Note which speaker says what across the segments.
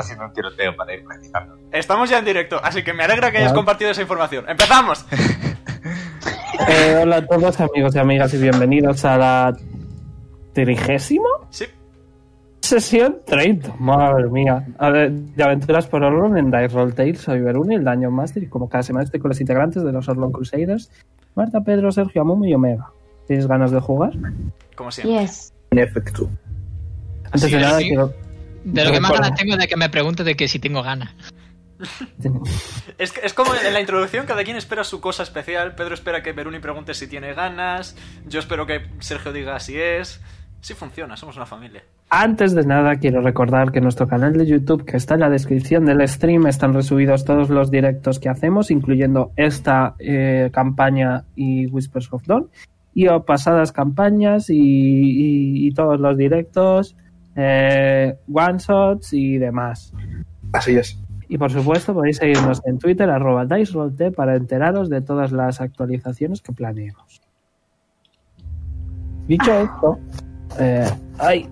Speaker 1: haciendo un tiroteo para ir practicando.
Speaker 2: Estamos ya en directo, así que me alegra que hayas
Speaker 3: Claro.
Speaker 2: compartido esa información. ¡Empezamos!
Speaker 3: Eh, hola a todos amigos y amigas y bienvenidos a la trigésima
Speaker 2: Sí,
Speaker 3: sesión 30. Madre mía. A ver, de aventuras por Orlon en Dice Roll Tales, soy Beruni, el Daño Master y como cada semana estoy con los integrantes de los Orlon Crusaders, Marta, Pedro, Sergio, Amumu y Omega. ¿Tienes ganas de jugar?
Speaker 2: como siempre.
Speaker 4: Yes.
Speaker 5: En efecto.
Speaker 3: Antes
Speaker 6: Sí,
Speaker 3: de nada
Speaker 6: sí.
Speaker 3: quiero...
Speaker 6: De lo que más
Speaker 3: Recuerda.
Speaker 6: ganas tengo es de que me pregunte de que si tengo ganas.
Speaker 2: Es, es como en la introducción, cada quien espera su cosa especial. Pedro espera que Beruni pregunte si tiene ganas. Yo espero que Sergio diga si es. Sí funciona, somos una familia.
Speaker 3: Antes de nada, quiero recordar que nuestro canal de YouTube, que está en la descripción del stream, están resubidos todos los directos que hacemos, incluyendo esta eh, campaña y Whispers of Dawn, y o pasadas campañas y, y- y todos los directos, eh, one shots y demás.
Speaker 5: Así es.
Speaker 3: Y por supuesto, podéis seguirnos en Twitter, arroba DiceRollT, para enteraros de todas las actualizaciones que planeemos. Dicho esto, eh, ¡ay!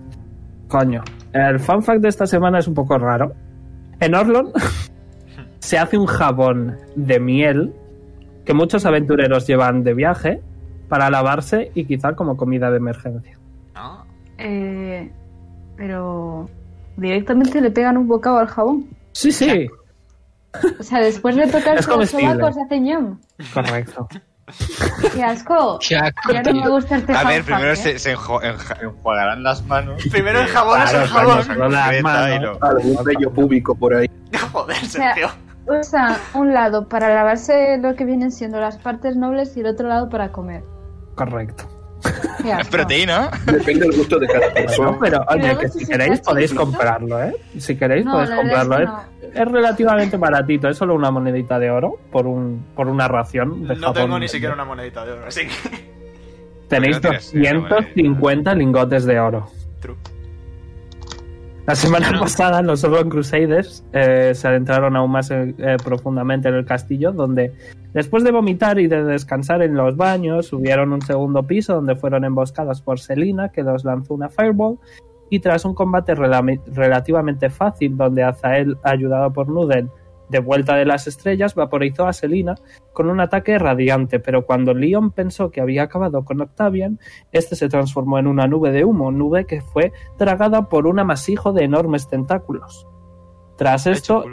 Speaker 3: Coño. El fun fact de esta semana es un poco raro. En Orlon se hace un jabón de miel que muchos aventureros llevan de viaje para lavarse y quizá como comida de emergencia.
Speaker 2: Ah,
Speaker 4: Eh, pero directamente le pegan un bocado al jabón.
Speaker 3: Sí, sí.
Speaker 4: O sea, después de
Speaker 3: Es
Speaker 4: tocarse los
Speaker 3: comestible.
Speaker 4: sobacos hacen ñam.
Speaker 3: Correcto.
Speaker 4: ¡Qué asco!
Speaker 6: Qué asco,
Speaker 4: Ya no me
Speaker 6: tío.
Speaker 4: gusta este
Speaker 1: A ver,
Speaker 4: fanfac,
Speaker 1: primero
Speaker 4: ¿eh?
Speaker 1: se, se enjo- enja- enjuagarán las manos.
Speaker 2: Primero
Speaker 1: Eh,
Speaker 2: el jabón es el
Speaker 1: las manos
Speaker 2: jabón.
Speaker 1: a concreta
Speaker 3: Las
Speaker 1: y
Speaker 3: manos.
Speaker 1: lo-
Speaker 5: un bello público por ahí.
Speaker 2: Joder,
Speaker 4: sea,
Speaker 2: Sergio.
Speaker 4: Usa un lado para lavarse lo que vienen siendo las partes nobles y el otro lado para comer.
Speaker 3: Correcto.
Speaker 4: ¡Qué
Speaker 1: Es
Speaker 4: asco!
Speaker 1: proteína. ¿eh?
Speaker 5: Depende del gusto de cada
Speaker 3: Bueno,
Speaker 5: persona.
Speaker 3: pero oye,
Speaker 4: luego
Speaker 3: que
Speaker 4: si
Speaker 3: si
Speaker 4: se
Speaker 3: queréis
Speaker 4: está
Speaker 3: podéis
Speaker 4: chiquito.
Speaker 3: comprarlo, ¿eh? Si queréis
Speaker 4: No,
Speaker 3: podéis
Speaker 4: la verdad es
Speaker 3: comprarlo.
Speaker 4: que
Speaker 3: ¿eh? Es relativamente baratito, es solo una monedita de oro por un por una ración de
Speaker 2: No tengo
Speaker 3: jabón.
Speaker 2: ni siquiera una monedita de oro, así que.
Speaker 3: Tenéis
Speaker 1: Pero no tienes una
Speaker 3: 250 lingotes de oro.
Speaker 2: True.
Speaker 3: La semana
Speaker 6: Bueno.
Speaker 3: pasada los Orlon Crusaders eh, se adentraron aún más eh, eh, profundamente en el castillo, donde después de vomitar y de descansar en los baños, subieron un segundo piso donde fueron emboscadas por Selina, que los lanzó una fireball, y tras un combate relami- relativamente fácil, donde Azael, ayudado por Nuden, de vuelta de las estrellas, vaporizó a Selina con un ataque radiante, pero cuando Leon pensó que había acabado con Octavian, este se transformó en una nube de humo, nube que fue tragada por un amasijo de enormes tentáculos. Tras esto,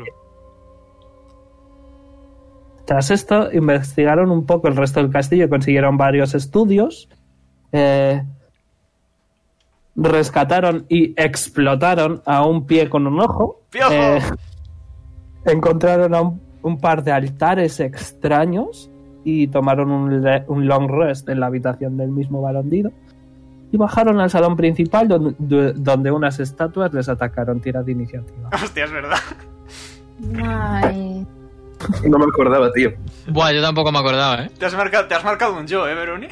Speaker 3: tras esto, investigaron un poco el resto del castillo y consiguieron varios estudios. eh, rescataron y explotaron a un pie con un ojo.
Speaker 2: ¡Piojo!
Speaker 3: eh, encontraron a un, un par de altares extraños y tomaron un, le- un long rest en la habitación del mismo barondido. Y bajaron al salón principal don- du- donde unas estatuas les atacaron. Tira de iniciativa.
Speaker 2: Hostia, es verdad.
Speaker 4: Ay.
Speaker 5: No me acordaba, tío.
Speaker 6: Buah, yo tampoco me acordaba, ¿eh?
Speaker 2: Te has marcado, te has marcado un yo, ¿eh, Beruni?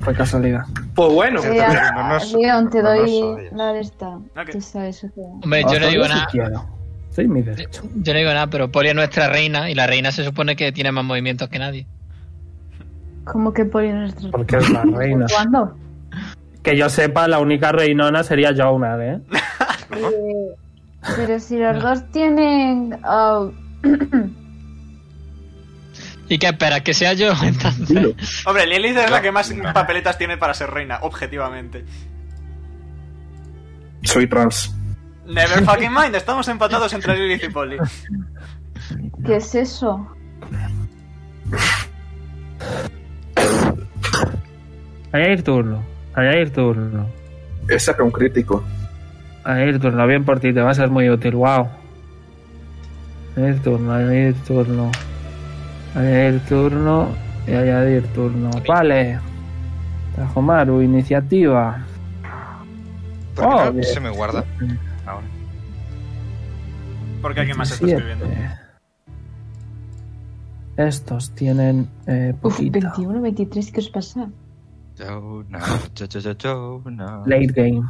Speaker 3: Fue casualidad.
Speaker 5: Pues bueno.
Speaker 1: Sí.
Speaker 4: Mira,
Speaker 1: pero no nos-
Speaker 4: Leon,
Speaker 1: no
Speaker 4: te
Speaker 1: nos
Speaker 4: doy
Speaker 1: odies.
Speaker 4: la de esta.
Speaker 2: Ok.
Speaker 4: Tú sabes, o sea.
Speaker 6: Hombre, Eh, yo no
Speaker 3: Hacerlo
Speaker 6: digo
Speaker 3: si
Speaker 6: nada.
Speaker 3: quiero. Sí, mi derecho.
Speaker 6: Yo no digo nada, pero Poli es nuestra reina y la reina se supone que tiene más movimientos que nadie.
Speaker 4: ¿Cómo que poli nuestro?
Speaker 3: Porque es la reina.
Speaker 4: ¿Cuándo?
Speaker 3: Que yo sepa, la única reinona sería Jonar, ¿eh?
Speaker 4: Eh,
Speaker 3: ¿Ah?
Speaker 4: Pero si los dos tienen... ah,
Speaker 6: ¿Y qué esperas? ¿Que sea yo? Entonces,
Speaker 5: Dilo.
Speaker 2: Hombre, Lilith es la que más
Speaker 1: No.
Speaker 2: papeletas tiene para ser reina, objetivamente.
Speaker 5: Soy trans.
Speaker 2: Never fucking mind, estamos empatados entre Lilith y Polly.
Speaker 4: ¿Qué es eso?
Speaker 3: Añadir turno. Añadir turno.
Speaker 5: He sacado un crítico.
Speaker 3: Añadir turno. Bien por ti, te va a ser muy útil. Wow. Añadir turno, añadir turno. Añadir turno y añadir turno. Vale. Tajomaru, iniciativa.
Speaker 1: ¿Por qué no
Speaker 3: Joder.
Speaker 1: se me guarda? Ahora.
Speaker 2: Porque alguien más está
Speaker 3: Siete.
Speaker 2: escribiendo.
Speaker 3: Estos tienen eh,
Speaker 4: Uf,
Speaker 3: poquito.
Speaker 4: 21, 23, ¿qué os pasa?
Speaker 1: Jonah, jo- jo- jo- Jonah.
Speaker 3: Late game.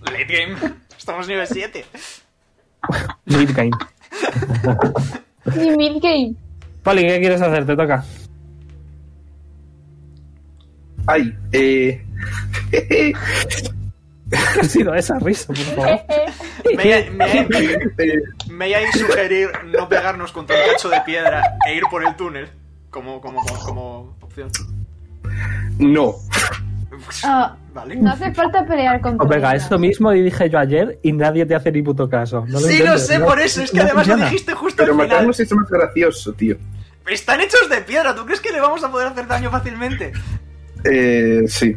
Speaker 2: Late game. Estamos nivel 7.
Speaker 3: Mid game.
Speaker 4: ¡Mi midgame!
Speaker 3: Poli, ¿qué quieres hacer? Te toca.
Speaker 5: Ay, eh.
Speaker 2: Eh.
Speaker 3: ¿Qué ha sido esa risa, por favor?
Speaker 2: May I- may I- may I sugerir no pegarnos contra el cacho de piedra e ir por el túnel como, como, como, como opción.
Speaker 5: No.
Speaker 4: Ah,
Speaker 2: Vale.
Speaker 4: no hace falta pelear con
Speaker 3: Oh, venga,
Speaker 4: piedra.
Speaker 3: es lo mismo que dije yo ayer y nadie te hace ni puto caso. No
Speaker 2: sí, lo
Speaker 3: entiendo,
Speaker 2: sé
Speaker 3: no-
Speaker 2: por eso, es que
Speaker 3: no
Speaker 2: además lo
Speaker 3: funciona.
Speaker 2: dijiste justo
Speaker 5: Pero
Speaker 2: al final.
Speaker 5: matarnos es más gracioso, tío.
Speaker 2: Están hechos de piedra, ¿tú crees que le vamos a poder hacer daño fácilmente?
Speaker 5: Eh, sí.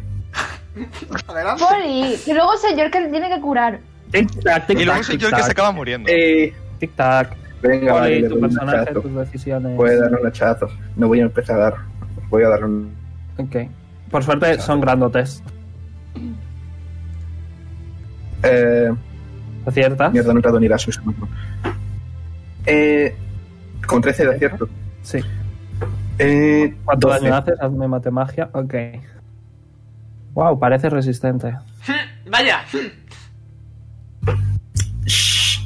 Speaker 2: Adelante.
Speaker 4: Poli, que luego señor que le tiene que curar.
Speaker 3: Tic-tac,
Speaker 1: Y luego
Speaker 3: tic-tac,
Speaker 1: soy yo el que se
Speaker 3: tic-tac.
Speaker 1: acaba muriendo.
Speaker 5: Eh,
Speaker 3: Tic-tac.
Speaker 5: venga, vale,
Speaker 3: Poli, tu
Speaker 5: le doy un
Speaker 3: personaje,
Speaker 5: hachazo.
Speaker 3: tus decisiones.
Speaker 5: Voy a dar un hachazo. No voy a empezar a dar. Voy a dar un...
Speaker 3: Ok. Por suerte son grandotes.
Speaker 5: Eh,
Speaker 3: ¿Aciertas?
Speaker 5: mierda, no he dado ni la sus. Eh, con 13 de acierto.
Speaker 3: Sí.
Speaker 5: Eh,
Speaker 3: ¿Cuánto
Speaker 5: 12.
Speaker 3: daño haces? Hazme matemagia. Ok. Wow, parece resistente.
Speaker 2: Vaya.
Speaker 5: Shh.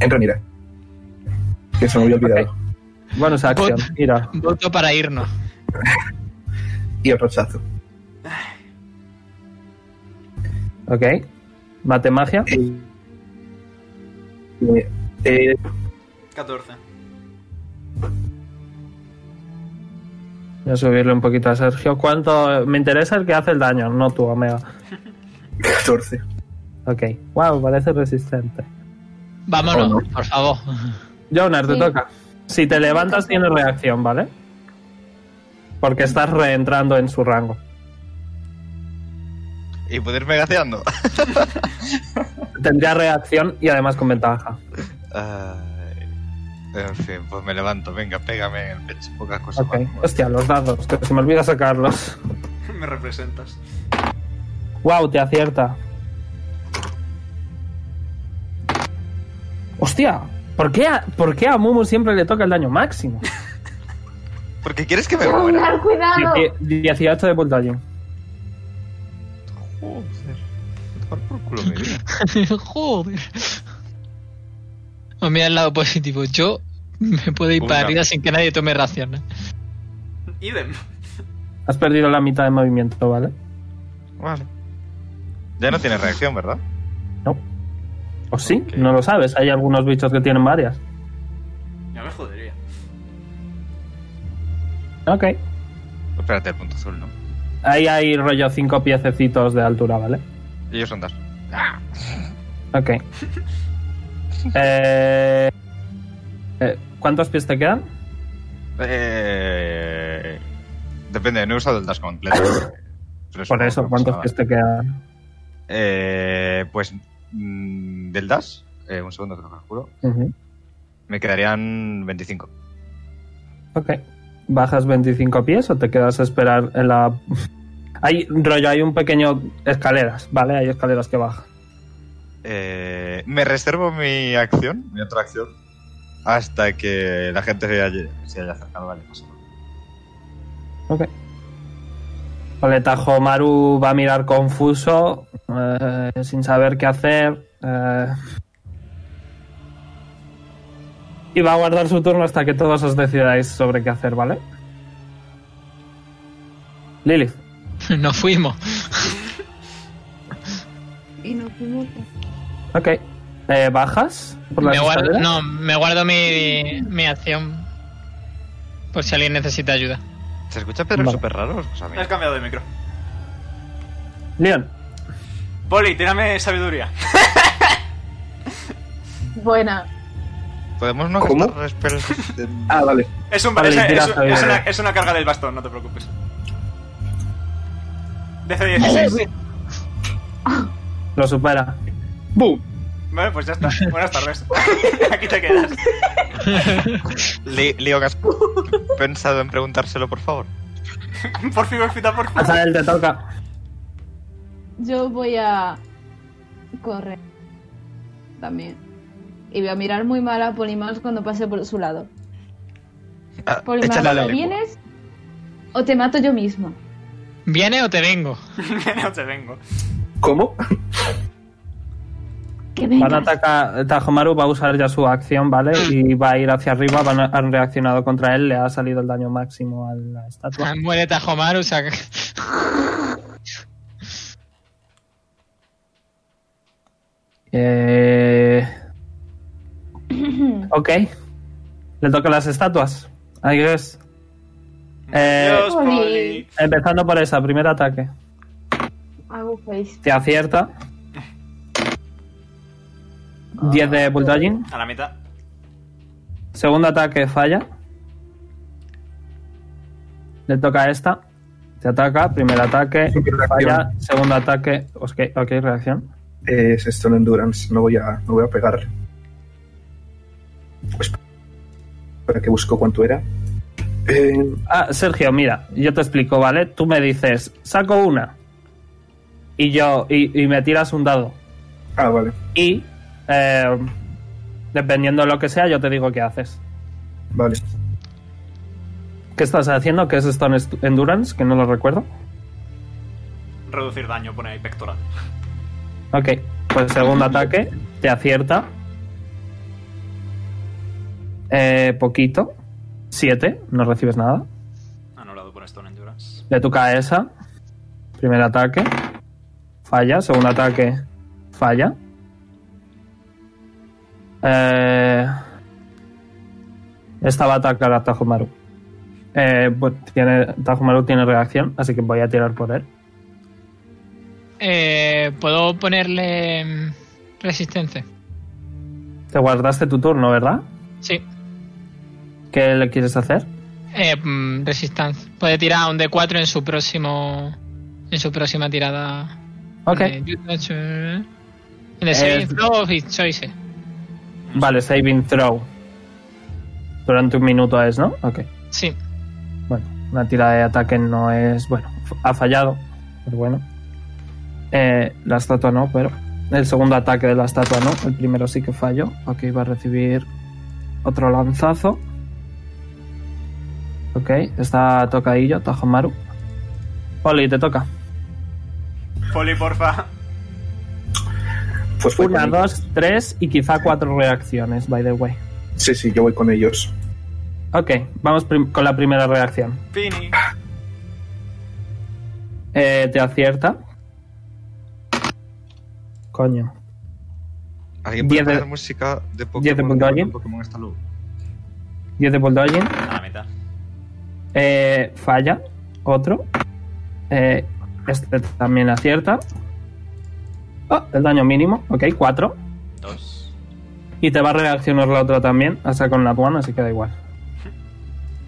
Speaker 5: Entra, mira. Que se me había olvidado.
Speaker 3: Bueno, esa acción.
Speaker 6: Bot.
Speaker 3: Mira.
Speaker 6: Voto para irnos.
Speaker 5: Y el rechazo.
Speaker 3: Ok. Matemagia.
Speaker 5: Eh, eh, eh,
Speaker 2: 14.
Speaker 3: Voy a subirle un poquito a Sergio. ¿Cuánto? Me interesa el que hace el daño, no tú, Omega.
Speaker 5: 14.
Speaker 3: Ok. Wow, parece resistente.
Speaker 6: Vámonos,
Speaker 5: Oh, no.
Speaker 6: por favor.
Speaker 3: Jonar, te
Speaker 4: Sí.
Speaker 3: toca. Si te levantas, tienes reacción, ¿vale? Porque estás reentrando en su rango.
Speaker 1: Y poderme gaseando.
Speaker 3: Tendría reacción y además con ventaja.
Speaker 1: Ay, en fin, pues me levanto. Venga, pégame en el pecho. Pocas cosas
Speaker 3: Ok.
Speaker 1: más.
Speaker 3: Hostia, los dados, que se me olvida sacarlos.
Speaker 2: Me representas.
Speaker 3: Wow, te acierta. Hostia, ¿por qué a, por qué a Mumu siempre le toca el daño máximo?
Speaker 1: Porque quieres que me muera.
Speaker 4: Jonar, cuidado.
Speaker 3: Dieci- 18 de voltaje.
Speaker 1: Joder. Por por culo mi vida.
Speaker 6: Joder. Pues mira el lado positivo. Yo me puedo ir
Speaker 1: Una.
Speaker 6: para arriba sin que nadie tome ¿eh? raciones.
Speaker 2: Idem.
Speaker 3: Has perdido la mitad de movimiento, ¿vale?
Speaker 1: Vale. Ya no tienes reacción, ¿verdad?
Speaker 3: ¿O sí?
Speaker 1: Ok.
Speaker 3: No lo sabes. Hay algunos bichos que tienen varias.
Speaker 2: Ya me jodería.
Speaker 3: Ok.
Speaker 1: Espérate, el punto azul no.
Speaker 3: Ahí hay rollo 5 piececitos de altura, ¿vale?
Speaker 1: Ellos son dos.
Speaker 3: Ok. Eh, eh, ¿Cuántos pies te quedan?
Speaker 1: Eh... Depende, no he usado el dash completo. Pero
Speaker 3: Por
Speaker 1: supongo que
Speaker 3: eso,
Speaker 1: no
Speaker 3: ¿cuántos
Speaker 1: pasa
Speaker 3: pies
Speaker 1: nada.
Speaker 3: te quedan?
Speaker 1: Eh, pues mm, del dash, eh, un segundo que lo calculo,
Speaker 3: Ujú.
Speaker 1: me quedarían 25.
Speaker 3: Ok. ¿Bajas 25 pies o te quedas a esperar en la... Hay rollo, hay un pequeño escaleras, ¿vale? Hay escaleras que bajan.
Speaker 1: Eh, me reservo mi acción, mi otra acción, hasta que la gente se haya, se haya acercado. Vale, pasa nada.
Speaker 3: Ok. Oletajo Pues Maru va a mirar confuso, eh, sin saber qué hacer. eh, y va a guardar su turno hasta que todos os decidáis sobre qué hacer, ¿vale? Lilith.
Speaker 6: Nos fuimos.
Speaker 4: Y no fuimos.
Speaker 3: Ok. Eh, ¿Bajas por las
Speaker 6: Me guardo,
Speaker 3: escaleras?
Speaker 6: no, me guardo mi, mi acción. Por si alguien necesita ayuda.
Speaker 1: ¿Se escucha pero
Speaker 3: Vale.
Speaker 1: súper raro? Pues a mí.
Speaker 2: Me has cambiado de micro.
Speaker 3: Leon.
Speaker 2: Poli, tírame sabiduría.
Speaker 4: Buena.
Speaker 1: ¿Podemos no
Speaker 5: ¿Cómo?
Speaker 1: gastar spells en-
Speaker 5: Ah, vale.
Speaker 2: Es, un,
Speaker 3: Vale,
Speaker 2: es,
Speaker 3: tira
Speaker 2: es- es
Speaker 3: sabiduría.
Speaker 2: una, es una carga del bastón, no te preocupes. DC 16.
Speaker 3: Lo supera.
Speaker 5: ¡Bum!
Speaker 2: Vale, pues ya está. Buenas tardes. Aquí te quedas.
Speaker 1: Li- Leo, ¿has pensado en preguntárselo, por favor?
Speaker 2: Por fin, porfita, por favor.
Speaker 3: Azael, te toca.
Speaker 4: Yo voy a correr. También. Y voy a mirar muy mal a Polimax cuando pase por su lado.
Speaker 1: Ah,
Speaker 4: Polimax,
Speaker 1: échale a la
Speaker 4: ¿o
Speaker 1: lengua.
Speaker 4: vienes o te mato yo mismo?
Speaker 6: ¿Viene o te vengo?
Speaker 2: no te vengo.
Speaker 5: ¿Cómo?
Speaker 4: Que
Speaker 3: Van a
Speaker 4: vengas.
Speaker 3: atacar. Tajomaru va a usar ya su acción, ¿vale? Y va a ir hacia arriba. Van a- han reaccionado contra él. Le ha salido el daño máximo a la estatua.
Speaker 6: Muere Tajomaru, saca.
Speaker 3: Eh, ok. Le toca las estatuas. Adiós. Eh,
Speaker 2: Dios,
Speaker 4: Oli.
Speaker 2: Poli.
Speaker 3: Empezando por esa, primer ataque.
Speaker 4: Hago face.
Speaker 3: Te acierta. 10 de bulldogging.
Speaker 2: A la mitad.
Speaker 3: Segundo ataque falla. Le toca a esta. Te ataca. Primer ataque.
Speaker 5: Sí, que reacción.
Speaker 3: Falla. Segundo ataque. Ok, ok, reacción.
Speaker 5: Eh, Es esto en Endurance. No voy a, no voy a pegarle. Pues, para que busco cuánto era. Eh,
Speaker 3: Ah, Sergio, mira, yo te explico, ¿vale? Tú me dices, saco una. Y yo, y, y me tiras un dado.
Speaker 5: ah, vale.
Speaker 3: Y, eh, dependiendo de lo que sea, yo te digo qué haces.
Speaker 5: Vale.
Speaker 3: ¿Qué estás haciendo? ¿Qué es esto en estu- Endurance? Que no lo recuerdo.
Speaker 2: Reducir daño, pone ahí pectoral.
Speaker 3: Ok, pues segundo ataque, te acierta. Eh, poquito. Siete, no recibes nada.
Speaker 2: Anulado por Stone Endurance.
Speaker 3: Le toca a esa. Primer ataque. Falla. Segundo ataque. Falla. Eh, esta va a atacar a Tajomaru. Eh, pues tiene, Tajomaru tiene reacción, así que voy a tirar por él.
Speaker 6: Eh, Puedo ponerle mm, resistencia.
Speaker 3: Te guardaste tu turno, ¿verdad?
Speaker 6: Sí.
Speaker 3: ¿Qué le quieres hacer?
Speaker 6: Eh, mm, resistance. Puede tirar un D4 en su próximo. En su próxima tirada.
Speaker 3: Ok.
Speaker 6: Eh, you touch, eh, En el saving
Speaker 3: Eh,
Speaker 6: throw of his choices.
Speaker 3: Vale, saving throw. Durante un minuto es, ¿no? Ok.
Speaker 6: Sí.
Speaker 3: Bueno, una tira de ataque no es. Bueno, f- ha fallado, pero bueno. Eh, la estatua no, pero. El segundo ataque de la estatua no, el primero sí que falló. Ok, va a recibir otro lanzazo. Ok, está tocadillo, Tajomaru. Oli, te toca.
Speaker 2: Poli, porfa.
Speaker 5: Pues voy
Speaker 3: Una,
Speaker 5: con ellos.
Speaker 3: dos, tres y quizá cuatro reacciones, by the way.
Speaker 5: Sí, sí, yo voy con ellos.
Speaker 3: Ok, vamos prim- con la primera reacción.
Speaker 2: Pini.
Speaker 3: Eh, te acierta. Coño.
Speaker 1: ¿Alguien puede
Speaker 3: Diez de-
Speaker 1: poner música de Pokémon?
Speaker 3: diez de bulldogging.
Speaker 1: Pokémon está luego.
Speaker 3: 10 de bulldogging.
Speaker 2: A la mitad.
Speaker 3: Eh, falla. Otro. Eh, este también acierta. Ah, el daño mínimo. Ok, 4.
Speaker 2: Dos.
Speaker 3: Y te va a reaccionar la otra también. Hasta con la one, así que da igual.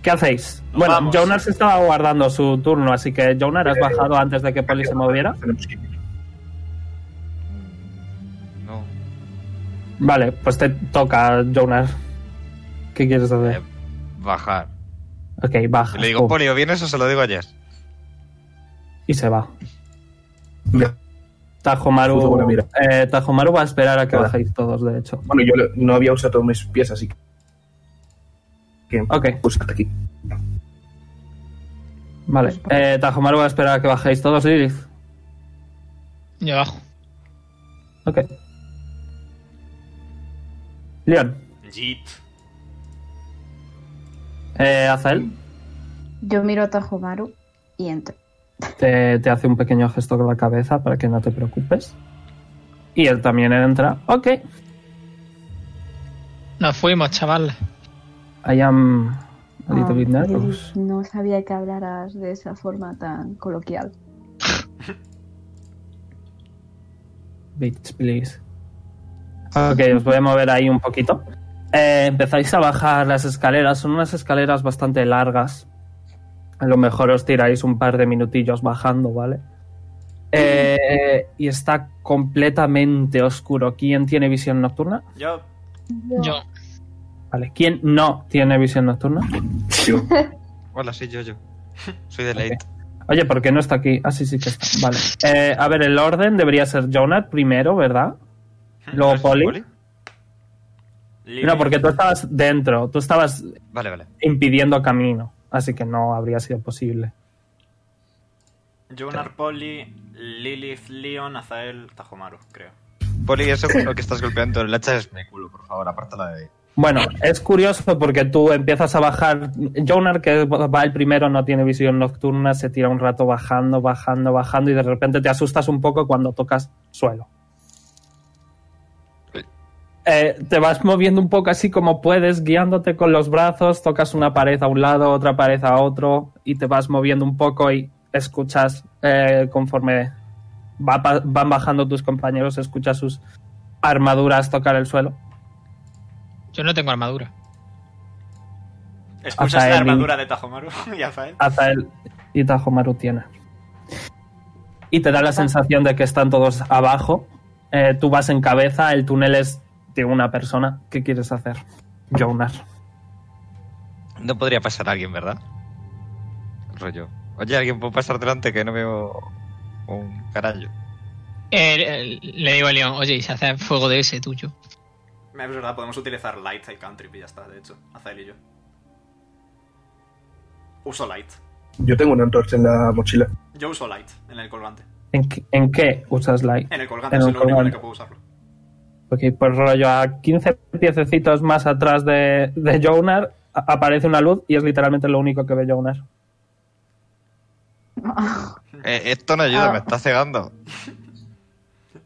Speaker 3: ¿Qué hacéis?
Speaker 2: Nos
Speaker 3: Bueno,
Speaker 2: vamos.
Speaker 3: Jonar se estaba guardando su turno, así que Jonar,
Speaker 1: Eh,
Speaker 3: ¿has bajado antes de que Poli se moviera?
Speaker 5: Tenemos que ir.
Speaker 1: Mm, No.
Speaker 3: Vale, pues te toca, Jonar. ¿Qué quieres hacer?
Speaker 1: Eh, bajar.
Speaker 3: Ok, baja.
Speaker 1: Y le digo,
Speaker 3: pum,
Speaker 1: Poli, ¿o vienes o se lo digo ayer?
Speaker 3: y se va.
Speaker 5: Ya. Justo con la
Speaker 3: Tajomaru,
Speaker 5: mira.
Speaker 3: eh, Tajomaru va a esperar a que
Speaker 5: Nada.
Speaker 3: bajéis todos, de hecho.
Speaker 5: Bueno, yo lo- no había usado mis pies, así que. que
Speaker 3: Ok.
Speaker 5: pues hasta aquí.
Speaker 3: Vale, eh, Tajomaru va a esperar a que bajéis todos, Lilith.
Speaker 6: Yo bajo.
Speaker 3: Ok. Leon,
Speaker 2: Jeet.
Speaker 3: eh, Azael,
Speaker 4: Yo miro a Tajomaru y entro.
Speaker 3: te, te hace un pequeño gesto con la cabeza para que no te preocupes. Y él también entra. Ok.
Speaker 6: Nos fuimos, chavales.
Speaker 3: I am a little bit
Speaker 4: Ah,
Speaker 3: nervous.
Speaker 4: Lilith, no sabía que hablaras de esa forma tan coloquial.
Speaker 3: Bitch, please. Ok, os voy a mover ahí un poquito. Eh, empezáis a bajar las escaleras. Son unas escaleras bastante largas. A lo mejor os tiráis un par de minutillos bajando, ¿vale? Eh, y está completamente oscuro. ¿Quién tiene visión nocturna?
Speaker 2: Yo.
Speaker 6: Yo.
Speaker 3: Vale, ¿quién no tiene visión nocturna?
Speaker 5: Yo.
Speaker 1: Hola, soy yo, yo. Soy de Late.
Speaker 3: Oye, ¿por qué no está aquí? Ah, sí, sí que está. Vale. Eh, a ver, el orden debería ser Jonat primero, ¿verdad? Luego Poli. No, porque tú estabas dentro. Tú estabas
Speaker 1: Vale, vale.
Speaker 3: impidiendo camino. Así que no habría sido posible.
Speaker 2: Jonar, Poli, Lilith, Leon, Azael, Tajomaru, creo.
Speaker 1: Poli, eso con lo que estás golpeando el hacha es mi culo, por favor, apártala de ahí.
Speaker 3: Bueno, es curioso porque tú empiezas a bajar. Jonar, que va el primero, no tiene visión nocturna, se tira un rato bajando, bajando, bajando y de repente te asustas un poco cuando tocas suelo. eh, te vas moviendo un poco así como puedes, guiándote con los brazos, tocas una pared a un lado, otra pared a otro, y te vas moviendo un poco y escuchas eh, conforme va pa- van bajando tus compañeros, escuchas sus armaduras tocar el suelo.
Speaker 6: Yo no tengo armadura.
Speaker 2: Escuchas
Speaker 3: Azael,
Speaker 2: la
Speaker 3: y-
Speaker 2: armadura de Tajomaru y Azael.
Speaker 3: hasta el y Tajomaru tiene. Y te da la sensación de que están todos abajo. Eh, tú vas en cabeza, el túnel es de una persona. ¿Qué quieres hacer? Jonar.
Speaker 1: No podría pasar alguien, ¿verdad? Rollo. Oye, alguien puede pasar delante que no veo un carajo.
Speaker 6: Eh, eh, le digo a León, oye, y se hace fuego de ese tuyo.
Speaker 2: Es verdad, podemos utilizar Light y Cantrip y ya está, de hecho. Azael y yo. Uso Light.
Speaker 5: Yo tengo una antorcha en la mochila.
Speaker 2: Yo uso Light en el colgante.
Speaker 3: ¿En, qué- en qué usas light?
Speaker 2: En el colgante
Speaker 3: En
Speaker 2: es
Speaker 3: el
Speaker 2: lo único en el
Speaker 3: colgante.
Speaker 2: que puedo usarlo.
Speaker 3: Ok, pues rollo, a 15 piececitos más atrás de, de Jonar a- aparece una luz y es literalmente lo único que ve Jonar.
Speaker 1: Eh, esto no ayuda,
Speaker 4: Ah.
Speaker 1: me está cegando.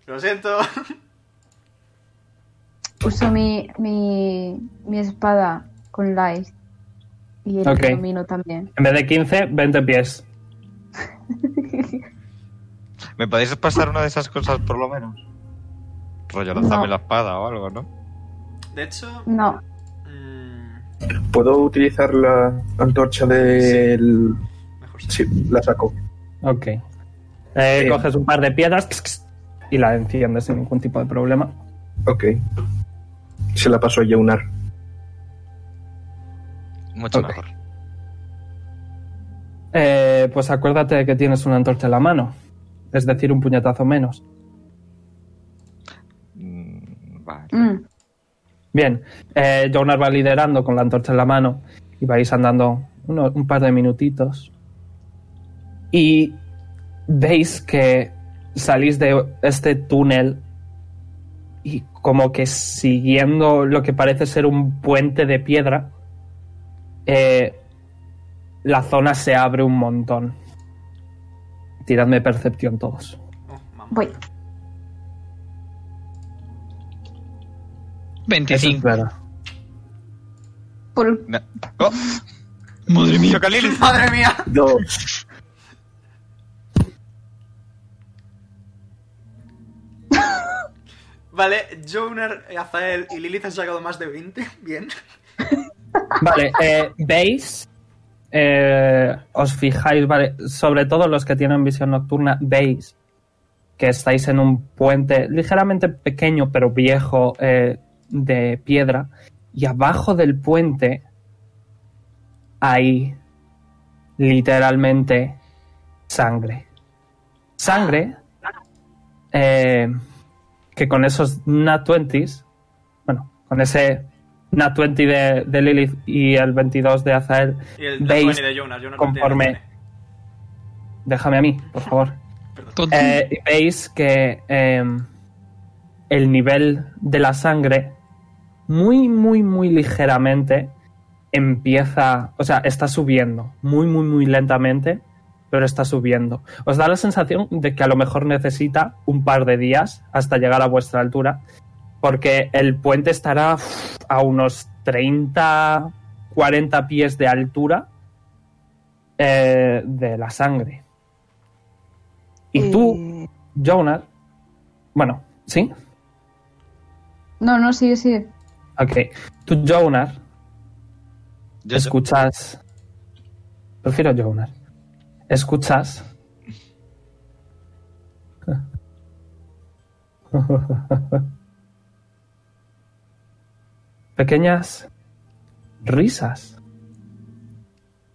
Speaker 2: Lo siento.
Speaker 4: Uso mi, mi, mi espada con light. Y el
Speaker 3: Ok.
Speaker 4: camino también.
Speaker 3: En vez de 15, 20 pies.
Speaker 1: ¿Me podéis pasar una de esas cosas por lo menos? Rollo, lanzame la espada o algo, ¿no?
Speaker 2: De hecho.
Speaker 4: No,
Speaker 2: mm,
Speaker 5: ¿Puedo utilizar la antorcha del...?
Speaker 2: mejor
Speaker 5: Sí,
Speaker 2: sí.
Speaker 5: la saco.
Speaker 3: Ok. Eh,
Speaker 5: Sí.
Speaker 3: Coges un par de piedras y la enciendes sin ningún tipo de problema.
Speaker 5: Ok. Se la paso a Yeunar.
Speaker 1: Mucho
Speaker 5: Ok.
Speaker 1: mejor.
Speaker 3: Eh, pues acuérdate de que tienes una antorcha en la mano. Es decir, un puñetazo menos.
Speaker 1: Mm, vale.
Speaker 4: Mm,
Speaker 3: Bien, eh, Jonar va liderando con la antorcha en la mano y vais andando uno- un par de minutitos. Y veis que salís de este túnel y como que siguiendo lo que parece ser un puente de piedra, eh, la zona se abre un montón. Tiradme percepción todos.
Speaker 2: Oh, mamá.
Speaker 4: voy.
Speaker 3: Eso es
Speaker 6: 25.
Speaker 3: verdad.
Speaker 4: Por...
Speaker 1: No. ¡Oh!
Speaker 6: Madre
Speaker 1: ¡Chocalil!
Speaker 2: ¡Madre mía!
Speaker 5: Dos.
Speaker 2: Vale, Jonar, Azael y Lilith han sacado más de 20. Bien.
Speaker 3: Vale, eh, veis, eh, os fijáis, vale, sobre todo los que tienen visión nocturna, veis que estáis en un puente ligeramente pequeño pero viejo eh, de piedra y abajo del puente hay literalmente sangre. Sangre eh, que con esos nat 20s, bueno, con ese nat 20 de, de Lilith y el 22 de Azael,
Speaker 2: Y el
Speaker 3: Veis,
Speaker 2: Veis, de Jonar. Jonar no
Speaker 3: conforme-
Speaker 2: tiene.
Speaker 3: déjame a mí, por favor.
Speaker 2: Perdón.
Speaker 6: Tonto.
Speaker 3: Eh, y veis que eh, el nivel de la sangre muy, muy, muy ligeramente empieza, o sea, está subiendo, muy, muy, muy lentamente, pero está subiendo. Os da la sensación de que a lo mejor necesita un par de días hasta llegar a vuestra altura, porque el puente estará uf, a unos 30, 40 pies de altura eh, de la sangre. Y tú,
Speaker 4: Eh,
Speaker 3: Jonas. Bueno, ¿sí?
Speaker 4: No, no, sigue, sigue.
Speaker 3: Ok. Tú, Jonas,
Speaker 1: Yo-
Speaker 3: escuchas. Prefiero Jonas. Escuchas. Pequeñas risas.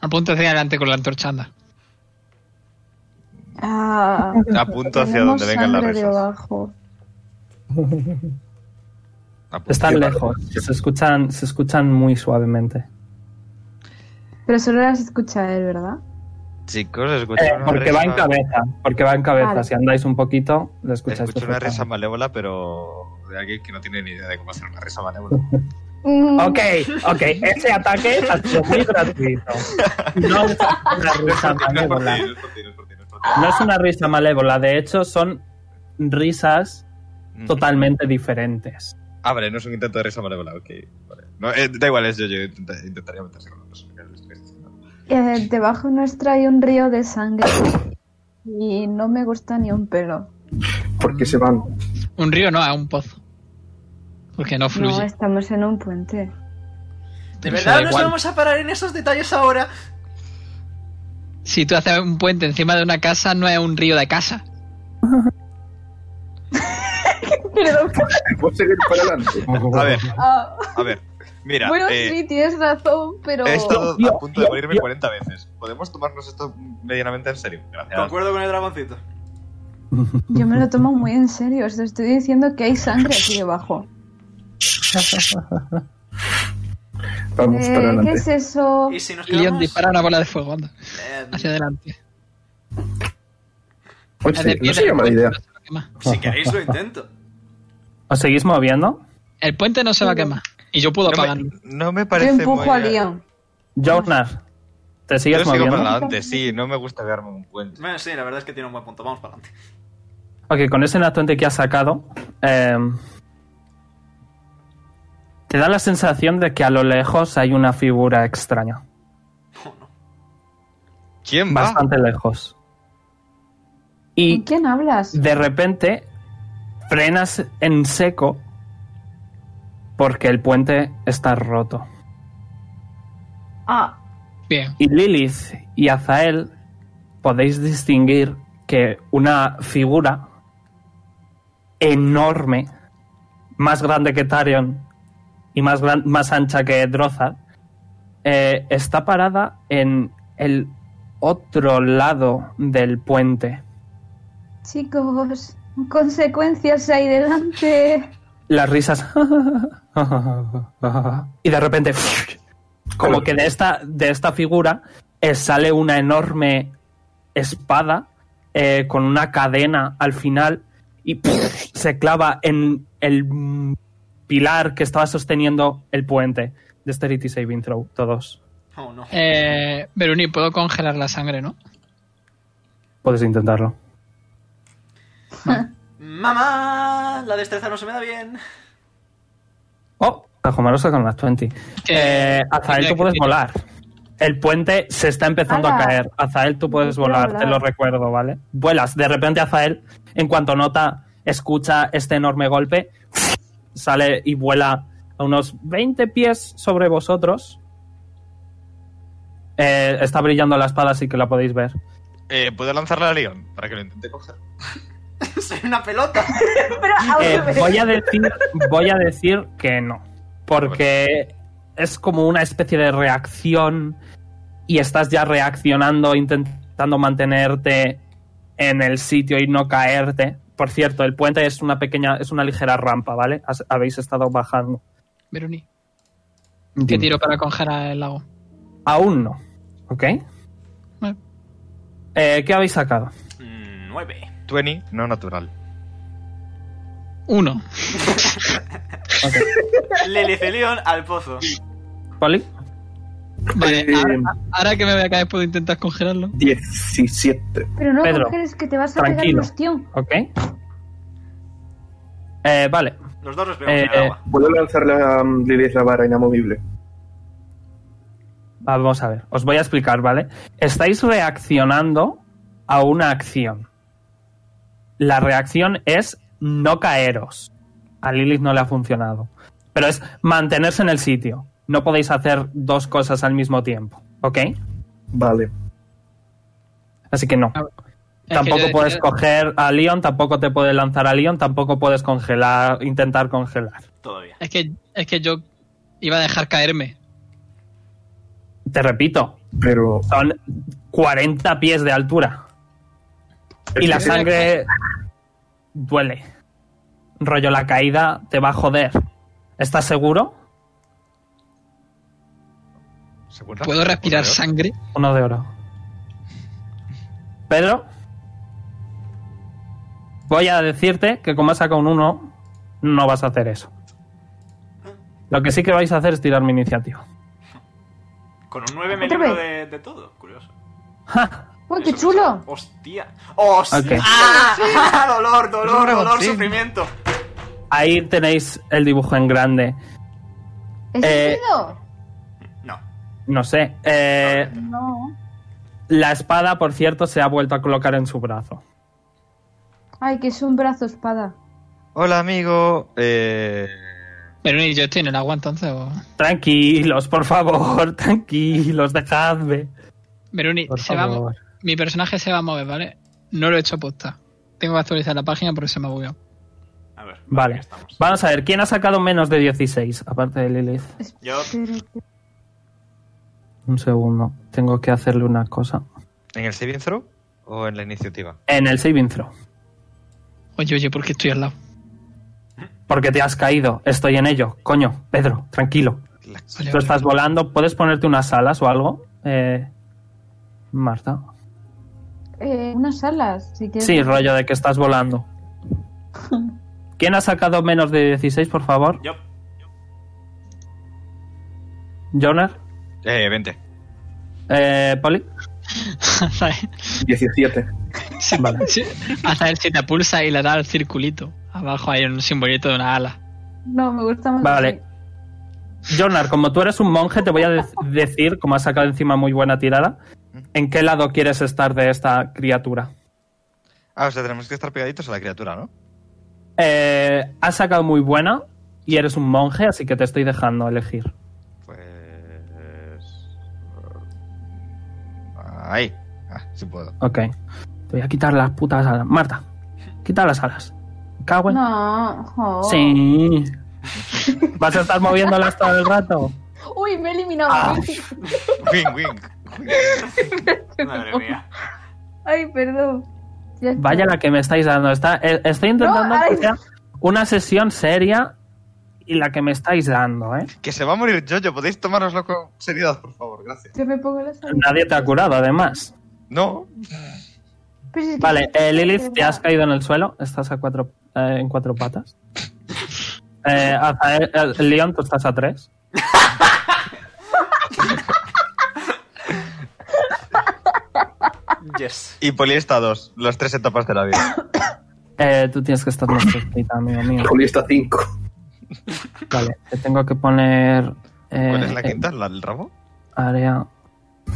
Speaker 6: Apunta hacia adelante con la antorcha, anda.
Speaker 4: Ah,
Speaker 1: Apunto hacia
Speaker 4: tenemos
Speaker 1: donde vengan las
Speaker 4: sangre
Speaker 1: risas.
Speaker 4: debajo.
Speaker 1: Apunto.
Speaker 3: Están lejos. Se escuchan, se escuchan muy suavemente.
Speaker 4: Pero solo las escucha él, ¿verdad?
Speaker 1: Chicos, escucho
Speaker 3: Eh,
Speaker 1: una
Speaker 3: porque va en
Speaker 1: risa-
Speaker 3: cabeza. Porque va en cabeza.
Speaker 4: Vale.
Speaker 3: Si andáis un poquito, lo escucháis.
Speaker 1: Escucho una risa
Speaker 3: perfectamente.
Speaker 1: malévola, pero de alguien que no tiene ni idea de cómo hacer una risa malévola.
Speaker 4: Mm,
Speaker 3: Ok, ok, ese ataque ha sido muy gratuito. No es una risa malévola.
Speaker 1: no es por ti, no es por ti, no es por ti.
Speaker 3: No es una risa malévola, de hecho son risas
Speaker 1: Mm.
Speaker 3: totalmente diferentes.
Speaker 1: Ah, vale, no es un intento de risa malévola, ok. Vale. No, eh, da igual, es yo, yo intenta- intentaría meterse con la persona que le estoy diciendo.
Speaker 4: Eh, debajo nuestro hay un río de sangre y no me gusta ni un pelo.
Speaker 5: ¿Por qué se van?
Speaker 6: Un río no, a un pozo. Porque no fluye.
Speaker 4: No, estamos en un puente.
Speaker 2: De
Speaker 6: Eso
Speaker 2: verdad
Speaker 6: da
Speaker 2: nos
Speaker 6: igual.
Speaker 2: vamos a parar en esos detalles ahora.
Speaker 6: Si tú haces un puente encima de una casa, no es un río de casa.
Speaker 4: Perdón.
Speaker 5: ¿Puedo seguir para adelante?
Speaker 1: A ver,
Speaker 4: Ah,
Speaker 1: a ver. Mira,
Speaker 4: bueno,
Speaker 1: eh,
Speaker 4: sí, tienes razón, pero...
Speaker 1: he estado
Speaker 3: Yo-
Speaker 1: a punto de
Speaker 3: yo-
Speaker 1: morirme
Speaker 3: yo-
Speaker 1: 40 veces. Podemos tomarnos esto medianamente en serio. Gracias.
Speaker 2: Concuerdo con el dragoncito.
Speaker 4: Yo me lo tomo muy en serio. Os estoy diciendo que hay sangre aquí debajo.
Speaker 5: Vamos
Speaker 4: Eh,
Speaker 5: para
Speaker 4: ¿Qué
Speaker 5: adelante.
Speaker 4: es eso?
Speaker 2: Y si nos
Speaker 6: Leon
Speaker 2: quedamos...
Speaker 6: dispara una bola de fuego, anda,
Speaker 2: eh,
Speaker 6: hacia adelante.
Speaker 5: Oye,
Speaker 6: Es de
Speaker 5: no
Speaker 6: piedra,
Speaker 5: sería mala
Speaker 6: el
Speaker 5: idea.
Speaker 6: puente no se va a quemar.
Speaker 2: si queréis lo intento.
Speaker 3: ¿Os seguís moviendo?
Speaker 6: El puente no se va a quemar. Y yo puedo
Speaker 1: No
Speaker 6: apagarlo.
Speaker 1: me, no me
Speaker 4: Yo
Speaker 1: parece muy...
Speaker 4: empujo a Leon.
Speaker 3: Jonas, ¿te
Speaker 1: Yo
Speaker 3: sigues
Speaker 1: sigo
Speaker 3: moviendo?
Speaker 1: para adelante, sí, no me gusta verme un puente.
Speaker 2: Bueno, sí, la verdad es que tiene un buen punto. Vamos para adelante.
Speaker 3: Ok, con ese natuente que has sacado, eh, te da la sensación de que a lo lejos hay una figura extraña.
Speaker 1: Ah.
Speaker 2: No, no.
Speaker 1: ¿Quién va?
Speaker 3: Bastante lejos.
Speaker 4: ¿Con
Speaker 3: Y
Speaker 4: quién hablas?
Speaker 3: de repente frenas en seco porque el puente está roto.
Speaker 4: Ah,
Speaker 6: Bien.
Speaker 3: Y Lilith y Azael podéis distinguir que una figura enorme, más grande que Tarion y más, gran- más ancha que Drozar, eh, está parada en el otro lado del puente.
Speaker 4: chicos, consecuencias ahí delante.
Speaker 3: Las risas... y de repente... Como que de esta, de esta figura eh, sale una enorme espada eh, con una cadena al final y se clava en el mm, pilar que estaba sosteniendo el puente. Dexterity Saving Throw, todos.
Speaker 2: No, Oh, no.
Speaker 6: Eh, Beruni, puedo congelar la sangre, ¿no?
Speaker 3: Puedes intentarlo.
Speaker 2: Mamá, la destreza no se me da bien.
Speaker 3: Oh, Cajomarosa con las 20. Eh, Azael, tú puedes volar. El puente se está empezando a
Speaker 4: Ala.
Speaker 3: caer. Azael, tú puedes
Speaker 4: Quiero
Speaker 3: volar, te
Speaker 4: volar.
Speaker 3: lo recuerdo, ¿vale? Vuelas. De repente Azael, en cuanto nota, escucha este enorme golpe, sale y vuela a unos 20 pies sobre vosotros. Eh, está brillando la espada, así que la podéis ver.
Speaker 1: Eh, ¿Puedo lanzarle a Leon para que lo intente coger?
Speaker 2: Soy una pelota.
Speaker 4: Pero ahora
Speaker 3: Eh,
Speaker 4: me-
Speaker 3: voy, a decir, voy a decir que no. Porque es como una especie de reacción y estás ya reaccionando, intentando mantenerte en el sitio y no caerte. Por cierto, el puente es una pequeña, es una ligera rampa, ¿vale? Has- habéis estado bajando.
Speaker 6: Beruni, ¿qué tiro para congelar el lago?
Speaker 3: Aún no, ¿ok?
Speaker 6: Vale.
Speaker 3: Eh, ¿Qué habéis sacado?
Speaker 2: Mm, Nueve.
Speaker 1: 20, no natural.
Speaker 6: Uno.
Speaker 2: Lilith y Leon al pozo.
Speaker 3: ¿Poli?
Speaker 6: Vale,
Speaker 5: Eh,
Speaker 6: ahora, ahora que me voy a caer, puedo intentar congelarlo.
Speaker 5: 17.
Speaker 4: Pero no,
Speaker 3: Pedro,
Speaker 4: mujeres, que te vas a
Speaker 3: tranquilo.
Speaker 4: pegar cuestión.
Speaker 3: ¿Ok? Eh, vale.
Speaker 2: Los dos nos pegamos
Speaker 3: Eh,
Speaker 2: en el agua.
Speaker 5: ¿Puedo lanzar la um, Lilith la vara inamovible?
Speaker 3: Ah, Vamos a ver, os voy a explicar, ¿vale? Estáis reaccionando a una acción. La reacción es no caeros. A Lilith no le ha funcionado. Pero es mantenerse en el sitio. No podéis hacer dos cosas al mismo tiempo, ¿ok?
Speaker 5: Vale.
Speaker 3: Así que no.
Speaker 6: Ah, Es que
Speaker 3: Tampoco
Speaker 6: yo-
Speaker 3: puedes
Speaker 6: yo-
Speaker 3: coger a Leon, tampoco te puede lanzar a Leon, tampoco puedes congelar, intentar congelar.
Speaker 2: Todavía.
Speaker 6: Es que, es que yo iba a dejar caerme.
Speaker 3: Te repito,
Speaker 5: Pero.
Speaker 3: son 40 pies de altura. Y la
Speaker 5: Es que-
Speaker 3: sangre duele. Rollo, la caída te va a joder. ¿Estás seguro?
Speaker 1: ¿Seguro?
Speaker 6: ¿Puedo respirar
Speaker 1: ¿Seguro?
Speaker 6: sangre?
Speaker 3: Uno de oro. Pedro, voy a decirte que como has sacado un 1, no vas a hacer eso. Lo que sí que vais a hacer es tirar mi iniciativa.
Speaker 2: Con un nueve me
Speaker 4: ¿Otra
Speaker 2: libro
Speaker 4: vez?
Speaker 2: de, de todo. Curioso.
Speaker 3: ¡Ja!
Speaker 4: Uy, qué
Speaker 2: Eso me
Speaker 4: chulo.
Speaker 2: sabe- Hostia. ¡Hostia!
Speaker 3: Ok.
Speaker 2: ¡Ah!
Speaker 1: Es
Speaker 2: ¡Dolor,
Speaker 1: un
Speaker 2: dolor, dolor,
Speaker 1: rebotín.
Speaker 2: sufrimiento!
Speaker 3: Ahí tenéis el dibujo en grande.
Speaker 4: ¿Es
Speaker 3: Eh,
Speaker 4: sentido?
Speaker 2: No.
Speaker 3: No sé. eh,
Speaker 4: No.
Speaker 3: la espada, por cierto, se ha vuelto a colocar en su brazo.
Speaker 4: Ay, que es un brazo espada.
Speaker 1: Hola, amigo. Eh,
Speaker 6: Pero ¿y yo estoy en el agua entonces. o-
Speaker 3: Tranquilos, por favor, tranquilos, dejadme.
Speaker 6: Veruni,
Speaker 3: Por
Speaker 6: se va a mo-
Speaker 3: favor.
Speaker 6: mi personaje se va a mover, ¿vale? No lo he hecho aposta. Tengo que actualizar la página porque se me ha bugueado.
Speaker 2: A ver.
Speaker 3: Vale.
Speaker 2: aquí estamos.
Speaker 3: Vamos a ver, ¿quién ha sacado menos de 16? Aparte de Lilith.
Speaker 2: Yo,
Speaker 4: Pero
Speaker 3: Un segundo, tengo que hacerle una cosa.
Speaker 1: ¿En el saving throw o en la iniciativa?
Speaker 3: En el saving throw.
Speaker 6: Oye, oye, porque estoy al lado.
Speaker 3: Porque te has caído, estoy en ello. Coño, Pedro, tranquilo.
Speaker 6: Vale,
Speaker 3: Tú
Speaker 6: vale.
Speaker 3: estás volando, ¿puedes ponerte unas alas o algo? Eh, Marta.
Speaker 4: Eh, unas alas, si quieres.
Speaker 3: Sí, rollo de que estás volando. ¿Quién ha sacado menos de 16, por favor?
Speaker 2: yo.
Speaker 3: ¿Jonar?
Speaker 1: Eh, 20.
Speaker 3: Eh, ¿Poli?
Speaker 6: Hasta él-
Speaker 5: 17.
Speaker 6: sí,
Speaker 3: Vale.
Speaker 6: sí. Hasta él si te pulsa y le da al circulito. Abajo hay un simbolito de una ala.
Speaker 4: No, me gusta más.
Speaker 3: Vale. Jonar, como tú eres un monje, te voy a de- decir, como has sacado encima muy buena tirada, ¿en qué lado quieres estar de esta criatura?
Speaker 1: Ah, o sea, tenemos que estar pegaditos a la criatura, ¿no?
Speaker 3: Eh, has sacado muy buena y eres un monje, así que te estoy dejando elegir.
Speaker 1: Pues. eh, Ahí. Ah, sí puedo.
Speaker 3: Ok. Te voy a quitar las putas alas. Marta, quita las alas. Me Cago en-
Speaker 4: No, jo.
Speaker 3: Sí. ¿Vas a estar moviéndolas todo el rato?
Speaker 4: Uy, me he eliminado.
Speaker 3: Ah.
Speaker 1: Wing, wing.
Speaker 2: Madre mía.
Speaker 4: Ay, perdón. Ya está.
Speaker 3: Vaya la que me estáis dando. Está, eh, estoy intentando
Speaker 4: No, ay.
Speaker 3: que sea una sesión seria y la que me estáis dando, ¿eh?
Speaker 1: Que se va a morir Jojo, podéis tomárnoslo con seriedad, por favor, gracias.
Speaker 4: Yo me pongo las alas.
Speaker 3: Nadie te ha curado, además.
Speaker 1: No,
Speaker 4: Pero es que-
Speaker 3: Vale, eh, Lilith, te has caído en el suelo. Estás a cuatro, eh, en cuatro patas. Eh, Azael- eh, Leon, tú estás a tres.
Speaker 2: Yes.
Speaker 1: y Poli está a dos, las tres etapas de la vida.
Speaker 3: Eh, tú tienes que estar más cerquita, amigo mío.
Speaker 5: Juli está 5.
Speaker 3: Vale, te tengo que poner... eh,
Speaker 1: ¿Cuál es la
Speaker 3: eh,
Speaker 1: quinta? ¿La del rabo?
Speaker 3: área...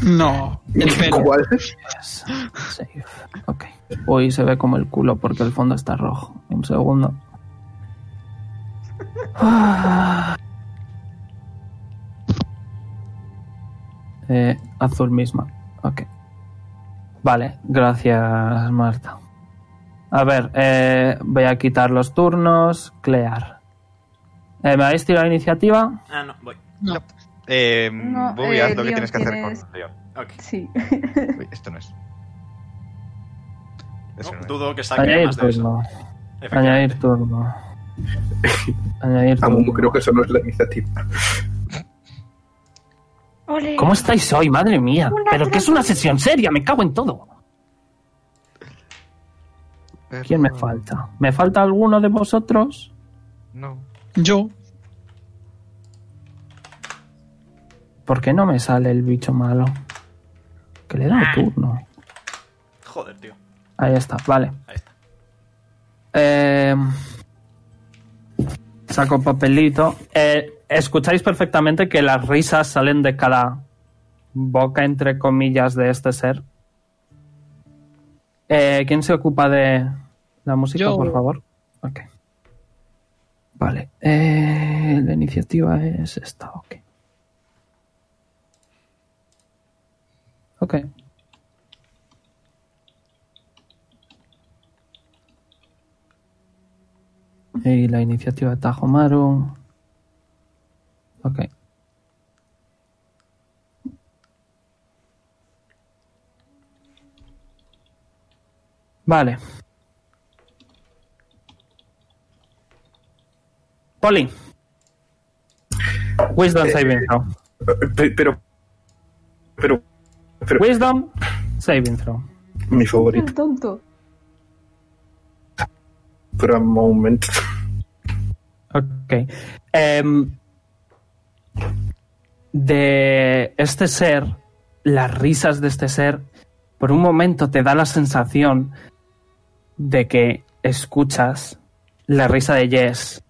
Speaker 6: No. El pelo.
Speaker 5: ¿Cuál?
Speaker 3: Yes. Safe. Ok. Uy, se ve como el culo porque el fondo está rojo. Un segundo. Eh, azul misma. Ok. Vale, gracias Marta. A ver, eh, voy a quitar los turnos. Clear. Eh, ¿Me habéis tirado iniciativa?
Speaker 2: Ah, no, voy.
Speaker 6: No.
Speaker 1: Eh,
Speaker 4: No,
Speaker 1: Bobby,
Speaker 4: eh,
Speaker 1: haz lo que
Speaker 4: Leon,
Speaker 1: tienes que hacer
Speaker 4: tienes-
Speaker 1: con Leon.
Speaker 2: Ok.
Speaker 4: Sí.
Speaker 1: Uy, esto no es. Eso
Speaker 2: No,
Speaker 1: no es.
Speaker 2: dudo que saque
Speaker 3: Añadir
Speaker 2: más de eso.
Speaker 3: turno.
Speaker 2: Efectivamente.
Speaker 3: Añadir turno. Añadir
Speaker 5: A Mumu
Speaker 3: turno.
Speaker 5: creo que eso no es la iniciativa.
Speaker 4: Ole.
Speaker 3: ¿Cómo estáis hoy? Madre mía.
Speaker 4: Una
Speaker 3: Pero que es una sesión seria, me cago en todo.
Speaker 1: Pero-
Speaker 3: Eh, ¿Quién me falta? ¿Me falta alguno de vosotros?
Speaker 1: No.
Speaker 6: Yo.
Speaker 3: ¿Por qué no me sale el bicho malo? Que le he dado turno.
Speaker 2: Joder, tío.
Speaker 3: Ahí está, vale.
Speaker 2: Ahí está.
Speaker 3: Eh, saco papelito. Eh, escucháis perfectamente que las risas salen de cada boca, entre comillas, de este ser. Eh, ¿Quién se ocupa de la música,
Speaker 6: Yo.
Speaker 3: por favor? Ok. Vale. Eh, la iniciativa es esta, ok. Ok. Y Eh, la iniciativa de Tajomaru. Ok. Vale. Poli. Wisdom saving throw.
Speaker 5: Eh, Pe- Pero. Pero. Pero.
Speaker 3: Wisdom saving throw.
Speaker 5: Mi favorito.
Speaker 4: El tonto.
Speaker 5: Pero a moment.
Speaker 3: Ok. Em, de este ser, las risas de este ser, por un momento te da la sensación de que escuchas la risa de Jess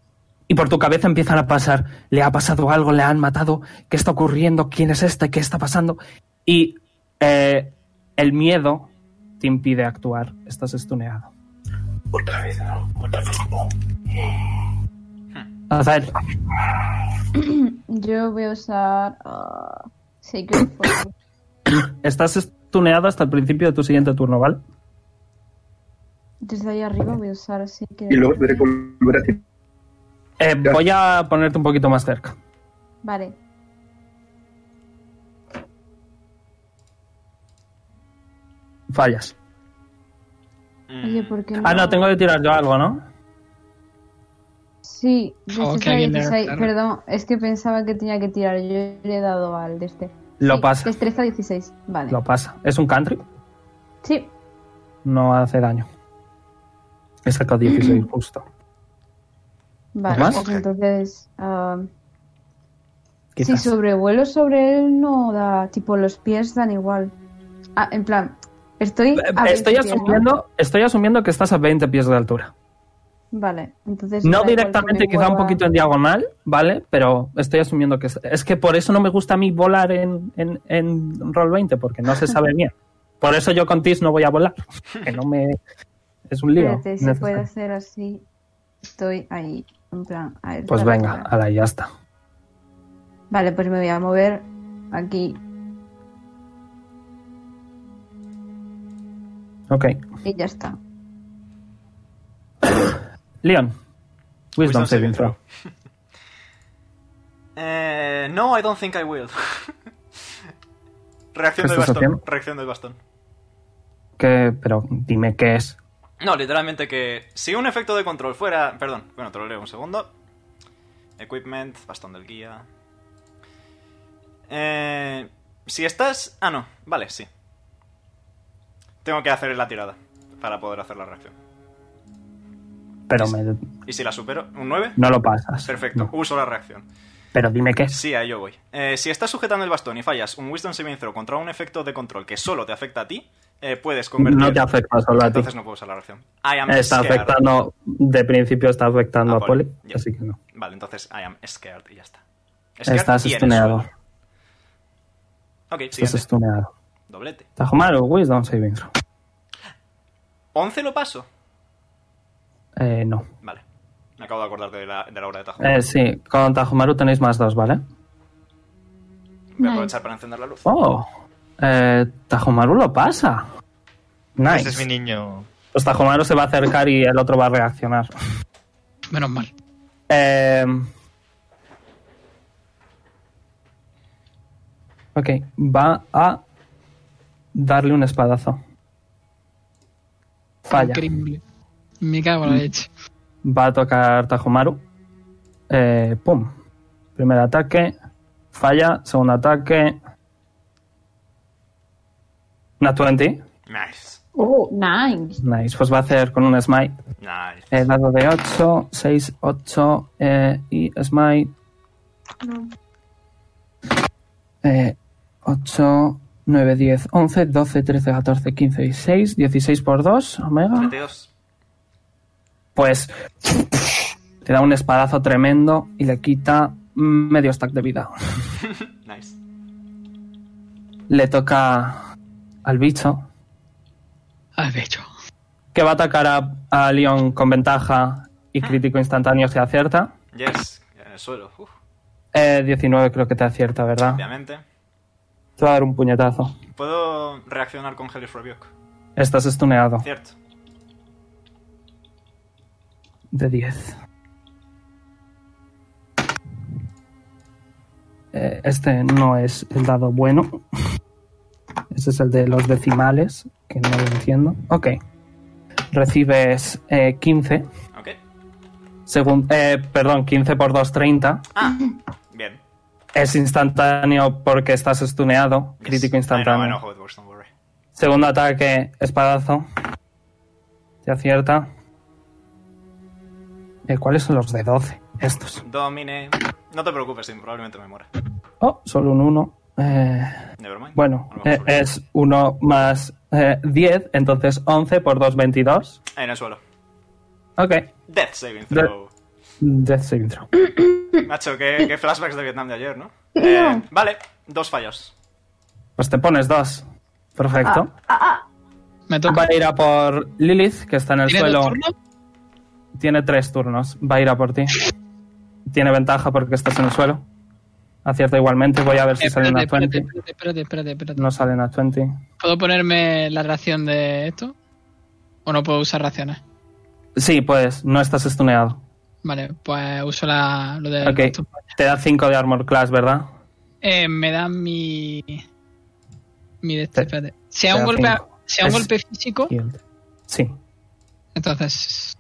Speaker 3: Y por tu cabeza empiezan a pasar, le ha pasado algo, le han matado, ¿qué está ocurriendo? ¿Quién es este? ¿Qué está pasando? Y eh, el miedo te impide actuar, estás estuneado.
Speaker 5: Otra vez, no, otra vez. no.
Speaker 3: Azael,
Speaker 4: Yo voy a usar ah, Sacred Focus.
Speaker 3: estás estuneado hasta el principio de tu siguiente turno, ¿vale?
Speaker 4: Desde ahí arriba voy a usar Sacred
Speaker 5: Y luego tendré que volver a tirar.
Speaker 3: Eh, voy a ponerte un poquito más cerca.
Speaker 4: Vale.
Speaker 3: Fallas.
Speaker 6: Mm.
Speaker 4: Oye, ¿por qué no?
Speaker 3: Ah, no, tengo que tirar yo algo, ¿no?
Speaker 4: Sí,
Speaker 6: favor, Oh, que
Speaker 4: 16 a
Speaker 6: alguien le haga
Speaker 4: 16.
Speaker 6: claro.
Speaker 4: Perdón, es que pensaba que tenía que tirar. Yo le he dado al de este.
Speaker 3: Lo
Speaker 4: Sí,
Speaker 3: pasa.
Speaker 4: Destreza 16. Vale.
Speaker 3: Lo pasa. Es un country.
Speaker 4: Sí.
Speaker 3: No hace daño. He sacado 16 justo.
Speaker 4: Vale,
Speaker 3: ¿Más?
Speaker 4: pues entonces. ah,
Speaker 3: Quizás.
Speaker 4: Si sobrevuelo sobre él no da. Tipo, los pies dan igual. Ah, en plan. Estoy.
Speaker 3: Eh,
Speaker 4: a
Speaker 3: Estoy
Speaker 4: 20 pies, ¿no?
Speaker 3: asumiendo, estoy asumiendo que estás a 20 pies de altura.
Speaker 4: Vale, entonces. da
Speaker 3: No
Speaker 4: igual que
Speaker 3: directamente,
Speaker 4: me
Speaker 3: quizá un
Speaker 4: mueva.
Speaker 3: poquito en diagonal, ¿vale? Pero estoy asumiendo que... Es, es que por eso no me gusta a mí volar en, en, en Roll 20, porque no se sabe bien. Por eso yo con TIS no voy a volar. Que no me... Es un lío.
Speaker 4: Espérate, si
Speaker 3: innecesario.
Speaker 4: puede hacer así. Estoy ahí. En plan. a ver,
Speaker 3: Pues
Speaker 4: para
Speaker 3: venga,
Speaker 4: acá.
Speaker 3: ahora ya está.
Speaker 4: Vale, pues me voy a mover aquí.
Speaker 3: Ok.
Speaker 4: Y ya está.
Speaker 3: Leon. Wisdom
Speaker 2: Wisdom
Speaker 3: saving
Speaker 2: saving
Speaker 3: throw.
Speaker 2: Eh, no, I don't think I will. Reacción
Speaker 3: ¿Qué
Speaker 2: del
Speaker 3: estás
Speaker 2: bastón.
Speaker 3: haciendo?
Speaker 2: Reacción del bastón.
Speaker 3: Que, pero dime qué es.
Speaker 2: No, literalmente que si un efecto de control fuera... Perdón, bueno, te lo leo un segundo. Equipment, bastón del guía. Eh, si estás... Ah, no, vale, sí. Tengo que hacer la tirada para poder hacer la reacción.
Speaker 3: Pero me-
Speaker 2: Y si la supero, un 9.
Speaker 3: no lo pasas.
Speaker 2: Perfecto,
Speaker 3: No.
Speaker 2: uso la reacción.
Speaker 3: Pero dime qué es.
Speaker 2: Sí, ahí yo voy. Eh, si estás sujetando el bastón y fallas un Wisdom Saving Throw contra un efecto de control que solo te afecta a ti, eh, puedes convertir...
Speaker 3: No te afecta solo a ti.
Speaker 2: Entonces no puedo usar la reacción. I am
Speaker 3: Está
Speaker 2: scared.
Speaker 3: afectando, de principio está afectando
Speaker 2: Ah,
Speaker 3: a Poli,
Speaker 2: vale. Ya.
Speaker 3: así que no.
Speaker 2: Vale, entonces I am scared y ya está. Scared
Speaker 3: Estás
Speaker 2: y eres
Speaker 3: estuneado.
Speaker 2: sueldo. Ok,
Speaker 3: Estás
Speaker 2: siguiente.
Speaker 3: estuneado.
Speaker 2: Doblete.
Speaker 3: Tajomaru, Wisdom saving throw.
Speaker 2: 11 lo paso.
Speaker 3: Eh, no.
Speaker 2: Vale. Me acabo de acordar de la, de la hora de tajo.
Speaker 3: Eh, sí, con Tajomaru tenéis más dos, ¿vale?
Speaker 2: Voy a aprovechar para encender la luz.
Speaker 3: Oh, eh, Tajomaru lo pasa.
Speaker 1: Ese es mi
Speaker 3: Nice.
Speaker 1: niño.
Speaker 3: Pues Tajomaru se va a acercar y el otro va a reaccionar.
Speaker 6: Menos mal.
Speaker 3: Eh, ok, va a darle un espadazo. Falla. Mm.
Speaker 6: Increíble. Me cago en la leche.
Speaker 3: Va a tocar Tajomaru. Eh, pum. Primer ataque. Falla. Segundo ataque. Nat 20.
Speaker 2: Nice.
Speaker 4: Oh, nice.
Speaker 3: Nice. Pues va a hacer con un smite.
Speaker 2: Nice.
Speaker 3: Eh, dado de 8, 6, 8 eh, y smite.
Speaker 4: No.
Speaker 3: Eh, 8, 9, 10, 11, 12, 13, 14, 15, 16, 16 por 2, omega.
Speaker 2: 32.
Speaker 3: Pues te da un espadazo tremendo y le quita medio stack de vida.
Speaker 2: Nice.
Speaker 3: Le toca al bicho,
Speaker 6: Al hecho.
Speaker 3: que va a atacar a, a Leon con ventaja y crítico instantáneo si acierta.
Speaker 2: Yes. En el suelo. Uf,
Speaker 3: Eh, 19 creo que te acierta, ¿verdad?
Speaker 2: obviamente.
Speaker 3: Te va a dar un puñetazo.
Speaker 2: Puedo reaccionar con Hellish Rebuke.
Speaker 3: Estás estuneado.
Speaker 2: Cierto.
Speaker 3: De 10. Eh, Este no es el dado bueno. Este es el de los decimales, que no lo entiendo. Ok. Recibes eh, 15.
Speaker 2: Ok.
Speaker 3: Según, eh, perdón, 15 por 2, 30.
Speaker 2: Ah. Bien.
Speaker 3: Es instantáneo porque estás estuneado.
Speaker 2: Yes.
Speaker 3: Crítico
Speaker 2: I know,
Speaker 3: instantáneo.
Speaker 2: I know how it works, don't worry.
Speaker 3: Segundo ataque, espadazo. Te acierta. Eh, ¿Cuáles son los de 12? Estos.
Speaker 2: Domine. No te preocupes, sí, probablemente me muera.
Speaker 3: Oh, solo un 1.
Speaker 2: Nevermind.
Speaker 3: bueno,
Speaker 2: A lo mejor
Speaker 3: eh,
Speaker 2: sobrevivo.
Speaker 3: es 1 más eh, 10, entonces 11 por 2, 22.
Speaker 2: En el suelo.
Speaker 3: Ok.
Speaker 2: Death saving
Speaker 3: De-
Speaker 2: throw.
Speaker 3: Death Saving Throw.
Speaker 2: Macho, qué, qué flashbacks de Vietnam de ayer, ¿no? Eh, vale, dos fallos.
Speaker 3: Pues te pones dos. Perfecto.
Speaker 6: Ah, Me toca.
Speaker 3: Va a ir a por Lilith, que está en el
Speaker 6: ah. ¿Tiene
Speaker 3: suelo.
Speaker 6: dos turnos?
Speaker 3: Tiene tres turnos. Va a ir a por ti. Tiene ventaja porque estás en el suelo. Acierta igualmente. Voy a ver si sale
Speaker 6: Espérate,
Speaker 3: una
Speaker 6: Eh, espérate,
Speaker 3: 20.
Speaker 6: espérate, espérate, espérate, espérate.
Speaker 3: No sale una 20.
Speaker 6: ¿Puedo ponerme la ración de esto? ¿O no puedo usar raciones?
Speaker 3: Sí, pues no estás estuneado.
Speaker 6: Vale, pues uso la, lo de...
Speaker 3: Ok. Te da 5 de armor class, ¿verdad?
Speaker 6: Eh, me da mi... Mi de
Speaker 3: Te-
Speaker 6: este, espérate. Si es
Speaker 3: te da
Speaker 6: un golpe,
Speaker 3: cinco.
Speaker 6: si es un
Speaker 3: Es-
Speaker 6: golpe físico,
Speaker 3: Shield. Ah, Sí.
Speaker 6: entonces...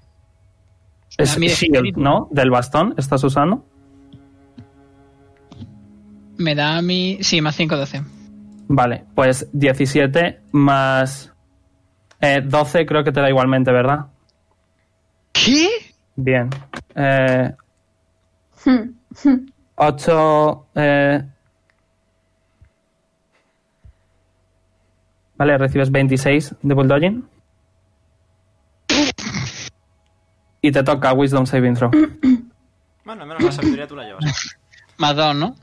Speaker 3: Es
Speaker 6: me da mi
Speaker 3: shield,
Speaker 6: espíritu.
Speaker 3: ¿no? Del bastón. ¿Estás usando?
Speaker 6: Me da mi... Sí, más 5, 12.
Speaker 3: Vale. Pues 17 más eh, 12 creo que te da igualmente, ¿verdad?
Speaker 6: ¿Qué?
Speaker 3: Bien. Eh, 8. eh, Vale, recibes 26 de bulldogging. Y te toca Wisdom Saving Throw.
Speaker 2: Bueno, al menos la sabiduría tú la llevas.
Speaker 6: Más 2, ¿no?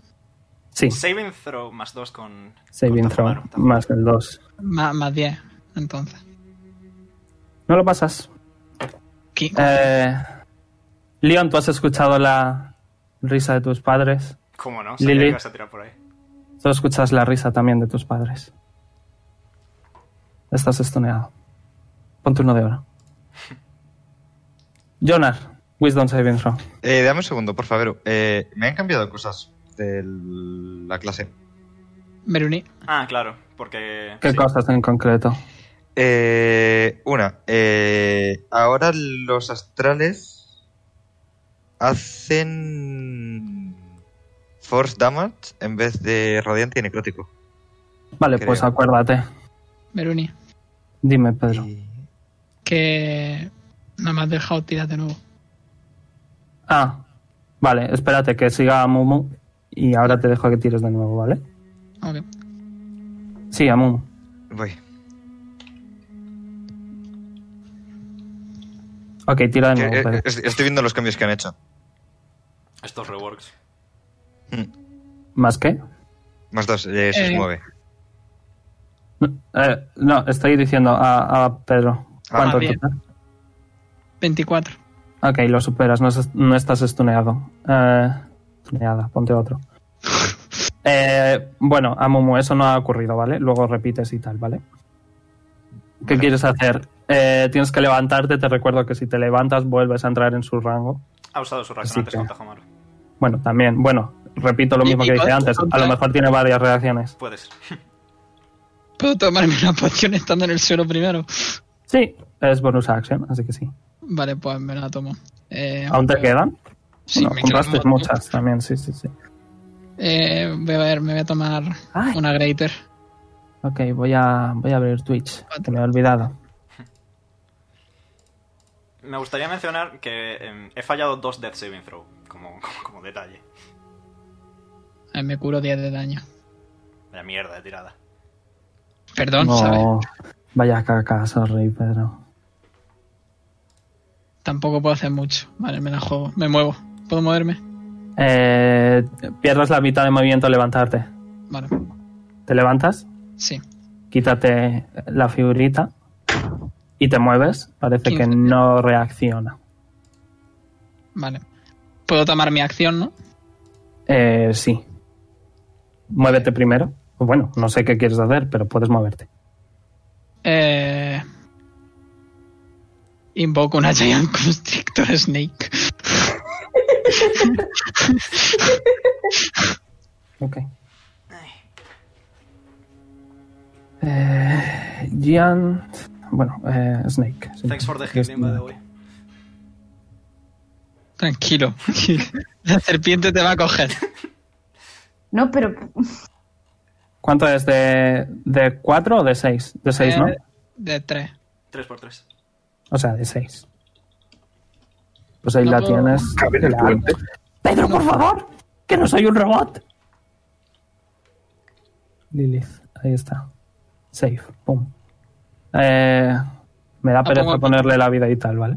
Speaker 3: Sí,
Speaker 2: Saving throw más dos con.
Speaker 3: Saving
Speaker 2: con
Speaker 3: Throw Mm.
Speaker 2: Tamaro, Tamaro.
Speaker 3: más el 2.
Speaker 6: Má- más 10, entonces.
Speaker 3: No lo pasas.
Speaker 6: ¿Qué?
Speaker 3: Eh, Leon, tú has escuchado la risa de tus padres.
Speaker 2: ¿Cómo no? Sabía
Speaker 3: Lilith.
Speaker 2: que ibas a tirar por ahí.
Speaker 3: Tú escuchas la risa también de tus padres. Estás estoneado. Ponte uno de oro. Jonar, Wisdom Saving Throw.
Speaker 1: Eh, dame un segundo, por favor. Eh, me han cambiado cosas de la clase.
Speaker 6: Meruni.
Speaker 2: Ah, claro, porque.
Speaker 3: ¿Qué
Speaker 2: sí.
Speaker 3: cosas en concreto?
Speaker 1: Eh, una, eh, ahora los astrales hacen force damage en vez de radiante y necrótico.
Speaker 3: Vale,
Speaker 1: Creo.
Speaker 3: pues acuérdate.
Speaker 6: Meruni.
Speaker 3: Dime, Pedro.
Speaker 1: Y-
Speaker 6: Que... Nada más dejado tirar de nuevo.
Speaker 3: Ah, vale, espérate que siga a Mumu y ahora te dejo que tires de nuevo, ¿vale?
Speaker 6: Ok.
Speaker 3: Sí, a Mumu.
Speaker 1: Voy.
Speaker 3: Ok, tira de
Speaker 1: Que,
Speaker 3: nuevo,
Speaker 1: eh,
Speaker 3: Pedro.
Speaker 1: es- estoy viendo los cambios que han hecho.
Speaker 2: Estos reworks.
Speaker 1: Mm,
Speaker 3: ¿Más qué?
Speaker 1: Más dos, eh, se
Speaker 6: Eh,
Speaker 1: mueve.
Speaker 3: Eh, no, estoy diciendo a, a Pedro.
Speaker 1: Ah,
Speaker 3: ¿Cuánto
Speaker 6: bien.
Speaker 3: total?
Speaker 6: 24.
Speaker 3: Ok, lo superas, no, es- no estás estuneado. Eh, estuneada, ponte otro. Eh, bueno, Amumu, eso no ha ocurrido, ¿vale? Luego repites y tal, ¿vale? ¿Qué quieres hacer? Eh, tienes que levantarte, te recuerdo que si te levantas vuelves a entrar en su rango.
Speaker 2: Ha usado su reacción
Speaker 3: Sí,
Speaker 2: antes
Speaker 3: que-
Speaker 2: contra Homaru.
Speaker 3: Bueno, también, bueno, repito lo
Speaker 6: Y-
Speaker 3: mismo
Speaker 6: y
Speaker 3: que dije
Speaker 6: vas
Speaker 3: antes, a
Speaker 6: contra-
Speaker 3: lo mejor tiene varias reacciones.
Speaker 2: Puede ser.
Speaker 6: ¿Puedo tomarme una poción estando en el suelo primero?
Speaker 3: Sí, es bonus action, así que sí.
Speaker 6: Vale, pues me la tomo. Eh,
Speaker 3: ¿Aún te quedan?
Speaker 6: sí,
Speaker 3: Bueno,
Speaker 6: me
Speaker 3: compraste
Speaker 6: quedan muchas.
Speaker 3: muchas también, sí, sí, sí.
Speaker 6: Eh, voy a ver, me voy a tomar
Speaker 3: Ay.
Speaker 6: una Greater.
Speaker 3: Ok, voy a, voy a abrir Twitch, que me he olvidado.
Speaker 2: Me gustaría mencionar que em, he fallado dos Death Saving Throw, como, como, como detalle.
Speaker 6: Eh, me curo 10 de daño.
Speaker 2: La mierda de tirada.
Speaker 6: Perdón,
Speaker 3: No,
Speaker 6: ¿sabes?
Speaker 3: Vaya caca, sorry, Pedro.
Speaker 6: Tampoco puedo hacer mucho. Vale, me la juego. Me muevo. ¿Puedo moverme?
Speaker 3: Eh, pierdes la mitad de movimiento al levantarte.
Speaker 6: Vale.
Speaker 3: Te levantas,
Speaker 6: Sí.
Speaker 3: quítate la figurita y te mueves. Parece que
Speaker 6: 15.
Speaker 3: no reacciona.
Speaker 6: Vale. Puedo tomar mi acción, ¿no?
Speaker 3: Eh, sí. Muévete primero. Bueno, no sé qué quieres hacer, pero puedes moverte.
Speaker 6: Eh... Invoco una Giant Constrictor Snake.
Speaker 3: Ok. Eh, Giant. Bueno, eh, Snake. sí.
Speaker 2: Thanks for the healing, by the way.
Speaker 6: Tranquilo. la serpiente te va a coger.
Speaker 4: No, pero
Speaker 3: ¿Cuánto es? ¿De, de 4 o de 6? De 6,
Speaker 6: Eh,
Speaker 3: ¿no?
Speaker 6: De 3.
Speaker 2: 3x3.
Speaker 3: O sea, de 6. Pues ahí
Speaker 6: No
Speaker 3: la
Speaker 6: puedo.
Speaker 3: tienes.
Speaker 5: Cabe en el
Speaker 3: Ya.
Speaker 5: puente.
Speaker 3: Pedro, por favor, que no soy un robot. Lilith, ahí está. Safe, pum. Eh, me da pereza
Speaker 6: Ah, pongo-
Speaker 3: ponerle la vida y tal, ¿vale?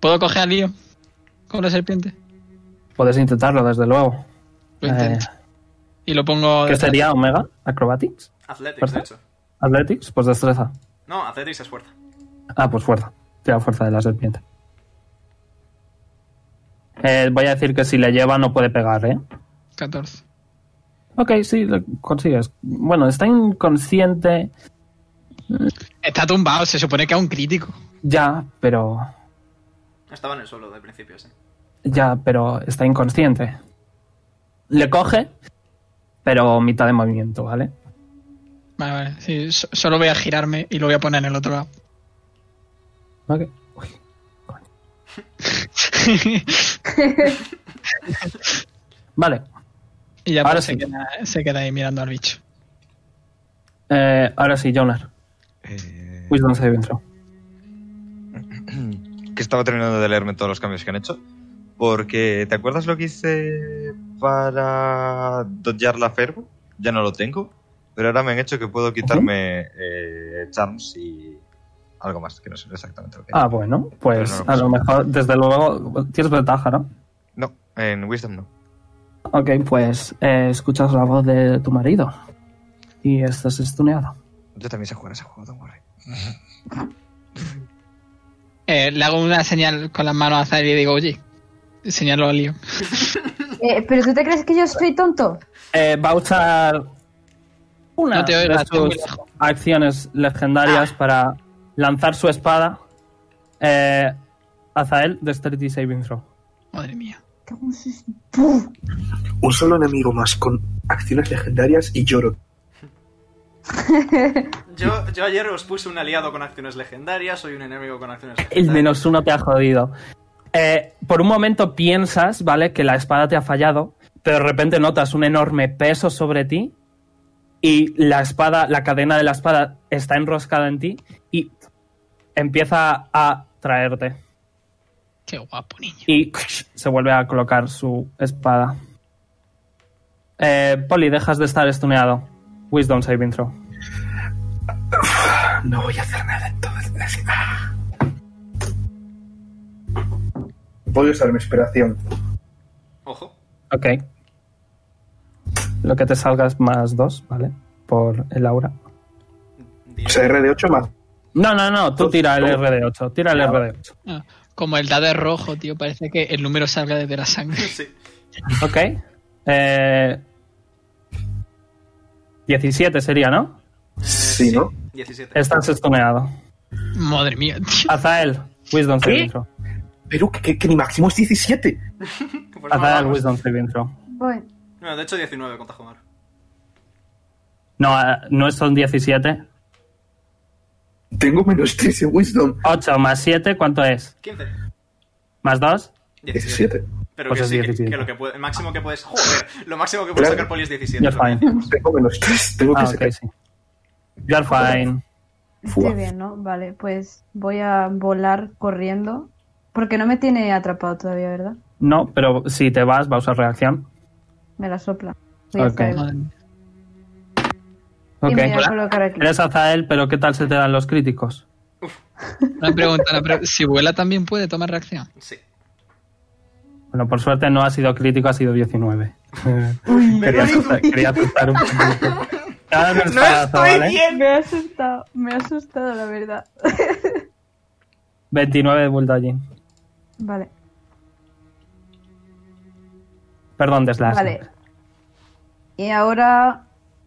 Speaker 6: ¿Puedo coger a Lío con la serpiente?
Speaker 3: Puedes intentarlo, desde luego.
Speaker 6: Lo
Speaker 3: Eh,
Speaker 6: intento. y lo pongo.
Speaker 3: ¿Qué
Speaker 6: detrás.
Speaker 3: sería Omega? ¿Acrobatics?
Speaker 2: Athletics, de hecho.
Speaker 3: ¿Athletics? Pues destreza.
Speaker 2: No, Athletics es fuerza.
Speaker 3: Ah, pues fuerza. Tira fuerza de la serpiente. Eh, voy a decir que si le lleva no puede pegar, ¿eh?
Speaker 6: 14.
Speaker 3: Ok, sí, lo consigues. Bueno, está inconsciente
Speaker 6: Está tumbado, se supone que a un crítico.
Speaker 3: ya, pero...
Speaker 2: Estaba en el suelo de principio, sí.
Speaker 3: Ya, pero está inconsciente. Le coge, pero mitad de movimiento, ¿vale?
Speaker 6: Vale, vale. sí, so- solo voy a girarme y lo voy a poner en el otro lado.
Speaker 3: Ok. Vale.
Speaker 6: y ya
Speaker 3: Ahora
Speaker 6: pues, se,
Speaker 3: sí.
Speaker 6: queda, se queda ahí mirando al bicho.
Speaker 3: Eh, ahora sí, Jonar.
Speaker 1: Eh,
Speaker 3: Wisdom saving throw.
Speaker 1: que estaba terminando de leerme todos los cambios que han hecho. Porque, ¿te acuerdas lo que hice para dodgear la fervo? Ya no lo tengo. Pero ahora me han hecho que puedo quitarme eh, charms y algo más, que no sé exactamente lo que
Speaker 3: Ah, bueno, pues
Speaker 1: Pero no
Speaker 3: a
Speaker 1: lo
Speaker 3: lo mejor, desde luego, tienes ventaja, ¿no?
Speaker 1: No, en Wisdom no.
Speaker 3: Ok, pues eh, escuchas la voz de tu marido y estás estuneado.
Speaker 1: Yo también sé jugar a ese juego, don't worry.
Speaker 6: Eh, le hago una señal con las manos a Zari y digo, oye, señalo a Lío.
Speaker 4: Eh, ¿Pero tú te crees que yo soy tonto?
Speaker 3: Eh, va a usar una
Speaker 6: No te oigo,
Speaker 3: de
Speaker 6: estoy muy
Speaker 3: sus
Speaker 6: lejos. Ah.
Speaker 3: acciones legendarias para lanzar su espada eh, Azael Dexterity Saving Throw.
Speaker 6: Madre mía.
Speaker 4: Cago en sus-
Speaker 5: Un solo enemigo más con acciones legendarias y lloro.
Speaker 2: Yo, yo ayer os puse un aliado con acciones legendarias, soy un enemigo con acciones legendarias.
Speaker 3: El menos uno te ha jodido. Eh, por un momento piensas, ¿vale? Que la espada te ha fallado, pero de repente notas un enorme peso sobre ti y la espada, la cadena de la espada está enroscada en ti y empieza a traerte.
Speaker 6: Qué guapo, niño.
Speaker 3: Y se vuelve a colocar su espada. Eh, Poli, dejas de estar estuneado. Wisdom saving throw.
Speaker 5: No voy a hacer nada entonces. Ah. Voy a usar mi inspiración.
Speaker 2: Ojo.
Speaker 3: Ok. Lo que te salga es más dos, ¿vale? Por el aura.
Speaker 5: O sea, RD8 más.
Speaker 3: No, no, no, tú tira el RD8, tira el RD8.
Speaker 6: Ah, como el dado es rojo, tío, parece que el número salga desde la sangre.
Speaker 2: Sí.
Speaker 3: Ok. Eh, 17 sería, ¿no?
Speaker 2: Eh,
Speaker 5: Sí, ¿no?
Speaker 2: 17.
Speaker 3: Estás estoneado.
Speaker 6: Madre mía, tío.
Speaker 3: Azael, Wisdom
Speaker 5: ¿Qué?
Speaker 3: Saving Throw.
Speaker 5: Pero que, que- que mi máximo es 17.
Speaker 2: Pues no,
Speaker 3: Azael,
Speaker 2: vamos.
Speaker 3: Wisdom Saving Throw.
Speaker 4: Bueno,
Speaker 2: No, de hecho 19 contra Jomar.
Speaker 3: No, eh, no son 17.
Speaker 5: Tengo menos 13 Wisdom.
Speaker 3: 8 más 7, ¿cuánto es?
Speaker 2: 15.
Speaker 3: ¿Más 2?
Speaker 5: 17.
Speaker 2: Pero
Speaker 3: Pues
Speaker 2: que
Speaker 3: es
Speaker 2: sí, que-
Speaker 3: 17.
Speaker 2: que lo que puede- el máximo que puedes... Joder, lo máximo que puedes
Speaker 5: Claro.
Speaker 2: sacar poli es 17.
Speaker 3: You're fine.
Speaker 5: Tengo menos 3. Tengo que
Speaker 3: Ah,
Speaker 5: sacar.
Speaker 3: ok, sí. You're fine.
Speaker 5: Fua.
Speaker 4: estoy bien, ¿no? Vale, pues voy a volar corriendo. Porque no me tiene atrapado todavía, ¿verdad?
Speaker 3: No, pero si te vas, va a usar reacción.
Speaker 4: Me la sopla. Voy a
Speaker 3: Ok.
Speaker 4: hacer-
Speaker 6: Madre mía.
Speaker 4: Y
Speaker 3: Ok.
Speaker 4: me voy a colocar aquí.
Speaker 3: Eres Azael, pero ¿qué tal se te dan los críticos?
Speaker 6: Una pregunta, una pre- si vuela también puede tomar reacción.
Speaker 2: Sí.
Speaker 3: Bueno, por suerte no ha sido crítico, ha sido 19. quería, asustar, quería asustar un poquito. Cada vez
Speaker 2: ¡No
Speaker 3: más
Speaker 2: estoy
Speaker 3: ¿vale?
Speaker 2: bien!
Speaker 4: Me ha asustado, me ha asustado, la verdad.
Speaker 3: 29 de vuelta allí.
Speaker 4: Vale,
Speaker 3: Perdón, de Slash.
Speaker 4: vale. Y ahora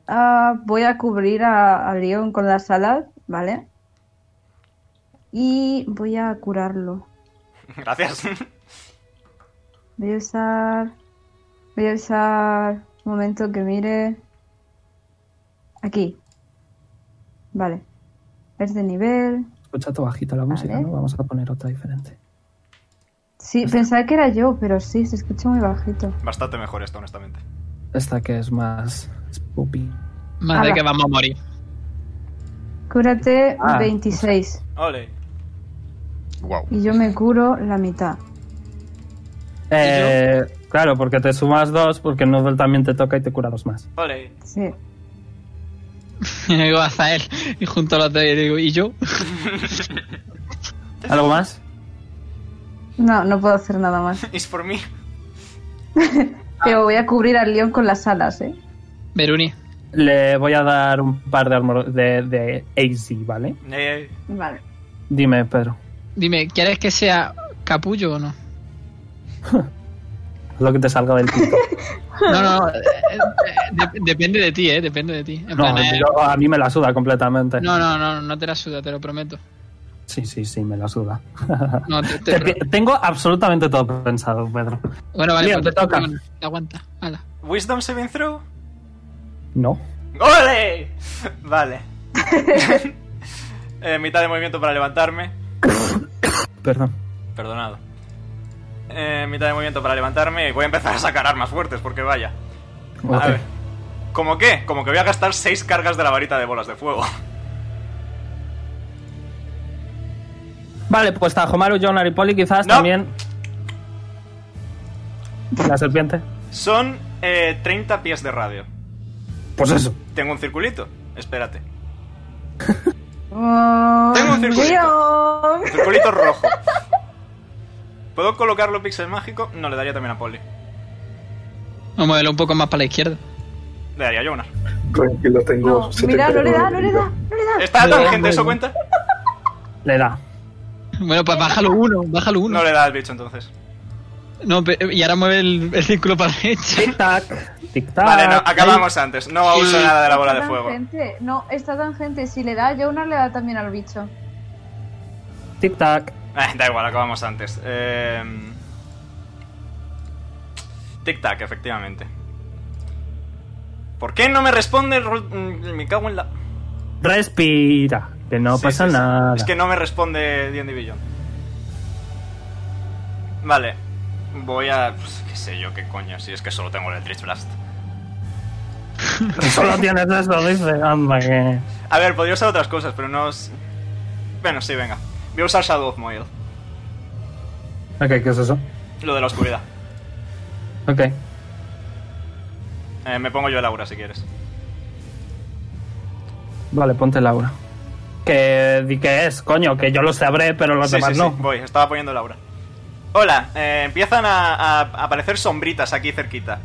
Speaker 4: ah, voy a cubrir a, a Leon con las alas, ¿vale? Y voy a curarlo.
Speaker 2: Gracias.
Speaker 4: Voy a usar. Voy a usar. Un momento que mire. Aquí. Vale. Es de nivel.
Speaker 3: Escucha tu bajito la música,
Speaker 4: Vale.
Speaker 3: ¿no? Vamos a poner otra diferente.
Speaker 4: Sí, pensaba que era yo, pero sí, se escucha muy bajito.
Speaker 2: Bastante mejor esto, honestamente.
Speaker 3: Esta que es más spoopy.
Speaker 6: Más de
Speaker 4: Ala.
Speaker 6: que vamos a morir.
Speaker 4: Cúrate
Speaker 3: Ah.
Speaker 4: 26.
Speaker 2: Ole.
Speaker 1: Wow.
Speaker 4: Y yo me curo la mitad.
Speaker 3: Eh, claro, porque te sumas dos, porque Noodle también te toca y te cura dos más.
Speaker 2: Ole.
Speaker 4: Sí.
Speaker 6: Y digo a él y junto a los dos y digo, ¿y yo?
Speaker 3: ¿Algo más?
Speaker 4: No, no puedo hacer nada más.
Speaker 2: It's for me. Ah.
Speaker 7: Pero voy a cubrir al león con las alas, ¿eh?
Speaker 6: Veruni.
Speaker 3: Le voy a dar un par de armor de, de AC, ¿vale?
Speaker 2: Eh,
Speaker 7: Vale.
Speaker 3: Dime, Pedro.
Speaker 6: Dime, ¿quieres que sea capullo o no?
Speaker 3: haz Lo que te salga del pico.
Speaker 6: No, no, eh, eh, de- depende de ti, eh, depende de ti. En
Speaker 3: No,
Speaker 6: plan, eh,
Speaker 3: yo- a mí me la suda completamente.
Speaker 6: no, no, no, no te la suda, te lo prometo.
Speaker 3: Sí, sí, sí, me la suda. Ah.
Speaker 6: No, te, te-
Speaker 3: Te pi- Tengo absolutamente todo pensado, Pedro.
Speaker 6: bueno, vale,
Speaker 3: Leon,
Speaker 6: pues,
Speaker 3: te toca.
Speaker 6: bueno, aguanta, ala.
Speaker 2: ¿Wisdom saving throw?
Speaker 3: No.
Speaker 2: ¡Ole! Vale. Eh, mitad de movimiento para levantarme.
Speaker 3: Perdón.
Speaker 2: Perdonado. Eh, mitad de movimiento para levantarme y voy a empezar a sacar armas fuertes porque vaya.
Speaker 3: Ok.
Speaker 2: A ver. ¿Cómo qué? Como que voy a gastar 6 cargas de la varita de bolas de fuego.
Speaker 3: Vale, pues Tajomaru, Jonar y Poli quizás
Speaker 2: No.
Speaker 3: también. La serpiente.
Speaker 2: Son eh, 30 pies de radio.
Speaker 3: Pues eso.
Speaker 2: Tengo un circulito. Espérate.
Speaker 7: Oh,
Speaker 2: Tengo un circulito.
Speaker 7: Leon.
Speaker 2: Un circulito rojo. ¿Puedo colocarlo pixel mágico? No, le daría también a Polly.
Speaker 6: Vamos a moverlo un poco más para la izquierda.
Speaker 2: Le daría a Jonar.
Speaker 5: Tranquilo, tengo.
Speaker 7: No, mira, no le da, no le da, no le da.
Speaker 2: ¿Está a
Speaker 6: Le da
Speaker 2: tangente?
Speaker 6: muy
Speaker 2: ¿Eso
Speaker 6: bien.
Speaker 2: cuenta?
Speaker 3: Le da.
Speaker 6: Bueno, pues bájalo uno, bájalo uno.
Speaker 2: No le da al bicho entonces.
Speaker 6: No, pe- y ahora mueve el, el círculo para la derecha.
Speaker 3: Tic-tac. Tic-tac.
Speaker 2: Vale, no, acabamos antes. No uso nada de la bola de
Speaker 7: Está
Speaker 2: fuego.
Speaker 7: tangente. No, está tangente. Si le da a Jonar, le da también al bicho.
Speaker 3: Tic-tac.
Speaker 2: Eh, da igual, acabamos antes. Eh... Tic-tac, efectivamente. ¿Por qué no me responde? Ro- mm, Me cago en la.
Speaker 3: Respira. Que no
Speaker 2: Sí,
Speaker 3: pasa
Speaker 2: sí, sí.
Speaker 3: nada.
Speaker 2: Es que no me responde D&D Beyond. Vale. Voy a... pues, qué sé yo, qué coño. Si es que solo tengo el Eldritch Blast.
Speaker 3: Solo tienes eso, dice. Anda, que.
Speaker 2: A ver, podría usar otras cosas, pero no... es- Bueno, sí, venga. Voy a usar Shadow of Moil.
Speaker 3: Ok, ¿qué es eso?
Speaker 2: Lo de la oscuridad.
Speaker 3: Ok.
Speaker 2: Eh, me pongo yo el aura, si quieres.
Speaker 3: Vale, ponte Laura. Que di que es, coño, que yo lo sabré, pero los
Speaker 2: Sí,
Speaker 3: demás
Speaker 2: sí,
Speaker 3: no.
Speaker 2: sí, voy, estaba poniendo Laura. Hola, eh, empiezan a, a aparecer sombritas aquí cerquita.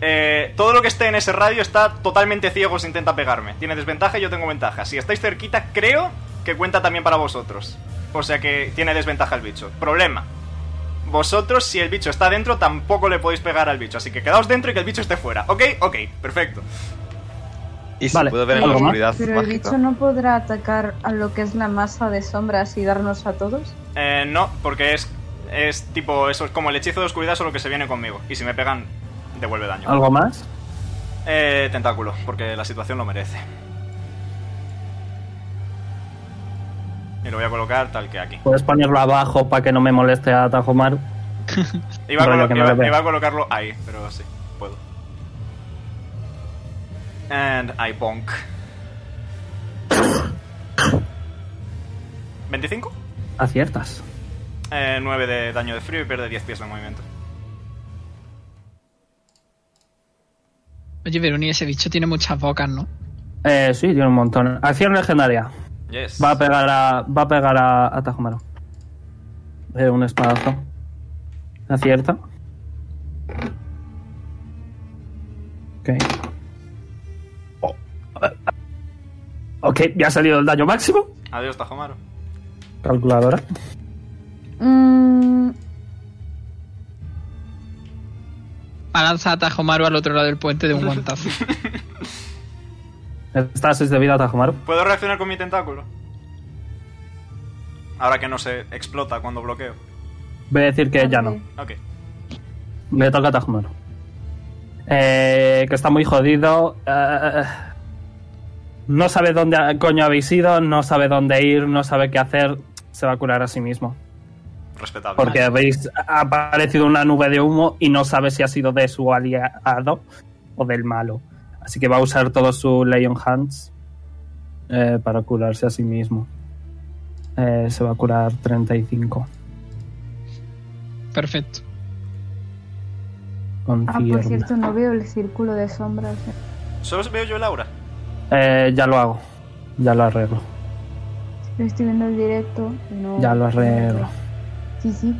Speaker 2: Eh, todo lo que esté en ese radio está totalmente ciego si intenta pegarme. Tiene desventaja y yo tengo ventaja. Si estáis cerquita, creo que cuenta también para vosotros. O sea que tiene desventaja el bicho. Problema. Vosotros, si el bicho está dentro, tampoco le podéis pegar al bicho. Así que quedaos dentro y que el bicho esté fuera. ¿Ok? Ok, perfecto.
Speaker 1: Y se
Speaker 3: Vale,
Speaker 1: puede ver en la
Speaker 3: ¿algo más?
Speaker 1: oscuridad
Speaker 7: Pero el
Speaker 1: mágica.
Speaker 7: bicho no podrá atacar a lo que es la masa de sombras y darnos a todos.
Speaker 2: Eh, no, porque es, es tipo, eso es como el hechizo de oscuridad, solo que se viene conmigo. Y si me pegan, devuelve daño.
Speaker 3: ¿Algo más?
Speaker 2: Eh, tentáculo, porque la situación lo merece. Y lo voy a colocar tal que aquí.
Speaker 3: Puedes ponerlo abajo para que no me moleste a Tajomaru.
Speaker 2: Iba a,
Speaker 3: Rollo
Speaker 2: colo-
Speaker 3: que no lo
Speaker 2: iba-
Speaker 3: vea.
Speaker 2: iba a colocarlo ahí, pero sí, puedo. And I bonk. ¿25?
Speaker 3: Aciertas.
Speaker 2: Eh, 9 de daño de frío y pierde 10 pies de movimiento.
Speaker 6: Oye, Veruni, ese bicho tiene muchas bocas, ¿no?
Speaker 3: Eh, sí, tiene un montón. Acción legendaria.
Speaker 2: Yes.
Speaker 3: Va a pegar a. Va a pegar a, a Tajomaro. Eh, un espadazo. Acierta. Ok. Oh. Ok, ya ha salido el daño máximo.
Speaker 2: Adiós, Tajomaro.
Speaker 3: Calculadora.
Speaker 7: Mm,
Speaker 6: Balanza a Tajomaru al otro lado del puente de un guantazo.
Speaker 3: Está a 6 de vida Tajomaro.
Speaker 2: ¿Puedo reaccionar con mi tentáculo? Ahora que no se explota cuando bloqueo.
Speaker 3: Voy a decir que ya no.
Speaker 2: Ok.
Speaker 3: Le toca a Tajumaro. Eh, que está muy jodido. eh, no sabe dónde coño habéis ido, no sabe dónde ir, no sabe qué hacer. Se va a curar a sí mismo.
Speaker 2: Respetable.
Speaker 3: Porque habéis ha aparecido una nube de humo y no sabe si ha sido de su aliado o del malo. Así que va a usar todo su Leon Hands eh, para curarse a sí mismo. Eh, se va a curar 35.
Speaker 6: Perfecto.
Speaker 7: Ah, por
Speaker 3: Confirma.
Speaker 7: cierto, no veo el círculo de sombras. eh.
Speaker 2: Solo veo yo el aura.
Speaker 3: Eh, ya lo hago. Ya lo arreglo.
Speaker 7: Lo estoy viendo el directo. No,
Speaker 3: Ya lo arreglo.
Speaker 7: Sí, sí.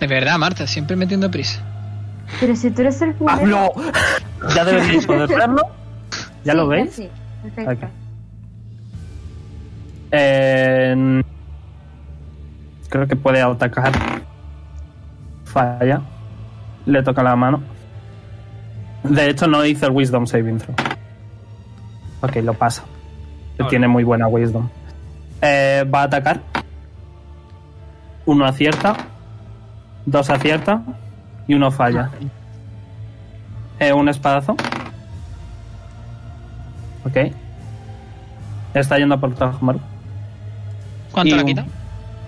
Speaker 6: De verdad, Marta, siempre metiendo prisa.
Speaker 7: Pero si tú eres el primero.
Speaker 3: ¡Hablo! ya deberíais poder verlo. ¿Ya
Speaker 7: Sí,
Speaker 3: lo veis?
Speaker 7: Sí, perfecto.
Speaker 3: Ok. Eh, creo que puede atacar. Falla. Le toca la mano. De hecho, no hizo el Wisdom Saving Throw. Ok, lo pasa.
Speaker 2: Vale.
Speaker 3: Tiene muy buena Wisdom. Eh, va a atacar. Uno acierta. Dos acierta. Y uno falla. Eh, un espadazo. Ok. Está yendo por Tajmaru.
Speaker 6: ¿Cuánto
Speaker 3: Y
Speaker 6: la
Speaker 3: un-
Speaker 6: quita?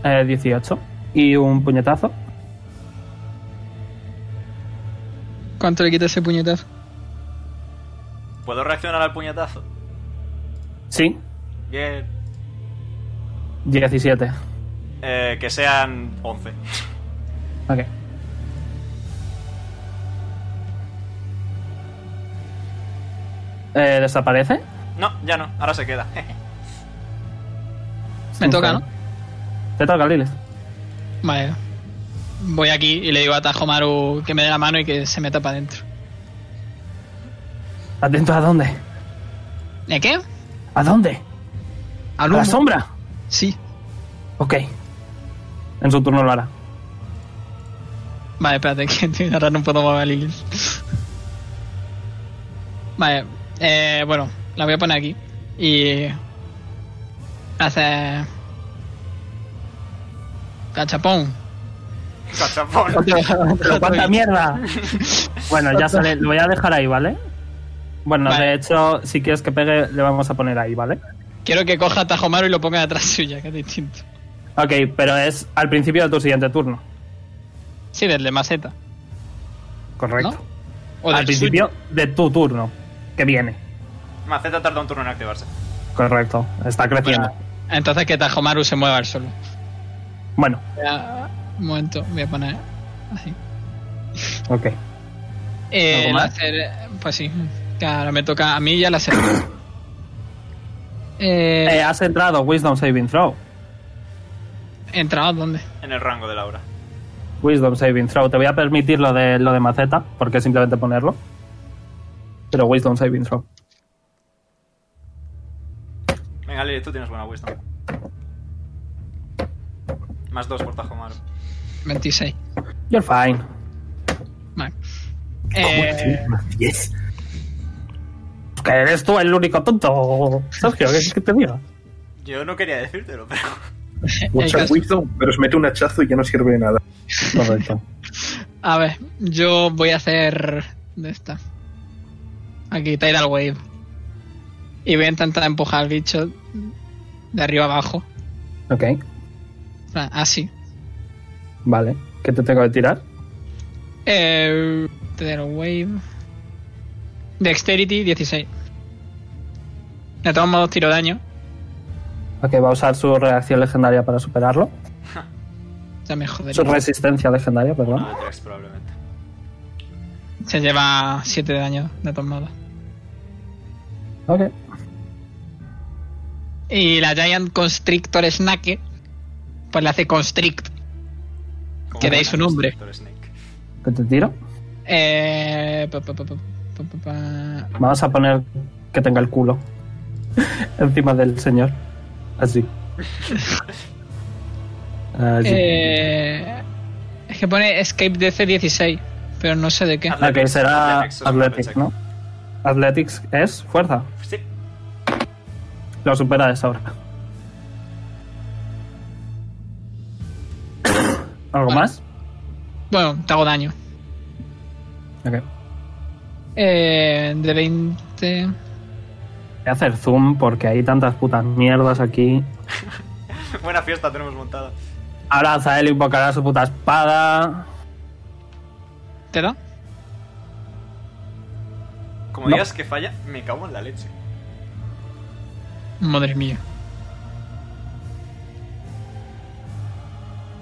Speaker 3: Eh, 18. Y un puñetazo.
Speaker 6: ¿Cuánto le quita ese puñetazo?
Speaker 2: ¿Puedo reaccionar al puñetazo?
Speaker 3: Sí,
Speaker 2: Bien.
Speaker 3: 17.
Speaker 2: Eh, que sean 11.
Speaker 3: Ok. Eh, ¿Desaparece?
Speaker 2: No, ya no, ahora se queda.
Speaker 6: Me toca, ¿no?
Speaker 3: Te toca, Lilith.
Speaker 6: Vale. Voy aquí y le digo a Tajomaru que me dé la mano y que se meta para adentro.
Speaker 3: ¿Atento a dónde?
Speaker 6: ¿De qué?
Speaker 3: ¿A dónde?
Speaker 6: ¿Al
Speaker 3: ¿A la
Speaker 6: humo?
Speaker 3: sombra?
Speaker 6: Sí.
Speaker 3: Ok. En su turno lo hará.
Speaker 6: Vale, espérate, que estoy- ahora no puedo mover a Lilith. Vale, eh, bueno, la voy a poner aquí. Y. Hace. Cachapón.
Speaker 2: Cachapón.
Speaker 3: Pero cuánta mierda. Bueno, ya sale. Lo voy a dejar ahí, ¿vale? Bueno,
Speaker 6: Vale.
Speaker 3: de hecho, si quieres que pegue, le vamos a poner ahí, ¿vale?
Speaker 6: Quiero que coja a Tajomaru y lo ponga detrás suya, que es distinto.
Speaker 3: Ok, pero es al principio de tu siguiente turno,
Speaker 6: Sí, del de maceta.
Speaker 3: ¿correcto?
Speaker 6: ¿No? O
Speaker 3: al
Speaker 6: del suyo.
Speaker 3: principio de tu turno, que viene,
Speaker 2: Maceta tarda un turno en activarse.
Speaker 3: correcto. Está creciendo.
Speaker 6: Bueno, entonces que Tajomaru se mueva al solo.
Speaker 3: Bueno,
Speaker 6: Ya, un momento, voy a poner así.
Speaker 3: ok.
Speaker 6: Eh,
Speaker 3: ¿Algo
Speaker 6: el
Speaker 3: más?
Speaker 6: hacer- pues sí, que ahora me toca a mí y a la serie.
Speaker 3: Eh,
Speaker 6: eh,
Speaker 3: has entrado Wisdom Saving Throw.
Speaker 6: ¿Entrado dónde?
Speaker 2: En el rango de Laura.
Speaker 3: Wisdom Saving Throw. Te voy a permitir lo de, lo de maceta, porque simplemente ponerlo. Pero Wisdom Saving Throw.
Speaker 2: Venga, Lili, tú tienes buena wisdom. Más dos por Tajomaro.
Speaker 6: 26.
Speaker 3: You're fine.
Speaker 6: Vale.
Speaker 5: Ah, Sí,
Speaker 6: Eh,
Speaker 5: más 10.
Speaker 3: Que eres tú el único tonto, Sergio. ¿Qué, qué te digo?
Speaker 2: Yo no quería decírtelo, pero.
Speaker 6: el
Speaker 5: Mucha
Speaker 6: caso-
Speaker 5: wisdom, pero se mete un hachazo y ya no sirve de nada.
Speaker 3: Correcto.
Speaker 6: a ver, yo voy a hacer de esta. Aquí, Tidal Wave. Y voy a intentar empujar al bicho de arriba abajo.
Speaker 3: Ok,
Speaker 6: En plan, Así.
Speaker 3: vale. ¿Qué te tengo que tirar?
Speaker 6: Eh, Tidal Wave. Dexterity 16. De todos modos, tiro daño.
Speaker 3: Ok, va a usar su reacción legendaria para superarlo.
Speaker 6: Ya me
Speaker 3: Su
Speaker 6: jodería.
Speaker 3: resistencia legendaria, perdón.
Speaker 2: Uno de tres, Ah, probablemente.
Speaker 6: Se lleva 7 de daño, de todos modos.
Speaker 3: Ok.
Speaker 6: Y la Giant Constrictor Snake, pues le hace Constrict.
Speaker 2: Como
Speaker 6: Que deis
Speaker 2: buena
Speaker 6: su nombre.
Speaker 2: Instructor Snake.
Speaker 3: ¿Qué te tiro?
Speaker 6: Eh, pa, pa, pa, pa, pa, pa, pa.
Speaker 3: Vamos a poner que tenga el culo encima del señor. Así. Así.
Speaker 6: Eh, es que pone Escape DC 16, pero no sé de qué.
Speaker 2: Ah.
Speaker 3: ok, será
Speaker 2: Athletics,
Speaker 3: Athletics,
Speaker 2: eso es lo que pensé.
Speaker 3: ¿no? Athletics es fuerza.
Speaker 2: Sí.
Speaker 3: Lo supera de sobra. ¿Algo más?
Speaker 6: Bueno, te hago daño.
Speaker 3: Ok.
Speaker 6: Eh, de 20.
Speaker 3: Voy a hacer zoom porque hay tantas putas mierdas aquí.
Speaker 2: Buena fiesta tenemos montada.
Speaker 3: Ahora Zael invocará su puta espada.
Speaker 6: ¿Te da?
Speaker 2: Como
Speaker 3: No.
Speaker 2: digas que falla, me cago en la leche.
Speaker 6: Madre mía.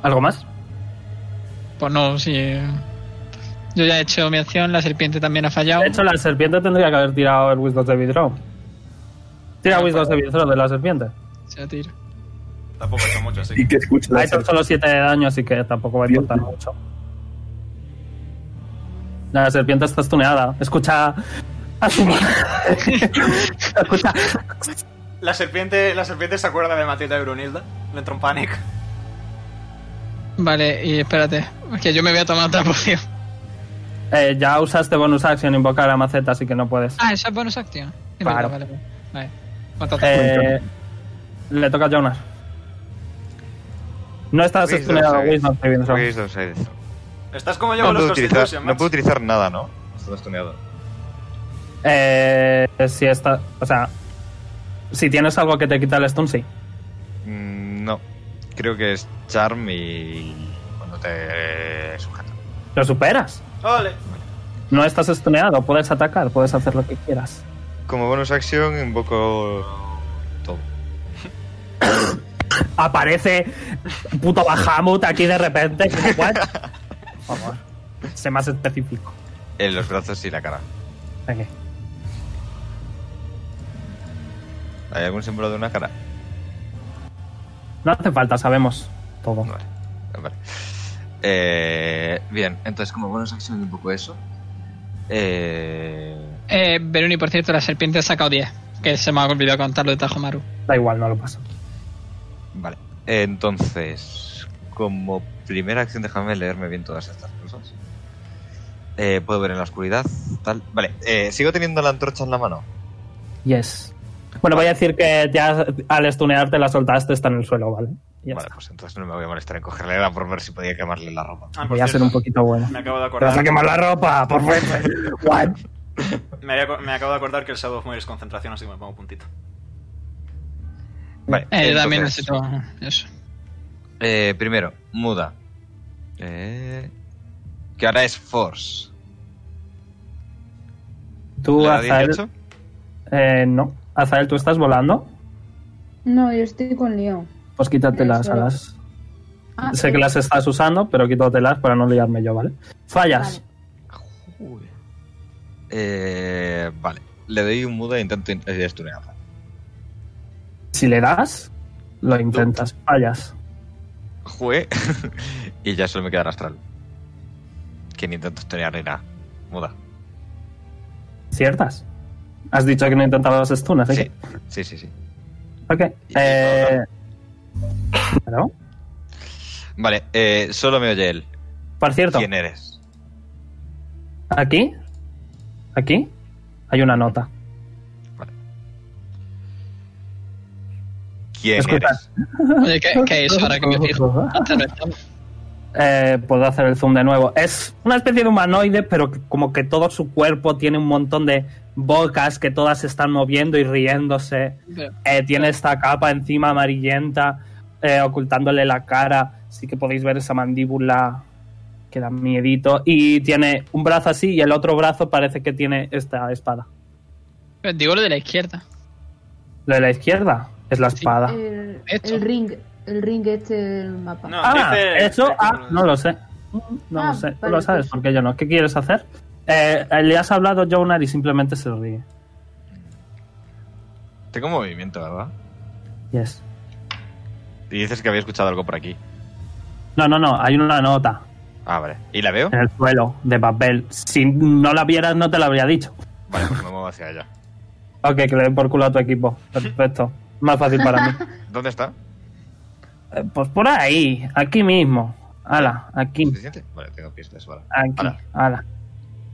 Speaker 3: ¿Algo más?
Speaker 6: Pues no, sí. eh. Yo ya he hecho mi acción, la serpiente también ha fallado.
Speaker 3: De hecho, la serpiente tendría que haber tirado el Wisdom Saving Throw. Tira Wisdom Saving Throw de la serpiente.
Speaker 6: Se Ah, la tiro.
Speaker 2: Tampoco he hecho mucho, así
Speaker 5: Y
Speaker 2: que.
Speaker 5: que escuche
Speaker 3: Ha
Speaker 5: la
Speaker 3: hecho
Speaker 5: charla.
Speaker 3: solo 7 de daño, así que tampoco va a importar
Speaker 5: Bien.
Speaker 3: mucho. La serpiente está stuneada. Escucha. a su madre. Escucha.
Speaker 2: La serpiente, la serpiente se acuerda de Matilda y Brunilda. Le entra un pánico.
Speaker 6: Vale, y espérate. Que yo me voy a tomar otra poción.
Speaker 3: Eh, ya usaste bonus action invocar a maceta, así que no puedes.
Speaker 6: Ah, esa es bonus acción. Sí,
Speaker 3: Claro.
Speaker 6: Vale, vale. vale. Mátate.
Speaker 3: Eh, le toca a Jonas. No estás
Speaker 1: Wisdom
Speaker 3: stuneado,
Speaker 1: save.
Speaker 3: Wisdom saving throw.
Speaker 1: Wisdom save.
Speaker 2: Estás como yo
Speaker 1: No
Speaker 2: con los
Speaker 1: puedo, utilizar,
Speaker 2: Constitution,
Speaker 1: no
Speaker 2: macho.
Speaker 1: puedo utilizar nada, ¿no? Estás tuneado.
Speaker 3: Eh, si está, o sea, si tienes algo que te quita el stun, sí.
Speaker 1: Mm, No. Creo que es Charm y. Cuando te sujeta.
Speaker 3: Lo superas.
Speaker 2: Ole.
Speaker 3: No estás stuneado, puedes atacar, puedes hacer lo que quieras.
Speaker 1: Como bonus acción, invoco. Todo.
Speaker 3: Aparece puto Bahamut aquí de repente. como, "What?". Por favor, sé más específico.
Speaker 1: En Eh, los brazos y la cara.
Speaker 3: Venga.
Speaker 1: ¿Hay algún símbolo de una cara?
Speaker 3: No hace falta, sabemos todo.
Speaker 1: Vale. vale. Eh, bien, entonces como bonus acción un poco eso. Eh,
Speaker 6: Eh, Beruni, por cierto, la serpiente ha sacado 10. Que se me ha olvidado contarlo de Tajomaru.
Speaker 3: Da igual, no lo paso.
Speaker 1: vale. Entonces, como primera acción, déjame leerme bien todas estas cosas. Eh, Puedo ver en la oscuridad, tal. Vale, eh, sigo teniendo la antorcha en la mano.
Speaker 3: Yes. Bueno, voy a decir que ya al stunearte la soltaste, está en el suelo, ¿vale? Y ya
Speaker 1: vale,
Speaker 3: está.
Speaker 1: pues entonces no me voy a molestar en cogerle la por ver si podía quemarle la ropa.
Speaker 2: Ah, por
Speaker 3: Voy a ser
Speaker 2: cierto,
Speaker 3: un poquito bueno.
Speaker 2: Me acabo de
Speaker 3: Te vas a
Speaker 2: acordar.
Speaker 3: quemar la ropa, por favor. What?
Speaker 2: Me, había co- me acabo de acordar que el Shadow of Moir es concentración, así que me pongo puntito.
Speaker 1: Vale,
Speaker 6: Eh, yo también
Speaker 1: entonces,
Speaker 6: necesito eso.
Speaker 1: eh, primero, muda. Eh, que ahora es Force.
Speaker 3: Tú,
Speaker 1: ¿Le da
Speaker 3: Azael.
Speaker 1: 18?
Speaker 3: Eh, no. Azael, tú estás volando.
Speaker 7: No, yo estoy con Leon.
Speaker 3: Pues quítate las
Speaker 7: Eso.
Speaker 3: alas.
Speaker 4: Ah,
Speaker 3: Sé que
Speaker 4: sí.
Speaker 3: las estás usando, pero quítatelas para no liarme yo, ¿vale? Fallas.
Speaker 1: Uy. Eh, vale, le doy un mudo e intento in- eh, stunearla.
Speaker 3: Si le das, lo intentas. Fallas.
Speaker 1: Jugué y ya solo me queda el astral. Que ni intento stunear ni nada. Muda.
Speaker 3: ¿Ciertas? Has dicho que no intentabas stun, así
Speaker 1: Sí,
Speaker 3: que...
Speaker 1: sí, sí. sí.
Speaker 3: ¿eh? Ok. Eh... ¿no?
Speaker 1: Vale, eh, solo me oye él.
Speaker 3: Por cierto,
Speaker 1: ¿Quién eres?
Speaker 3: aquí... Aquí... Hay una nota.
Speaker 1: ¿Quién
Speaker 3: Escucha.
Speaker 1: eres?
Speaker 6: Oye, ¿qué, qué es ahora que me fijo? Antes no estaba.
Speaker 3: Eh, puedo hacer el zoom de nuevo. Es una especie de humanoide, pero que- como que todo su cuerpo tiene un montón de bocas que todas se están moviendo y riéndose.
Speaker 6: Pero-
Speaker 3: Eh, tiene esta capa encima amarillenta, eh, ocultándole la cara. Así que podéis ver esa mandíbula que da miedito. Y tiene un brazo así y el otro brazo parece que tiene esta espada.
Speaker 6: pero Digo lo de la izquierda.
Speaker 3: Lo de la izquierda es la espada.
Speaker 4: El,
Speaker 6: Hecho.
Speaker 4: el ring, el ring este del mapa.
Speaker 2: No,
Speaker 3: Ah,
Speaker 2: dice- este,
Speaker 3: eso,
Speaker 2: dice-
Speaker 3: ah, no lo sé. No
Speaker 4: Ah,
Speaker 3: lo sé. Tú
Speaker 4: vale,
Speaker 3: lo sabes,
Speaker 4: pues.
Speaker 3: porque yo no. ¿Qué quieres hacer? Eh, le has hablado a Jonar y simplemente se ríe.
Speaker 1: Tengo movimiento, ¿verdad?
Speaker 3: Yes.
Speaker 1: Y dices que había escuchado algo por aquí.
Speaker 3: No, no, no. Hay una nota
Speaker 1: Ah, vale. ¿Y la veo?
Speaker 3: en el suelo de papel. Si no la vieras, no te la habría dicho.
Speaker 1: Vale, pues me muevo hacia allá.
Speaker 3: Ok, que le den por culo a tu equipo. Perfecto. Más fácil para mí.
Speaker 1: ¿Dónde está?
Speaker 3: Eh, pues por ahí. Aquí mismo. Ala, aquí.
Speaker 1: ¿Suficiente? Vale, tengo pistas, vale.
Speaker 3: Aquí.
Speaker 1: Ala.
Speaker 3: Ala.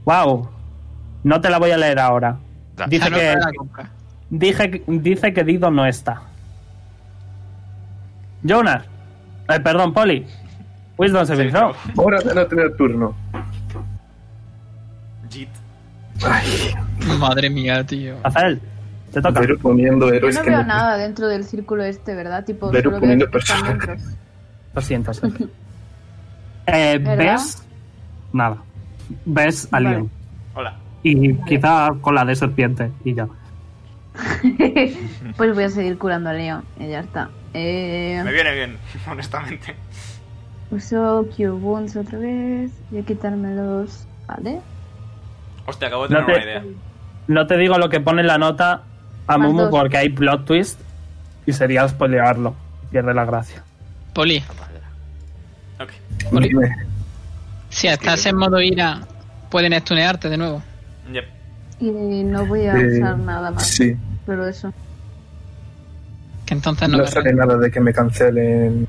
Speaker 3: Wow. No te la voy a leer ahora.
Speaker 1: Da.
Speaker 3: Dice
Speaker 6: Ah, no,
Speaker 3: que-
Speaker 6: para la compra.
Speaker 3: Dije, que- dice que Dido no está. Jonas. Eh, perdón, Poli. Wisdom se
Speaker 2: Sí,
Speaker 3: throw.
Speaker 5: Ahora de no tener turno.
Speaker 2: Jeet.
Speaker 6: Madre mía, tío.
Speaker 3: Azael, te toca.
Speaker 5: Veru poniendo
Speaker 4: Yo
Speaker 5: héroes
Speaker 4: no
Speaker 5: que
Speaker 4: veo
Speaker 5: no-
Speaker 4: nada dentro del círculo este, ¿verdad? Tipo, solo
Speaker 5: Veru
Speaker 4: veo
Speaker 5: poniendo
Speaker 4: los que están
Speaker 5: personas.
Speaker 4: dentro.
Speaker 3: Lo siento, Seth. Eh,
Speaker 4: ¿Verdad?
Speaker 3: ¿Ves? Nada. Ves a
Speaker 4: Vale.
Speaker 3: Leon.
Speaker 2: Hola.
Speaker 3: Y quizá con la de serpiente y ya.
Speaker 4: pues voy a seguir curando a Leon y ya está.
Speaker 2: Me
Speaker 4: Eh,
Speaker 2: viene bien, honestamente.
Speaker 4: uso Cure Wounds otra vez. Voy a quitármelos. Vale.
Speaker 2: Hostia, acabo de
Speaker 3: No
Speaker 2: tener una
Speaker 3: te-
Speaker 2: idea.
Speaker 3: No te digo lo que pone en la nota a
Speaker 4: Más
Speaker 3: Mumu
Speaker 4: dos.
Speaker 3: porque hay plot twist y sería spoilearlo. Pierde la gracia.
Speaker 6: Poli,
Speaker 2: Ok.
Speaker 6: Poli.
Speaker 5: Dime.
Speaker 6: si estás en modo ira, pueden estunearte de nuevo.
Speaker 2: Yep.
Speaker 4: Y no voy a
Speaker 5: Eh,
Speaker 4: usar nada más.
Speaker 5: Sí,
Speaker 4: Pero eso.
Speaker 6: Que entonces no,
Speaker 5: no
Speaker 6: me
Speaker 5: sale nada de que me cancelen.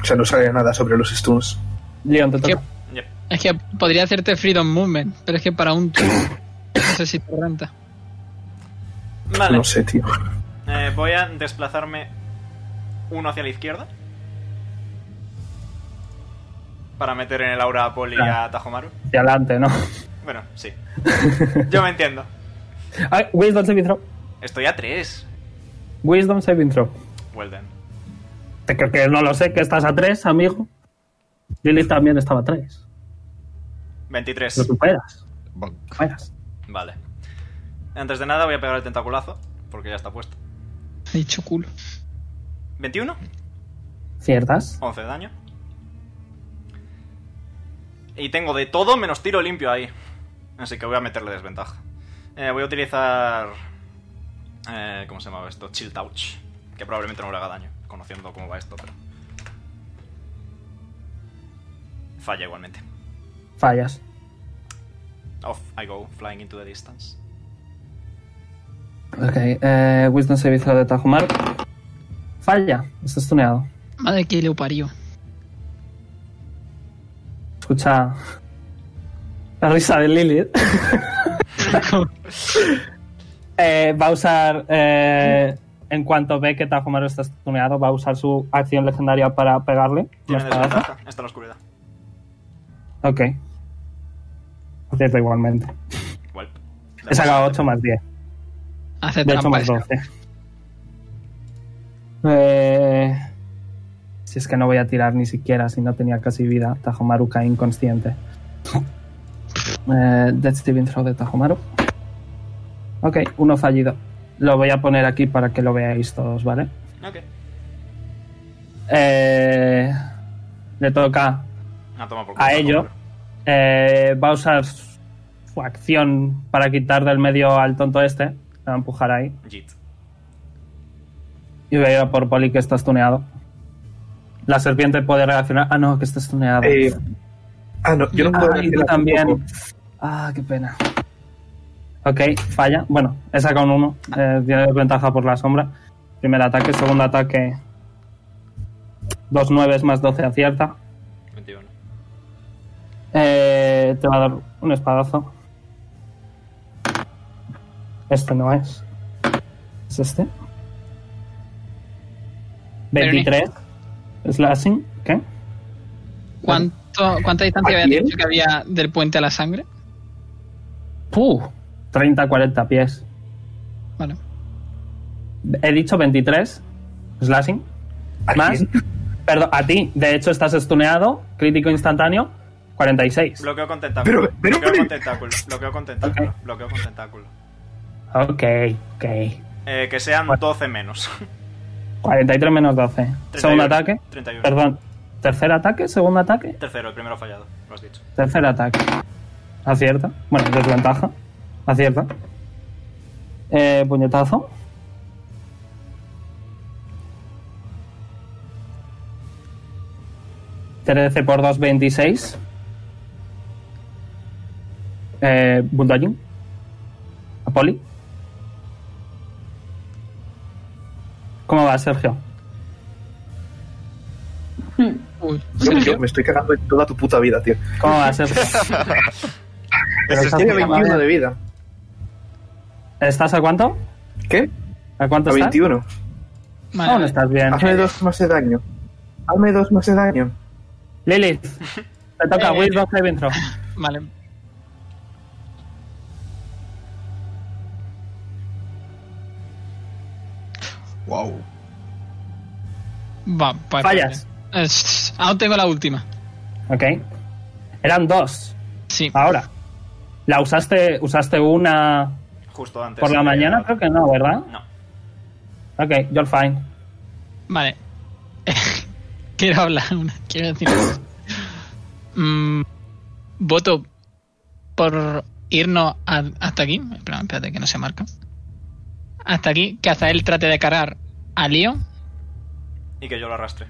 Speaker 5: O sea, no sale nada sobre los stuns.
Speaker 3: Leon, te toca.
Speaker 2: Yep.
Speaker 6: Es que podría hacerte Freedom Movement, pero es que para un turno. no sé si te renta.
Speaker 2: Vale.
Speaker 5: No sé, tío.
Speaker 2: Eh, voy a desplazarme uno hacia la izquierda. Para meter en el aura a Poli y a Tajomaru.
Speaker 3: Hacia adelante, ¿no?
Speaker 2: Bueno, sí. Yo me entiendo.
Speaker 3: Ay, wisdom saving throw.
Speaker 2: Estoy a 3.
Speaker 3: Wisdom saving throw.
Speaker 2: Well done.
Speaker 3: Te creo que no lo sé, que estás a 3, amigo. Lily también estaba a 3. Lo
Speaker 2: 23.
Speaker 3: superas.
Speaker 1: Bon.
Speaker 3: lo superas.
Speaker 2: Vale. Antes de nada voy a pegar el tentaculazo, porque ya está puesto.
Speaker 6: He dicho culo.
Speaker 2: 21,
Speaker 3: Ciertas.
Speaker 2: 11 de daño. Y tengo de todo menos tiro limpio ahí. Así que voy a meterle desventaja. Eh, voy a utilizar... eh, ¿Cómo se llamaba esto? Chill Touch. Que probablemente no le haga daño, conociendo cómo va esto, pero... Falla igualmente.
Speaker 3: Fallas.
Speaker 2: Off I go, flying into the distance.
Speaker 3: Ok, eh, Wisdom saving throw de Tajumar. Falla. Estás tuneado.
Speaker 6: Madre que le parió.
Speaker 3: Escucha la risa de Lilith. Eh, va a usar. eh, en cuanta ve que Tajumaro está tuneado, va a usar su acción legendaria para pegarle.
Speaker 2: Tiene
Speaker 3: Ya está.
Speaker 2: desventaja, está en la oscuridad.
Speaker 3: Ok. Acierta igualmente.
Speaker 2: Igual.
Speaker 3: He sacado 8 más 10.
Speaker 6: Hace
Speaker 3: De 8
Speaker 6: trampa.
Speaker 3: más
Speaker 6: ese.
Speaker 3: 12. Eh, si es que no voy a tirar ni siquiera, si no tenía casi vida. Tajomaru cae inconsciente. Eh, Death Saving Throw de Tajomaru. Ok, uno fallido. Lo voy a poner aquí para que lo veáis todos, ¿vale?
Speaker 2: Ok.
Speaker 3: Eh, le toca
Speaker 2: Ah, toma por culo,
Speaker 3: a
Speaker 2: toma
Speaker 3: ello.
Speaker 2: por culo.
Speaker 3: eh, va a usar su su acción para quitar del medio al tonto este. Le va a empujar ahí.
Speaker 2: Jit.
Speaker 3: Y voy a ir a por Poli que estás tuneado. La serpiente puede reaccionar. Ah, no, que estás tuneado.
Speaker 5: Eh, ah, no, yo no puedo
Speaker 3: ah, y tú
Speaker 5: cancelar
Speaker 3: también.
Speaker 5: tampoco.
Speaker 3: Ah, qué pena. Ok, falla. Bueno, he sacado un 1. eh, tiene ventaja por la sombra. Primer ataque, segundo ataque. Dos 9 más 12 acierta.
Speaker 2: 21.
Speaker 3: Eh, te va a dar un espadazo. Este no es. ¿Es este? 23. Slashing. ¿Qué?
Speaker 6: ¿Cuánto, ¿Cuánta distancia
Speaker 5: ¿A
Speaker 6: había
Speaker 5: quién?
Speaker 6: dicho que había del puente a la sangre?
Speaker 3: ¡Puh! 30, 40 pies.
Speaker 6: Vale.
Speaker 3: He dicho 23. Slashing.
Speaker 5: ¿A
Speaker 3: Más.
Speaker 5: quién?
Speaker 3: Perdón, a ti. De hecho, estás estuneado. Crítico instantáneo. 46.
Speaker 2: Bloqueo con tentáculo.
Speaker 5: Pero- pero-
Speaker 2: bloqueo con tentáculo. Bloqueo con tentáculo. Bloqueo con tentáculo.
Speaker 3: Ok, ok.
Speaker 2: Eh, que sean 12 menos.
Speaker 3: 43 menos 12. Segundo
Speaker 2: 31.
Speaker 3: ataque.
Speaker 2: 31.
Speaker 3: Perdón. Tercer ataque, segundo ataque.
Speaker 2: Tercero, el primero ha fallado. Lo has dicho.
Speaker 3: Tercer ataque. Acierta. Bueno, desventaja. Acierta. Eh, puñetazo. Trece por dos, veintiséis. Eh, Bulldogging. A Poli. ¿Cómo va, Sergio?
Speaker 6: Uy,
Speaker 5: Yo,
Speaker 6: Sergio.
Speaker 5: yo me estoy cagando en toda tu puta vida, tío.
Speaker 3: ¿Cómo va, Sergio?
Speaker 1: Eso
Speaker 3: esa-
Speaker 1: es- este-
Speaker 5: Tiene 21 de vida.
Speaker 3: ¿Estás a cuánto?
Speaker 5: ¿Qué?
Speaker 3: ¿A cuánto
Speaker 5: A
Speaker 3: estás?
Speaker 5: 21.
Speaker 6: Vale,
Speaker 3: Aún
Speaker 6: vale.
Speaker 3: estás bien.
Speaker 5: Hazme dos más de daño. Hazme dos más de daño.
Speaker 3: Lilith, te toca
Speaker 6: Eh.
Speaker 3: Wisdom Saving Throw.
Speaker 6: Vale.
Speaker 1: Wow.
Speaker 6: Va, Eh, para-
Speaker 3: Fallas.
Speaker 6: Es- aún tengo la última.
Speaker 3: Ok. Eran dos.
Speaker 6: Sí.
Speaker 3: Ahora. La usaste, usaste una
Speaker 2: Justo antes.
Speaker 3: por la
Speaker 2: de-
Speaker 3: mañana, creo que no, ¿verdad?
Speaker 2: No.
Speaker 3: Ok, you're fine.
Speaker 6: Vale. quiero hablar una. Quiero decir. una. Mm, voto por irnos a- hasta aquí. En plan, espérate que no se marca. Hasta aquí, que hasta él trate de cargar a Lío.
Speaker 2: Y que yo lo arrastre.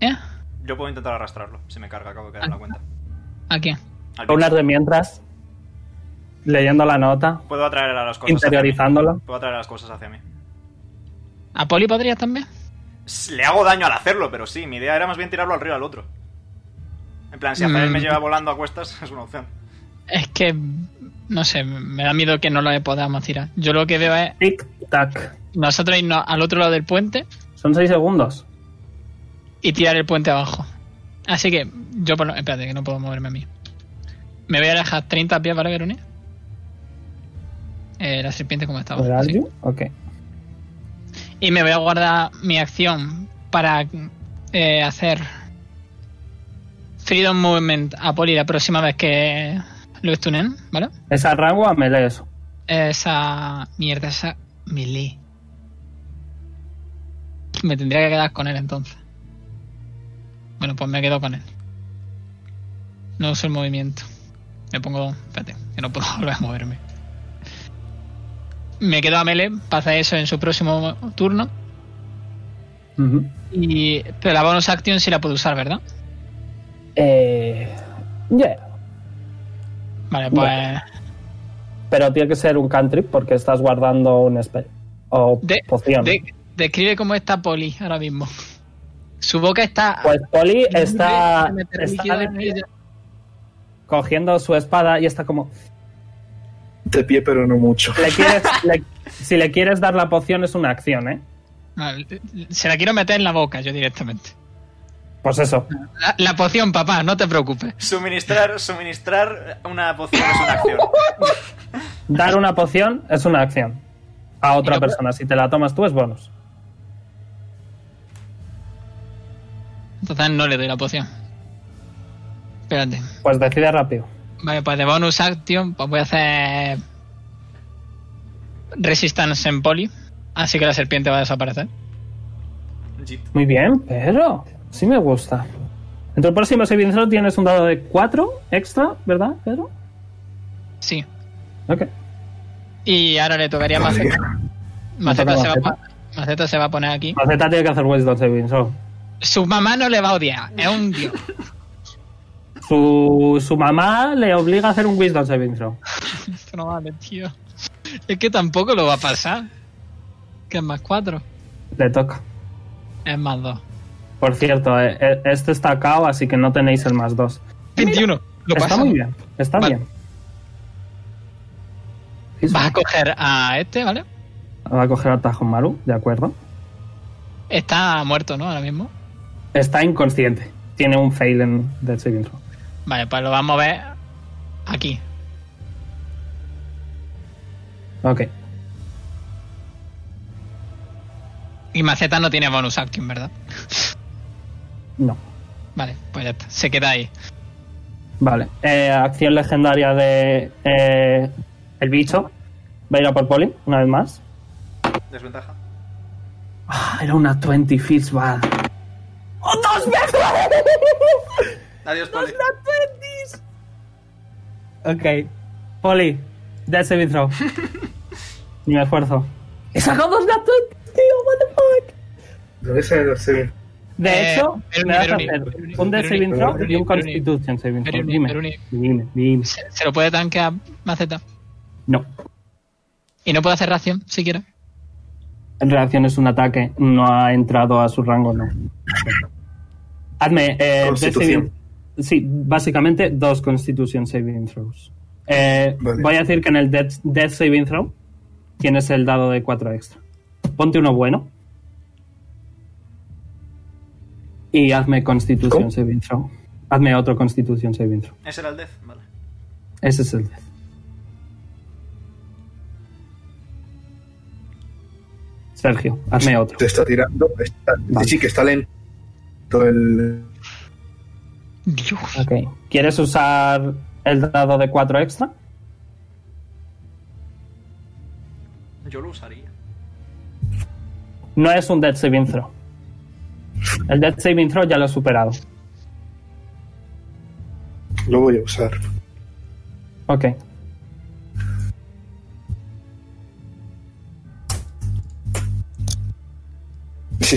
Speaker 6: ¿Eh?
Speaker 2: Yo puedo intentar arrastrarlo. Si me carga, acabo de caer en la cuenta.
Speaker 6: ¿A quién?
Speaker 2: Al
Speaker 3: Unas
Speaker 2: bicho.
Speaker 3: de mientras, leyendo la nota,
Speaker 2: Puedo atraer a las cosas.
Speaker 3: interiorizándola.
Speaker 2: Hacia mí. Puedo atraer a las cosas hacia mí.
Speaker 6: ¿A Poli podrías también?
Speaker 2: S- Le hago daño al hacerlo, pero sí, mi idea era más bien tirarlo al río al otro. En plan, si hacer
Speaker 6: Mm.
Speaker 2: me lleva volando a cuestas, es una opción.
Speaker 6: Es que, no sé, me da miedo que no lo podamos tirar. Yo lo que veo es
Speaker 3: Tic-tac.
Speaker 6: nosotros irnos al otro lado del puente
Speaker 3: Son seis segundos.
Speaker 6: y tirar el puente abajo. Así que yo por lo... Espérate, que no puedo moverme a mí. Me voy a dejar 30 pies, ¿vale, Verónica? Eh, la serpiente como estaba.
Speaker 3: ¿Where are
Speaker 6: sí.
Speaker 3: you? Ok.
Speaker 6: Y me voy a guardar mi acción para eh, hacer Freedom Movement a Poli la próxima vez que lo estunen, ¿vale?
Speaker 3: ¿Es a rango o a melee eso?
Speaker 6: Esa mierda, esa melee. Me tendría que quedar con él entonces. Bueno, pues me quedo con él. No uso el movimiento. Me pongo. Espérate, que no puedo volver a moverme. Me quedo a Mele, pasa eso en su próximo turno.
Speaker 3: Ujú.
Speaker 6: Y. Pero la bonus action sí la puedo usar, ¿verdad?
Speaker 3: Eh, yeah.
Speaker 6: Vale, pues.
Speaker 3: Pero tiene que ser un cantrip porque estás guardando un spell. O
Speaker 6: De-
Speaker 3: poción.
Speaker 6: de- describe cómo está Poli ahora mismo. Su boca está.
Speaker 3: Pues Poli está,
Speaker 6: Se me permitió
Speaker 3: está de
Speaker 6: en
Speaker 3: pie
Speaker 6: ella.
Speaker 3: cogiendo su espada y está como.
Speaker 5: De pie, pero no mucho.
Speaker 3: le quieres- le- si le quieres dar la poción es una acción, ¿eh?
Speaker 6: Ah, Se la quiero meter en la boca yo directamente.
Speaker 3: Pues eso.
Speaker 6: La, la poción, papá, no te preocupes.
Speaker 2: Suministrar, suministrar una poción es una acción.
Speaker 3: Dar una poción es una acción a otra
Speaker 6: no puedo-
Speaker 3: persona. Si te la tomas tú es bonus.
Speaker 6: Entonces no le doy la poción. Espérate.
Speaker 3: Pues decide rápido.
Speaker 6: Vale, pues de bonus action pues voy a hacer resistance en poli. Así que la serpiente va a desaparecer.
Speaker 2: Jit.
Speaker 3: Muy bien, pero sí me gusta. En tu próximo saving throw tienes un dado de 4 extra, ¿verdad, Pedro?
Speaker 6: Sí.
Speaker 3: Ok.
Speaker 6: Y ahora le tocaría a Maceta. Maceta se, va a, pon- Maceta se va a poner aquí.
Speaker 3: Maceta tiene que hacer Wisdom saving throw.
Speaker 6: Su mamá no le va a odiar. Es un dios.
Speaker 3: Su, su mamá le obliga a hacer un Wisdom saving throw.
Speaker 6: Esto no vale, tío. Es que tampoco lo va a pasar. Que es más cuatro.
Speaker 3: Le toca.
Speaker 6: Es más dos.
Speaker 3: Por cierto, eh, eh, este está acá, así que no tenéis el más 2.
Speaker 6: 21. Lo
Speaker 3: Está
Speaker 6: pasa.
Speaker 3: muy bien, está
Speaker 6: Vale.
Speaker 3: bien.
Speaker 6: Vas a coger a este, ¿vale?
Speaker 3: Va a coger a Tajón Maru, de acuerdo.
Speaker 6: Está muerto, ¿no? Ahora mismo.
Speaker 3: Está inconsciente. Tiene un fail en Dead Saving Throw.
Speaker 6: Vale, pues lo vamos a ver aquí.
Speaker 3: Ok.
Speaker 6: Y Maceta no tiene bonus action, ¿verdad?
Speaker 3: No.
Speaker 6: Vale, pues ya está. Se queda ahí.
Speaker 3: Vale. Eh, acción legendaria de eh, el bicho. Va a ir a por Poli, una vez más.
Speaker 2: Desventaja.
Speaker 3: Ah, era una 20 feet bad. ¡Oh, dos veces!
Speaker 2: Adiós, Poli.
Speaker 3: ok. Poli, Dead Saving Throw. Ni me esfuerzo. ¡He sacado dos nat 20, tío! ¡What the fuck!
Speaker 5: ¿Dónde se debe
Speaker 3: De
Speaker 6: Eh,
Speaker 3: hecho,
Speaker 6: Veruni,
Speaker 3: me vas a
Speaker 6: Veruni,
Speaker 3: hacer
Speaker 6: Veruni,
Speaker 3: un Death
Speaker 6: Veruni,
Speaker 3: Saving Throw
Speaker 5: Veruni,
Speaker 3: y un
Speaker 6: Veruni.
Speaker 3: Constitution Saving Throw.
Speaker 6: Veruni,
Speaker 3: Dime,
Speaker 6: Veruni.
Speaker 3: dime, dime.
Speaker 6: Se, se lo puede tanquear Maceta.
Speaker 3: No.
Speaker 6: Y no puede hacer ración, siquiera.
Speaker 3: En reacción es un ataque. No ha entrado a su rango, no. Hazme eh, Death
Speaker 5: Constitución.
Speaker 3: Saving- Sí, básicamente dos Constitution Saving Throws. Eh,
Speaker 5: Vale.
Speaker 3: Voy a decir que en el Death, Death Saving Throw tienes el dado de 4 extra. Ponte uno bueno. Y hazme Constitution
Speaker 5: ¿Cómo?
Speaker 3: Saving Throw. Hazme otro Constitution Saving Throw.
Speaker 2: Ese era el death, vale.
Speaker 3: Ese es el 10. Sergio, hazme otro.
Speaker 5: Te está tirando. Está,
Speaker 3: Vale.
Speaker 5: Sí, que está lento el.
Speaker 6: Dios.
Speaker 3: Ok. ¿Quieres usar el dado de 4 extra?
Speaker 2: Yo lo usaría.
Speaker 3: No es un Dead Saving Throw. El Dead Saving Throw ya lo he superado.
Speaker 5: Lo voy a usar.
Speaker 3: Ok.
Speaker 5: Sí,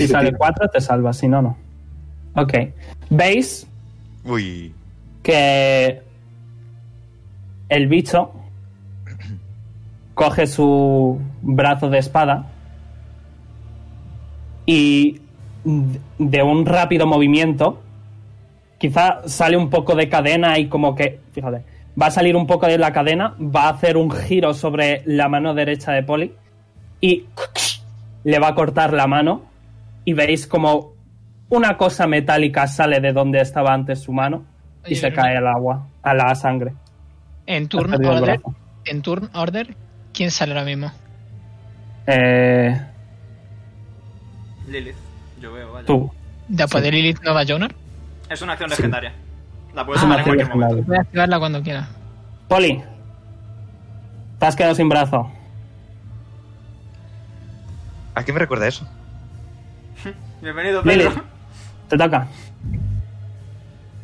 Speaker 3: Si
Speaker 5: se
Speaker 3: sale
Speaker 5: tira.
Speaker 3: 4 te salvas, si no, no. Ok. ¿Veis
Speaker 1: Uy.
Speaker 3: que el bicho coge su brazo de espada y de un rápido movimiento, quizá sale un poco de cadena y como que, fíjate, va a salir un poco de la cadena, va a hacer un giro sobre la mano derecha de Poli y le va a cortar la mano y veis como una cosa metálica sale de donde estaba antes su mano y
Speaker 6: Oye,
Speaker 3: se
Speaker 6: Verónica.
Speaker 3: cae al agua, a la sangre.
Speaker 6: En
Speaker 3: Ha
Speaker 6: turn
Speaker 3: perdido el
Speaker 6: order.
Speaker 3: brazo.
Speaker 6: En turn order. ¿Quién sale ahora mismo?
Speaker 3: Eh,
Speaker 2: Lilith. Yo veo, vaya.
Speaker 3: tú.
Speaker 6: Después pues de Lilith no va a Jonar.
Speaker 2: Es una acción legendaria. La puedes
Speaker 3: Ah,
Speaker 2: tomar en
Speaker 3: sí,
Speaker 2: cualquier momento.
Speaker 3: vale.
Speaker 6: Voy a activarla cuando quiera.
Speaker 3: Poli, te has quedado sin brazo.
Speaker 1: ¿A qué me recuerda eso?
Speaker 2: Bienvenido,
Speaker 3: Lilith,
Speaker 2: Pedro.
Speaker 3: te toca.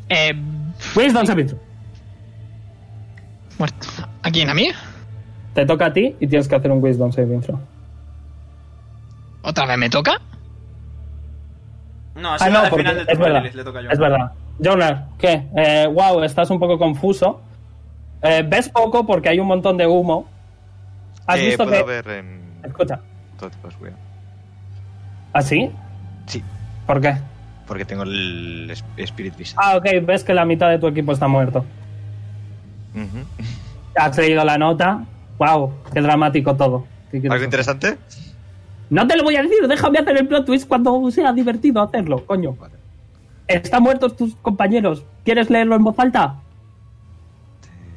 Speaker 6: Eh,
Speaker 3: Wisdom saving throw.
Speaker 6: muerto. ¿A quién? ¿A mí?
Speaker 3: Te toca a ti y tienes que hacer un Wisdom saving throw.
Speaker 6: ¿Otra vez me toca?
Speaker 2: No, ha
Speaker 3: Ah,
Speaker 2: sido
Speaker 3: no,
Speaker 2: al
Speaker 3: porque
Speaker 2: final del
Speaker 3: es
Speaker 2: turno de
Speaker 3: verdad.
Speaker 2: Lilith, le toca yo.
Speaker 3: Es verdad. Jonar, ¿qué? Eh, wow, estás un poco confuso. Eh, ves poco porque hay un montón de humo. Has
Speaker 1: Eh,
Speaker 3: visto
Speaker 1: puedo
Speaker 3: que.
Speaker 1: ver en
Speaker 3: Escucha.
Speaker 1: todo tipo de seguridad.
Speaker 3: ¿Así?
Speaker 1: Sí,
Speaker 3: ¿Por qué?
Speaker 1: porque tengo el es- Spirit Vista.
Speaker 3: Ah, ok, ves que la mitad de tu equipo está muerto.
Speaker 1: Ujú.
Speaker 3: Has leído la nota. Wow, qué dramático todo. ¿Qué quieres
Speaker 1: ¿Algo
Speaker 3: hacer?
Speaker 1: interesante?
Speaker 3: No te lo voy a decir, déjame hacer el plot twist cuando sea divertido hacerlo, coño. Están muertos tus compañeros. ¿Quieres leerlo en voz alta?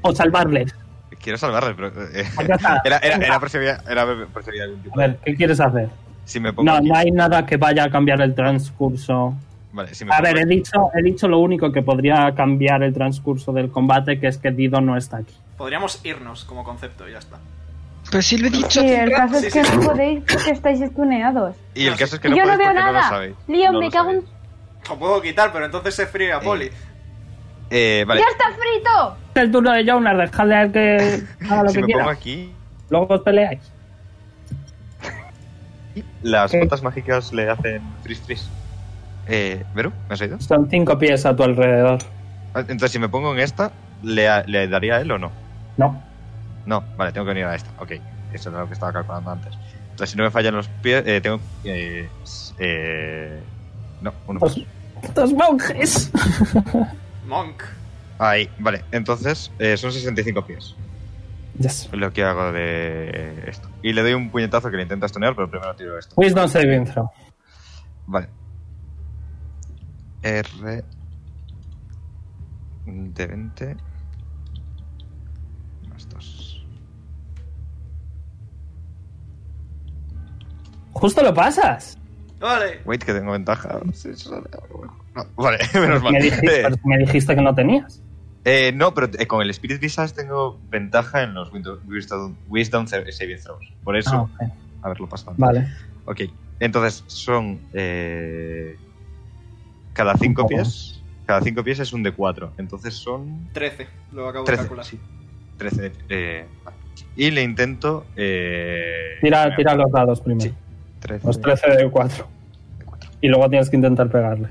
Speaker 3: O salvarles.
Speaker 1: Quiero salvarle, pero. eh,
Speaker 3: Acá está.
Speaker 1: era, era, era, por si había- era por si había algún tipo
Speaker 3: A ver, ¿qué quieres hacer?
Speaker 1: Si me pongo.
Speaker 3: No,
Speaker 1: aquí-
Speaker 3: no hay nada que vaya a cambiar el transcurso.
Speaker 1: Vale, si me
Speaker 3: A
Speaker 1: pongo
Speaker 3: ver, he
Speaker 1: aquí-
Speaker 3: dicho, he dicho lo único que podría cambiar el transcurso del combate, que es que Dido no está aquí.
Speaker 2: Podríamos irnos como concepto y ya está.
Speaker 6: Pero si lo he dicho.
Speaker 7: Sí,
Speaker 3: eh.
Speaker 7: el caso
Speaker 2: Sí,
Speaker 7: es
Speaker 2: sí,
Speaker 7: que
Speaker 2: sí.
Speaker 7: no podéis porque estáis estuneados.
Speaker 1: Y el caso es que
Speaker 7: Y
Speaker 1: no
Speaker 7: yo no
Speaker 1: podéis
Speaker 7: veo
Speaker 1: porque no lo
Speaker 7: nada.
Speaker 1: sabéis.
Speaker 7: Leon,
Speaker 1: No
Speaker 7: me
Speaker 1: lo
Speaker 7: cago en...
Speaker 1: sabéis.
Speaker 2: Lo puedo quitar, pero entonces se fría a Poli.
Speaker 1: Eh, vale,
Speaker 7: ¡Ya está frito!
Speaker 3: Es el turno de Jonas, dejadle a él que haga lo
Speaker 1: si
Speaker 3: que
Speaker 1: me
Speaker 3: quiera.
Speaker 1: pongo aquí,
Speaker 3: Luego os peleáis.
Speaker 1: las
Speaker 3: ¿Qué?
Speaker 1: botas mágicas le hacen freeze freeze. Eh, ¿Vero? ¿Me has oído?
Speaker 3: Son cinco pies a tu alrededor.
Speaker 1: Ah, Entonces, si me pongo en esta, ¿le, le daría a él o no?
Speaker 3: No.
Speaker 1: No, vale, tengo que venir a esta. Ok, eso era lo que estaba calculando antes. Entonces, si no me fallan los pies, eh, tengo. Eh, s- eh, no, uno más.
Speaker 3: Pues, ¡Estos monjes!
Speaker 2: Monk.
Speaker 1: Ahí, vale. Entonces, eh, son 65 pies
Speaker 3: Yes.
Speaker 1: lo que hago de esto. Y le doy un puñetazo que le intenta estonear, pero primero tiro esto.
Speaker 3: Wisdom saving throw.
Speaker 1: Vale. R. De 20. Más 2.
Speaker 3: Justo lo pasas.
Speaker 2: Vale.
Speaker 1: Wait, que tengo ventaja. Sí, sale algo bueno. No, vale, menos mal.
Speaker 3: Pues Me dijiste,
Speaker 1: Eh,
Speaker 3: pero me dijiste que no tenías.
Speaker 1: eh, no, pero eh, con el Spirit Visage tengo ventaja en los window- Wisdom, wisdom sa- Saving Throws. Por
Speaker 3: Ah,
Speaker 1: eso,
Speaker 3: ok.
Speaker 1: haberlo pasado.
Speaker 3: Vale.
Speaker 1: Ok, entonces son. eh, cada 5 pies. Cada 5 pies es un de 4. Entonces son.
Speaker 2: 13. Lo acabo de
Speaker 1: 13.
Speaker 2: calcular.
Speaker 1: sí. 13 de- eh, vale. y le intento. Eh,
Speaker 3: Tira, tira los dados primero.
Speaker 1: Sí. 13
Speaker 3: Los 13 de 4.
Speaker 1: de cuatro.
Speaker 3: Y luego tienes que intentar pegarle.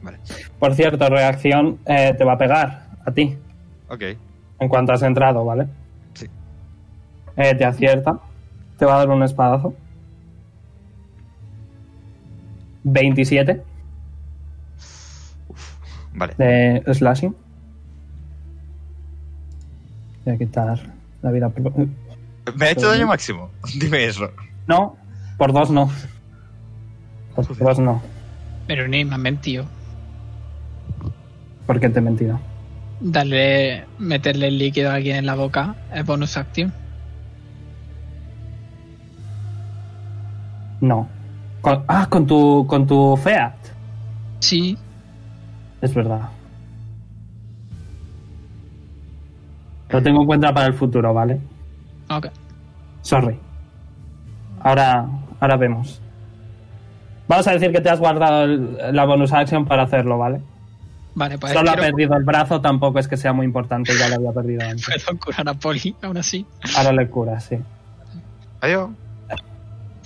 Speaker 1: Vale.
Speaker 3: Por cierto, reacción eh, te va a pegar a ti
Speaker 1: Ok,
Speaker 3: en cuanto has entrado, ¿vale?
Speaker 1: Sí.
Speaker 3: Eh, te acierta. Te va a dar un espadazo. 27
Speaker 1: vale.
Speaker 3: de slashing. Voy a quitar la vida. pro-
Speaker 1: ¿Me ha hecho daño máximo? Dime eso.
Speaker 3: No, por dos no. Por
Speaker 1: Joder.
Speaker 3: dos no,
Speaker 6: Pero ni me han mentido.
Speaker 3: porque te he mentido.
Speaker 6: Darle. Meterle el líquido a alguien en la boca. Es bonus action.
Speaker 3: No. Con- ah, con tu, con tu Feat.
Speaker 6: Sí.
Speaker 3: Es verdad. Lo tengo en cuenta para el futuro, ¿vale?
Speaker 6: Ok.
Speaker 3: Sorry. Ahora, ahora vemos. Vamos a decir que te has guardado el- la bonus action para hacerlo, ¿vale?
Speaker 6: Vale, pues.
Speaker 3: Solo ha
Speaker 6: quiero-
Speaker 3: perdido el brazo, tampoco es que sea muy importante, ya lo había perdido antes.
Speaker 6: Puedo curar a Poli, aún así.
Speaker 3: Ahora le cura, sí.
Speaker 1: Adiós.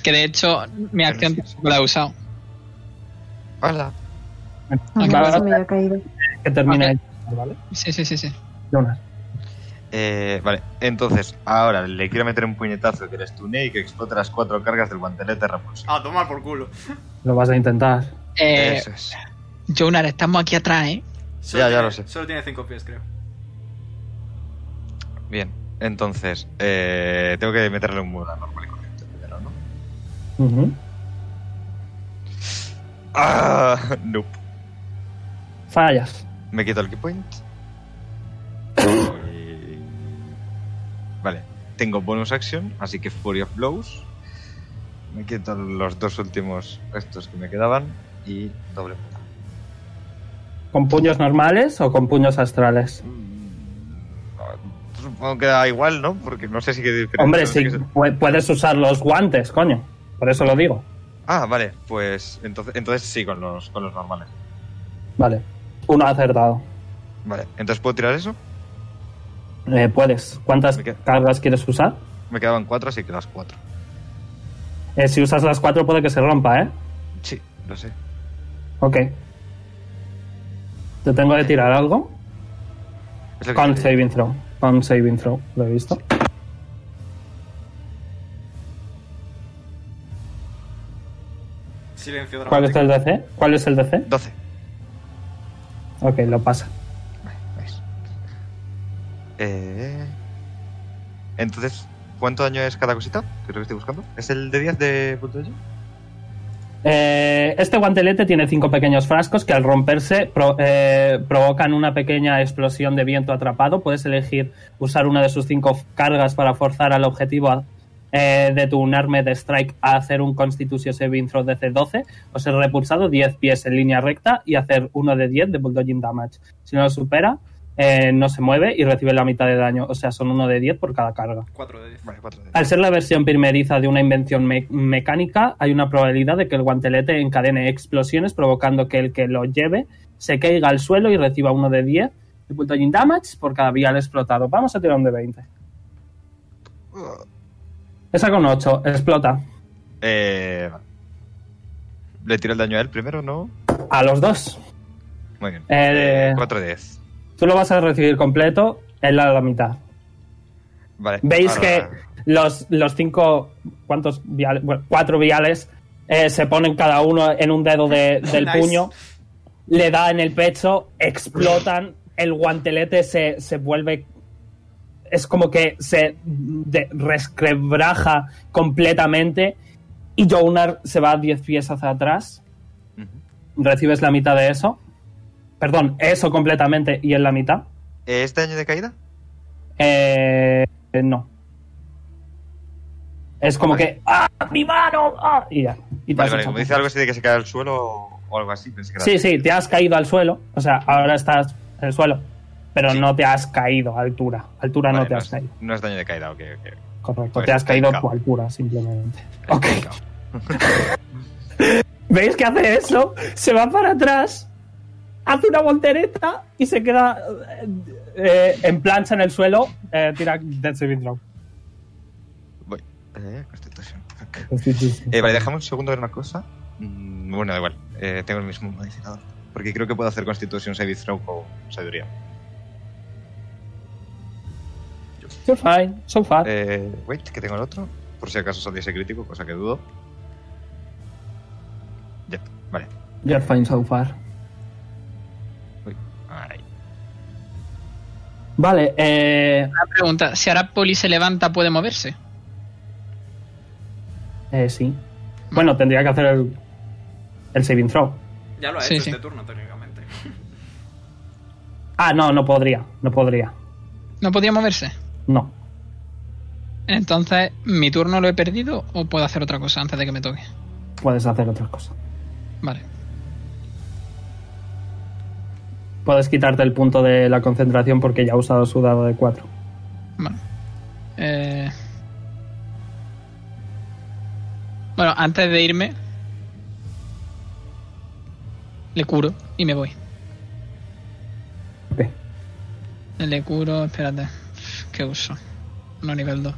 Speaker 6: Que de hecho, mi acción tampoco la he usado.
Speaker 1: Hola.
Speaker 6: Ah,
Speaker 7: Ah,
Speaker 6: claro.
Speaker 7: se me había caído.
Speaker 3: Que termine
Speaker 6: Ok.
Speaker 3: ¿vale?
Speaker 6: Sí, sí, sí, sí.
Speaker 3: Jonas.
Speaker 1: Eh, vale, entonces, ahora le quiero meter un puñetazo que le stune y que explote las cuatro cargas del guantelete repulsa.
Speaker 2: A Ah, tomar por culo.
Speaker 3: Lo vas a intentar.
Speaker 6: Eh,
Speaker 1: Eso es.
Speaker 6: Jonar, estamos aquí atrás, ¿eh?
Speaker 2: Solo
Speaker 1: Ya, ya
Speaker 2: tiene-
Speaker 1: lo sé.
Speaker 2: Solo tiene cinco pies, creo.
Speaker 1: Bien, entonces, eh, tengo que meterle un muro normal y corriente primero, ¿no?
Speaker 3: Ujú.
Speaker 1: Ah, nope.
Speaker 3: Fallas.
Speaker 1: Me quito el key point. Y- vale, tengo bonus action, así que Fury of Blows. Me quito los dos últimos estos que me quedaban y doble puta.
Speaker 3: ¿Con puños normales o con puños astrales?
Speaker 1: Mm, Supongo que da igual, ¿no? Porque no sé si qué diferencia.
Speaker 3: Hombre,
Speaker 1: no sé
Speaker 3: sí,
Speaker 1: qué es-
Speaker 3: pu- puedes usar los guantes, coño. Por eso lo digo.
Speaker 1: Ah, vale, pues entonces, entonces sí, con los, con los normales.
Speaker 3: Vale. Uno acertado.
Speaker 1: Vale, entonces puedo tirar eso.
Speaker 3: Eh, puedes. ¿Cuántas
Speaker 1: Me quedo.
Speaker 3: cargas quieres usar?
Speaker 1: Me quedaban cuatro, así que las cuatro.
Speaker 3: Eh, si usas las cuatro puede que se rompa, ¿eh?
Speaker 1: Sí, lo sé.
Speaker 3: Ok. ¿Te tengo que tirar algo?
Speaker 1: Es lo que
Speaker 3: Con
Speaker 1: quería.
Speaker 3: saving throw. Con saving throw. Lo he visto.
Speaker 2: Silencio
Speaker 3: ¿Cuál es
Speaker 2: dramático.
Speaker 3: el DC? ¿Cuál es el DC?
Speaker 1: 12.
Speaker 3: Ok, lo pasa.
Speaker 1: Vale, veis. Eh, Entonces, ¿cuánto daño es cada cosita? Que es lo que estoy buscando. ¿Es el de 10 de punto de daño?
Speaker 3: Eh, este guantelete tiene cinco pequeños frascos que al romperse pro- eh, provocan una pequeña explosión de viento atrapado. Puedes elegir usar una de sus cinco cargas para forzar al objetivo a- eh, de tu unarme de strike a hacer un Constitution Saving Throw de C12 o ser repulsado 10 pies en línea recta y hacer uno de 10 de Bulldogging Damage. Si no lo supera, eh, no se mueve y recibe la mitad de daño. O sea, son uno de 10 por cada carga.
Speaker 2: 4 de 10.
Speaker 1: Vale, 4 de 10.
Speaker 3: Al ser la versión primeriza de una invención me- mecánica, hay una probabilidad de que el guantelete encadene explosiones, provocando que el que lo lleve se caiga al suelo y reciba uno de 10 de bulldoging damage por cada vial explotado. Vamos a tirar un de 20.
Speaker 1: Uh.
Speaker 3: Esa con 8, explota.
Speaker 1: Eh, vale. Le tiro el daño a él primero, ¿no?
Speaker 3: A los dos.
Speaker 1: Muy bien.
Speaker 3: Eh,
Speaker 1: 4 de 10.
Speaker 3: Tú lo vas a recibir completo, él a la mitad.
Speaker 1: Vale.
Speaker 3: Veis
Speaker 1: ahora-
Speaker 3: que los, los cinco, ¿cuántos viales? Bueno, cuatro viales eh, se ponen cada uno en un dedo de- del
Speaker 2: Nice.
Speaker 3: puño, le da en el pecho, explotan, el guantelete se, se vuelve. Es como que se de- resquebraja completamente y Jonar se va 10 pies hacia atrás.
Speaker 1: Ujú.
Speaker 3: Recibes la mitad de eso. Perdón, eso completamente y en la mitad.
Speaker 1: ¿Es daño ¿este de caída?
Speaker 3: Eh, eh, no. Es como
Speaker 1: Vale.
Speaker 3: que. ¡Ah! ¡Mi mano! ¡Ah! Y ya. Y te
Speaker 1: Vale,
Speaker 3: has
Speaker 1: vale,
Speaker 3: hecho
Speaker 1: como
Speaker 3: un-
Speaker 1: dice algo así de que se cae al suelo o- o algo así. Pensé que era-
Speaker 3: Sí, sí, te has caído al suelo. O sea, ahora estás en el suelo. Pero no te has caído a altura. Altura
Speaker 1: Vale,
Speaker 3: no te has
Speaker 1: es-
Speaker 3: caído.
Speaker 1: No es daño de caída, ok, ok. ok.
Speaker 3: Correcto.
Speaker 1: Pues
Speaker 3: te has
Speaker 1: está
Speaker 3: caído a
Speaker 1: hincado.
Speaker 3: tu altura, simplemente.
Speaker 1: Está
Speaker 3: Ok.
Speaker 1: hincado.
Speaker 3: ¿Veis que hace eso? Se va para atrás, hace una voltereta y se queda eh, eh, en plancha en el suelo. Eh, tira Dead Saving Throw.
Speaker 1: Voy. Eh, Constitution. Fuck. Eh, vale, déjame un segundo ver una cosa. Mm, bueno, da igual. Eh, tengo el mismo modificador. Porque creo que puedo hacer Constitution Saving Throw con sabiduría.
Speaker 3: You're fine, so far.
Speaker 1: Eh, wait, que tengo el otro. Por si acaso saliese crítico, cosa que dudo. Yep, vale.
Speaker 3: You're fine so far.
Speaker 1: Uy, ahí.
Speaker 3: Vale, eh,
Speaker 6: Una pregunta, si ahora Poli se levanta, ¿puede moverse?
Speaker 3: eh, sí. Bueno, tendría que hacer el, el saving throw.
Speaker 2: Ya lo ha hecho
Speaker 6: Sí,
Speaker 2: este
Speaker 6: sí.
Speaker 2: turno, técnicamente.
Speaker 3: Ah, no, no podría, no podría.
Speaker 6: ¿No podía moverse?
Speaker 3: No.
Speaker 6: Entonces, ¿mi turno lo he perdido o puedo hacer otra cosa antes de que me toque?
Speaker 3: Puedes hacer otras cosas.
Speaker 6: Vale.
Speaker 3: Puedes quitarte el punto de la concentración porque ya ha usado su dado de 4.
Speaker 6: Bueno. Eh, Bueno, antes de irme, le curo y me voy.
Speaker 3: Ok.
Speaker 6: Le curo, espérate. ¿Qué uso? No, nivel 2.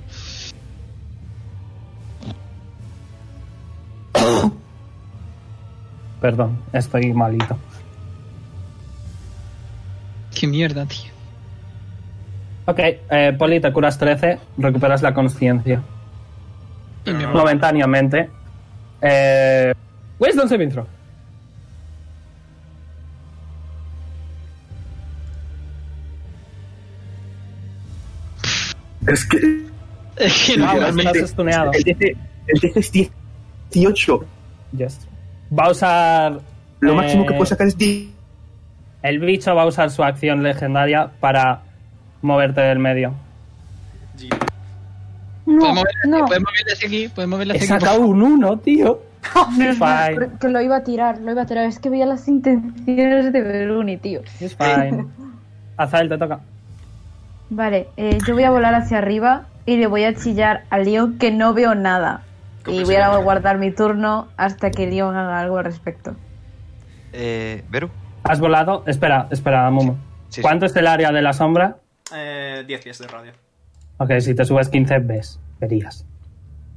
Speaker 3: Perdón, estoy malito.
Speaker 6: ¿Qué qué mierda, tío.
Speaker 3: Ok, eh, Poli, te curas 13, recuperas la conciencia.
Speaker 6: Y me voy.
Speaker 3: Momentáneamente. Eh, Wisdom saving throw.
Speaker 5: Es que
Speaker 6: Es que no,
Speaker 3: Vamos,
Speaker 5: Literalmente,
Speaker 3: Ah, estás estuneado.
Speaker 5: El DC, el DC es 18.
Speaker 3: Yes. Va a usar.
Speaker 5: Lo
Speaker 3: eh,
Speaker 5: máximo que puedo sacar es 10.
Speaker 3: El bicho va a usar su acción legendaria para moverte del medio.
Speaker 7: No,
Speaker 6: ¿Podemos
Speaker 7: no.
Speaker 6: moverla hacia aquí? ¿Podemos moverla
Speaker 3: He
Speaker 6: hacia aquí?
Speaker 3: sacado un 1, tío. It's fine.
Speaker 7: Creo Que lo iba a tirar, lo iba a tirar. Es que veía las intenciones de Beruni, tío.
Speaker 3: It's fine. Azael, te toca.
Speaker 7: Vale, eh, yo voy a volar hacia arriba y le voy a chillar a Leon que no veo nada. Y voy a guardar mi turno hasta que Leon haga algo al respecto.
Speaker 1: Eh, ¿Veru?
Speaker 3: Has volado. Espera, espera, Momo.
Speaker 1: Sí, sí.
Speaker 3: ¿Cuánto es el área de la sombra?
Speaker 2: Eh, 10 pies de radio.
Speaker 3: Ok, si te subes 15, ves. Verías.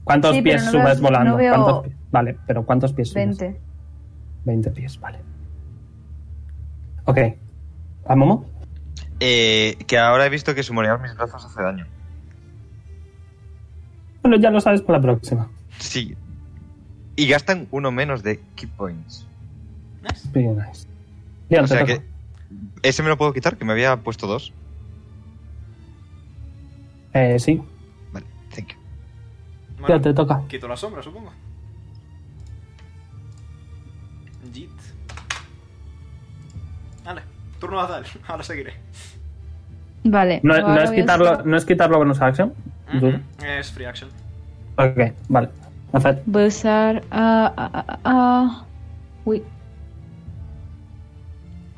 Speaker 3: ¿Cuántos
Speaker 7: Sí, pero
Speaker 3: pies
Speaker 7: no
Speaker 3: subes
Speaker 7: veo-
Speaker 3: volando?
Speaker 7: no veo-
Speaker 3: ¿Cuántos pies? Vale, pero ¿cuántos pies subes?
Speaker 7: 20.
Speaker 3: 20 pies, vale. Ok. ¿A Momo?
Speaker 1: Eh, que ahora he visto que sumonear mis brazos hace daño.
Speaker 3: Bueno, ya lo sabes para la próxima.
Speaker 1: Sí. Y gastan uno menos de key points.
Speaker 2: Nice.
Speaker 3: Very nice. Leon,
Speaker 1: O
Speaker 3: te
Speaker 1: sea
Speaker 3: toca.
Speaker 1: que. Ese me lo puedo quitar, que me había puesto dos.
Speaker 3: Eh, sí,
Speaker 1: Vale, thank you.
Speaker 3: Leon,
Speaker 2: Bueno,
Speaker 3: te toca.
Speaker 2: quito la sombra, supongo. Jit. Vale, turno a Azal. Ahora seguiré.
Speaker 7: Vale.
Speaker 3: No,
Speaker 7: ahora
Speaker 3: no es
Speaker 7: voy a
Speaker 3: quitarlo,
Speaker 7: sacar-
Speaker 3: no es quitarlo bonus action.
Speaker 2: Ujú,
Speaker 3: Duro.
Speaker 2: Es free action.
Speaker 3: Ok, vale. Azad.
Speaker 4: Voy a usar. ah, ah, ah, ah. Uy.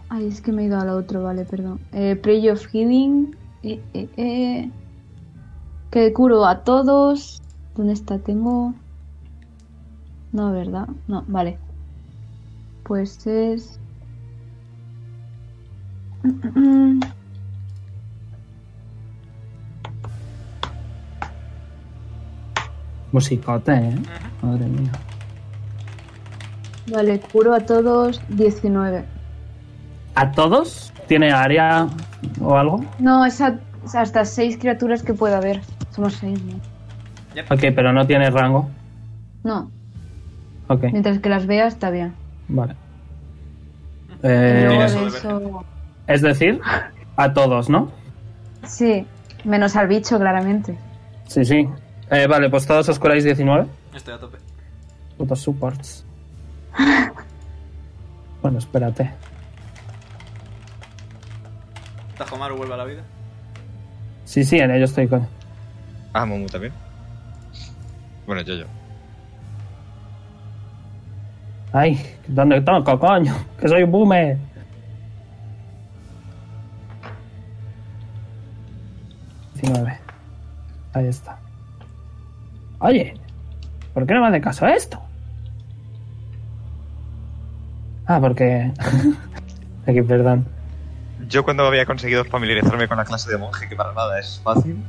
Speaker 4: Ay, es que me he ido al otro, vale, perdón. Eh, Pray of Healing. Eh, eh, eh. Que curo a todos. ¿Dónde está? Tengo. No, ¿verdad? No, vale. Pues es.
Speaker 3: Musicote, eh. Madre mía.
Speaker 4: Vale, curo a todos 19.
Speaker 3: ¿A todos? ¿Tiene área o algo?
Speaker 4: No, es a- es hasta 6 criaturas que pueda haber. Somos 6, ¿no?
Speaker 3: Ok, pero no tiene rango.
Speaker 4: No,
Speaker 3: Ok,
Speaker 4: mientras que las veas está bien.
Speaker 3: vale.
Speaker 4: Y
Speaker 3: Eh,
Speaker 4: luego
Speaker 2: eso
Speaker 4: de
Speaker 2: de
Speaker 4: eso-
Speaker 3: es decir, a todos, ¿no?
Speaker 7: Sí, menos al bicho, claramente.
Speaker 3: Sí, sí. Eh, vale, pues todos os curáis 19.
Speaker 2: Estoy a tope.
Speaker 3: Putos supports. Bueno, espérate.
Speaker 2: Tajomaru vuelve a la vida.
Speaker 3: Sí, sí, en ello estoy con.
Speaker 1: Ah, Momu también. Bueno, yo, yo.
Speaker 3: Ay, ¿dónde toco, coño? Que soy un boomer. Diecinueve. Ahí está. Oye, ¿por qué no me hace caso a esto? Ah, porque... Aquí, perdón.
Speaker 1: Yo cuando había conseguido familiarizarme con la clase de monje, que para nada es fácil,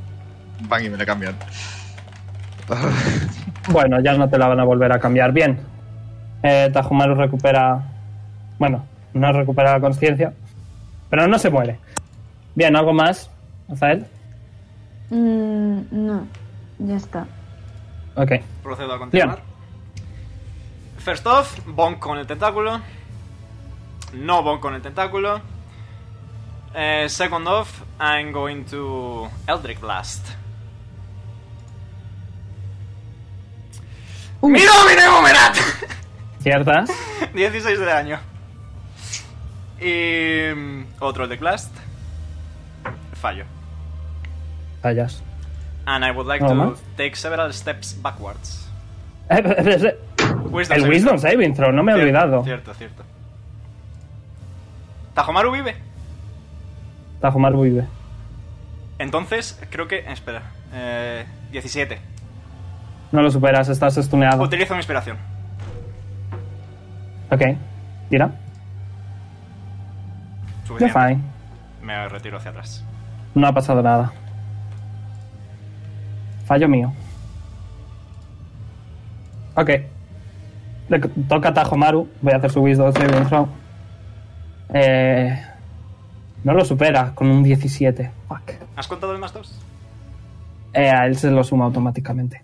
Speaker 1: van y me la cambian.
Speaker 3: Bueno, ya no te la van a volver a cambiar. Bien. Eh, Tajumaru recupera. Bueno, no recupera la conciencia. Pero no se muere. Bien, ¿algo más, Rafael?
Speaker 4: Mm, no, ya está.
Speaker 3: Ok.
Speaker 2: Procedo a continuar. First off, bonk con el tentáculo. No bonk con el tentáculo. Eh, second off, I'm going to Eldritch Blast. ¡Mi domine boomerat!
Speaker 3: ¿Ciertas?
Speaker 2: 16 de daño. Y. mm, Otro Eldritch Blast. Fallo.
Speaker 3: Fallas.
Speaker 2: And I would like
Speaker 3: ¿Algo
Speaker 2: to
Speaker 3: más?
Speaker 2: take several steps backwards.
Speaker 3: Eh, eh, eh, eh,
Speaker 2: Wisdom
Speaker 3: El
Speaker 2: saving
Speaker 3: Wisdom
Speaker 2: throw.
Speaker 3: Saving Throw, no me he
Speaker 2: Cierto,
Speaker 3: olvidado.
Speaker 2: Cierto, cierto. Tajomaru vive.
Speaker 3: Tajumaru vive.
Speaker 2: Entonces, creo que. Espera. Eh, 17.
Speaker 3: No lo superas, estás estuneado.
Speaker 2: Utilizo mi inspiración.
Speaker 3: Ok. Tira. You're
Speaker 2: Suficiente.
Speaker 3: fine.
Speaker 2: Me retiro hacia atrás.
Speaker 3: No ha pasado nada. Fallo mío. Ok. Le c- toca a Tajomaru. Voy a hacer su Wisdom Saving Throw. Eh, No lo supera con un 17. Fuck.
Speaker 2: ¿Has contado el más dos?
Speaker 3: Eh, a él se lo suma automáticamente.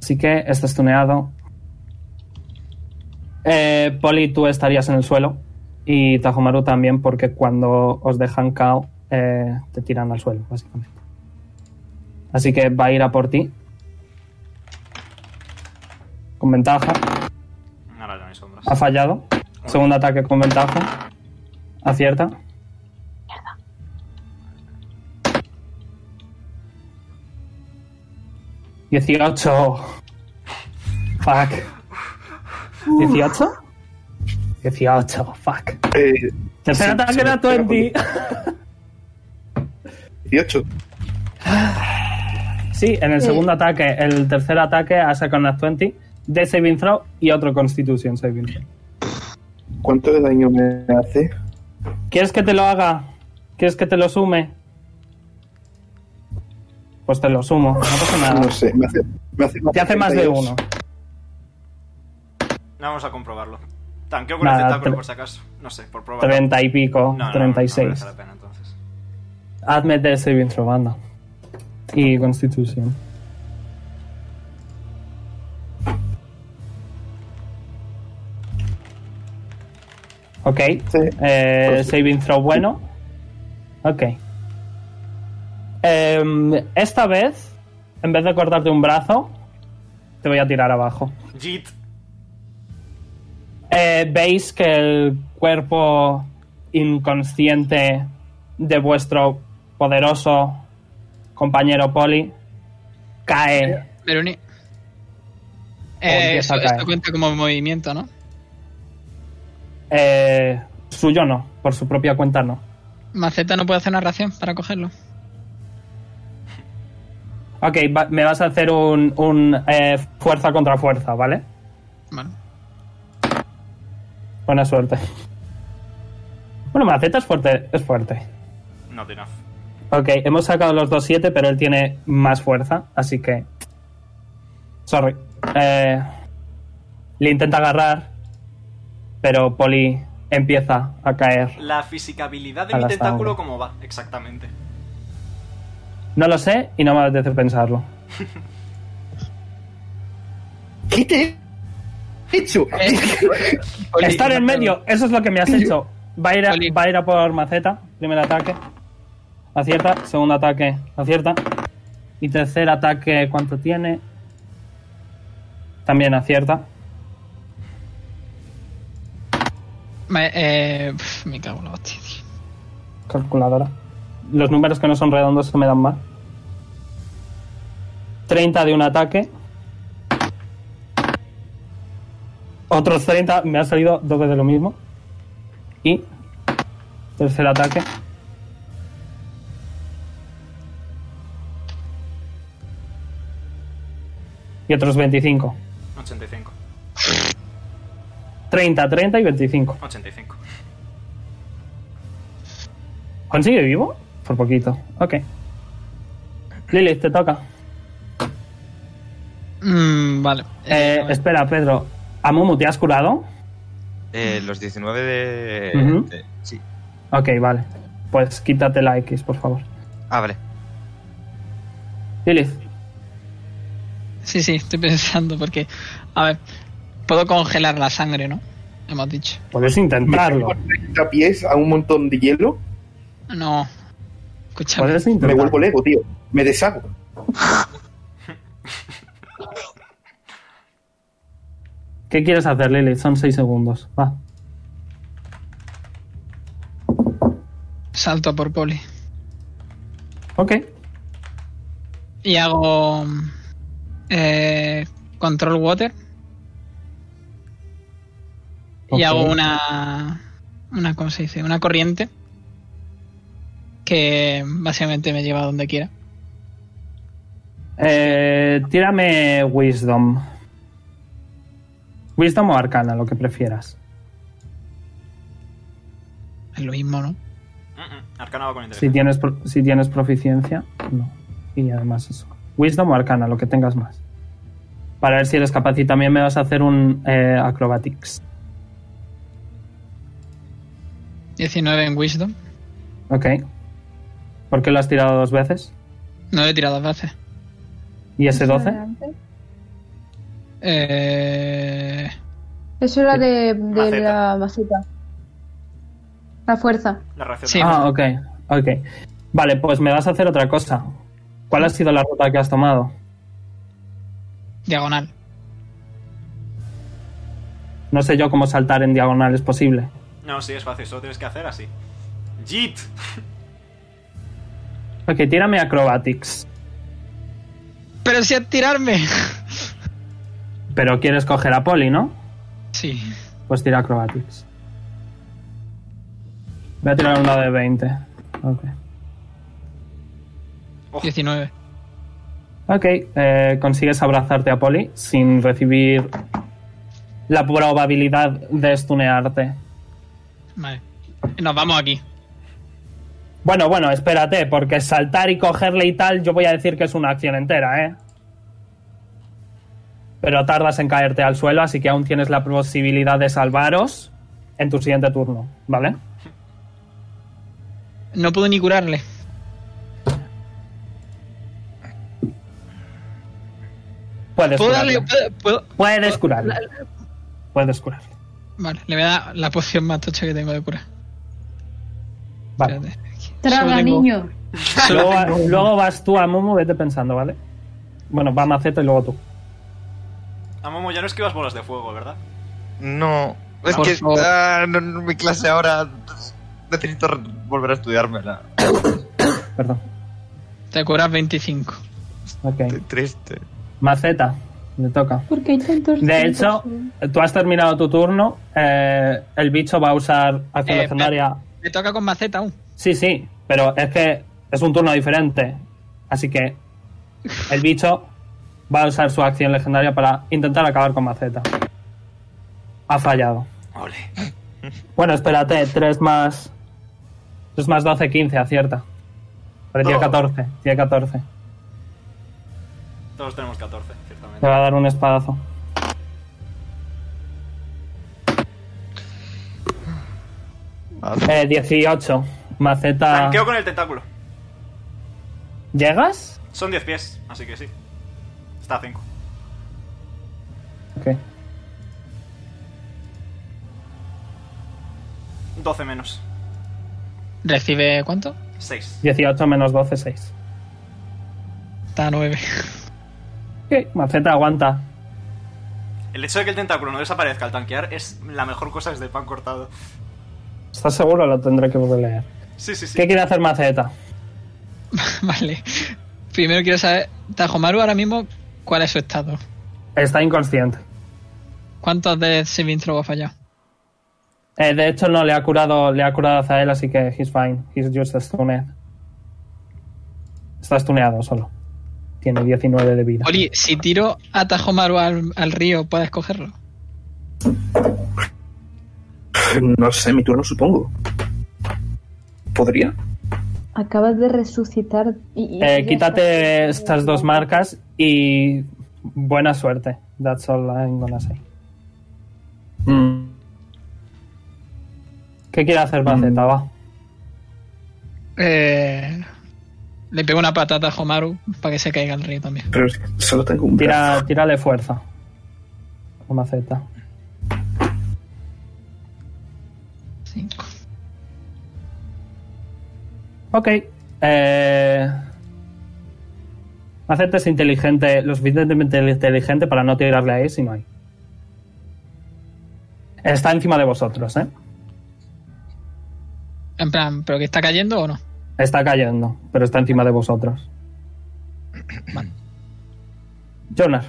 Speaker 3: Así que estás tuneado. Eh, Poli, tú estarías en el suelo. Y Tajomaru también, porque cuando os dejan KO, eh, te tiran al suelo, básicamente. Así que va a ir a por ti. Con ventaja.
Speaker 2: Ahora ya no hay sombras.
Speaker 3: Ha fallado. Segundo ataque con ventaja. Acierta. ¡18! ¡Fuck! ¿18? 18, fuck.
Speaker 5: Eh,
Speaker 3: Tercer
Speaker 5: Sí,
Speaker 3: ataque
Speaker 5: se me
Speaker 3: era
Speaker 5: pega
Speaker 3: 20.
Speaker 5: 18.
Speaker 3: sí, en el
Speaker 4: Sí.
Speaker 3: segundo ataque, el tercer ataque ha sacado una 20 de Saving Throw y otro Constitution Saving Throw.
Speaker 5: ¿Cuánto de daño me hace?
Speaker 3: ¿Quieres que te lo haga? ¿Quieres que te lo sume? Pues te lo sumo, no pasa nada.
Speaker 5: No sé, me hace. Me hace
Speaker 3: Ah. Te hace más de
Speaker 5: 32.
Speaker 3: uno.
Speaker 2: Vamos a comprobarlo. Tanqueo con el
Speaker 3: Nada,
Speaker 2: tentáculo
Speaker 3: tre-
Speaker 2: por si acaso. No sé, por probar.
Speaker 3: 30 y pico,
Speaker 2: No, no, no, No,
Speaker 3: 36.
Speaker 2: merece la pena, entonces.
Speaker 3: Hazme de saving throw, anda. Y Constitution. Ok.
Speaker 5: Sí.
Speaker 3: Eh, saving throw bueno. Ok. Em, esta vez, en vez de cortarte un brazo, te voy a tirar abajo.
Speaker 2: Jit.
Speaker 3: Eh, Veis que el cuerpo inconsciente de vuestro poderoso compañero Poli cae.
Speaker 6: Veroni.
Speaker 3: Empieza
Speaker 6: Eh,
Speaker 3: a
Speaker 6: esto,
Speaker 3: caer.
Speaker 6: esto cuenta como movimiento, ¿no?
Speaker 3: eh, suyo no, por su propia cuenta no.
Speaker 6: Maceta no puede hacer una ración para cogerlo.
Speaker 3: Ok, va- me vas a hacer un, un, eh, fuerza contra fuerza, ¿vale?
Speaker 6: Bueno.
Speaker 3: Buena suerte. Bueno, Maceta es fuerte, es fuerte.
Speaker 2: Not enough.
Speaker 3: Ok, hemos sacado los dos 7, pero él tiene más fuerza, así que. Sorry. Eh, le intenta agarrar, pero Poli empieza a caer.
Speaker 2: La fisicabilidad de
Speaker 3: A
Speaker 2: mi
Speaker 3: la
Speaker 2: tentáculo,
Speaker 3: sombra.
Speaker 2: ¿cómo va exactamente?
Speaker 3: No lo sé y no me apetece pensarlo.
Speaker 5: ¿Qué te he hecho?
Speaker 3: Eh. Estar en medio, eso es lo que me has hecho. Va a ir a,
Speaker 6: Poli.
Speaker 3: va a, ir a por Maceta, primer ataque. Acierta, segundo ataque, acierta. Y tercer ataque, ¿cuánto tiene? También acierta.
Speaker 6: Me, eh, pf, me cago en la hostia, tío.
Speaker 3: calculadora. Los números que no son redondos se me dan mal. 30 de un ataque. Otros 30, me ha salido dos veces lo mismo. Y tercer ataque. Y otros 25.
Speaker 2: 85.
Speaker 3: 30, 30 y 25.
Speaker 2: 85.
Speaker 3: ¿Consigue vivo? Por poquito. Ok. Lilith, te toca.
Speaker 6: Mm, vale.
Speaker 3: Eh, espera, Pedro. Amumu, ¿te has curado?
Speaker 1: Eh, los 19 de,
Speaker 3: Ujú.
Speaker 1: de- Sí.
Speaker 3: Ok, vale. Pues quítate la X, por favor.
Speaker 1: Ah, vale.
Speaker 3: Lilith,
Speaker 6: Sí, sí, estoy pensando porque. A ver, puedo congelar la sangre, ¿no? Hemos dicho.
Speaker 3: puedes intentarlo.
Speaker 5: Con 30 pies a un montón de hielo,
Speaker 6: No. Escúchame.
Speaker 3: Puedes
Speaker 5: me
Speaker 3: intentarlo.
Speaker 5: vuelvo lego, tío. Me deshago.
Speaker 3: ¿Qué quieres hacer, Lilith? Son 6 segundos. Va.
Speaker 6: Salto a por poli.
Speaker 3: Ok.
Speaker 6: Y hago. eh, control water.
Speaker 3: Ok.
Speaker 6: Y hago una. Una, ¿cómo se dice? Una corriente. Que básicamente me lleva a donde quiera.
Speaker 3: Eh, tírame Wisdom. Wisdom o Arcana, lo que prefieras.
Speaker 6: Es lo mismo, ¿no?
Speaker 2: Mm, mm, Arcana va con
Speaker 3: Si
Speaker 2: inteligencia.
Speaker 3: tienes, pro- si tienes proficiencia, no. Y además eso. Wisdom o Arcana, lo que tengas más. Para ver si eres capaz. Y también me vas a hacer un eh, Acrobatics.
Speaker 6: 19 en Wisdom.
Speaker 3: Ok. ¿Por qué lo has tirado dos veces?
Speaker 6: No lo he tirado dos veces.
Speaker 3: ¿Y ese 12?
Speaker 6: Eh,
Speaker 4: Eso era de, de
Speaker 2: Maceta.
Speaker 4: la maceta. La fuerza.
Speaker 2: La reacción.
Speaker 6: Sí.
Speaker 3: Ah, ok. Ok. Vale, pues me vas a hacer otra cosa. ¿Cuál ha sido la ruta que has tomado?
Speaker 6: diagonal.
Speaker 3: No sé yo cómo saltar en diagonal es posible.
Speaker 2: No, sí, es fácil, solo tienes que hacer así. Jit.
Speaker 3: Ok, tírame acrobatics.
Speaker 6: Pero si a tirarme.
Speaker 3: Pero quieres coger a Poli, ¿no?
Speaker 6: Sí.
Speaker 3: Pues tira acrobatics. Voy a tirar un dado de 20. Ok.
Speaker 6: 19.
Speaker 3: Ok, eh, consigues abrazarte a Poli sin recibir la probabilidad de stunearte.
Speaker 6: Vale. Nos vamos aquí.
Speaker 3: Bueno, bueno, espérate, porque saltar y cogerle y tal, yo voy a decir que es una acción entera, ¿eh? Pero tardas en caerte al suelo, así que aún tienes la posibilidad de salvaros en tu siguiente turno, ¿vale?
Speaker 6: No puedo ni curarle.
Speaker 3: Puedes
Speaker 6: ¿Puedo
Speaker 3: curarle.
Speaker 6: darle? puedo- puedo-
Speaker 3: Puedes curarle. Puedes curarle.
Speaker 6: Vale, le voy a dar la poción más tocha que tengo de cura.
Speaker 3: Vale.
Speaker 6: Espérate. Solo
Speaker 8: Traga,
Speaker 6: tengo-
Speaker 8: niño.
Speaker 3: Ah. Luego, luego vas tú a Momo, vete pensando, ¿vale? Bueno, va Maceta y luego tú.
Speaker 2: A Momo ya no esquivas bolas de fuego, ¿verdad?
Speaker 1: No. Es
Speaker 6: Por
Speaker 1: que
Speaker 6: favor.
Speaker 1: ah, no, no, mi clase ahora necesito re- volver a estudiármela.
Speaker 3: Perdón.
Speaker 6: Te curas 25.
Speaker 3: Ok.
Speaker 1: Estoy triste.
Speaker 3: Maceta, me toca.
Speaker 4: ¿Por qué hay tantos?
Speaker 3: De hecho, tú has terminado tu turno. eh, el bicho va a usar acción
Speaker 6: Eh,
Speaker 3: legendaria.
Speaker 6: Me toca con maceta aún.
Speaker 3: Sí, sí, pero es que es un turno diferente. Así que el bicho va a usar su acción legendaria para intentar acabar con Maceta. Ha fallado.
Speaker 2: Ole.
Speaker 3: Bueno, espérate, 3 más. 3 más 12, 15, acierta. Pero tiene
Speaker 2: Oh.
Speaker 3: 14, tiene 14.
Speaker 2: Todos tenemos 14,
Speaker 3: Te
Speaker 2: ciertamente.
Speaker 3: va a dar un espadazo.
Speaker 1: Ah,
Speaker 3: Eh, 18. Maceta.
Speaker 2: Tanqueo con el tentáculo.
Speaker 3: ¿Llegas?
Speaker 2: Son 10 pies, así que sí. Está a 5.
Speaker 3: Ok.
Speaker 2: 12 menos.
Speaker 6: ¿Recibe cuánto?
Speaker 2: 6.
Speaker 3: 18 menos 12, 6.
Speaker 6: Está a 9.
Speaker 3: Ok, Maceta aguanta.
Speaker 2: El hecho de que el tentáculo no desaparezca al tanquear es la mejor cosa desde el pan cortado.
Speaker 3: ¿Estás seguro? Lo tendré que volver a leer.
Speaker 2: Sí, sí, sí.
Speaker 3: ¿Qué quiere hacer Maceta?
Speaker 6: vale. Primero quiero saber, Tajomaru ahora mismo, ¿cuál es su estado?
Speaker 3: Está inconsciente.
Speaker 6: ¿Cuántos de Saving Throw ha fallado?
Speaker 3: Eh, de hecho, no, le ha curado le ha curado a Zael, así que he's fine. He's just stunned. Está stuneado solo. Tiene 19 de vida.
Speaker 6: Oli, si tiro a Tajomaru al, al río, ¿puedes cogerlo?
Speaker 5: No sé, mi turno supongo. ¿Podría?
Speaker 4: Acabas de resucitar. Y, y-
Speaker 3: Eh,
Speaker 4: ya
Speaker 3: quítate
Speaker 4: está.
Speaker 3: estas dos marcas y buena suerte. That's all I'm gonna say.
Speaker 5: Mm,
Speaker 3: ¿Qué quiere hacer Maceta? Va.
Speaker 6: Eh, le pego una pata a Tajomaru para que se caiga al río también.
Speaker 5: pero es que solo tengo un brazo.
Speaker 3: Tira, tírale fuerza. A Maceta.
Speaker 6: Cinco.
Speaker 3: Ok. Eh, Maceta es inteligente, lo suficientemente inteligente para no tirarle a él si no hay. Está encima de vosotros, ¿eh?
Speaker 6: En plan, ¿pero que está cayendo o no?
Speaker 3: Está cayendo, pero está encima de vosotros.
Speaker 6: Vale.
Speaker 3: Jonas,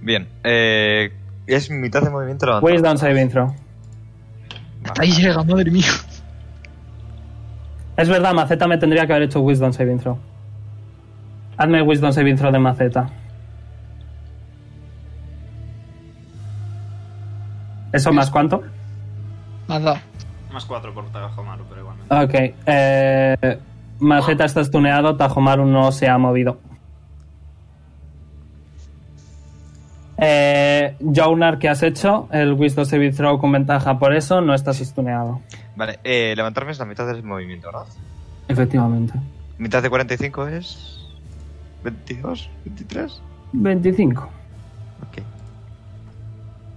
Speaker 1: Bien. Eh, es mitad de movimiento levantado.
Speaker 6: Pues
Speaker 3: Wisdom Saving Throw.
Speaker 6: Hasta ahí llega, madre mía.
Speaker 3: Es verdad, Maceta me tendría que haber hecho Wisdom Saving Throw. Hazme el Wisdom Saving Throw de Maceta. ¿Eso más cuánto?
Speaker 6: Más dos.
Speaker 2: Más 4 por Tagajomaru, pero igualmente.
Speaker 3: Ok. Eh, Maceta está stuneado, Tajomaru no se ha movido. Eh, Jonar, ¿qué has hecho? El Wisdom Saving Throw con ventaja por eso, no estás stuneado.
Speaker 1: Vale, eh, levantarme es la mitad del movimiento, ¿verdad?
Speaker 3: Efectivamente.
Speaker 1: Mitad de 45 es. 22, 23.
Speaker 3: 25.
Speaker 1: Ok.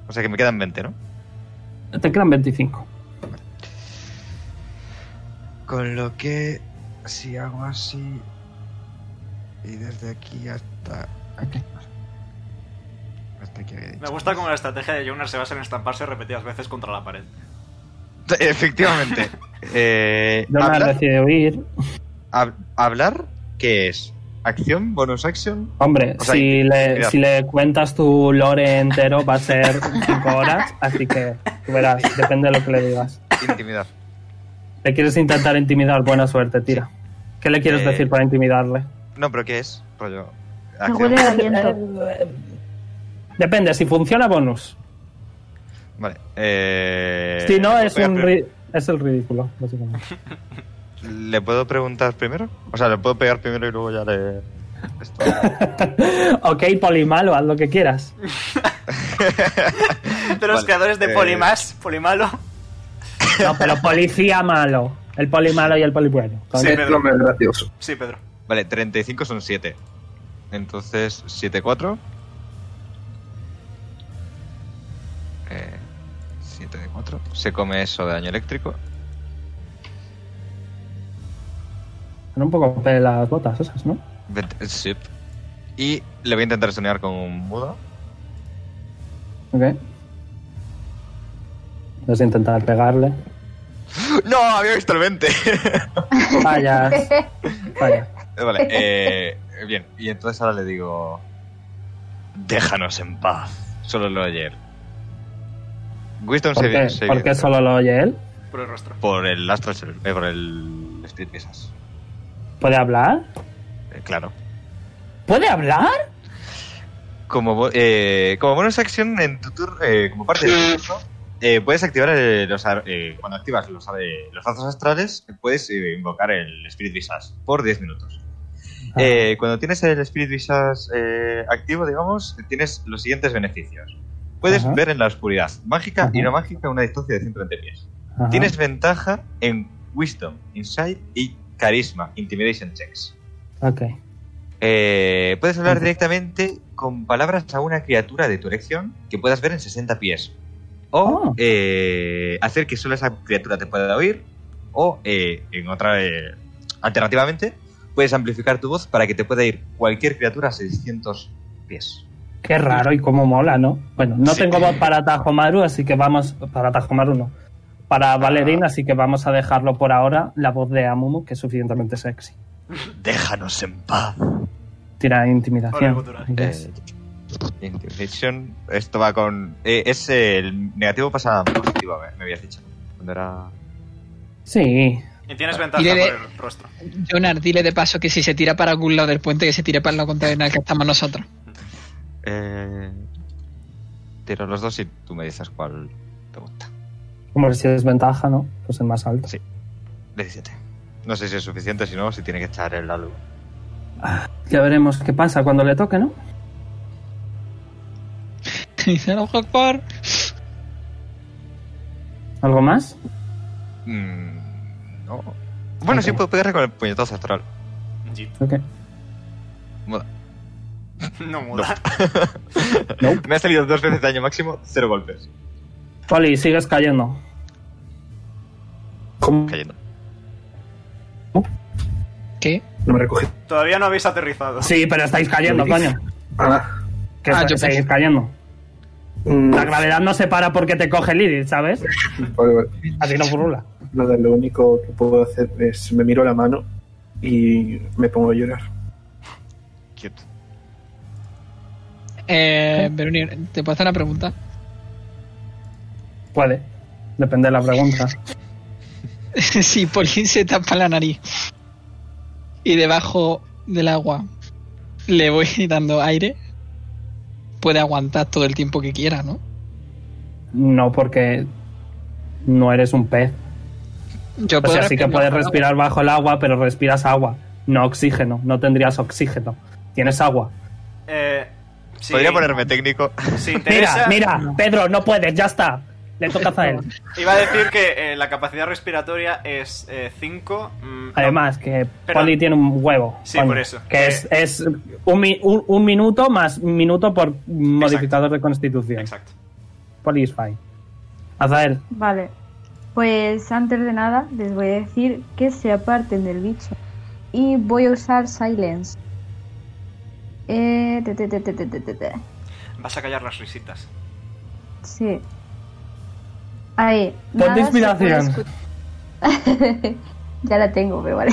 Speaker 1: O sea que me quedan 20, ¿no?
Speaker 3: Te quedan 25.
Speaker 1: Con lo que. Si hago así. Y desde aquí hasta. Aquí. Hasta aquí había dicho.
Speaker 2: Me gusta como la estrategia de Jonas se basa en estamparse repetidas veces contra la pared.
Speaker 1: Efectivamente. Eh,
Speaker 3: Jonas
Speaker 1: hablar-
Speaker 3: decide huir.
Speaker 1: hab- ¿Hablar? ¿Qué es? ¿Acción? ¿Bonus action?
Speaker 3: Hombre,
Speaker 1: O sea,
Speaker 3: si, le,
Speaker 1: mira.
Speaker 3: si le cuentas tu lore entero va a ser 5 horas, así que tú verás, depende de lo que le digas.
Speaker 1: Intimidar.
Speaker 3: ¿Le quieres intentar intimidar? Buena suerte, tira. ¿Qué le quieres
Speaker 1: Eh,
Speaker 3: decir para intimidarle?
Speaker 1: No, pero ¿qué es? Rollo.
Speaker 7: Me Ah,
Speaker 1: Acción.
Speaker 7: huele a viento.
Speaker 3: Depende, si funciona, bonus.
Speaker 1: Vale. Eh,
Speaker 3: si no,
Speaker 1: ¿le
Speaker 3: es,
Speaker 1: puedo
Speaker 3: un
Speaker 1: pegar
Speaker 3: ri- es el ridículo, básicamente.
Speaker 1: prim- ¿Le puedo preguntar primero? O sea, ¿le puedo pegar primero y luego ya le. Esto.
Speaker 3: ok, polimalo, haz lo que quieras.
Speaker 2: De los
Speaker 1: Vale,
Speaker 2: creadores de
Speaker 1: eh,
Speaker 2: Polimas, Polimalo.
Speaker 3: No, pero policía malo. El poli malo y el poli bueno. Con-
Speaker 2: Sí,
Speaker 5: es
Speaker 2: pero-
Speaker 5: lo más gracioso.
Speaker 2: Sí, Pedro.
Speaker 1: Vale, 35 son 7. Entonces, 7, 4. Eh, 7 de 4. Se come eso de daño eléctrico.
Speaker 3: con un poco de las botas esas, ¿no?
Speaker 1: 20, eh, sí. Y le voy a intentar soñar con un mudo.
Speaker 3: Ok. Vas a intentar pegarle.
Speaker 1: ¡No! Había visto el 20.
Speaker 3: Fallas. Fallas.
Speaker 1: vale, eh, bien. Y entonces ahora le digo: Déjanos en paz. Solo lo ayer. Wisdom
Speaker 3: ¿Por qué?
Speaker 1: se, se
Speaker 3: ¿Por qué solo lo oye él?
Speaker 2: Por el rostro.
Speaker 1: por el astro, eh, por el Spirit Visas.
Speaker 3: ¿Puede hablar?
Speaker 1: Eh, claro.
Speaker 3: ¿Puede hablar?
Speaker 1: Como, bo- eh, como bonus acción en tu turno, como parte de tu turno, eh, puedes activar eh, los ar- eh, cuando activas los, eh, los lazos astrales, puedes eh, invocar el Spirit Visas por 10 minutos.
Speaker 3: Ah.
Speaker 1: Eh, cuando tienes el Spirit Visas eh, activo, digamos, tienes los siguientes beneficios. Puedes
Speaker 3: Ajá.
Speaker 1: ver en la oscuridad, mágica y
Speaker 3: Ajá.
Speaker 1: no mágica, a una distancia de 120 pies.
Speaker 3: Ajá.
Speaker 1: Tienes ventaja en Wisdom, Insight y Carisma, Intimidation Checks.
Speaker 3: Ok.
Speaker 1: Eh, puedes hablar
Speaker 3: Ujú.
Speaker 1: directamente con palabras a una criatura de tu elección que puedas ver en 60 pies. O
Speaker 3: Oh.
Speaker 1: eh, hacer que solo esa criatura te pueda oír. O, eh, en otra. eh, alternativamente, puedes amplificar tu voz para que te pueda ir cualquier criatura a 600 pies.
Speaker 3: Qué raro y cómo mola, ¿no? Bueno, no
Speaker 1: Sí.
Speaker 3: tengo voz para Tajomaru, así que vamos. Para Tajomaru no. Para Valerina, así que vamos a dejarlo por ahora. La voz de Amumu, que es suficientemente sexy.
Speaker 1: Déjanos en paz.
Speaker 3: Tira intimidación.
Speaker 2: Hola, cultura.
Speaker 3: I guess.
Speaker 1: Eh, Intimidation. Esto va con. eh, es el negativo pasa a positivo, me, me habías dicho. Cuando era.
Speaker 3: Sí.
Speaker 2: Y tienes ventaja
Speaker 6: Dile de-
Speaker 2: por el rostro.
Speaker 6: Jonar, dile de paso que si se tira para algún lado del puente, que se tire para el lado contrario en el que estamos nosotros.
Speaker 1: Eh, tiro los dos y tú me dices cuál te gusta.
Speaker 3: Como si es ventaja, ¿no? Pues el más alto.
Speaker 1: Sí. 17. No sé si es suficiente, si no, si tiene que echar el algo.
Speaker 3: Ya veremos qué pasa cuando le toque, ¿no?
Speaker 6: Dice, "Ojo, por-".
Speaker 3: ¿Algo más?
Speaker 1: Mm, no. Bueno, sí
Speaker 3: Ok.
Speaker 1: puedo pegarle con el puñetazo astral.
Speaker 2: Jit.
Speaker 3: Ok.
Speaker 1: Moda.
Speaker 2: No muda.
Speaker 1: Me ha salido dos veces daño máximo, cero golpes.
Speaker 3: Poli, sigues cayendo.
Speaker 5: ¿Cómo?
Speaker 1: Cayendo.
Speaker 6: ¿Qué?
Speaker 5: No me recogí.
Speaker 2: Todavía no habéis aterrizado.
Speaker 3: Sí, pero estáis cayendo, coño.
Speaker 5: Ah,
Speaker 3: Que
Speaker 6: Ah, yo
Speaker 3: seguís
Speaker 6: pensé-
Speaker 3: cayendo.
Speaker 5: mm,
Speaker 3: La gravedad no se para porque te coge Lilith, ¿sabes?
Speaker 5: vale, vale.
Speaker 3: Así no furula.
Speaker 5: Nada, lo único que puedo hacer es me miro la mano y me pongo a llorar.
Speaker 1: Cute.
Speaker 6: Eh, Veruni, ¿te puedo hacer una pregunta?
Speaker 3: Puede. Depende de la pregunta.
Speaker 6: si Polín se tapa la nariz y debajo del agua le voy dando aire, puede aguantar todo el tiempo que quiera, ¿no?
Speaker 3: No porque no eres un pez.
Speaker 6: Yo
Speaker 3: O sea, sí que puedes
Speaker 6: bajo el
Speaker 3: respirar bajo el agua, pero respiras agua, no oxígeno. No tendrías oxígeno. Tienes agua.
Speaker 2: Eh, si-
Speaker 1: Podría ponerme técnico.
Speaker 2: Si
Speaker 3: Mira,
Speaker 2: interesa,
Speaker 3: mira, Pedro, no puedes, ya está. Le toca a Zael.
Speaker 2: Iba a decir que eh, la capacidad respiratoria es eh, mm, 5.
Speaker 3: Además, que
Speaker 2: Pero-
Speaker 3: Poli tiene un huevo.
Speaker 2: Sí,
Speaker 3: coño,
Speaker 2: por eso.
Speaker 3: Que es, es un, mi- un- un minuto más un minuto por modificador de constitución.
Speaker 2: exacto.
Speaker 3: Poli is fine. Azael,
Speaker 4: Vale. Pues antes de nada, les voy a decir que se aparten del bicho. Y voy a usar Silence. Eh, te, te, te, te, te, te, te, te.
Speaker 2: Vas a callar las risitas.
Speaker 4: Sí. Ahí.
Speaker 3: Ponte
Speaker 4: nada se
Speaker 3: inspiración.
Speaker 4: puede escu- ya la tengo, pero vale.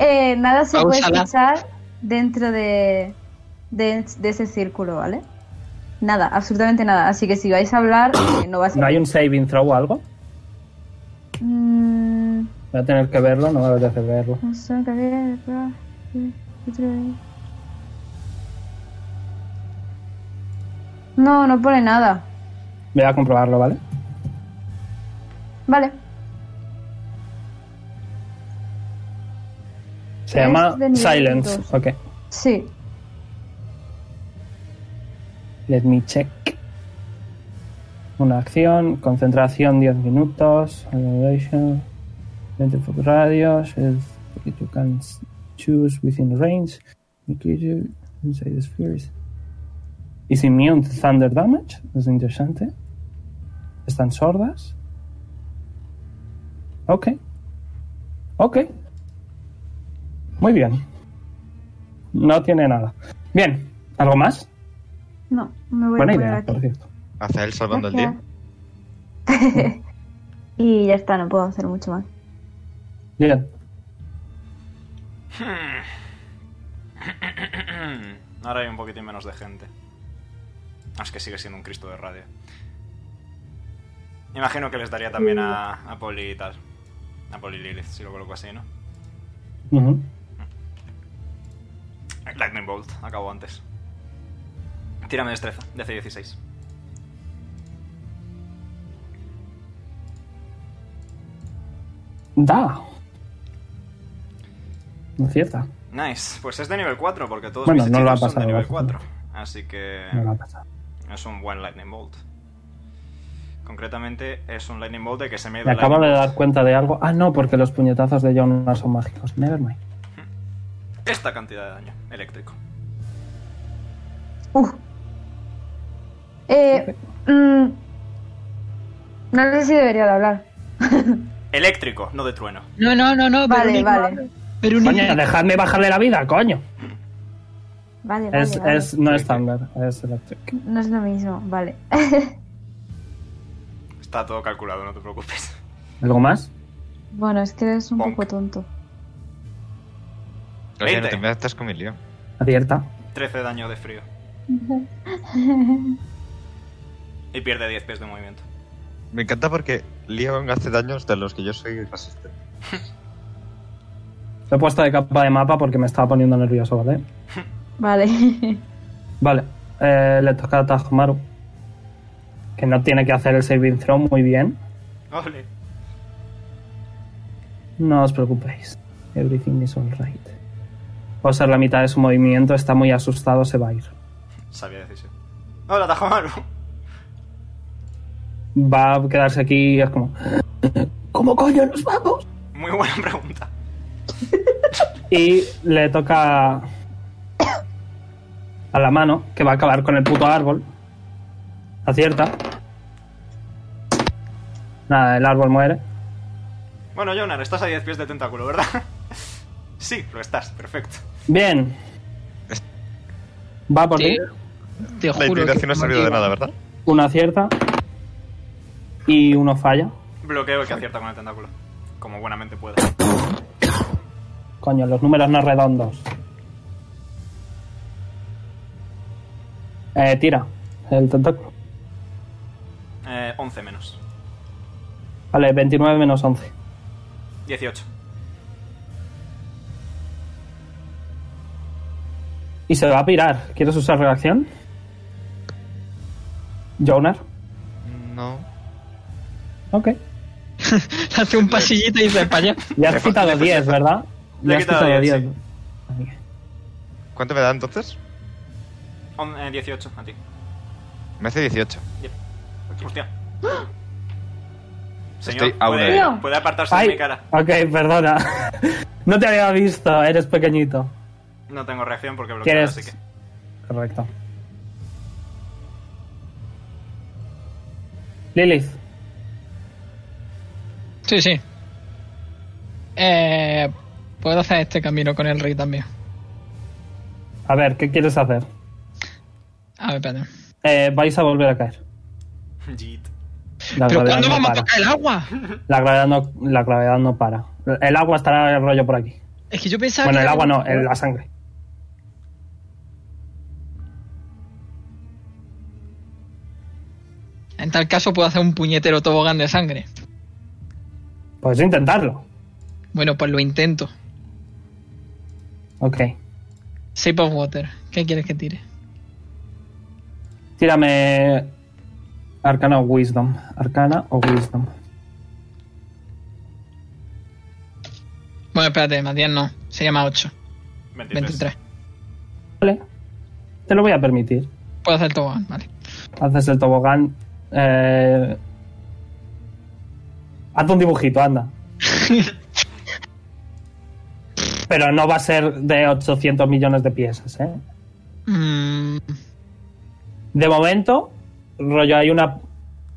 Speaker 4: Eh, nada se puede
Speaker 6: Páusala.
Speaker 4: escuchar dentro de, de, de ese círculo, ¿vale? Nada, absolutamente nada. Así que si vais a hablar, eh, no va a ser.
Speaker 3: ¿no hay un saving throw o algo?
Speaker 4: Mm,
Speaker 3: Voy a tener que verlo, no me apetece verlo.
Speaker 4: no sé, qué bien, pero- ah, otra vez. No, no pone nada.
Speaker 3: Voy a comprobarlo, ¿vale?
Speaker 4: Vale.
Speaker 3: Se
Speaker 4: Es
Speaker 3: llama
Speaker 4: de nivel
Speaker 3: Silence.
Speaker 4: dos.
Speaker 3: Ok.
Speaker 4: Sí.
Speaker 3: Let me check. Una acción, concentración 10 minutos, acceleration, 20 foot radius, if you can choose within range, include inside the spheres. Is immune to thunder damage, es interesante. Están sordas. Ok. Ok. Muy bien. No tiene nada. Bien, ¿algo más?
Speaker 4: No, me voy
Speaker 3: Buena
Speaker 4: a poner
Speaker 3: idea,
Speaker 4: aquí.
Speaker 3: por cierto.
Speaker 1: Hace él salvando el día.
Speaker 4: Gracias. y ya está, no puedo hacer mucho más.
Speaker 3: Bien.
Speaker 2: Ahora hay un poquitín menos de gente. Ah, Es que sigue siendo un Cristo de radio. Imagino que les daría también a, a Poli y tal. A Poli Lilith, si lo coloco así, ¿no?
Speaker 3: Ujú.
Speaker 2: Lightning Bolt, acabo antes. Tírame destreza, DC 16.
Speaker 3: Da. No cierta.
Speaker 2: Nice, pues es de nivel 4, porque todos
Speaker 3: Bueno,
Speaker 2: mis
Speaker 3: no lo ha
Speaker 2: hechizos son de
Speaker 3: pasado,
Speaker 2: nivel
Speaker 3: lo ha
Speaker 2: 4. Así que
Speaker 3: No la pasa.
Speaker 2: Ah, es un buen Lightning Bolt. Concretamente es un Lightning Bolt de que se me ha ido
Speaker 3: Me
Speaker 2: el
Speaker 3: acabo de
Speaker 2: Lightning
Speaker 3: dar cuenta de algo. Ah, no, porque los puñetazos de John no son mágicos. Nevermind.
Speaker 2: Bolt. esta cantidad de daño eléctrico.
Speaker 4: Uf. Uh. Eh, mm, no sé si debería de hablar.
Speaker 2: Eléctrico, no de trueno.
Speaker 6: No, no, no, no.
Speaker 4: Vale,
Speaker 6: Verónica,
Speaker 4: vale.
Speaker 6: Verónica.
Speaker 3: Coño, dejadme bajarle la vida, coño.
Speaker 4: Vale, vale,
Speaker 3: Es,
Speaker 4: vale.
Speaker 3: es, no es Thunder, es Electric.
Speaker 4: No es lo mismo, vale.
Speaker 2: Está todo calculado, no te preocupes.
Speaker 3: ¿Algo más?
Speaker 4: bueno, es que es un
Speaker 2: Bonk.
Speaker 4: poco tonto.
Speaker 1: Oye, no
Speaker 2: 20.
Speaker 1: te metas con mi lío.
Speaker 3: Abierta.
Speaker 2: 13 daño de frío. Y pierde 10 pies de movimiento.
Speaker 1: Me encanta porque Leon hace daños de los que yo soy resistente.
Speaker 3: Lo he puesto de capa de mapa porque me estaba poniendo nervioso, ¿vale?
Speaker 4: Vale.
Speaker 3: Vale. eh, le toca a Tajomaru. Que no tiene que hacer el saving throw muy bien.
Speaker 2: Ole.
Speaker 3: No os preocupéis. Everything is alright. Va a usar la mitad de su movimiento, está muy asustado, se va a ir.
Speaker 2: Sabía decisión. Hola, Tajomaru.
Speaker 3: Va a quedarse aquí y es como... ¿Cómo coño nos vamos?
Speaker 2: Muy buena pregunta.
Speaker 3: Y le toca a la mano, que va a acabar con el puto árbol. Acierta. Nada, el árbol muere.
Speaker 2: Bueno, Jonar, estás a 10 pies de tentáculo, ¿verdad? Sí, lo estás, perfecto.
Speaker 3: Bien. Va por
Speaker 6: Sí.
Speaker 3: ti.
Speaker 6: Te
Speaker 1: La
Speaker 6: juro. que
Speaker 1: intimidación no ha servido de
Speaker 6: motiva.
Speaker 1: nada, ¿verdad?
Speaker 3: Uno acierta. Y uno falla.
Speaker 2: Bloqueo el que acierta con el tentáculo. Como buenamente puede.
Speaker 3: Coño, los números no redondos. Eh, tira el tentáculo.
Speaker 2: Eh, 11 menos.
Speaker 3: Vale, 29 menos 11.
Speaker 2: 18.
Speaker 3: Y se va a pirar. ¿Quieres usar reacción? Jonar.
Speaker 1: No.
Speaker 3: Ok.
Speaker 6: Hace un pasillito y se para allá.
Speaker 3: Ya has quitado 10, ¿verdad?
Speaker 2: Le he
Speaker 3: Ya has
Speaker 2: quitado
Speaker 3: quitado
Speaker 2: 10,
Speaker 3: 10.
Speaker 1: ¿Cuánto me da entonces?
Speaker 2: On- eh, 18, a ti.
Speaker 1: Me hace 18.
Speaker 2: Hostia. Señor,
Speaker 1: Estoy a una
Speaker 2: puede,
Speaker 1: herida.
Speaker 2: puede apartarse de
Speaker 3: Ay.
Speaker 2: mi cara.
Speaker 3: Ok, perdona. no te había visto, eres pequeñito.
Speaker 2: No tengo reacción porque bloqueada,
Speaker 3: ¿Quieres?
Speaker 2: así que.
Speaker 3: Correcto. Lilith,
Speaker 6: Sí, sí. Eh, puedo hacer este camino con el rey también.
Speaker 3: a ver, ¿qué quieres hacer?
Speaker 6: A ver, espérate.
Speaker 3: Eh, vais a volver a caer.
Speaker 2: Yeet.
Speaker 3: La
Speaker 6: ¿Pero
Speaker 3: gravedad
Speaker 6: cuándo
Speaker 3: no
Speaker 6: vamos a
Speaker 3: para.
Speaker 6: tocar el agua?
Speaker 3: La gravedad no, la gravedad no para. El agua estará el rollo por aquí.
Speaker 6: Es que yo pensaba
Speaker 3: Bueno,
Speaker 6: que...
Speaker 3: el agua no, el- la sangre.
Speaker 6: En tal caso puedo hacer un puñetero tobogán de sangre.
Speaker 3: Puedes intentarlo.
Speaker 6: Bueno, pues lo intento.
Speaker 3: Ok.
Speaker 6: Shape of Water. ¿Qué quieres que tire?
Speaker 3: Tírame Arcana o Wisdom. Arcana o Wisdom.
Speaker 6: Bueno, espérate, más 10 no. Se llama 8.
Speaker 2: 23.
Speaker 6: 23.
Speaker 3: Vale. Te lo voy a permitir.
Speaker 6: Puedo hacer el tobogán, vale.
Speaker 3: Haces el tobogán. Eh... Haz un dibujito, anda. Pero no va a ser de 800 millones de piezas, ¿eh?
Speaker 6: Mm,
Speaker 3: De momento, rollo, hay una.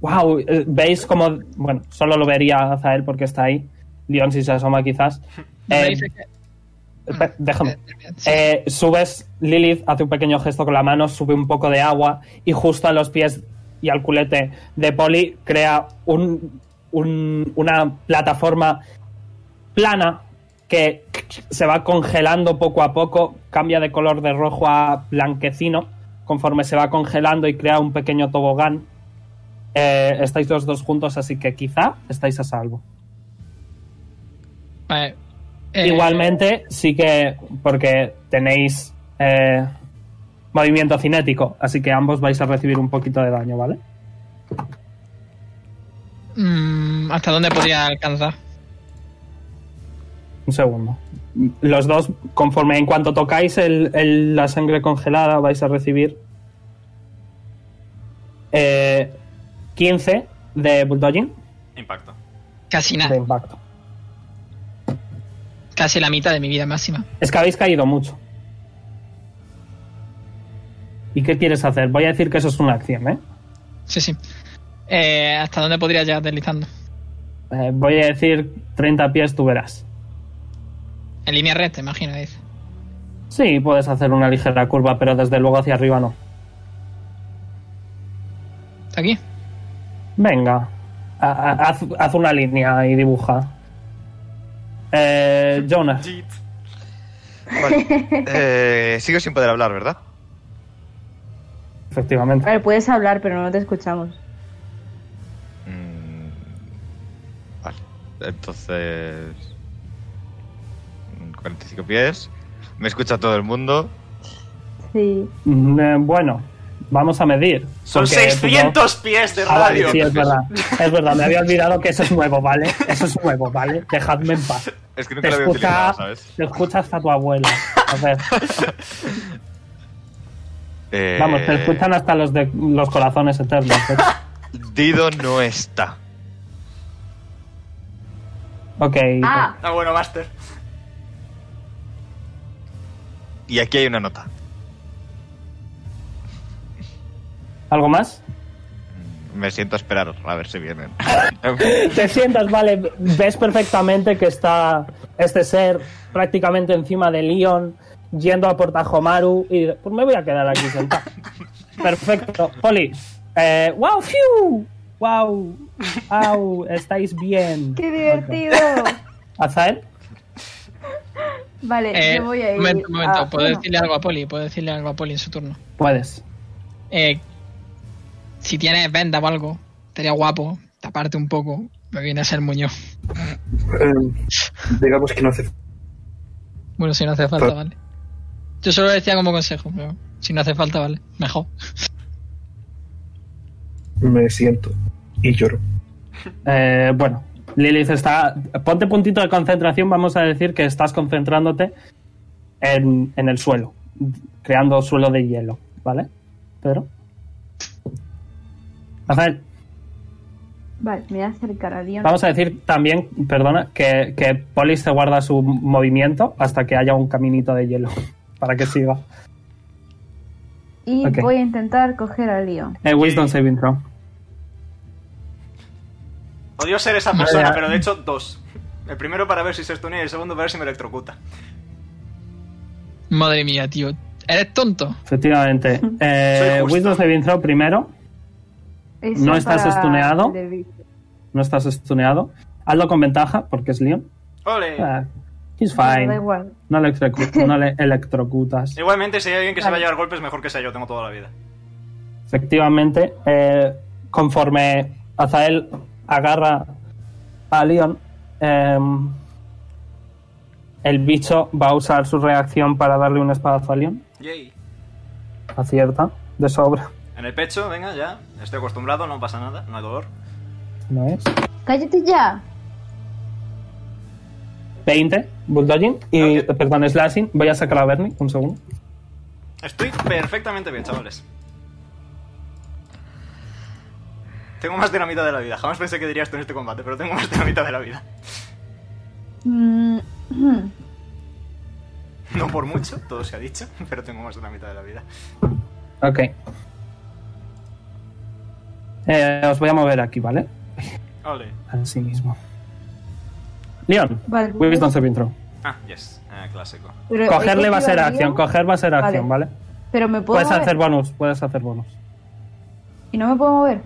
Speaker 3: ¡Wow! eh, ¿Veis cómo.? Bueno, solo lo vería Azael porque está ahí. Leon, si se asoma, quizás.
Speaker 6: me
Speaker 3: Eh,
Speaker 6: dice que-
Speaker 3: pe- déjame.
Speaker 6: Sí.
Speaker 3: Eh, subes, Lilith hace un pequeño gesto con la mano, sube un poco de agua y justo a los pies y al culete de Poli crea un- un- una plataforma plana que se va congelando poco a poco, cambia de color de rojo a blanquecino conforme se va congelando y crea un pequeño tobogán. Eh, estáis los dos juntos, así que quizá estáis a salvo.
Speaker 6: Vale. Eh,
Speaker 3: Igualmente, sí que. Porque tenéis. eh, movimiento cinético. Así que ambos vais a recibir un poquito de daño, ¿vale?
Speaker 6: mm, ¿Hasta dónde podía alcanzar?
Speaker 3: Un segundo. Los dos, conforme en cuanto tocáis el- el- la sangre congelada, vais a recibir. eh, 15 de bulldogging
Speaker 2: Impacto.
Speaker 6: Casi
Speaker 3: de
Speaker 6: nada.
Speaker 3: impacto.
Speaker 6: Casi la mitad de mi vida máxima.
Speaker 3: Es que habéis caído mucho. ¿Y qué quieres hacer? Voy a decir que eso es una acción, ¿eh?
Speaker 6: Sí, sí. Eh, ¿Hasta dónde podría llegar deslizando?
Speaker 3: Eh, voy a decir 30 pies, tú verás.
Speaker 6: En línea recta, imagino, dice.
Speaker 3: Sí, puedes hacer una ligera curva, pero desde luego hacia arriba no.
Speaker 6: ¿Aquí?
Speaker 3: Venga, ha- ha- haz, haz una línea y dibuja. Eh, Jonas,
Speaker 2: Yeet.
Speaker 1: Vale. Eh, sigo sin poder hablar, ¿verdad?
Speaker 3: efectivamente.
Speaker 4: Vale, puedes hablar, pero no te escuchamos.
Speaker 1: Mm, Vale. Entonces. mm, 45 pies. Me escucha todo el mundo.
Speaker 4: Sí.
Speaker 3: Mm, eh, bueno, vamos a medir.
Speaker 2: Son
Speaker 3: porque tú no-
Speaker 2: 600 pies de
Speaker 3: Ah, vale,
Speaker 2: radio.
Speaker 3: sí, es verdad. Es verdad, me había olvidado que eso es nuevo, ¿vale? Eso es nuevo, ¿vale? Dejadme en paz.
Speaker 1: Es que
Speaker 3: Te
Speaker 1: nunca lo había
Speaker 3: escucha,
Speaker 1: utilizado, ¿sabes?
Speaker 3: te escucha hasta tu abuela. A ver,
Speaker 1: Eh,
Speaker 3: vamos, te escuchan hasta los de los corazones eternos. ¿eh?
Speaker 1: Dido no está.
Speaker 3: Ok.
Speaker 4: Ah,
Speaker 2: Ah, bueno, Master.
Speaker 1: Y aquí hay una nota.
Speaker 3: ¿Algo más?
Speaker 1: Me siento a esperar a ver si vienen.
Speaker 3: Te sientas, vale, ves perfectamente que está este ser prácticamente encima de Leon, yendo a Portajomaru y pues me voy a quedar aquí sentado. Perfecto. Poli, eh, wow, fiu, wow, wow, estáis bien.
Speaker 4: qué divertido.
Speaker 3: Ok. Azael,
Speaker 4: Vale,
Speaker 6: Eh,
Speaker 4: yo voy a ir.
Speaker 6: momento, momento.
Speaker 7: Ah,
Speaker 4: a-
Speaker 6: ¿Puedo
Speaker 4: bueno,
Speaker 6: decirle algo a Poli? ¿Puedo decirle algo a Poli en su turno?
Speaker 3: puedes.
Speaker 6: Eh, si tienes venda o algo, estaría guapo taparte un poco. Me viene a ser Muñoz.
Speaker 5: Eh, digamos que no hace
Speaker 6: Bueno, si no hace falta,
Speaker 5: Pero-
Speaker 6: vale. Yo solo lo decía como consejo, pero si no hace falta, vale. Mejor.
Speaker 5: me siento y lloro.
Speaker 3: Eh, bueno, Lilith está. Ponte puntito de concentración, vamos a decir que estás concentrándote en, en el suelo, creando suelo de hielo, ¿vale? Pero. Rafael,
Speaker 7: Vale, me voy a acercar a Leon.
Speaker 3: Vamos a decir también, perdona, que, que Polly se guarda su movimiento hasta que haya un caminito de hielo para que siga.
Speaker 7: Y
Speaker 3: ok.
Speaker 7: voy a intentar coger a Leon.
Speaker 3: Eh, Wisdom Saving Throw.
Speaker 2: Odio ser esa persona,
Speaker 3: Vaya.
Speaker 2: pero de hecho, dos. El primero para ver si se estunea y el segundo para ver si me electrocuta.
Speaker 6: Madre mía, tío. Eres tonto.
Speaker 3: Efectivamente.
Speaker 2: Soy
Speaker 3: Eh,
Speaker 2: justo.
Speaker 3: Wisdom Saving Throw primero.
Speaker 7: Eso
Speaker 3: ¿No estás
Speaker 7: para
Speaker 3: estuneado?
Speaker 7: el de Vic.
Speaker 3: No estás estuneado. Hazlo con ventaja porque es Leon.
Speaker 2: ¡Ole!
Speaker 3: Ah, he's
Speaker 7: Bueno, Da
Speaker 3: fine.
Speaker 7: igual.
Speaker 3: No le, electrocu- no le electrocutas.
Speaker 2: Igualmente, si hay alguien que se va a
Speaker 7: Vale.
Speaker 2: llevar golpes, mejor que sea yo, tengo toda la vida.
Speaker 3: Efectivamente, eh, conforme Azael agarra a Leon, em, el bicho va a usar su reacción para darle un espadazo a Leon.
Speaker 2: Yay.
Speaker 3: Acierta, de sobra.
Speaker 2: En el pecho, venga, ya. Estoy acostumbrado, no pasa nada, no hay dolor.
Speaker 3: No es.
Speaker 4: ¡Cállate ya!
Speaker 3: 20, bulldogging, y,
Speaker 2: Ok.
Speaker 3: perdón, slashing. Voy a sacar a Bernie, un segundo.
Speaker 2: Estoy perfectamente bien, chavales. Tengo más de la mitad de la vida. Jamás pensé que diría esto en este combate, pero tengo más de la mitad de la vida.
Speaker 4: Mm,
Speaker 7: hmm,
Speaker 2: No por mucho, todo se ha dicho, pero tengo más de la mitad de la vida.
Speaker 3: Ok. Eh, os voy a mover aquí, ¿vale?
Speaker 2: Ole.
Speaker 3: Así mismo. Leon,
Speaker 7: Vale,
Speaker 3: Wisdom Saving Throw.
Speaker 2: Ah, yes. Ah, clásico.
Speaker 7: pero he
Speaker 3: Cogerle va a ser
Speaker 7: cogido
Speaker 3: acción,
Speaker 7: Leon,
Speaker 3: coger va a ser acción, ¿vale?
Speaker 7: Pero me puedo
Speaker 3: Puedes
Speaker 7: mover.
Speaker 3: hacer bonus, puedes hacer bonus.
Speaker 7: Y no me puedo mover.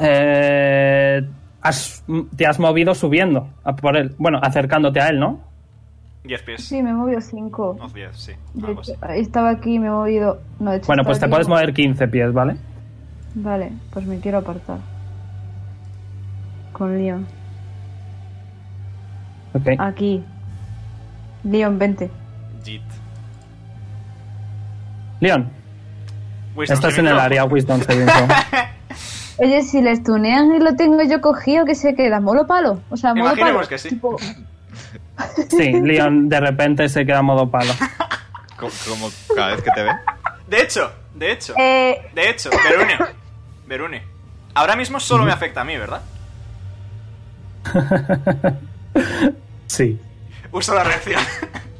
Speaker 3: Eh, has- te has movido subiendo a por él. Bueno, acercándote a él, ¿no?
Speaker 2: 10 pies.
Speaker 7: Sí, me he movido 5.
Speaker 2: O 10, sí.
Speaker 7: De
Speaker 2: Algo así.
Speaker 7: hecho, estaba aquí y me he movido. No, de hecho,
Speaker 3: Bueno,
Speaker 7: estaba
Speaker 3: pues te
Speaker 7: aquí.
Speaker 3: puedes mover 15 pies, ¿vale?
Speaker 7: Vale, pues me quiero apartar. Con Leon.
Speaker 3: Ok.
Speaker 7: Aquí. Leon, vente.
Speaker 2: Jeet.
Speaker 3: Leon,
Speaker 2: Wisdom
Speaker 3: estás en
Speaker 2: saving
Speaker 3: el
Speaker 2: throw.
Speaker 3: área Wisdom saving throw.
Speaker 7: Oye, si les tunean y lo tengo yo cogido, que se queda? ¿Molo palo? O sea, molo
Speaker 2: Imaginemos
Speaker 7: palo.
Speaker 2: que sí.
Speaker 7: Tipo,
Speaker 3: Sí, Leon de repente se queda modo palo.
Speaker 1: Co- Como cada vez que te ve.
Speaker 2: De hecho, de hecho,
Speaker 7: eh,
Speaker 2: de hecho, Verune. Verune. Ahora mismo solo me afecta a mí, ¿verdad?
Speaker 3: Sí.
Speaker 2: Uso la reacción.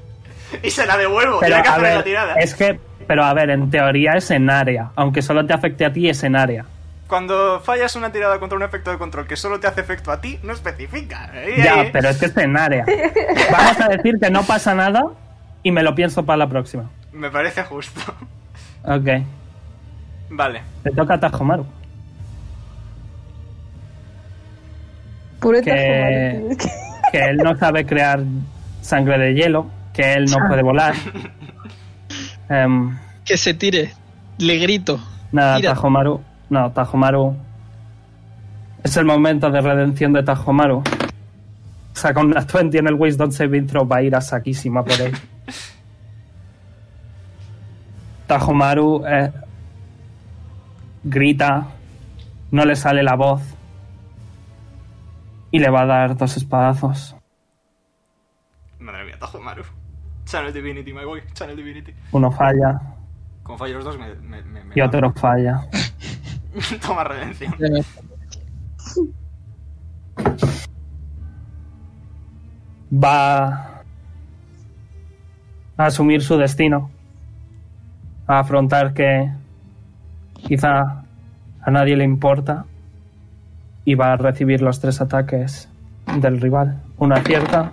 Speaker 2: y se la devuelvo.
Speaker 3: Pero
Speaker 2: Tiene que
Speaker 3: a
Speaker 2: hacer la
Speaker 3: ver,
Speaker 2: tirada.
Speaker 3: es que, pero a ver, en teoría es en área. Aunque solo te afecte a ti, es en área.
Speaker 2: Cuando fallas una tirada contra un efecto de control que solo te hace efecto a ti, no especifica. Ahí,
Speaker 3: Ya,
Speaker 2: ahí.
Speaker 3: pero es que es en área. Vamos a decir que no pasa nada y me lo pienso para la próxima.
Speaker 2: Me parece justo.
Speaker 3: Ok.
Speaker 2: Vale.
Speaker 3: Te toca a Tajomaru.
Speaker 7: puro
Speaker 3: Que-
Speaker 7: tajo, vale.
Speaker 3: Que él no sabe crear sangre de hielo. Que él no puede volar. Em,
Speaker 6: Que se tire. Le grito.
Speaker 3: nada,
Speaker 6: Mira.
Speaker 3: Tajomaru. No, Tajomaru. Es el momento de redención de Tajomaru. Saca una 20 en el Wisdom Saving Throw. Va a ir a saquísima por él. Tajomaru eh, grita. No le sale la voz. Y le va a dar dos espadazos.
Speaker 2: Madre mía, Tajo Maru. Channel Divinity, my boy. Channel Divinity.
Speaker 3: Uno falla
Speaker 2: Como fallo los dos, me. me, me, me
Speaker 3: y
Speaker 2: da-
Speaker 3: otro falla.
Speaker 2: Toma redención.
Speaker 3: Va a asumir su destino. A afrontar que quizá a nadie le importa. Y va a recibir los tres ataques del rival. Una acierta,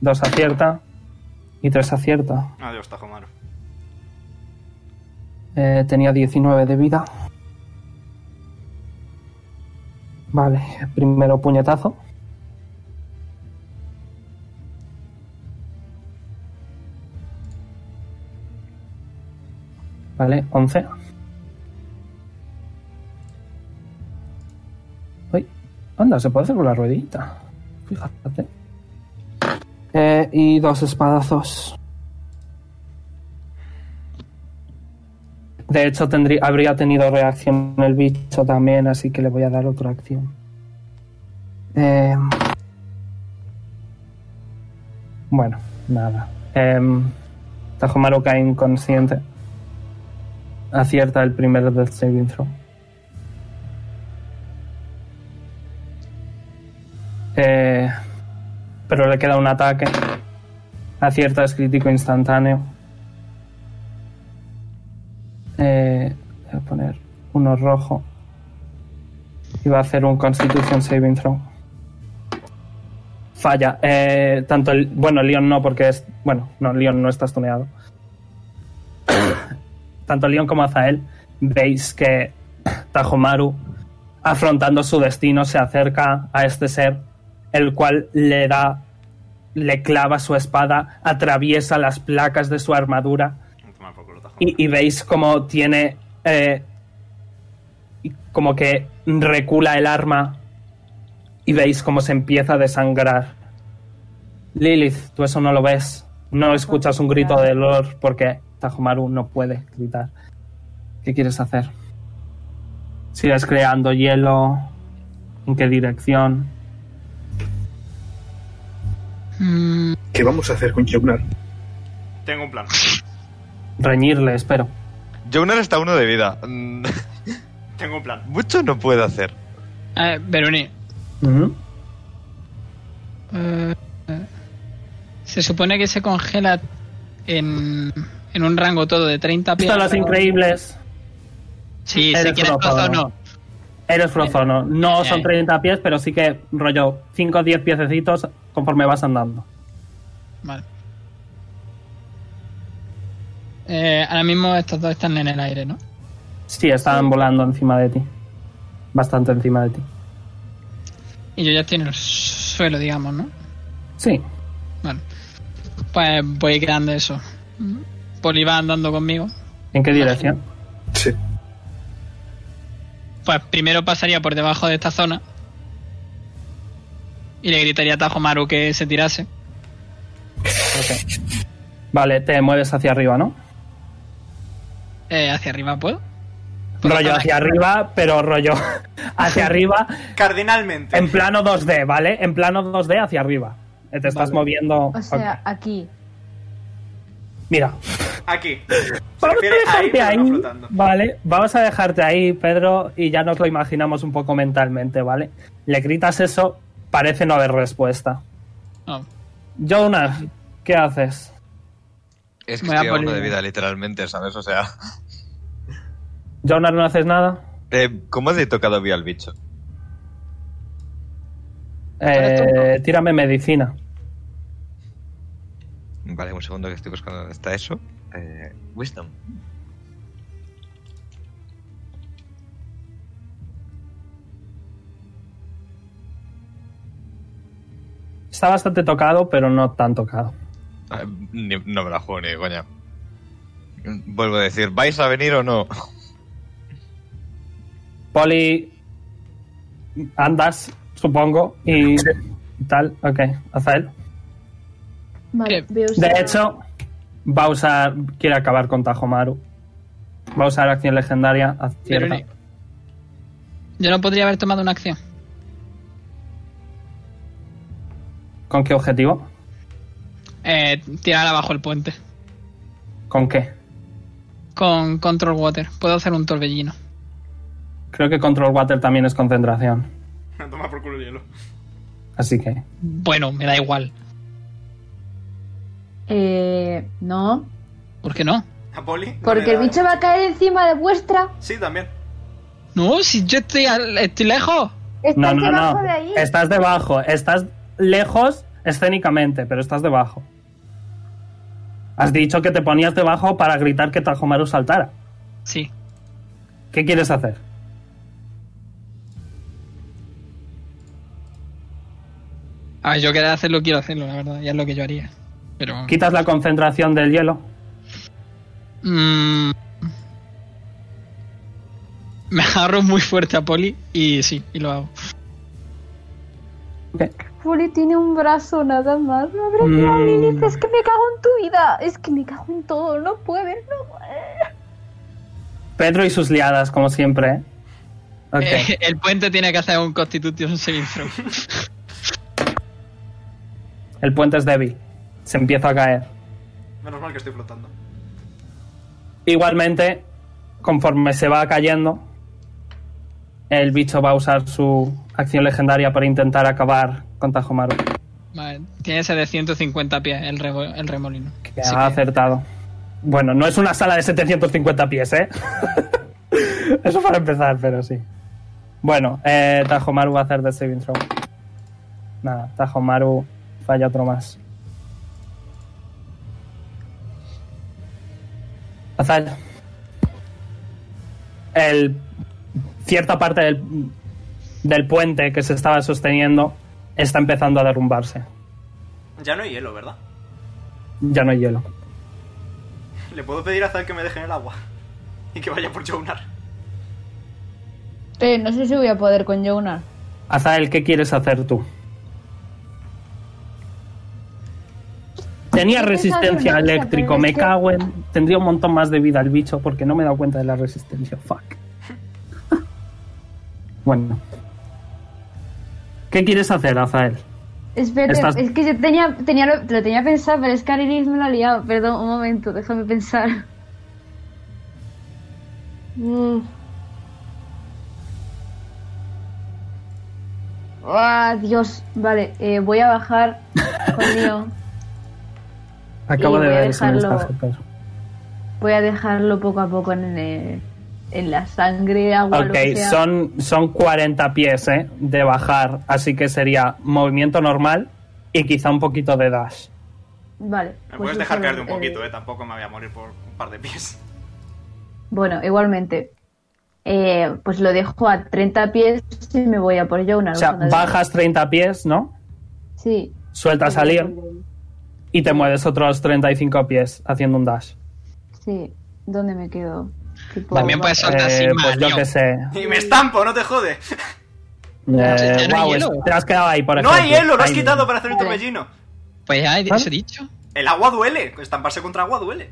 Speaker 3: dos acierta y tres acierta.
Speaker 2: Adiós, Tajo Maru.
Speaker 3: Eh, tenía 19 de vida. Vale, primero puñetazo. Vale, 11. Uy, anda, se puede hacer con la ruedita. Fíjate. Eh, y dos espadazos. De hecho, tendría, habría tenido reacción el bicho también, así que le voy a dar otra acción. Eh, bueno, nada. Eh, Tajomaru cae inconsciente. Acierta el primer Death Saving Throw. Eh, pero le queda un ataque. Acierta, es crítico instantáneo. Eh, voy a poner uno rojo. Y va a hacer un Constitution Saving Throw. Falla. Eh, tanto el, bueno, Leon no, porque es. Bueno, no, Leon no está stuneado. tanto Leon como Azael veis que Tajomaru, afrontando su destino, se acerca a este ser, el cual le da, le clava su espada, atraviesa las placas de su armadura
Speaker 2: Toma por culo, Tajo.
Speaker 3: y, y veis como tiene, eh, y como que recula el arma y veis cómo se empieza a desangrar. Lilith, tú eso no lo ves. No escuchas un grito de dolor porque Tajomaru no puede gritar. ¿Qué quieres hacer? ¿Sigues creando hielo? ¿En qué dirección?
Speaker 6: Mm,
Speaker 5: ¿Qué vamos a hacer con Jugnar?
Speaker 2: Tengo un plan.
Speaker 3: Reñirle, espero.
Speaker 1: Jonar está a uno de vida. Mm,
Speaker 2: Tengo un plan.
Speaker 1: Mucho no puede hacer.
Speaker 6: eh, Veroni,
Speaker 3: Ujú.
Speaker 6: eh, se supone que se congela en, en un rango todo de 30 pies.
Speaker 3: Visto los increíbles.
Speaker 6: Sí,
Speaker 3: Eres
Speaker 6: si quieres trozo o
Speaker 3: prófago.
Speaker 6: no.
Speaker 3: Eres frozono. No
Speaker 6: Eh.
Speaker 3: son 30 pies, pero sí que rollo 5 o 10 piececitos conforme vas andando.
Speaker 6: Vale. Eh, ahora mismo estos dos están en el aire, ¿no?
Speaker 3: Sí, estaban volando encima de ti. Bastante encima de ti.
Speaker 6: Y yo ya estoy en el suelo, digamos, ¿no?
Speaker 3: Sí.
Speaker 6: Vale. Pues voy creando eso. Poli va andando conmigo.
Speaker 3: ¿En qué dirección?
Speaker 5: Sí.
Speaker 6: Pues primero pasaría por debajo de esta zona. Y le gritaría a Tajo Maru que se tirase.
Speaker 3: Vale, te mueves hacia arriba, ¿no?
Speaker 6: Eh, hacia arriba, ¿puedo? Porque
Speaker 3: Rollo
Speaker 6: están
Speaker 3: hacia
Speaker 6: aquí.
Speaker 3: arriba, pero rollo hacia arriba
Speaker 2: Cardinalmente.
Speaker 3: en plano 2D, ¿vale? En plano 2D hacia arriba. Eh, Te estás moviendo.
Speaker 7: O sea, aquí.
Speaker 3: Ok, Mira,
Speaker 2: Aquí. Se
Speaker 3: Vamos
Speaker 2: refiere
Speaker 3: a dejarte
Speaker 2: ahí, pero
Speaker 3: ahí.
Speaker 2: no flotando.
Speaker 3: vale, vamos a dejarte ahí, Pedro, y ya nos lo imaginamos un poco mentalmente, ¿vale? Le gritas eso, parece no haber respuesta.
Speaker 6: No.
Speaker 3: Jonas, ¿qué haces?
Speaker 1: Es que
Speaker 6: Voy a
Speaker 1: estoy a uno
Speaker 6: poner-
Speaker 1: de vida, literalmente, ¿sabes? O sea,
Speaker 3: Jonas, ¿no haces nada?
Speaker 1: eh, ¿cómo he tocado vía al bicho?
Speaker 3: Eh, tírame medicina.
Speaker 1: Vale, un segundo que estoy buscando dónde está eso. Eh, wisdom.
Speaker 3: Está bastante tocado, pero no tan tocado.
Speaker 1: Ah, ni- no me la juego ni de coña. Vuelvo a decir, ¿vais a venir o no?
Speaker 3: Poli, andas, supongo, y y tal. Ok, Azael.
Speaker 4: Vale,
Speaker 6: Mire,
Speaker 4: veo si
Speaker 3: De
Speaker 4: la-
Speaker 3: hecho, va a usar. Quiere acabar con Tajomaru. Va a usar acción legendaria.
Speaker 6: Pero
Speaker 3: Acierta.
Speaker 6: ni- Yo no podría haber tomado una acción.
Speaker 3: ¿Con qué objetivo?
Speaker 6: Eh, tirar abajo el puente.
Speaker 3: ¿Con qué?
Speaker 6: Con Control Water. Puedo hacer un torbellino.
Speaker 3: Creo que Control Water también es concentración.
Speaker 2: Toma por culo el hielo.
Speaker 3: Así que.
Speaker 6: Bueno, me da igual.
Speaker 7: Eh, no.
Speaker 6: ¿Por qué no?
Speaker 2: ¿A Poli? No me
Speaker 7: Porque el
Speaker 2: da-
Speaker 7: bicho va a caer encima de vuestra.
Speaker 2: Sí, también.
Speaker 6: No, si yo estoy, al- estoy lejos.
Speaker 3: No,
Speaker 7: Estás
Speaker 3: no,
Speaker 7: debajo
Speaker 3: no.
Speaker 7: de ahí.
Speaker 3: Estás debajo. Estás lejos escénicamente, pero estás debajo. Has dicho que te ponías debajo para gritar que Tajomaru saltara.
Speaker 6: Sí.
Speaker 3: ¿Qué quieres hacer?
Speaker 6: A ver, yo quería hacerlo, quiero hacerlo, la verdad. Ya es lo que yo haría. Pero.
Speaker 3: ¿Quitas la concentración del hielo?
Speaker 6: Mm. me agarro muy fuerte a Poli y sí, y lo hago.
Speaker 7: Poli tiene un brazo nada más. No habrá
Speaker 3: Mm.
Speaker 7: quedado Lilith. Es que me cago en tu vida. Es que me cago en todo. No puedes, no
Speaker 3: Pedro y sus liadas, como siempre. ¿eh? Ok.
Speaker 6: Eh, el puente tiene que hacer un Constitution Saving Throw.
Speaker 3: El puente es débil. Se empieza a caer.
Speaker 2: Menos mal que estoy flotando.
Speaker 3: Igualmente, conforme se va cayendo, El bicho va a usar su acción legendaria para intentar acabar con Tajomaru.
Speaker 6: Vale, tiene ese de 150 pies el, remo- el remolino.
Speaker 3: Que
Speaker 6: Así
Speaker 3: ha
Speaker 6: que-
Speaker 3: acertado. Bueno, no es una sala de 750 pies, ¿eh? Eso para empezar, pero sí. Bueno, eh, Tajomaru va a hacer de saving throw. Nada, Tajomaru falla otro más. Azal. El, cierta parte del, del puente que se estaba sosteniendo está empezando a derrumbarse.
Speaker 2: Ya no hay hielo, ¿verdad?
Speaker 3: Ya no hay hielo.
Speaker 2: Le puedo pedir a Zal que me deje en el agua. Y que vaya por Jonar.
Speaker 4: Eh, no sé si voy a poder con Jonar.
Speaker 3: Azael, ¿qué quieres hacer tú? Tenía
Speaker 4: He pensado
Speaker 3: resistencia
Speaker 4: en una cosa,
Speaker 3: eléctrico,
Speaker 4: pero
Speaker 3: me
Speaker 4: pues, es que-
Speaker 3: cago en. Tendría un montón más de vida el bicho porque no me he dado cuenta de la resistencia. Fuck. Bueno. ¿Qué quieres hacer, Azael?
Speaker 4: Espérate,
Speaker 3: Estás-
Speaker 4: es que yo tenía, tenía lo, lo tenía pensado, pero es que Ariris me lo ha liado. Perdón, un momento, déjame pensar. Mm. Ah, Dios, vale, eh, voy a bajar con Leon.
Speaker 3: Acabo
Speaker 4: Y
Speaker 3: de
Speaker 4: voy a
Speaker 3: ver ese
Speaker 4: dejarlo-
Speaker 3: mensaje, pero-
Speaker 4: Voy a dejarlo poco a poco en, eh, en la sangre, agua, lo que
Speaker 3: Ok,
Speaker 4: sea.
Speaker 3: son, son 40 pies ¿eh? de bajar, así que sería movimiento normal y quizá un poquito de dash.
Speaker 4: Vale.
Speaker 2: Me
Speaker 4: pues
Speaker 2: puedes
Speaker 4: yo
Speaker 2: dejar
Speaker 4: solo,
Speaker 2: caerte un poquito,
Speaker 4: eh,
Speaker 2: eh. Tampoco me voy a morir por un par de pies.
Speaker 4: Bueno, igualmente. Eh, pues lo dejo a 30 pies y me voy a por Jonar.
Speaker 3: O sea,
Speaker 4: usando el-
Speaker 3: bajas 30 pies, ¿no?
Speaker 4: Sí.
Speaker 3: Sueltas a Leon y te mueves otros 35 pies haciendo un dash.
Speaker 4: Sí, ¿dónde me quedo? Tipo,
Speaker 6: También puedes soltar
Speaker 3: Eh,
Speaker 6: sin
Speaker 3: pues yo
Speaker 6: mano.
Speaker 3: que sé.
Speaker 2: Y me estampo, no te jode.
Speaker 6: si
Speaker 3: Eh,
Speaker 6: ya no hay
Speaker 3: wow,
Speaker 6: hielo.
Speaker 3: es- te has quedado ahí, por
Speaker 2: No
Speaker 3: ejemplo.
Speaker 2: hay hielo, lo has
Speaker 3: Ahí.
Speaker 2: quitado para hacer el
Speaker 4: Vale.
Speaker 2: torbellino.
Speaker 6: Pues ya he
Speaker 3: ¿Vale?
Speaker 6: eso he dicho.
Speaker 2: El agua duele. Estamparse contra agua duele.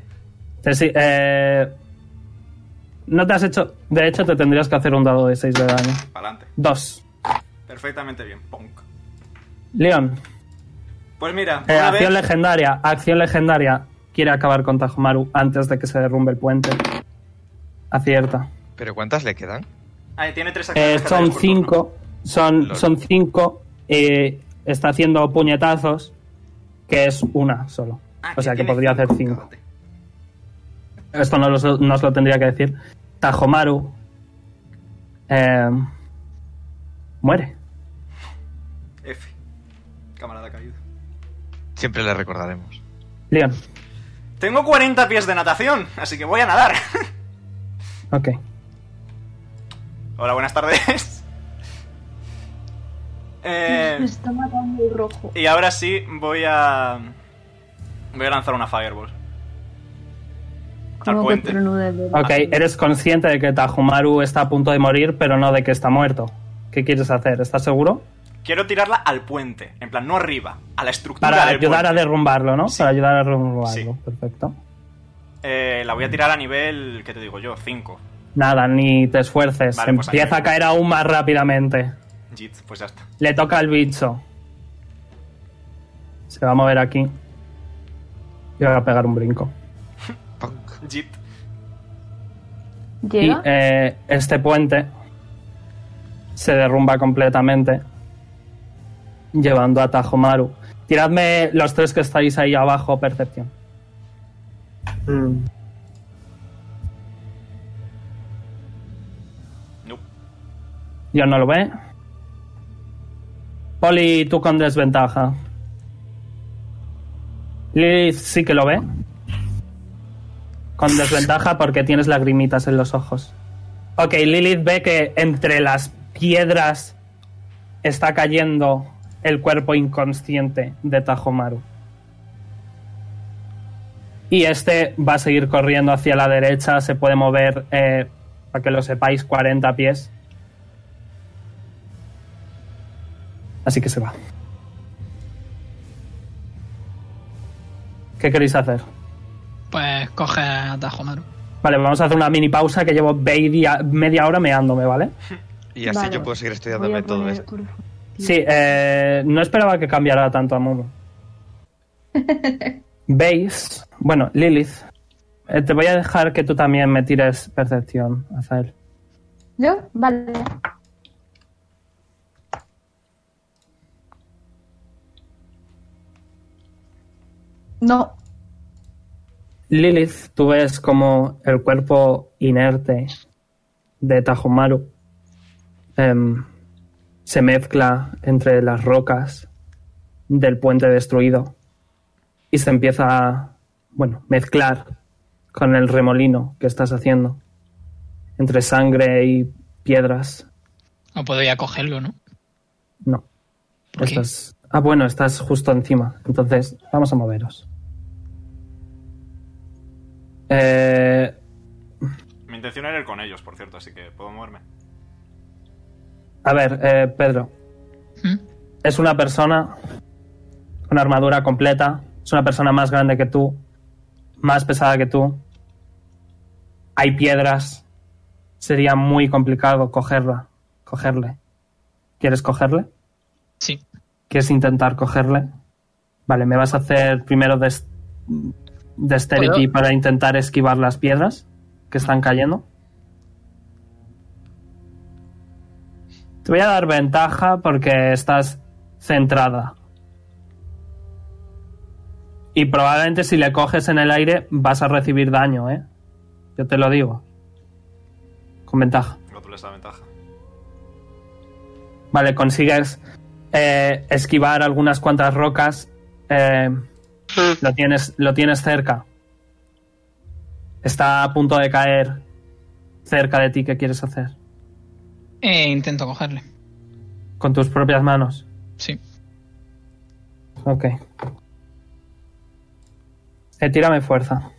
Speaker 3: Te si- eh, no te has hecho. De hecho, te tendrías que hacer un dado de 6 de daño.
Speaker 2: Para adelante.
Speaker 3: 2.
Speaker 2: Perfectamente bien. Punk.
Speaker 3: Leon,
Speaker 2: Pues mira,
Speaker 3: eh,
Speaker 2: una vez.
Speaker 3: acción legendaria. Acción legendaria. Quiere acabar con Tajomaru antes de que se derrumbe el puente. Acierta.
Speaker 1: ¿Pero cuántas le quedan?
Speaker 2: Ah, tiene
Speaker 3: Eh,
Speaker 2: tres
Speaker 3: son
Speaker 2: acciones. legendarias por turno.
Speaker 3: cinco. Son,
Speaker 1: Lol.
Speaker 3: son cinco. eh, está haciendo puñetazos, que es una solo.
Speaker 2: Ah,
Speaker 3: O sea que
Speaker 2: tiene
Speaker 3: podría hacer cinco.
Speaker 2: Cágate.
Speaker 3: Esto no los- no os lo tendría que decir. Tajomaru. eh, muere.
Speaker 2: F. Camarada caído.
Speaker 1: Siempre le recordaremos.
Speaker 3: Leon.
Speaker 2: Tengo 40 pies de natación, así que voy a nadar.
Speaker 3: Ok.
Speaker 2: Hola, buenas tardes. Eh,
Speaker 1: Eh,
Speaker 9: Me está matando el rojo.
Speaker 2: y ahora sí voy a. Voy a lanzar una Fireball. Al
Speaker 9: Como que
Speaker 2: puente.
Speaker 9: tronuda de
Speaker 3: Ok,
Speaker 2: Ah.
Speaker 3: eres consciente de que Tajomaru está a punto de morir, pero no de que está muerto. ¿Qué quieres hacer? ¿Estás seguro?
Speaker 2: Quiero tirarla al puente. En plan, no arriba, a la estructura
Speaker 3: Para
Speaker 2: del
Speaker 3: ayudar a
Speaker 2: puente.
Speaker 3: derrumbarlo, ¿no?
Speaker 2: Sí.
Speaker 3: Para ayudar a derrumbarlo.
Speaker 2: Sí.
Speaker 3: Perfecto.
Speaker 2: Eh, la voy a tirar a nivel. ¿Qué te digo yo? 5.
Speaker 3: Nada, ni te esfuerces.
Speaker 2: Vale, pues
Speaker 3: Empieza
Speaker 2: ahí.
Speaker 3: a caer aún más rápidamente.
Speaker 2: Jit, pues ya está.
Speaker 3: Le toca al bicho. Se va a mover aquí. Y va a pegar un brinco.
Speaker 1: Punk.
Speaker 2: Jit.
Speaker 4: ¿Llega?
Speaker 3: Y eh, este puente se derrumba completamente, llevando a Tajomaru. Tiradme los tres que estáis ahí abajo, percepción.
Speaker 10: Mm,
Speaker 2: Nope.
Speaker 3: Yo no lo ve. Poli, tú con desventaja. Lilith sí que lo ve. Con desventaja porque tienes lagrimitas en los ojos. Ok, Lilith ve que entre las piedras está cayendo el cuerpo inconsciente de Tajomaru. Y este va a seguir corriendo hacia la derecha, se puede mover, eh, para que lo sepáis, 40 pies. Así que se va. ¿Qué queréis hacer?
Speaker 6: Pues coge a Tajomaru.
Speaker 3: Vale, vamos a hacer una mini pausa que llevo veidia- media hora meándome, ¿vale?
Speaker 1: Y así
Speaker 9: Vale.
Speaker 1: yo puedo seguir
Speaker 9: Voy a
Speaker 1: estudiándome todo
Speaker 9: poner
Speaker 1: esto.
Speaker 9: por-
Speaker 3: Sí, eh, no esperaba que cambiara tanto a Momo. ¿Veis? Bueno, Lilith, eh, te voy a dejar que tú también me tires percepción, Azael.
Speaker 4: ¿Yo? Vale.
Speaker 7: No.
Speaker 3: Lilith, tú ves como el cuerpo inerte de Tajomaru em, se mezcla entre las rocas del puente destruido y se empieza a, bueno, mezclar con el remolino que estás haciendo entre sangre y piedras.
Speaker 6: No podría cogerlo, ¿no?
Speaker 3: No.
Speaker 6: ¿Por qué?
Speaker 3: Estás- ah, bueno, estás justo encima. Entonces, vamos a moveros. Eh,
Speaker 2: Mi intención era ir con ellos, por cierto, así que puedo moverme.
Speaker 3: a ver, eh, Pedro.
Speaker 6: ¿Mm?
Speaker 3: Es una persona con armadura completa. Es una persona más grande que tú. Más pesada que tú. Hay piedras. Sería muy complicado cogerla. Cogerle. ¿Quieres cogerle?
Speaker 6: Sí.
Speaker 3: ¿Quieres intentar cogerle? Vale, ¿me vas a hacer primero des- Dexterity
Speaker 6: ¿Puedo?
Speaker 3: para intentar esquivar las piedras que están cayendo? Te voy a dar ventaja porque estás centrada. Y probablemente si le coges en el aire vas a recibir daño, ¿eh? Yo te lo digo. Con ventaja.
Speaker 2: Rótules la ventaja.
Speaker 3: Vale, consigues eh, esquivar algunas cuantas rocas. eh, lo, tienes, lo tienes cerca. Está a punto de caer cerca de ti. ¿Qué quieres hacer?
Speaker 6: Eh, intento cogerle.
Speaker 3: Con tus propias manos.
Speaker 6: Sí.
Speaker 3: Ok. Eh, tírame fuerza.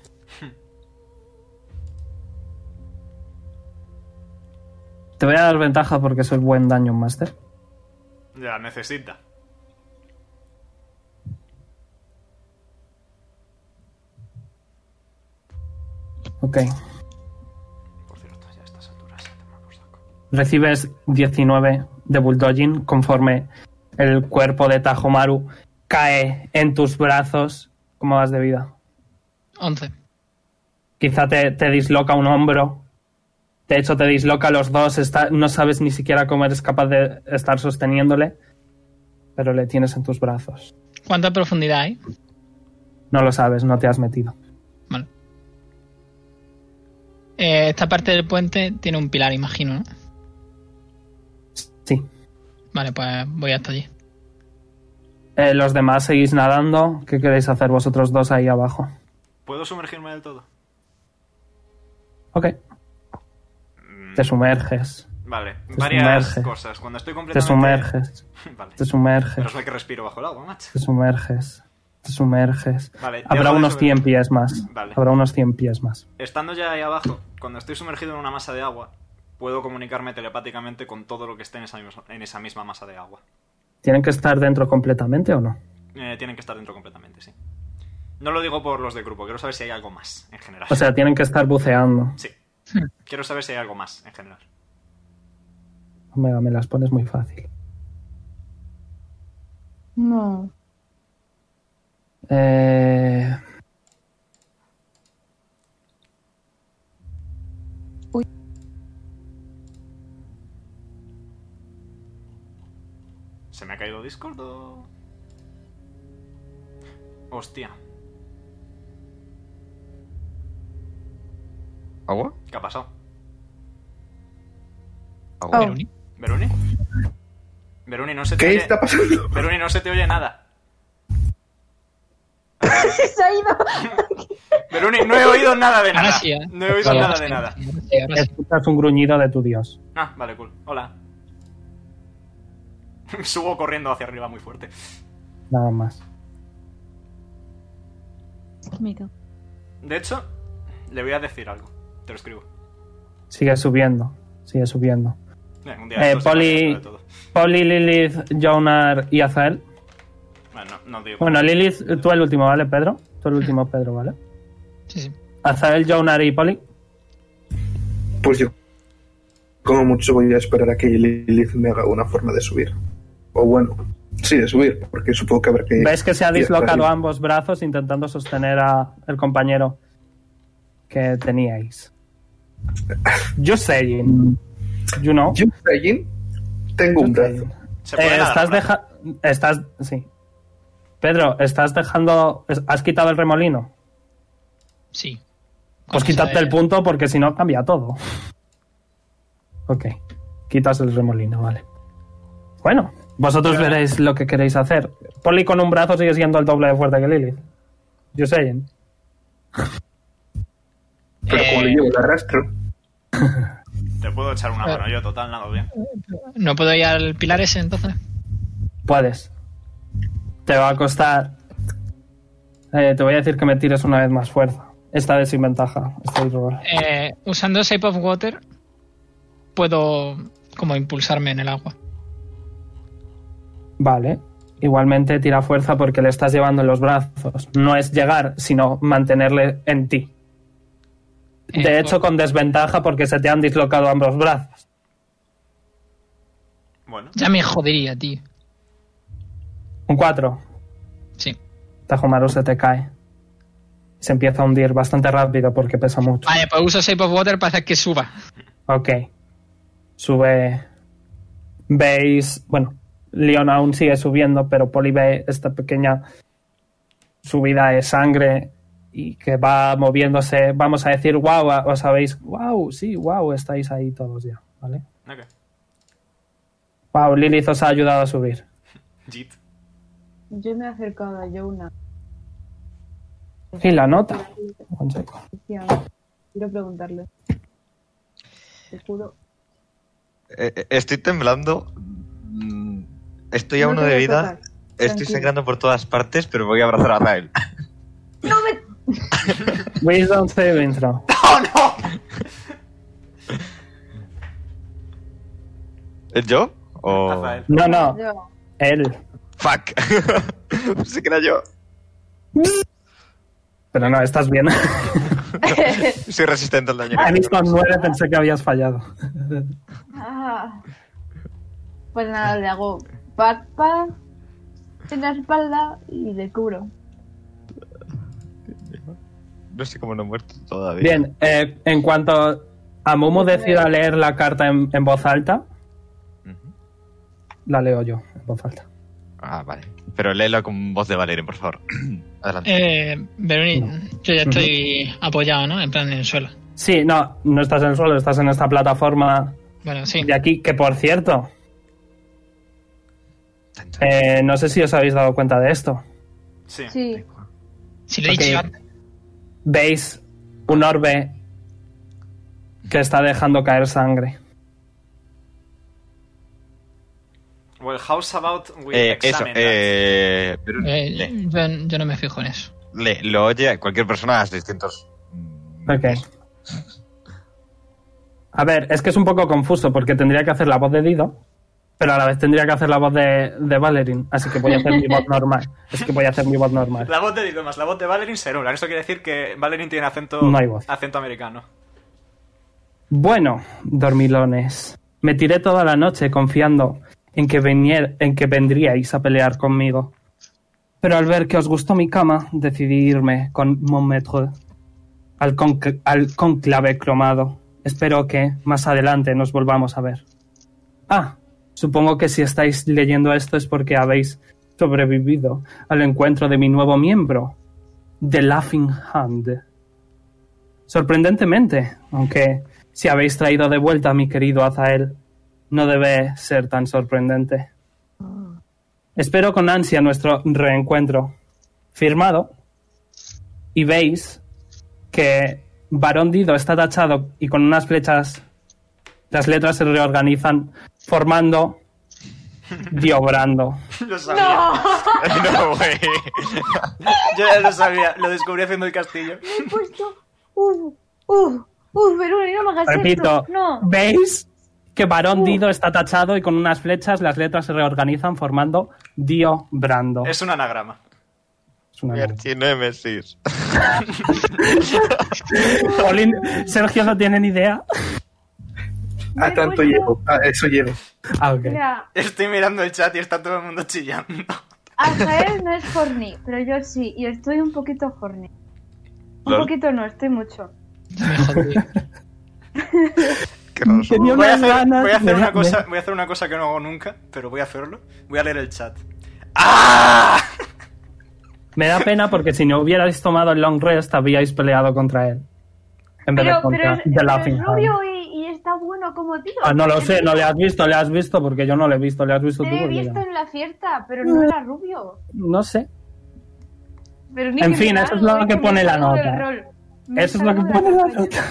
Speaker 3: Te voy a dar ventaja porque soy buen daño master.
Speaker 2: Ya, necesita.
Speaker 3: Ok.
Speaker 2: Por cierto, ya a estas alturas ya te me por saco.
Speaker 3: recibes 19 de bulldogging conforme el cuerpo de Tajomaru cae en tus brazos. ¿Cómo vas de vida?
Speaker 6: 11.
Speaker 3: Quizá te, te disloca un hombro. De hecho, te disloca los dos. está- no sabes ni siquiera cómo eres capaz de estar sosteniéndole. Pero le tienes en tus brazos.
Speaker 6: ¿Cuánta profundidad hay?
Speaker 3: No lo sabes, no te has metido.
Speaker 6: Vale. Eh, esta parte del puente tiene un pilar, imagino, ¿no?
Speaker 3: Sí.
Speaker 6: Vale, pues voy hasta allí.
Speaker 3: Eh, los demás seguís nadando. ¿Qué queréis hacer vosotros dos ahí abajo?
Speaker 2: ¿Puedo sumergirme del todo?
Speaker 3: Ok.
Speaker 2: Mm,
Speaker 3: Te sumerges.
Speaker 2: Vale,
Speaker 3: te
Speaker 2: varias
Speaker 3: sumerges.
Speaker 2: cosas. Cuando estoy
Speaker 3: Te
Speaker 2: completamente...
Speaker 3: sumerges.
Speaker 2: vale.
Speaker 3: Te sumerges.
Speaker 2: Pero es que respiro bajo el agua, macho.
Speaker 3: Te sumerges. Te sumerges.
Speaker 2: Vale, ya
Speaker 3: Habrá
Speaker 2: lo
Speaker 3: unos
Speaker 2: dejo
Speaker 3: 100
Speaker 2: que-
Speaker 3: pies más.
Speaker 2: Vale.
Speaker 3: Habrá unos 100 pies más.
Speaker 2: Estando ya ahí abajo, cuando estoy sumergido en una masa de agua, puedo comunicarme telepáticamente con todo lo que esté en esa misma, en esa misma masa de agua.
Speaker 3: ¿Tienen que estar dentro completamente o no?
Speaker 2: Eh, tienen que estar dentro completamente, sí. No lo digo por los de grupo, quiero saber si hay algo más en general.
Speaker 3: O sea, tienen que estar buceando.
Speaker 2: sí. Quiero saber si hay algo más en general.
Speaker 3: Omega, me las pones muy fácil.
Speaker 4: No.
Speaker 3: Eh,
Speaker 2: ¿Se me ha caído Discord o.? Hostia,
Speaker 1: ¿Agua?
Speaker 2: ¿qué ha pasado?
Speaker 1: Agua.
Speaker 7: Oh.
Speaker 6: Veruni.
Speaker 2: ¿Veruni? Veruni, no se te
Speaker 5: ¿Qué
Speaker 2: oye.
Speaker 5: está pasando?
Speaker 2: Veruni, no se te oye nada.
Speaker 7: Se ha ido.
Speaker 2: Veruni, no he oído nada de nada.
Speaker 6: Ahora sí, ¿eh?
Speaker 2: No he oído
Speaker 6: Vale,
Speaker 2: nada
Speaker 6: ahora
Speaker 2: de
Speaker 6: sí,
Speaker 2: nada.
Speaker 6: ahora sí, ahora sí.
Speaker 3: escuchas un gruñido de tu dios.
Speaker 2: Ah, vale, cool. Hola. Subo corriendo hacia arriba muy fuerte.
Speaker 3: Nada más.
Speaker 4: Me cago.
Speaker 2: De hecho, le voy a decir algo. Te lo escribo.
Speaker 3: Sigue subiendo. Sigue subiendo.
Speaker 2: Eh, un día
Speaker 3: Eh,
Speaker 2: esto se
Speaker 3: Poli-
Speaker 2: pasa de todo.
Speaker 3: Polly, Lilith, Jonar y Azael.
Speaker 2: Bueno, no, no digo.
Speaker 3: Bueno, Lilith, tú el último, ¿vale, Pedro? Tú el último, Pedro, ¿vale?
Speaker 6: Sí, sí.
Speaker 3: Azael, Jonar y Polly.
Speaker 5: Pues yo, como mucho, voy a esperar a que Lilith me haga una forma de subir. O bueno, sí, de subir, porque supongo que habrá que.
Speaker 3: Ves que se ha
Speaker 5: Sí,
Speaker 3: dislocado
Speaker 5: está
Speaker 3: ambos brazos intentando sostener a el compañero que teníais. Yo saying. You know.
Speaker 5: Yo, Sayin, tengo un
Speaker 3: Just
Speaker 5: brazo.
Speaker 3: saying.
Speaker 2: Se
Speaker 3: Eh,
Speaker 2: puede nadar,
Speaker 3: estás
Speaker 2: ¿verdad?
Speaker 3: deja estás sí. Pedro, estás dejando. es- Has quitado el remolino.
Speaker 6: Sí.
Speaker 3: Pues
Speaker 6: Con esa
Speaker 3: quítate
Speaker 6: de-
Speaker 3: el punto porque si no cambia todo. Ok. Quitas el remolino, vale. Bueno, vosotros veréis lo que queréis hacer. Polly con un brazo sigue siendo el doble de fuerte que Lilith. Yo sé.
Speaker 5: Pero como
Speaker 6: Eh,
Speaker 5: le llevo el arrastro,
Speaker 2: Te puedo echar una mano yo, total, nada bien.
Speaker 6: ¿No puedo ir al pilar ese entonces?
Speaker 3: Puedes. Te va a costar. Eh, te voy a decir que me tires una vez más fuerza. Esta vez sin ventaja. Estoy rol.
Speaker 6: Eh, usando Shape of Water puedo como impulsarme en el agua.
Speaker 3: Vale. Igualmente tira fuerza porque le estás llevando en los brazos. No es llegar, sino mantenerle en ti.
Speaker 6: Eh,
Speaker 3: De hecho, con desventaja porque se te han dislocado ambos brazos.
Speaker 2: Bueno,
Speaker 6: Ya me jodería, tío.
Speaker 3: Un 4.
Speaker 6: Sí.
Speaker 3: Tajomaru se te cae. Se empieza a hundir bastante rápido porque pesa mucho.
Speaker 6: Vale, pues uso Shape of Water para hacer que suba.
Speaker 3: Ok. Sube. Veis. Bueno, Leon aún sigue subiendo, pero Polly ve esta pequeña subida de sangre y que va moviéndose. Vamos a decir, wow, os sabéis, wow, sí, wow, estáis ahí todos ya, ¿vale?
Speaker 2: ok.
Speaker 3: Wow, Lilith os ha ayudado a subir.
Speaker 2: Jit.
Speaker 4: Yo me he acercado a Jonah.
Speaker 3: Y la nota. Un segundo.
Speaker 4: Quiero preguntarle. Te juro.
Speaker 1: Eh, eh, estoy temblando. mm, Estoy a
Speaker 4: No
Speaker 1: uno
Speaker 4: te
Speaker 1: de
Speaker 4: voy a
Speaker 1: vida.
Speaker 4: tocar.
Speaker 1: Estoy
Speaker 4: tranquilo.
Speaker 1: sangrando por todas partes, pero voy a abrazar a Rael.
Speaker 3: Wisdom saving throw.
Speaker 2: ¡Oh, no!
Speaker 1: ¿Es ¿Eh, yo? O...
Speaker 2: Rafael.
Speaker 3: No, no,
Speaker 4: Yo,
Speaker 3: él.
Speaker 1: Fuck. Pensé que era yo.
Speaker 3: Pero no, estás bien.
Speaker 1: Soy resistente al daño.
Speaker 3: A mí con nueve pensé que habías fallado.
Speaker 4: ah. Pues nada, le hago pat pat en la espalda y le cubro.
Speaker 1: No sé cómo no he muerto todavía.
Speaker 3: Bien, eh, en cuanto a Momo decida leer la carta en, en voz alta,
Speaker 1: Ujú.
Speaker 3: la leo yo en voz alta.
Speaker 1: Ah, vale. Pero léelo con voz de Valerie, por favor. Adelante.
Speaker 6: Eh, Veroni, yo ya estoy apoyado, ¿no? En plan en el suelo.
Speaker 3: Sí, no, no estás en el suelo, estás en esta plataforma
Speaker 6: Bueno, sí.
Speaker 3: de aquí, que por cierto,
Speaker 1: Tan, tan.
Speaker 3: eh, no sé si os habéis dado cuenta de esto.
Speaker 2: Sí.
Speaker 4: Sí,
Speaker 6: Si le he
Speaker 3: Ok.
Speaker 6: dicho antes.
Speaker 3: Veis un orbe que está dejando caer sangre.
Speaker 2: Well, how's about we
Speaker 1: Eh, eso,
Speaker 2: examine
Speaker 1: eh, pero
Speaker 6: Eh,
Speaker 1: lee,
Speaker 6: yo, yo no me fijo en eso.
Speaker 1: lee. lo oye cualquier persona a 600. mm,
Speaker 3: Ok. A ver, es que es un poco confuso porque tendría que hacer la voz de Dido, pero a la vez tendría que hacer la voz de, de Valerin, así que voy a hacer mi voz normal. Es que voy a hacer mi voz normal.
Speaker 2: that? La voz de Dido más la voz de Valerin se nula. Eso quiere decir que Valerin tiene acento,
Speaker 3: No hay voz.
Speaker 2: acento americano.
Speaker 3: Bueno, dormilones, me tiré toda la noche confiando en que, venier- en que vendríais a pelear conmigo. Pero al ver que os gustó mi cama, decidí irme con mon maître al, conc- al conclave cromado. Espero que más adelante nos volvamos a ver. Ah, supongo que si estáis leyendo esto es porque habéis sobrevivido al encuentro de mi nuevo miembro, The Laughing Hand. Sorprendentemente, aunque si habéis traído de vuelta a mi querido Azael, no debe ser tan sorprendente. Espero con ansia nuestro reencuentro. Firmado. Y veis que Barón Dido está tachado y con unas flechas las letras se reorganizan formando Diobrando.
Speaker 2: Lo sabía.
Speaker 1: no, güey.
Speaker 2: Yo ya lo sabía. Lo descubrí haciendo el castillo.
Speaker 4: he puesto. Uf, uf, uf, Verón, no me hagas
Speaker 3: Repito,
Speaker 4: esto. No,
Speaker 3: ¿veis que Barón
Speaker 11: Uh.
Speaker 3: Dido está tachado y con unas flechas las letras se reorganizan formando Dio Brando?
Speaker 2: Es un anagrama.
Speaker 3: Es una
Speaker 1: Mi
Speaker 3: mierda.
Speaker 1: archinémesis.
Speaker 3: Jolín, Sergio no tiene ni idea.
Speaker 5: a tanto
Speaker 4: Vergüenza.
Speaker 5: llego. A eso llego.
Speaker 3: Ah, ok.
Speaker 4: mira,
Speaker 2: Estoy mirando el chat y está todo el mundo chillando.
Speaker 4: Azael no es horny, pero yo sí, y estoy un poquito horny. Un
Speaker 1: Lol.
Speaker 4: poquito no, estoy mucho.
Speaker 6: Ya me jodí. Eh,
Speaker 1: Qué raro son.
Speaker 3: Tenía
Speaker 2: Voy a
Speaker 3: unas
Speaker 2: hacer,
Speaker 3: ganas,
Speaker 2: voy a hacer
Speaker 3: me da-
Speaker 2: una
Speaker 3: me-
Speaker 2: cosa, voy a hacer una cosa que no hago nunca, pero voy a hacerlo. Voy a leer el chat. ¡Ah!
Speaker 3: Me da pena porque si no hubierais tomado el long rest, habíais peleado contra él. En vez de
Speaker 11: Pero, pero,
Speaker 3: contra
Speaker 11: es,
Speaker 3: The
Speaker 11: pero es
Speaker 3: Laughing Hound.
Speaker 11: rubio y, y está bueno como tío.
Speaker 3: Ah, no lo sé, no le has visto, le has visto porque yo no le he visto, le has visto
Speaker 11: Te
Speaker 3: tú.
Speaker 11: he
Speaker 3: porque yo
Speaker 11: visto
Speaker 3: no.
Speaker 11: en la fiesta, pero
Speaker 3: Eh.
Speaker 11: no era rubio.
Speaker 3: No sé.
Speaker 11: Pero ni
Speaker 3: En
Speaker 11: que
Speaker 3: fin,
Speaker 11: me
Speaker 3: eso es
Speaker 11: salgo,
Speaker 3: lo que
Speaker 11: me
Speaker 3: pone la
Speaker 11: salgo del
Speaker 3: nota.
Speaker 11: rol. Me
Speaker 3: Eso es lo que
Speaker 11: salgo
Speaker 3: pone
Speaker 11: del
Speaker 3: la
Speaker 11: rol.
Speaker 3: nota.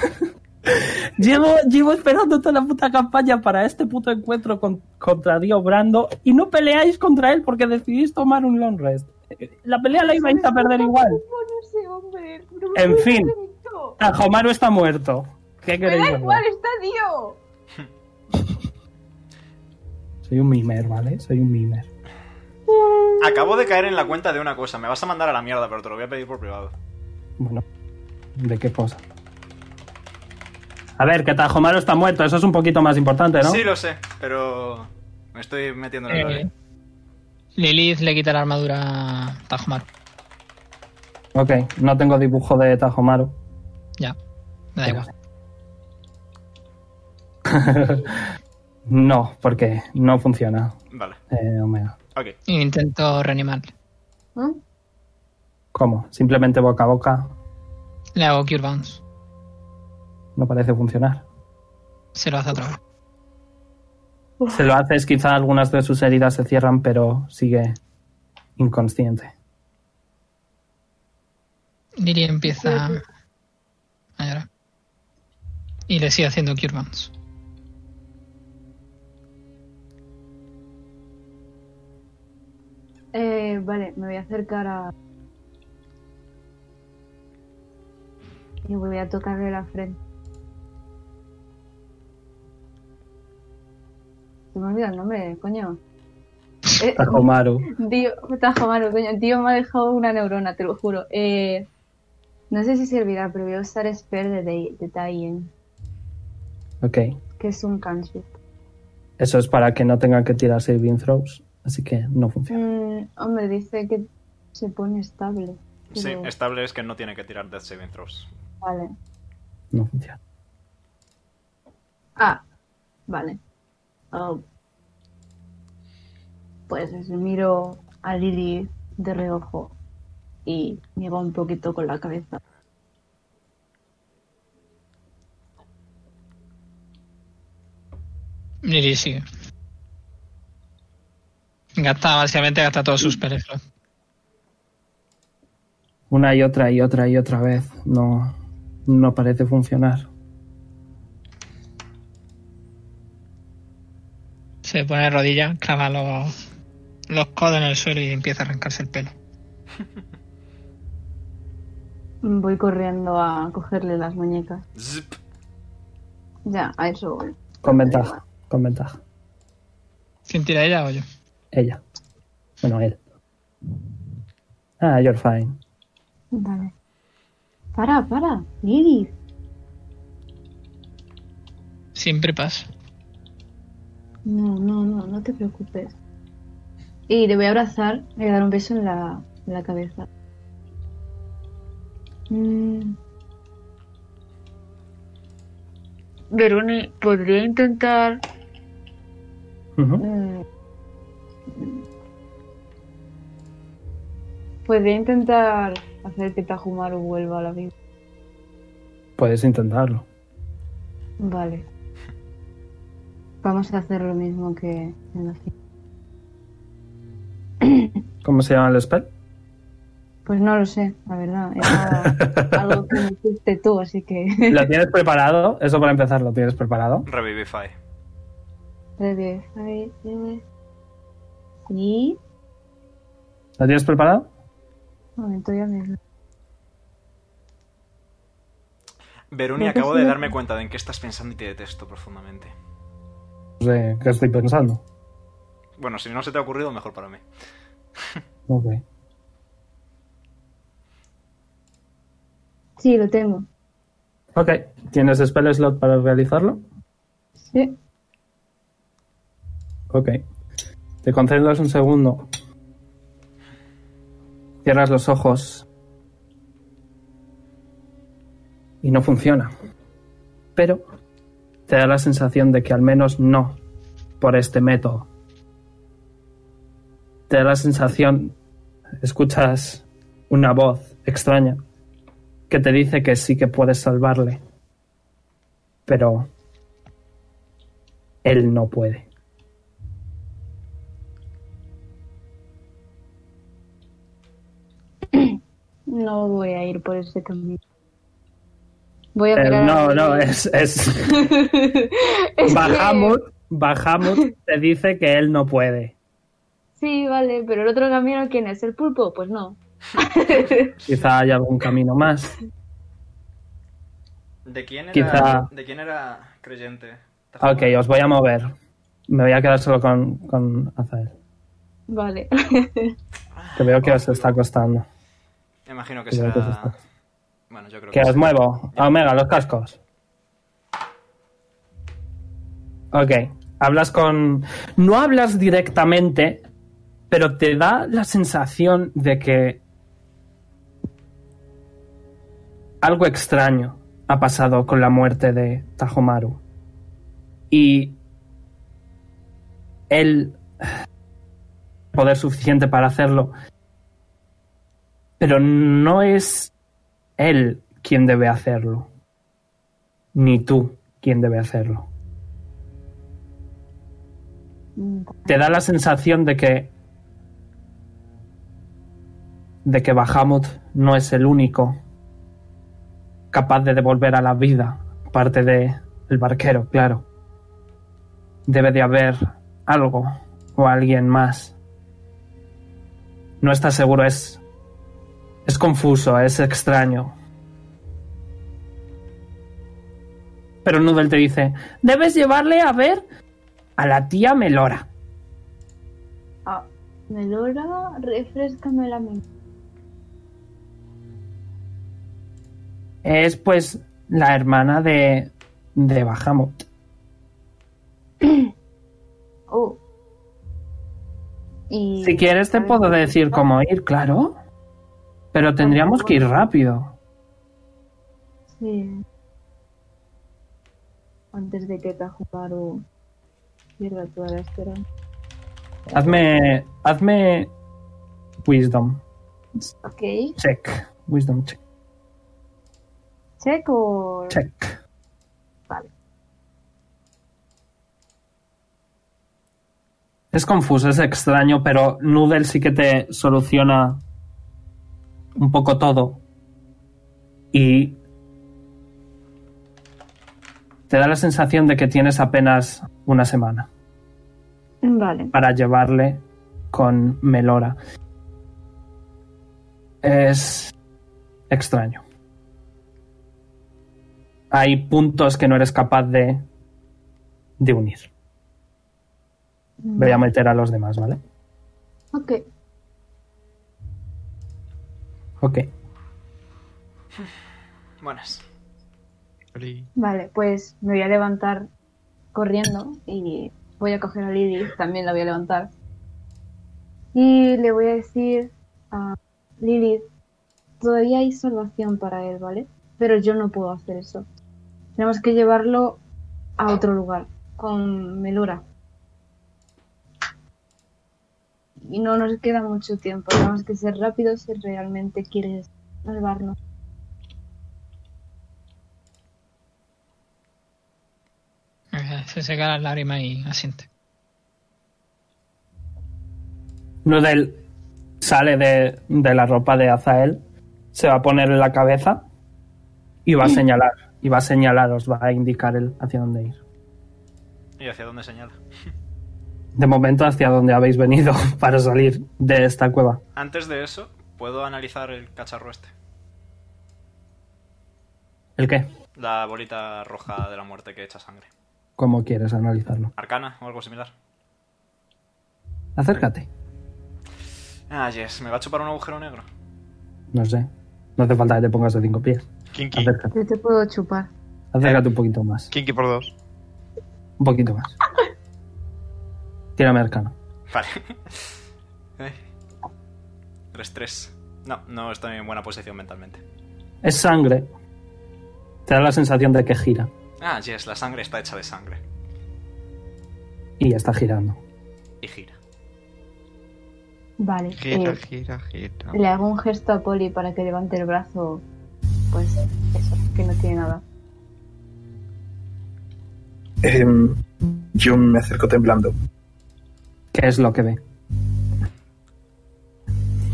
Speaker 3: llevo, llevo esperando toda la puta campaña para este puto encuentro con- contra Dio Brando y no peleáis contra él porque decidís tomar un long rest. La pelea la ibais a perder igual.
Speaker 11: Bueno, ese hombre, pero me
Speaker 3: En
Speaker 11: lo
Speaker 3: fin.
Speaker 11: invento.
Speaker 3: Tajomaru está muerto. ¿Qué
Speaker 11: Me
Speaker 3: queréis?
Speaker 11: da
Speaker 3: hacer?
Speaker 11: igual, está tío.
Speaker 3: Soy un mimer, ¿vale? Soy un mimer.
Speaker 2: Acabo de caer en la cuenta de una cosa. Me vas a mandar a la mierda, pero te lo voy a pedir por privado.
Speaker 3: Bueno, ¿de qué cosa? A ver, que Tajomaro está muerto, eso es un poquito más importante, ¿no?
Speaker 2: Sí, lo sé, pero. Me estoy metiendo en el
Speaker 6: Eh,
Speaker 2: rollo.
Speaker 6: Lilith le quita la armadura a Tajmar.
Speaker 3: Ok, no tengo dibujo de Tajomaro.
Speaker 6: Ya. Da igual.
Speaker 3: No, porque no funciona,
Speaker 2: Vale,
Speaker 3: eh, Omega.
Speaker 2: ok.
Speaker 6: Intento reanimarle.
Speaker 4: ¿no?
Speaker 3: ¿Cómo? Simplemente boca a boca
Speaker 6: Le hago Cure Bounce.
Speaker 3: no parece funcionar.
Speaker 6: Se lo hace otra vez.
Speaker 3: Se lo haces, quizá algunas de sus heridas se cierran, pero sigue inconsciente.
Speaker 6: Lilith empieza a llorar. Y le sigue haciendo Cure Bounce.
Speaker 4: Eh, vale, me voy a acercar a. Y voy a tocarle la frente. Se me olvida el nombre, coño. Eh,
Speaker 3: Tajomaru.
Speaker 4: Tío, Tajo Maru, coño, tío, me ha dejado una neurona, te lo juro. Eh, no sé si servirá, pero voy a usar Esper de, Dai- de Taien,
Speaker 3: Ok,
Speaker 4: que es un cantrip.
Speaker 3: eso es para que no tenga que tirar saving throws, así que no funciona.
Speaker 4: Mm, hombre, dice que se pone estable.
Speaker 2: Sí,
Speaker 4: pero-
Speaker 2: estable es que no tiene que tirar Death Saving Throws.
Speaker 4: Vale.
Speaker 3: No funciona.
Speaker 4: Ah, vale. Oh. Pues miro a Lily de reojo y niego un poquito con la cabeza.
Speaker 6: Lilith sigue. Gasta, básicamente gasta todos sus perezos.
Speaker 3: Una y otra y otra y otra vez no, no parece funcionar.
Speaker 6: Se pone de rodillas, clava los, los codos en el suelo y empieza a arrancarse el pelo.
Speaker 4: Voy corriendo a cogerle las muñecas.
Speaker 2: Zip.
Speaker 4: Ya, a eso voy.
Speaker 3: Con ventaja, con ventaja.
Speaker 6: ¿Quién tira ella o yo?
Speaker 3: Ella. Bueno, él. Ah, you're fine.
Speaker 4: Vale. Para, para, Lily.
Speaker 6: Siempre pasa.
Speaker 4: No, no, no, no te preocupes. Y le voy a abrazar, le voy a dar un beso en la, en la cabeza. Mm. Verone, podría intentar.
Speaker 3: Ujú.
Speaker 4: mm, Podría intentar hacer que Tajumaru vuelva a la vida.
Speaker 3: Puedes intentarlo.
Speaker 4: Vale. Vamos a hacer lo mismo que en la cita.
Speaker 3: ¿Cómo se llama el spell?
Speaker 4: Pues no lo sé, la verdad. Era algo que me hiciste tú, así que.
Speaker 3: ¿Lo tienes preparado? Eso para empezar, ¿lo tienes preparado?
Speaker 2: Revivify.
Speaker 4: Revivify, eh, Sí.
Speaker 3: ¿Lo tienes preparado?
Speaker 4: Un momento, ya me.
Speaker 2: Veruni,
Speaker 4: Me
Speaker 2: acabo
Speaker 4: parece
Speaker 2: de
Speaker 4: una-
Speaker 2: darme cuenta de en qué estás pensando y te detesto profundamente.
Speaker 3: No sé qué Eh, estoy pensando.
Speaker 2: Bueno, si no se te ha ocurrido, mejor para mí.
Speaker 3: Ok.
Speaker 4: Sí, lo tengo.
Speaker 3: Ok. ¿Tienes spell slot para realizarlo?
Speaker 4: Sí.
Speaker 3: Ok. Te concentras un segundo. Cierras los ojos. Y no funciona. Pero te da la sensación de que al menos no por este método. Te da la sensación, escuchas una voz extraña que te dice que sí que puedes salvarle. Pero él no puede.
Speaker 4: No voy a ir por ese camino. Voy a
Speaker 3: Eh,
Speaker 4: mirar a
Speaker 3: no,
Speaker 4: la
Speaker 3: no, eh.
Speaker 4: ley.
Speaker 3: es, es,
Speaker 4: Es que-
Speaker 3: Bahamut, Bahamut te dice que él no puede.
Speaker 4: Sí, vale, pero el otro camino, ¿quién es? ¿El pulpo? Pues no.
Speaker 3: Quizá haya algún camino más.
Speaker 2: ¿De quién era,
Speaker 3: Quizá- Ah,
Speaker 2: ¿de quién era creyente?
Speaker 3: Ok, os voy a mover. Me voy a quedar solo con, con Azael.
Speaker 4: Vale.
Speaker 3: Que veo que os está costando.
Speaker 2: Me imagino que
Speaker 3: Creo que sí
Speaker 2: será...
Speaker 3: está.
Speaker 2: Bueno, yo creo
Speaker 3: Que
Speaker 2: que...
Speaker 3: os
Speaker 2: sí.
Speaker 3: muevo. A Omega, los cascos. Ok. Hablas con. No hablas directamente, pero te da la sensación de que. Algo extraño ha pasado con la muerte de Tajomaru. Y. Él. Poder suficiente para hacerlo. Pero no es él quien debe hacerlo, ni tú quien debe hacerlo. Te da la sensación de que de que Bahamut no es el único capaz de devolver a la vida, parte de el barquero, claro. Debe de haber algo o alguien más. No estás seguro, es es confuso, es extraño. Pero Noodle te dice, debes llevarle a ver a la tía Melora.
Speaker 4: Melora, Ah, refrescame la mente.
Speaker 3: Es pues la hermana de, de Bahamut.
Speaker 4: Oh. Y...
Speaker 3: Si quieres te
Speaker 4: ¿sabes
Speaker 3: puedo
Speaker 4: dónde
Speaker 3: decir
Speaker 4: está?
Speaker 3: cómo ir, claro. Pero tendríamos que ir rápido.
Speaker 4: Sí. Antes de que Tajumaru pierda toda la esperanza.
Speaker 3: Hazme, hazme wisdom
Speaker 4: Ok.
Speaker 3: check. Wisdom check.
Speaker 4: Check o...
Speaker 3: check.
Speaker 4: Vale.
Speaker 3: Es confuso, es extraño, pero Noodle sí que te soluciona un poco todo. Y te da la sensación de que tienes apenas una semana
Speaker 4: Vale.
Speaker 3: para llevarle con Melora. Es extraño. Hay puntos que no eres capaz de, de unir. Voy a meter a los demás, ¿vale?
Speaker 4: Ok.
Speaker 3: Ok.
Speaker 2: Buenas.
Speaker 4: Vale, pues me voy a levantar corriendo y voy a coger a Lily, también la voy a levantar. Y le voy a decir a Lily, todavía hay salvación para él, ¿vale? Pero yo no puedo hacer eso. Tenemos que llevarlo a otro lugar, con Melora. Y no nos queda mucho tiempo, tenemos que ser rápidos si realmente quieres salvarnos.
Speaker 6: Eh, Se seca las lágrimas y asiente.
Speaker 3: Nudel sale de, de la ropa de Azael, se va a poner en la cabeza y va a señalar. Y va a señalar, os va a indicar el hacia dónde ir.
Speaker 2: ¿Y hacia dónde señala?
Speaker 3: De momento, hacia dónde habéis venido para salir de esta cueva.
Speaker 2: Antes de eso, puedo analizar el cacharro este.
Speaker 3: ¿El qué?
Speaker 2: La bolita roja de la muerte que echa sangre.
Speaker 3: ¿Cómo quieres analizarlo?
Speaker 2: Arcana o algo similar.
Speaker 3: Acércate.
Speaker 2: Ah, yes. Me va a chupar un agujero negro.
Speaker 3: No sé. No hace falta que te pongas de cinco pies.
Speaker 1: Kinky.
Speaker 3: Acércate.
Speaker 4: Yo te puedo chupar.
Speaker 3: Acércate un poquito más.
Speaker 1: Kinky por dos.
Speaker 3: Un poquito más. Tírame arcano.
Speaker 2: Vale. Ay. Tres, tres. No, no estoy en buena posición mentalmente.
Speaker 3: Es sangre. Te da la sensación de que gira.
Speaker 2: Ah, yes. La sangre está hecha de sangre.
Speaker 3: Y está girando.
Speaker 2: Y gira.
Speaker 4: Vale.
Speaker 12: Gira,
Speaker 4: eh,
Speaker 12: gira, gira.
Speaker 4: le hago un gesto a Poli para que levante el brazo. Pues eso, que no tiene nada.
Speaker 5: Em, yo me acerco temblando.
Speaker 3: ¿Qué es lo que ve?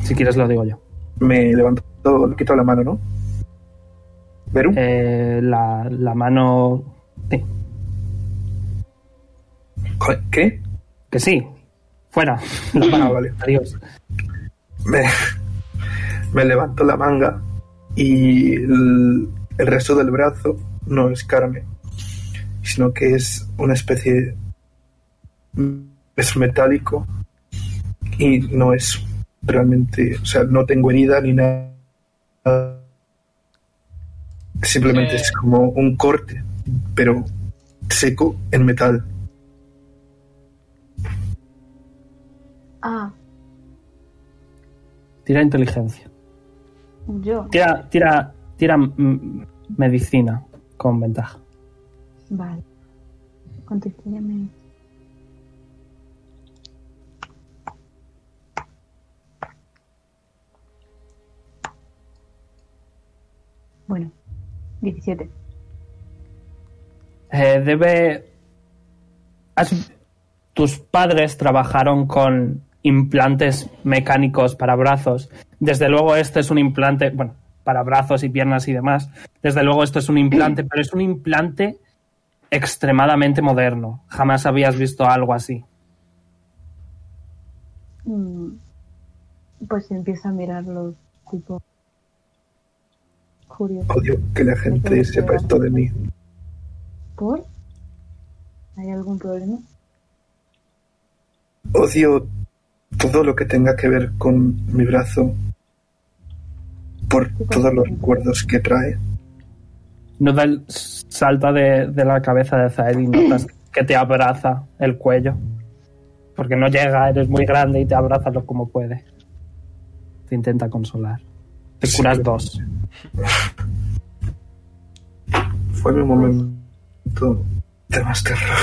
Speaker 3: Si quieres lo digo yo.
Speaker 5: Me levanto, le quito la mano, ¿no? ¿Veru?
Speaker 3: Eh, la, la mano... Sí,
Speaker 5: Joder, ¿Qué?
Speaker 3: que sí. Fuera. La mano,
Speaker 5: vale.
Speaker 3: Adiós.
Speaker 5: Me, me levanto la manga y el, el resto del brazo no es carne, sino que es una especie... Es metálico y no es realmente... O sea, no tengo herida ni nada. Simplemente
Speaker 6: Eh.
Speaker 5: es como un corte, pero seco en metal.
Speaker 4: Ah,
Speaker 3: Tira inteligencia.
Speaker 4: yo.
Speaker 3: Tira, tira, tira mm, medicina con ventaja.
Speaker 4: Vale. Contéstame. Bueno, 17.
Speaker 3: Eh, debe. has- Tus padres trabajaron con implantes mecánicos para brazos. Desde luego, este es un implante. Bueno, para brazos y piernas y demás. Desde luego, esto es un implante, pero es un implante extremadamente moderno. Jamás habías visto algo así.
Speaker 4: Mm, Pues empieza a mirarlo, tipo. Curioso.
Speaker 5: Odio que la gente sepa esto de mí.
Speaker 4: ¿Por? ¿Hay algún problema?
Speaker 5: odio todo lo que tenga que ver con mi brazo por todos los recuerdos que trae.
Speaker 3: Nudel salta de, de la cabeza de Zael y notas que te abraza el cuello. Porque no llega, eres muy grande y te abraza lo como puede. Te intenta consolar. Te
Speaker 5: Sí.
Speaker 3: curas dos.
Speaker 5: Fue mi momento de más terror.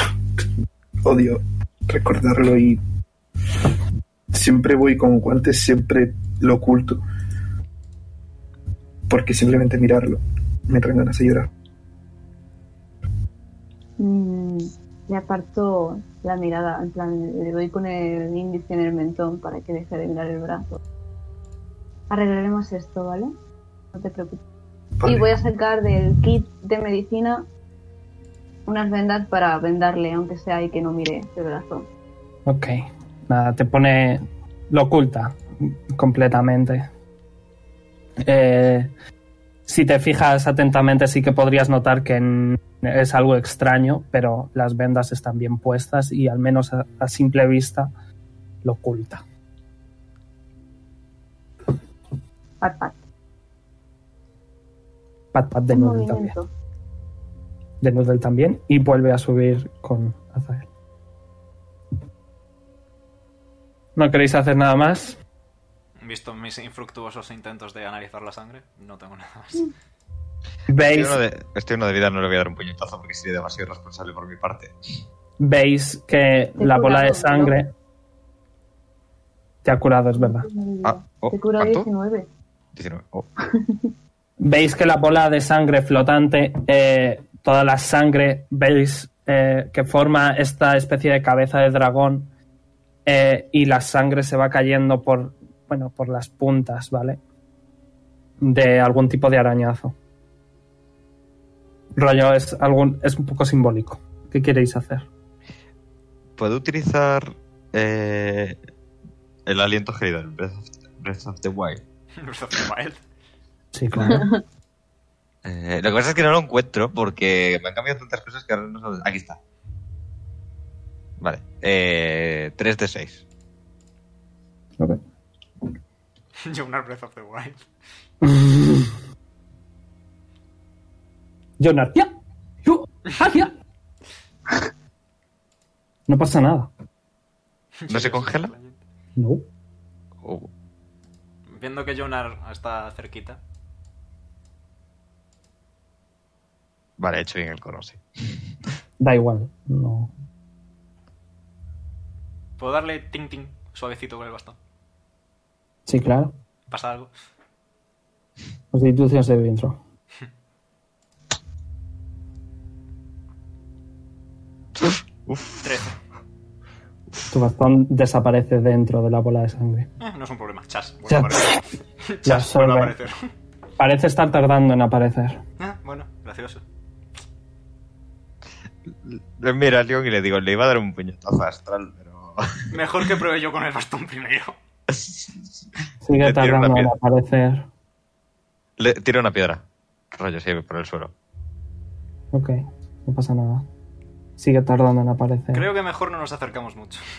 Speaker 5: Odio recordarlo y siempre voy con guantes, siempre lo oculto. Porque simplemente mirarlo me traen ganas de llorar.
Speaker 4: Mm, le aparto la mirada, en plan, le doy con el índice en el mentón para que deje de mirar el brazo. Arreglaremos esto, ¿vale? No te preocupes.
Speaker 5: Vale.
Speaker 4: Y voy a sacar del kit de medicina unas vendas para vendarle, aunque sea y que no mire el brazo.
Speaker 3: Ok. Nada, te pone. Lo oculta completamente. Eh, si te fijas atentamente, sí que podrías notar que n- es algo extraño, pero las vendas están bien puestas y al menos a- a simple vista lo oculta.
Speaker 4: Pat, pat.
Speaker 3: Pat pat de
Speaker 4: Un
Speaker 3: Noodle también.
Speaker 4: movimiento.
Speaker 3: De Noodle también. Y vuelve a subir con Azael. ¿No queréis hacer nada más?
Speaker 2: Visto mis infructuosos intentos de analizar la sangre, no tengo nada más.
Speaker 1: Estoy
Speaker 3: Veis,
Speaker 1: uno, de, estoy uno de vida, no le voy a dar un puñetazo porque sería demasiado irresponsable por mi parte.
Speaker 3: veis que
Speaker 4: Te
Speaker 3: la
Speaker 4: cura
Speaker 3: bola de
Speaker 4: dos, ¿no?
Speaker 3: sangre te ha curado, es verdad.
Speaker 1: Ah, oh,
Speaker 4: Te cura
Speaker 1: ¿cuánto?
Speaker 4: 19.
Speaker 1: 19. Oh,
Speaker 3: Veis que la bola de sangre flotante, eh, toda la sangre, veis eh, que forma esta especie de cabeza de dragón eh, y la sangre se va cayendo por, bueno, por las puntas, ¿vale? De algún tipo de arañazo. Rollo, es, algún, es un poco simbólico. ¿Qué queréis hacer?
Speaker 1: ¿Puedo utilizar eh, el aliento gélido, el Breath of, Breath of the Wild?
Speaker 2: Breath of the Wild.
Speaker 3: Sí, claro.
Speaker 1: Eh, lo que pasa es que no lo encuentro porque me han cambiado tantas cosas que ahora no sé dónde- Aquí está. Vale. Eh, 3 de 6.
Speaker 2: Yo una Breath of the Wild.
Speaker 3: Jonar. ¡Ya! ¡Yo! ¡Ah, ya! No pasa nada.
Speaker 1: ¿No se congela?
Speaker 3: No.
Speaker 1: Oh,
Speaker 2: Viendo que Jonar está cerquita.
Speaker 1: vale, he hecho bien el cono, sí.
Speaker 3: Da igual. No.
Speaker 2: Puedo darle ting ting suavecito con el bastón.
Speaker 3: Sí, claro.
Speaker 2: ¿Pasa algo?
Speaker 3: Pues Constitución de dentro.
Speaker 1: Uf,
Speaker 2: 13.
Speaker 3: Tu bastón desaparece dentro de la bola de sangre.
Speaker 2: Eh, no es un problema. Chas,
Speaker 3: Ya.
Speaker 2: vuelve a aparecer.
Speaker 3: Ya
Speaker 2: Chas, vuelve a
Speaker 3: absorbe.
Speaker 2: aparecer.
Speaker 3: Parece estar tardando en aparecer.
Speaker 2: Ah, bueno, gracioso.
Speaker 1: le mira a Leon y le digo, le iba a dar un puñetazo astral, pero...
Speaker 2: Mejor que pruebe yo con el bastón primero.
Speaker 3: Sigue
Speaker 1: Le tiro una
Speaker 3: tardando en
Speaker 1: piedra.
Speaker 3: aparecer.
Speaker 1: le tiro una piedra. Rollo, sí, por el suelo.
Speaker 3: Ok, no pasa nada. Sigue tardando en aparecer.
Speaker 2: Creo que mejor no nos acercamos mucho.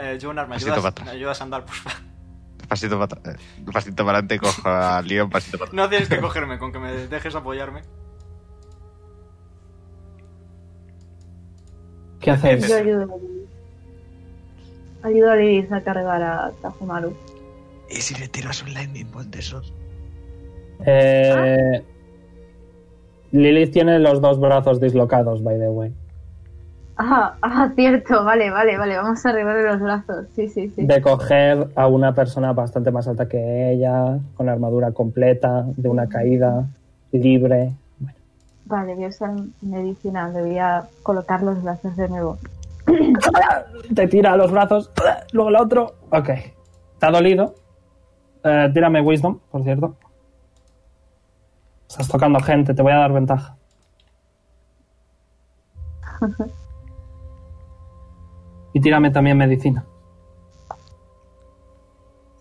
Speaker 2: Eh, Jonar, ¿me
Speaker 1: Pasito
Speaker 2: ayudas,
Speaker 1: para atrás.
Speaker 2: ¿me ayudas a andar, Pues, por favor?
Speaker 1: Pasito para atrás. eh, Pasito para adelante, cojo a Leon, pasito para atrás.
Speaker 2: No tienes que cogerme, con que me dejes apoyarme.
Speaker 3: ¿Qué hacéis?
Speaker 1: Sí.
Speaker 11: Yo ayudo a Liz. Ayudo a Liz a cargar a Tajumaru.
Speaker 12: ¿Y si le tiras un lightning bolt de esos?
Speaker 3: Eh, Lilith tiene los dos brazos dislocados, by the way.
Speaker 7: Ah, ah, cierto, vale, vale, vale, vamos a arreglarle los brazos. Sí, sí, sí.
Speaker 3: De coger a una persona bastante más alta que ella, con la armadura completa, de una caída, libre.
Speaker 7: Vale, voy a usar medicina, le voy a colocar los brazos de nuevo.
Speaker 3: Te tira los brazos, luego el otro. Ok, está dolido. Eh, tírame Wisdom, por cierto. Estás tocando gente, te voy a dar ventaja. Y tírame también medicina.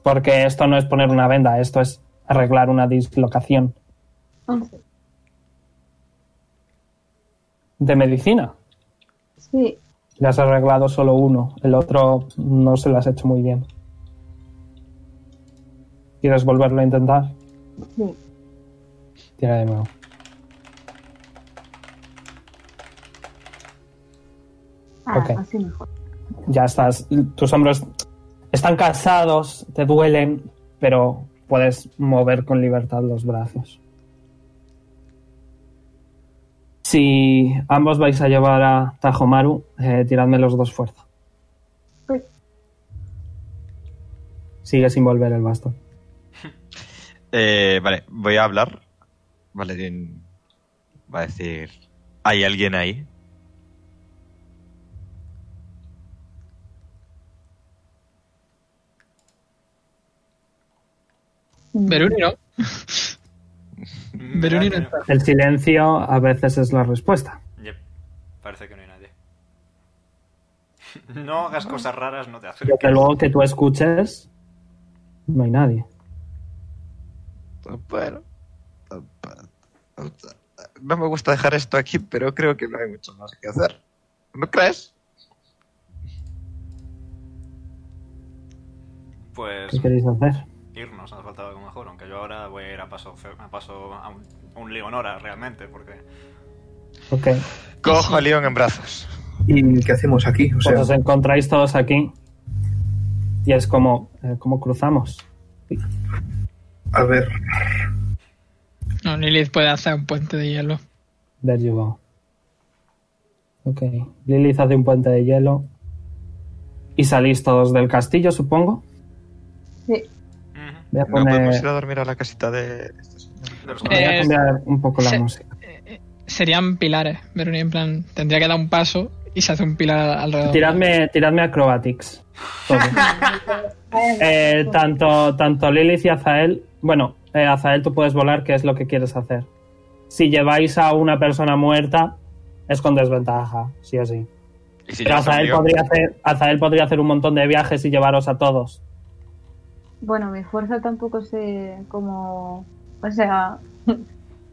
Speaker 3: Porque esto no es poner una venda, esto es arreglar una dislocación.
Speaker 7: Once.
Speaker 3: De medicina.
Speaker 7: Sí,
Speaker 3: Le has arreglado solo uno, el otro no se lo has hecho muy bien. ¿Quieres volverlo a intentar?
Speaker 7: sí.
Speaker 3: Tira de nuevo.
Speaker 7: Ah,
Speaker 3: Ok.
Speaker 7: así mejor.
Speaker 3: Ya estás, tus hombros están cansados, te duelen, pero puedes mover con libertad los brazos. Si ambos vais a llevar a Tajomaru, eh, tiradme los dos fuerza.
Speaker 7: Uy.
Speaker 3: Sigue sin volver el bastón.
Speaker 1: Eh, vale, voy a hablar. Valentín va a decir... ¿Hay alguien ahí?
Speaker 6: Veruni no.
Speaker 2: Mm,
Speaker 6: Veruni no
Speaker 2: ¿verdad
Speaker 6: está.
Speaker 3: El silencio a veces es la respuesta.
Speaker 2: que no? Yep. Parece que no hay nadie. No hagas cosas raras, no te acerques.
Speaker 3: Desde luego que tú escuches, no hay nadie.
Speaker 1: Bueno. No me gusta dejar esto aquí, pero creo que no hay mucho más que hacer. ¿No crees?
Speaker 2: Pues
Speaker 3: ¿Qué queréis hacer?
Speaker 2: irnos, nos faltaba algo mejor. Aunque yo ahora voy a ir a paso, fe- a, paso a, un, a un Leonora realmente, porque
Speaker 3: Ok.
Speaker 1: Cojo a Leon en brazos.
Speaker 5: ¿Y qué hacemos aquí? O
Speaker 3: Pues
Speaker 5: sea,
Speaker 3: os encontráis todos aquí. Y es como, eh, ¿cómo cruzamos?
Speaker 5: a ver,
Speaker 6: No, Lilith puede hacer un puente de hielo.
Speaker 3: There you go. Ok. Lilith hace un puente de hielo. Y salís todos del castillo, supongo.
Speaker 2: Ujú.
Speaker 3: Voy a
Speaker 1: No
Speaker 3: poner,
Speaker 1: podemos ir a dormir a la casita de este señor.
Speaker 2: De los
Speaker 3: voy a
Speaker 6: Eh,
Speaker 3: cambiar un poco la
Speaker 6: sí.
Speaker 3: música.
Speaker 6: Serían pilares. Veruni, en plan, tendría que dar un paso y se hace un pilar alrededor.
Speaker 3: Tiradme, tiradme acrobatics. todos. Eh, tanto, tanto Lilith y Azael. Bueno, eh, Azael, tú puedes volar, que es lo que quieres hacer. Si lleváis a una persona muerta, es con desventaja, sí o sí.
Speaker 1: Y si
Speaker 3: Pero
Speaker 1: yo soy
Speaker 3: Azael
Speaker 1: Leon,
Speaker 3: podría, hacer, Azael podría hacer un montón de viajes y llevaros a todos.
Speaker 7: Bueno, mi fuerza tampoco sé cómo... O sea,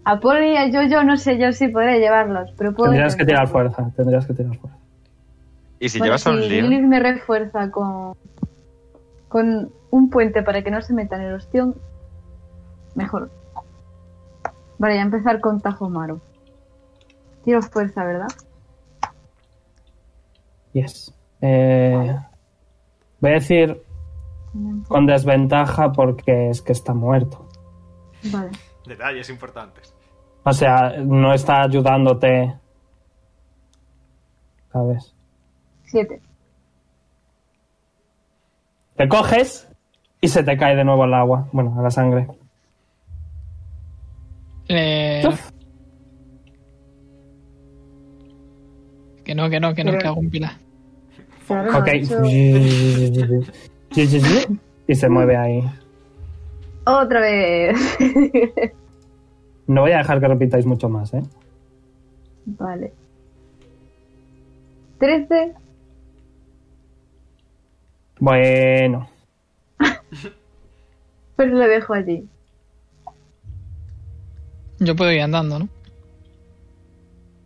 Speaker 7: a Poli y a Jojo no sé yo si podré llevarlos, pero puedo...
Speaker 3: Tendrías que tirar
Speaker 7: intentarlo.
Speaker 3: fuerza, tendrías que tirar fuerza.
Speaker 1: Y si
Speaker 7: Bueno,
Speaker 1: llevas a un
Speaker 7: si
Speaker 1: Leon.
Speaker 7: Lilith me refuerza con, con un puente para que no se meta en el ostión, mejor. Vale, ya empezar con Tajomaru. Tiro fuerza, ¿verdad?
Speaker 3: Yes. Eh, voy a decir con desventaja porque es que está muerto.
Speaker 7: Vale.
Speaker 2: detalles importantes.
Speaker 3: O sea, no está ayudándote. ¿Sabes?
Speaker 7: Siete.
Speaker 3: Te coges Y se te cae de nuevo al agua, bueno, a la sangre.
Speaker 6: Le- Que no, que no, que no, que hago un pilar.
Speaker 4: Claro,
Speaker 3: Ok.
Speaker 4: macho.
Speaker 3: Y se mueve ahí.
Speaker 4: Otra vez.
Speaker 3: No voy a dejar que repitáis mucho más, ¿eh?
Speaker 4: vale. 13.
Speaker 3: Bueno.
Speaker 4: Pero lo dejo allí.
Speaker 6: Yo puedo ir andando, ¿no?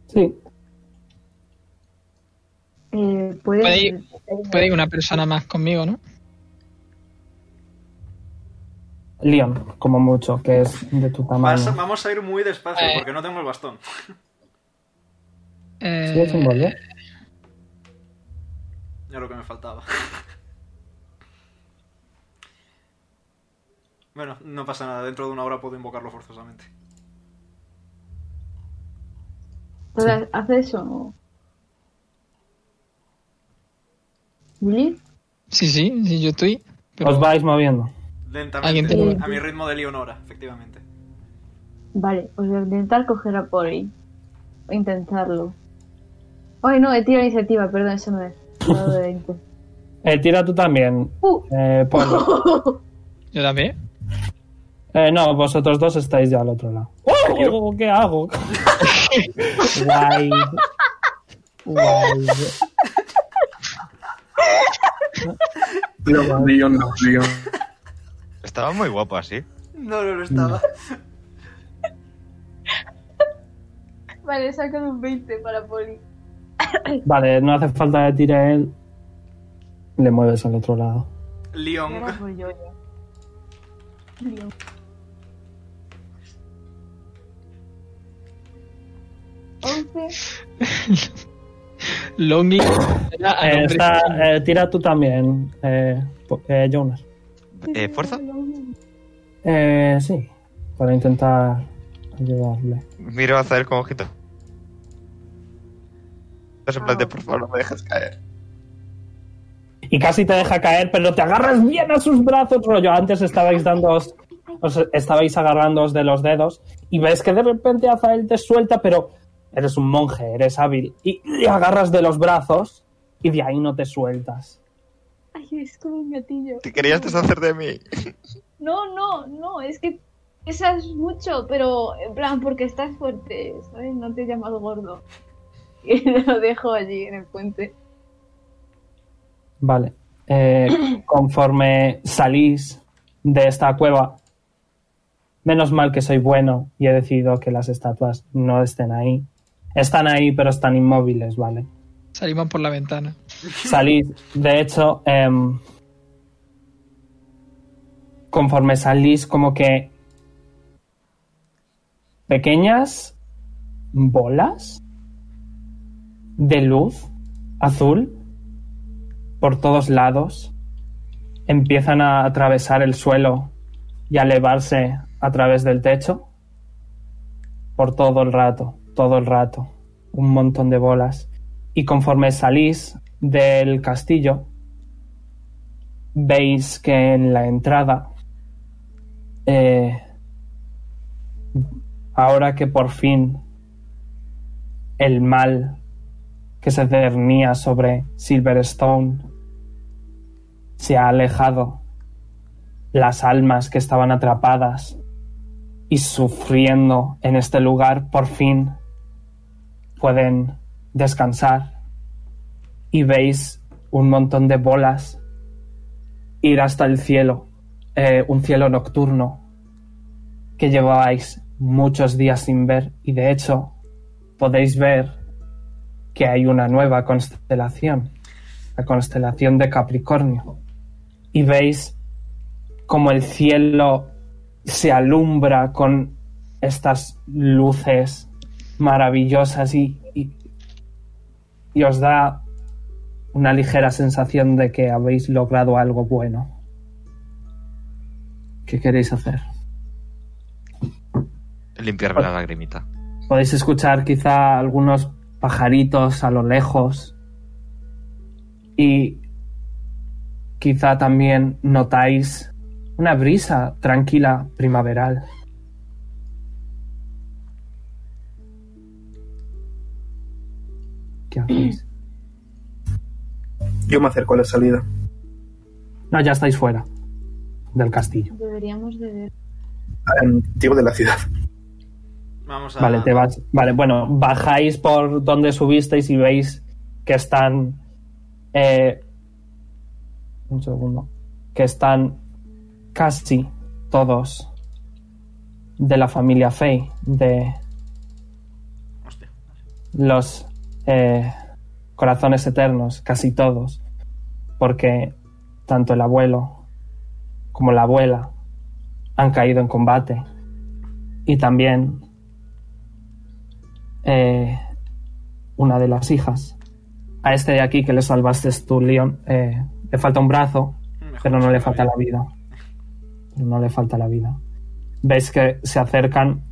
Speaker 3: Sí.
Speaker 4: Eh, ¿puedes-
Speaker 6: Puede ir, puede ir una persona más conmigo, ¿no?
Speaker 3: Leon, como mucho, que es de tu
Speaker 2: Vas a-
Speaker 3: tamaño.
Speaker 2: vamos a ir muy despacio
Speaker 6: Eh.
Speaker 2: porque no tengo el bastón.
Speaker 6: Eh,
Speaker 3: Sí, es un gol, ¿eh?
Speaker 2: Era lo que me faltaba. Bueno, no pasa nada. Dentro de una hora puedo invocarlo forzosamente.
Speaker 4: Entonces, ¿Haz eso? o- ¿Lili?
Speaker 6: sí, sí, sí, yo estoy. pero-
Speaker 3: Os vais moviendo.
Speaker 2: Lentamente.
Speaker 6: Alguien
Speaker 4: te-
Speaker 2: A mi ritmo de Leonora, efectivamente.
Speaker 4: Vale, pues voy a intentar coger a Pori. Voy a Intentarlo. Ay, no, he tirado iniciativa, perdón, eso no es. Dado de 20.
Speaker 3: Eh, tira tú también.
Speaker 4: Uh.
Speaker 3: Eh, Poli.
Speaker 6: Yo también.
Speaker 3: Eh, no, vosotros dos estáis ya al otro lado. ¡Oh! ¿Qué hago? Guay. Guay.
Speaker 5: Lo Leon, lo Leon.
Speaker 12: Estaba muy guapo así.
Speaker 2: No, no lo estaba.
Speaker 1: Vale, saco un 20 para Poli.
Speaker 3: Vale, no hace falta que tire él. Le mueves al otro lado.
Speaker 2: Leon.
Speaker 4: Ahora voy yo ya.
Speaker 6: Longy. Era al
Speaker 3: Eh,
Speaker 6: hombre.
Speaker 3: está- eh, tira tú también, eh, po- eh, Jonas.
Speaker 12: Eh, ¿Fuerza?
Speaker 3: Eh, sí, para intentar ayudarle.
Speaker 12: Miro a Zael con ojito. No se plante, por favor, no me dejes caer.
Speaker 3: Y casi te deja caer, pero te agarras bien a sus brazos, rollo. Antes estabais dándoos, os estabais agarrándoos de los dedos y ves que de repente Azael te suelta, pero eres un monje, eres hábil. Y le agarras de los brazos y de ahí no te sueltas.
Speaker 1: Ay, es como un gatillo.
Speaker 12: Te querías deshacer de mí.
Speaker 1: No, no, no, es que pesas mucho, pero en plan, porque estás fuerte, ¿sabes? No te llamas gordo. Y lo dejo allí en el puente.
Speaker 3: Vale. Eh, conforme salís de esta cueva, menos mal que soy bueno y he decidido que las estatuas no estén ahí. Están ahí, pero están inmóviles, ¿vale?
Speaker 6: Salimos por la ventana.
Speaker 3: Salís, de hecho, em, conforme salís, como que pequeñas bolas de luz azul por todos lados empiezan a atravesar el suelo y a elevarse a través del techo por todo el rato, todo el rato, un montón de bolas. Y conforme salís del castillo, veis que en la entrada, eh, ahora que por fin el mal que se cernía sobre Silverstone se ha alejado, las almas que estaban atrapadas y sufriendo en este lugar por fin pueden descansar y veis un montón de bolas ir hasta el cielo, eh, un cielo nocturno que llevabais muchos días sin ver y de hecho podéis ver que hay una nueva constelación, la constelación de Capricornio y veis como el cielo se alumbra con estas luces maravillosas y- y- y os da una ligera sensación de que habéis logrado algo bueno. ¿Qué queréis hacer?
Speaker 12: Limpiarme la lagrimita.
Speaker 3: Podéis escuchar quizá algunos pajaritos a lo lejos y quizá también notáis Una brisa tranquila primaveral. ¿Qué hacéis?
Speaker 5: Yo me acerco a la salida.
Speaker 3: No, ya estáis fuera del castillo.
Speaker 4: Deberíamos de ver.
Speaker 5: Em, digo de la ciudad.
Speaker 2: Vamos a.
Speaker 3: Vale, te vas. Vale, bueno, bajáis por donde subisteis y veis que están. eh, un segundo. Que están casi todos de la familia Fey, de
Speaker 2: Hostia.
Speaker 3: los eh, corazones eternos, casi todos. Porque tanto el abuelo como la abuela han caído en combate. Y también eh, una de las hijas. A este de aquí que le salvaste tú, Leon, eh, le falta un brazo,
Speaker 2: Mejor
Speaker 3: pero no
Speaker 2: se
Speaker 3: le
Speaker 2: ve.
Speaker 3: falta la vida. Pero no le falta la vida. Veis que se acercan,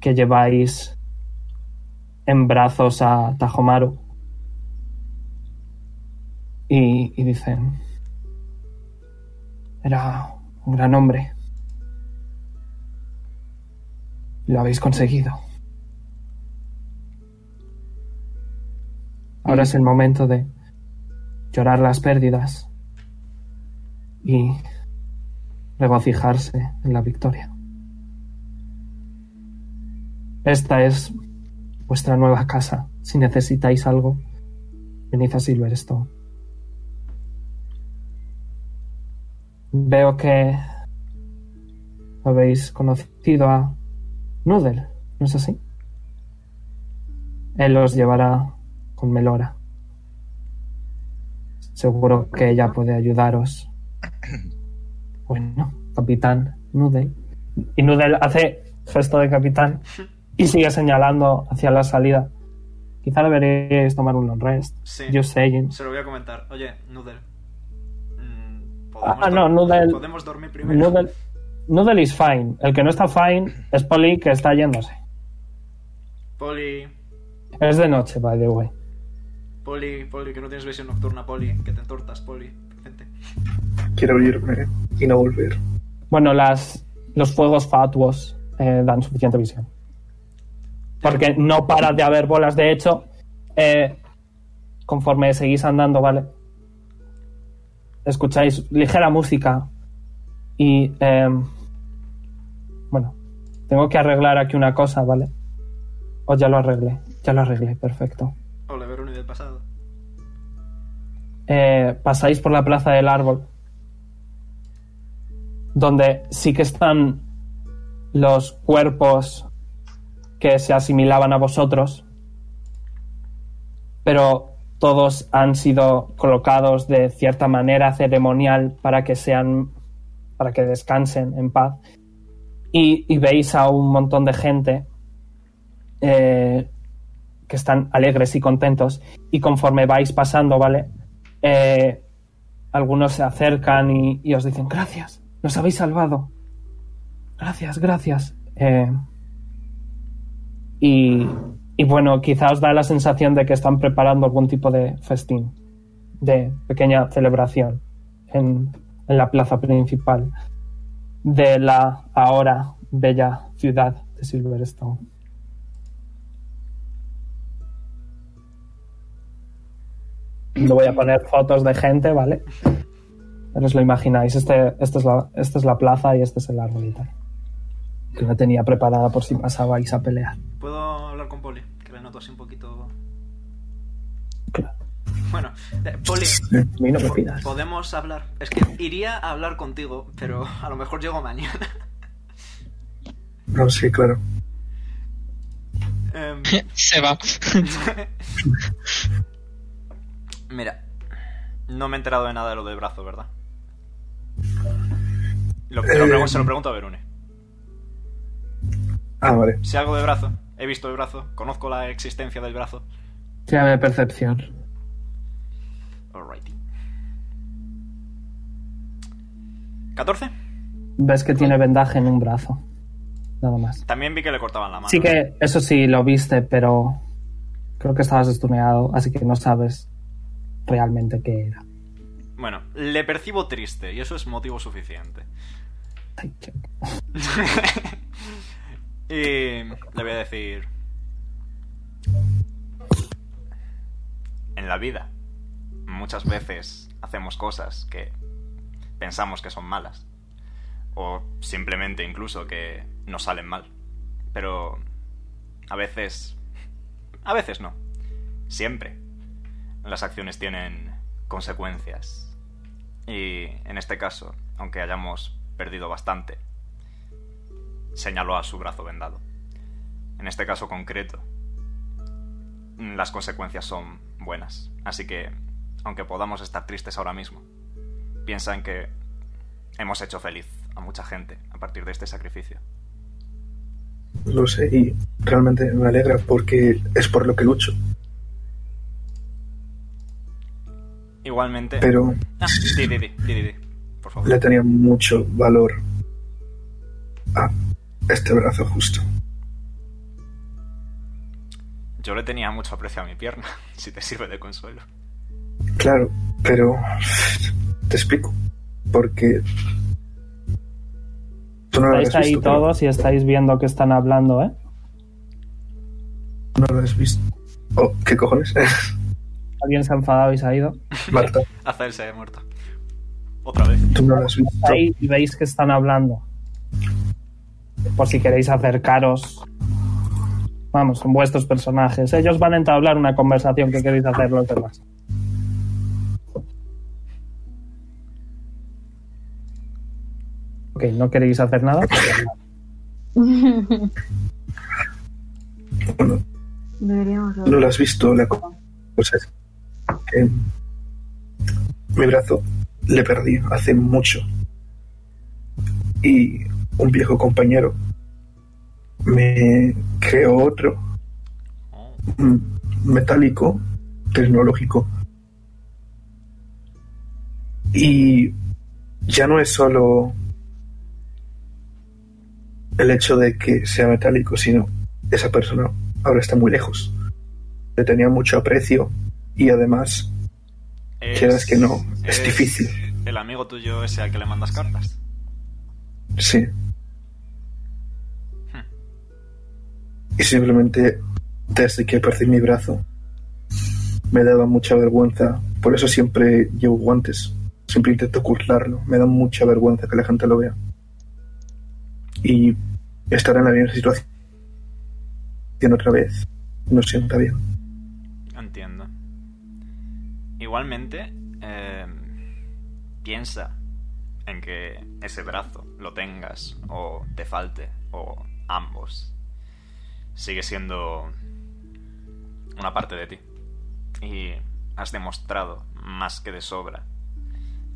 Speaker 3: que lleváis en brazos a Tajomaru. Y, y dicen... Era un gran hombre. Lo habéis conseguido. Ahora es el momento de llorar las pérdidas y regocijarse en la victoria. Esta es vuestra nueva casa. Si necesitáis algo, venid a Silverstone. Veo que habéis conocido a Noodle, ¿no es así? Él os llevará con Melora. Seguro que ella puede ayudaros. Bueno, capitán Noodle. Y Noodle hace gesto de capitán y sigue señalando hacia la salida. Quizá deberéis tomar un long rest.
Speaker 2: Sí.
Speaker 3: Yo sé, Jim.
Speaker 2: Se lo voy a comentar. Oye, Noodle. mm,
Speaker 3: Ah, no,
Speaker 2: dor-
Speaker 3: Noodle-
Speaker 2: Podemos dormir primero.
Speaker 3: Noodle, Noodle is fine. El que no está fine es Polly que está yéndose.
Speaker 2: Poli,
Speaker 3: Es de noche, by the way.
Speaker 2: Poli, Poli, que no tienes visión nocturna, Poli, que te entortas, Poli. Vente.
Speaker 5: Quiero irme y no volver.
Speaker 3: Bueno, las, los fuegos fatuos eh, dan suficiente visión. Porque no para de haber bolas. De hecho, eh, conforme seguís andando, ¿vale? Escucháis ligera música y... eh, bueno, tengo que arreglar aquí una cosa, ¿vale? O ya lo arreglé. Ya lo arreglé, perfecto.
Speaker 2: Hola, Veroni del pasado.
Speaker 3: eh, pasáis por la plaza del árbol, donde sí que están los cuerpos que se asimilaban a vosotros, pero todos han sido colocados de cierta manera ceremonial para que sean para que descansen en paz y, y veis a un montón de gente eh, que están alegres y contentos y conforme vais pasando vale eh, algunos se acercan y, y os dicen, gracias, nos habéis salvado. Gracias, gracias. Eh, y, y bueno, quizá os da la sensación de que están preparando algún tipo de festín, de pequeña celebración en, en la plaza principal de la ahora bella ciudad de Silverstone. No voy a poner fotos de gente, ¿vale? Pero os lo imagináis. Este, esta, es la, esta es la plaza y este es el árbol y tal. Que la tenía preparada por si pasabais a pelear.
Speaker 2: ¿Puedo hablar con Poli? Que le noto así un poquito. Bueno, eh, Poli,
Speaker 3: A mí no me pidas.
Speaker 2: podemos hablar. Es que iría a hablar contigo, pero a lo mejor llego mañana.
Speaker 5: No, sí, claro.
Speaker 2: Em,
Speaker 6: Se va.
Speaker 2: Mira, no me he enterado de nada de lo del brazo, ¿verdad?
Speaker 3: Eh,
Speaker 2: Lo, te lo pregun- se lo pregunto a Verone.
Speaker 5: Ah, vale.
Speaker 2: Sé algo de brazo, he visto el brazo, conozco la existencia del brazo.
Speaker 3: Tírame percepción.
Speaker 2: Alrighty. ¿14?
Speaker 3: Ves que tiene vendaje en un brazo. Nada más.
Speaker 2: También vi que le cortaban la mano.
Speaker 3: Sí que, eso sí, lo viste, pero creo que estabas estuneado, así que no sabes realmente qué era.
Speaker 2: Bueno, le percibo triste y eso es motivo suficiente.
Speaker 3: Ay, qué-
Speaker 2: Y le voy a decir... En la vida, muchas veces hacemos cosas que pensamos que son malas. O simplemente incluso que nos salen mal. Pero a veces... A veces no. Siempre. Las acciones tienen consecuencias. Y en este caso, aunque hayamos perdido bastante, señaló a su brazo vendado. En este caso concreto, mm, las consecuencias son buenas. Así que, aunque podamos estar tristes ahora mismo, piensa en que hemos hecho feliz a mucha gente a partir de este sacrificio.
Speaker 5: Lo sé y realmente me alegra porque es por lo que lucho.
Speaker 2: Igualmente...
Speaker 5: Pero
Speaker 2: Ah, di, di, di, di, di, di, por favor.
Speaker 5: le tenía mucho valor a este brazo justo.
Speaker 2: Yo le tenía mucho aprecio a mi pierna, si te sirve de consuelo.
Speaker 5: Claro, pero te explico. Porque tú no lo
Speaker 3: Estáis
Speaker 5: has
Speaker 3: ahí
Speaker 5: visto. pero
Speaker 3: todos y estáis viendo que están hablando, ¿eh?
Speaker 5: No lo has visto. Oh, ¿qué cojones?
Speaker 3: Alguien se ha enfadado y se ha ido.
Speaker 5: Marta,
Speaker 2: Azael se ha muerto. Otra vez.
Speaker 5: tú no lo has visto.
Speaker 3: Ahí y veis que están hablando. Por si queréis acercaros. Vamos, con vuestros personajes. Ellos van a entablar una conversación que queréis hacer los demás. Ok, ¿no queréis hacer nada?
Speaker 5: Bueno,
Speaker 11: Deberíamos
Speaker 5: no lo has visto. La co- cosa es que mi brazo le perdí hace mucho. Y un viejo compañero me creó otro
Speaker 2: Oh,
Speaker 5: mm, metálico, tecnológico. Y ya no es solo el hecho de que sea metálico, sino esa persona ahora está muy lejos. Le tenía mucho aprecio y además,
Speaker 2: es-
Speaker 5: quieras que no, es,
Speaker 2: es
Speaker 5: difícil.
Speaker 2: Eh, El amigo tuyo ese al que le mandas cartas.
Speaker 5: Sí. Y simplemente desde que perdí mi brazo me daba mucha vergüenza. Por eso siempre llevo guantes. Siempre intento ocultarlo. Me da mucha vergüenza que la gente lo vea. Y estar en la misma situación otra vez no sienta bien.
Speaker 2: Entiendo. Igualmente, eh, piensa en que ese brazo lo tengas o te falte o ambos. Sigue siendo una parte de ti. Y has demostrado más que de sobra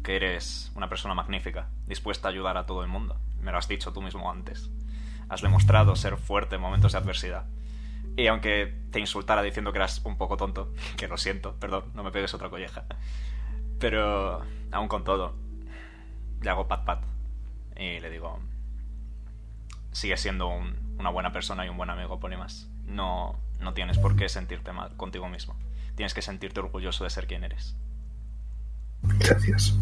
Speaker 2: que eres una persona magnífica, dispuesta a ayudar a todo el mundo. Me lo has dicho tú mismo antes. Has demostrado ser fuerte en momentos de adversidad. Y aunque te insultara diciendo que eras un poco tonto, que lo siento, perdón, no me pegues otra colleja. Pero aún con todo, le hago pat pat y le digo, sigue siendo un- una buena persona y un buen amigo Polimas. No, no tienes por qué sentirte mal contigo mismo. Tienes que sentirte orgulloso de ser quien eres.
Speaker 5: Gracias.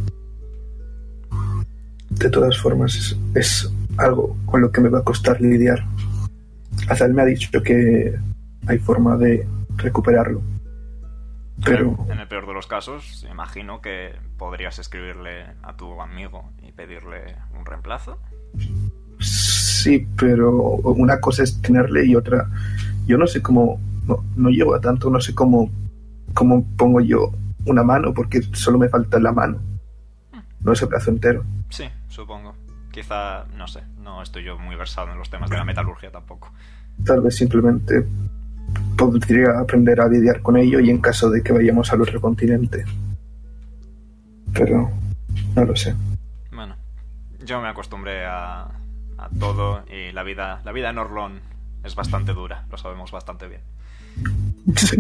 Speaker 5: De todas formas, es, es algo con lo que me va a costar lidiar. Azal me ha dicho que hay forma de recuperarlo. Pero
Speaker 2: En el peor de los casos, imagino que podrías escribirle a tu amigo y pedirle un reemplazo.
Speaker 5: sí, pero una cosa es tenerle y otra. Yo no sé cómo. No, no llego a tanto, no sé cómo, cómo pongo yo una mano, porque solo me falta la mano. No es el brazo entero.
Speaker 2: Sí, supongo. Quizá, no sé, no estoy yo muy versado en los temas de la metalurgia tampoco.
Speaker 5: Tal vez simplemente podría aprender a lidiar con ello y en caso de que vayamos al otro continente. Pero no lo sé.
Speaker 2: Bueno, yo me acostumbré a, a todo y la vida, la vida en Orlón es bastante dura, lo sabemos bastante bien.
Speaker 5: Sí.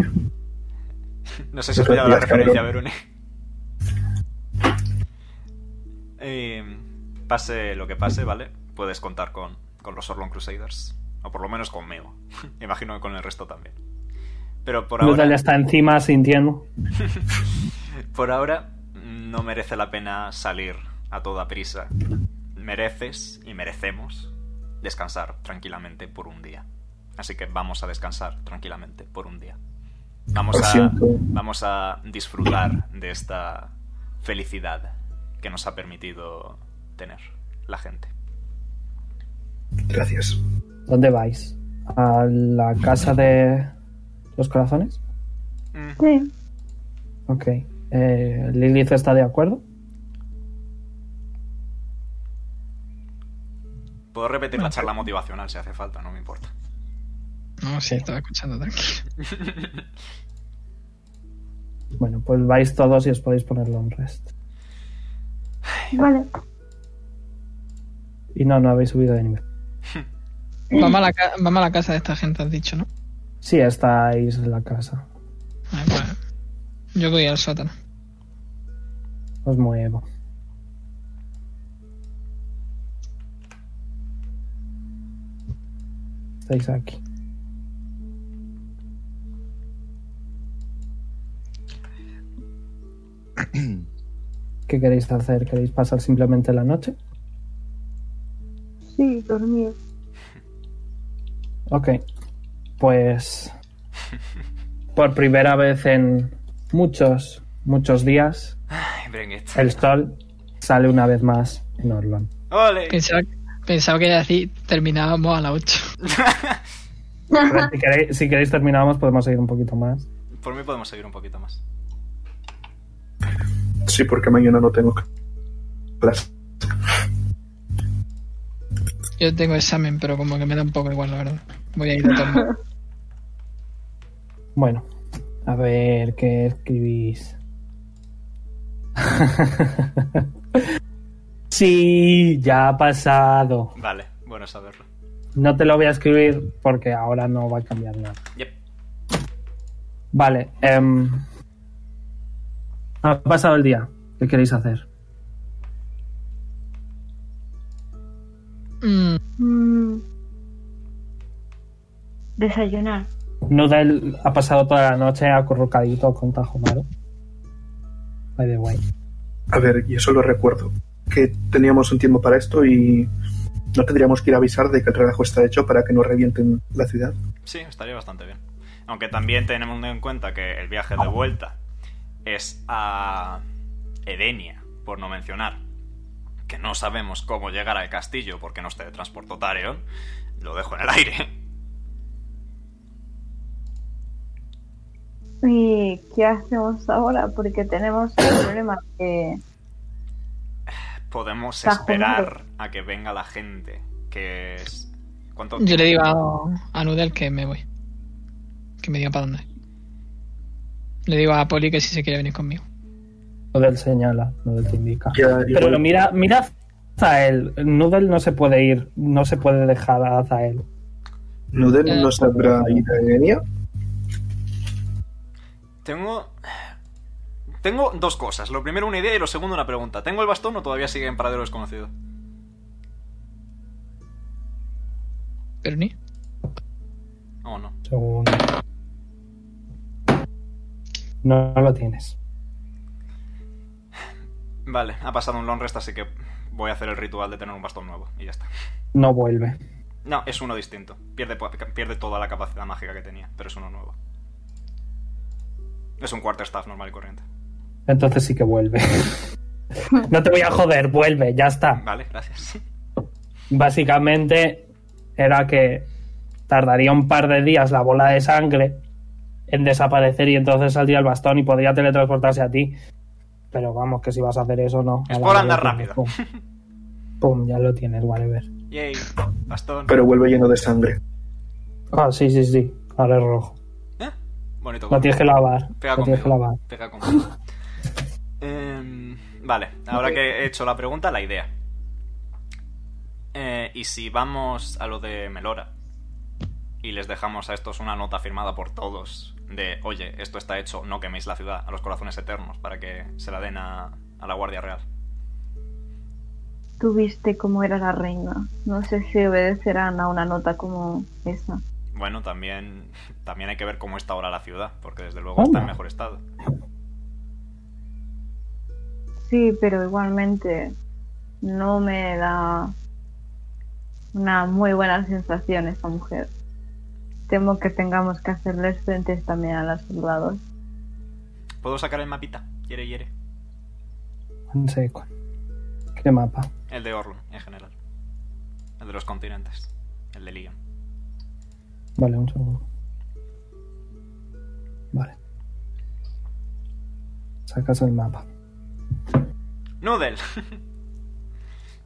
Speaker 2: No sé si has pillado la referencia, Verone. Y Em, pase lo que pase, ¿vale? Puedes contar con, con los Orlon Crusaders. O por lo menos conmigo. Imagino que con el resto también. Pero por ahora...
Speaker 3: Doodle está encima sintiendo.
Speaker 2: Por ahora no merece la pena salir a toda prisa. mereces y merecemos descansar tranquilamente por un día. Así que vamos a descansar tranquilamente por un día. Vamos
Speaker 5: Lo
Speaker 2: a,
Speaker 5: siento.
Speaker 2: vamos a disfrutar de esta felicidad que nos ha permitido tener la gente.
Speaker 5: Gracias.
Speaker 3: ¿Dónde vais? ¿A la casa de los corazones?
Speaker 2: Mm,
Speaker 11: Sí.
Speaker 3: Ok. Eh, ¿Lilith está de acuerdo?
Speaker 2: Puedo repetir la charla motivacional si hace falta, no me importa.
Speaker 6: No, sí, estaba escuchando tranquilo.
Speaker 3: Bueno, pues vais todos y os podéis ponerlo en rest.
Speaker 11: Vale.
Speaker 3: Y no, no habéis subido de nivel.
Speaker 6: Vamos a, la ca- vamos a la casa de esta gente, has dicho, ¿no?
Speaker 3: Sí, estáis en la casa.
Speaker 6: Vale, pues, yo voy al sótano.
Speaker 3: Os muevo. Estáis aquí. ¿Qué queréis hacer? ¿Queréis pasar simplemente la noche?
Speaker 11: Sí, dormir.
Speaker 3: Ok. Pues. Por primera vez en muchos, muchos días,
Speaker 2: Ay, bring it.
Speaker 3: el sol sale una vez más en Orlon.
Speaker 2: ¡Ole!
Speaker 6: Pensaba, pensaba que así terminábamos a las 8.
Speaker 3: Pero si, queréis, si queréis terminamos, podemos seguir un poquito más.
Speaker 2: Por mí podemos seguir un poquito más.
Speaker 5: Sí, porque mañana no tengo clase.
Speaker 6: Yo tengo examen, pero como que me da un poco igual, la verdad. Voy a ir de tomo.
Speaker 3: Bueno, a ver qué escribís. sí, ya ha pasado.
Speaker 2: Vale, bueno saberlo.
Speaker 3: No te lo voy a escribir porque ahora no va a cambiar nada.
Speaker 2: Yep.
Speaker 3: Vale. em, ha pasado el día. ¿Qué queréis hacer?
Speaker 6: Mm,
Speaker 11: Mm. Desayunar.
Speaker 3: Nudel ha pasado toda la noche acurrucadito con Tajomaro. By the way.
Speaker 5: A ver, y eso lo recuerdo. Que teníamos un tiempo para esto y no tendríamos que ir a avisar de que el trabajo está hecho para que no revienten la ciudad.
Speaker 2: Sí, estaría bastante bien. Aunque también tenemos en cuenta que el viaje de vuelta es a Edenia, por no mencionar. Que no sabemos cómo llegar al castillo porque nos teletransportó Tareon. ¿eh? Lo dejo en el aire.
Speaker 11: ¿Y qué hacemos ahora? Porque tenemos el problema que...
Speaker 2: Podemos
Speaker 11: Está
Speaker 2: esperar a que venga la gente. Que es... ¿Cuánto
Speaker 6: yo le digo a, a Nudel que me voy. Que me diga para dónde. Le digo a Poli que si se quiere venir conmigo.
Speaker 3: Nudel señala, Nudel te indica.
Speaker 5: Ya,
Speaker 3: Pero
Speaker 5: igual-
Speaker 3: lo mira, mira a Zael. Noodle no se puede ir, no se puede dejar a Zael.
Speaker 5: Nuden no sabrá ir a Edenia.
Speaker 2: Tengo... Tengo dos cosas. Lo primero una idea y lo segundo una pregunta. ¿Tengo el bastón o todavía sigue en paradero desconocido?
Speaker 6: Pero ni.
Speaker 2: ¿O no?
Speaker 3: Segundo. No, no lo tienes.
Speaker 2: Vale, ha pasado un long rest, así que voy a hacer el ritual de tener un bastón nuevo y ya está.
Speaker 3: No vuelve.
Speaker 2: No, es uno distinto. Pierde, po- pierde toda la capacidad mágica que tenía, pero es uno nuevo. Es un quarterstaff normal y corriente.
Speaker 3: Entonces sí que vuelve. no te voy a joder, vuelve, ya está.
Speaker 2: Vale, gracias.
Speaker 3: Básicamente era que tardaría un par de días la bola de sangre en desaparecer y entonces saldría el bastón y podría teletransportarse a ti. Pero vamos, que si vas a hacer eso, no.
Speaker 2: Es
Speaker 3: A la
Speaker 2: por
Speaker 3: mierda,
Speaker 2: andar
Speaker 3: pum,
Speaker 2: rápido.
Speaker 3: Pum, Pum, ya lo tienes, whatever.
Speaker 2: Yay, bastón.
Speaker 5: Pero vuelve lleno de sangre.
Speaker 3: Ah, sí, sí, sí. Ahora es rojo.
Speaker 2: ¿Eh? Bonito.
Speaker 3: Lo tienes que lavar.
Speaker 2: Pega
Speaker 3: Lo tienes que lavar.
Speaker 2: conmigo. Pega conmigo. Em, vale, ahora que he hecho la pregunta, la idea. Eh, y si vamos a lo de Melora y les dejamos a estos una nota firmada por todos de, oye, esto está hecho, no queméis la ciudad a los corazones eternos para que se la den a, a la Guardia Real.
Speaker 11: Tú viste cómo era la reina. No sé si obedecerán a una nota como esa.
Speaker 2: Bueno, también, también hay que ver cómo está ahora la ciudad, porque desde luego
Speaker 3: Anda.
Speaker 2: está en mejor estado.
Speaker 11: Sí, pero igualmente
Speaker 4: No me da una muy buena sensación esta mujer. Temo que tengamos que hacerles frente también a los soldados.
Speaker 2: ¿Puedo sacar el mapita? Quiere, quiere.
Speaker 3: No sé cuál. ¿Qué mapa?
Speaker 2: El de Orlon, en general. El de los continentes. El de Leon.
Speaker 3: Vale, un segundo. Vale. Sacas el mapa.
Speaker 2: Noodle.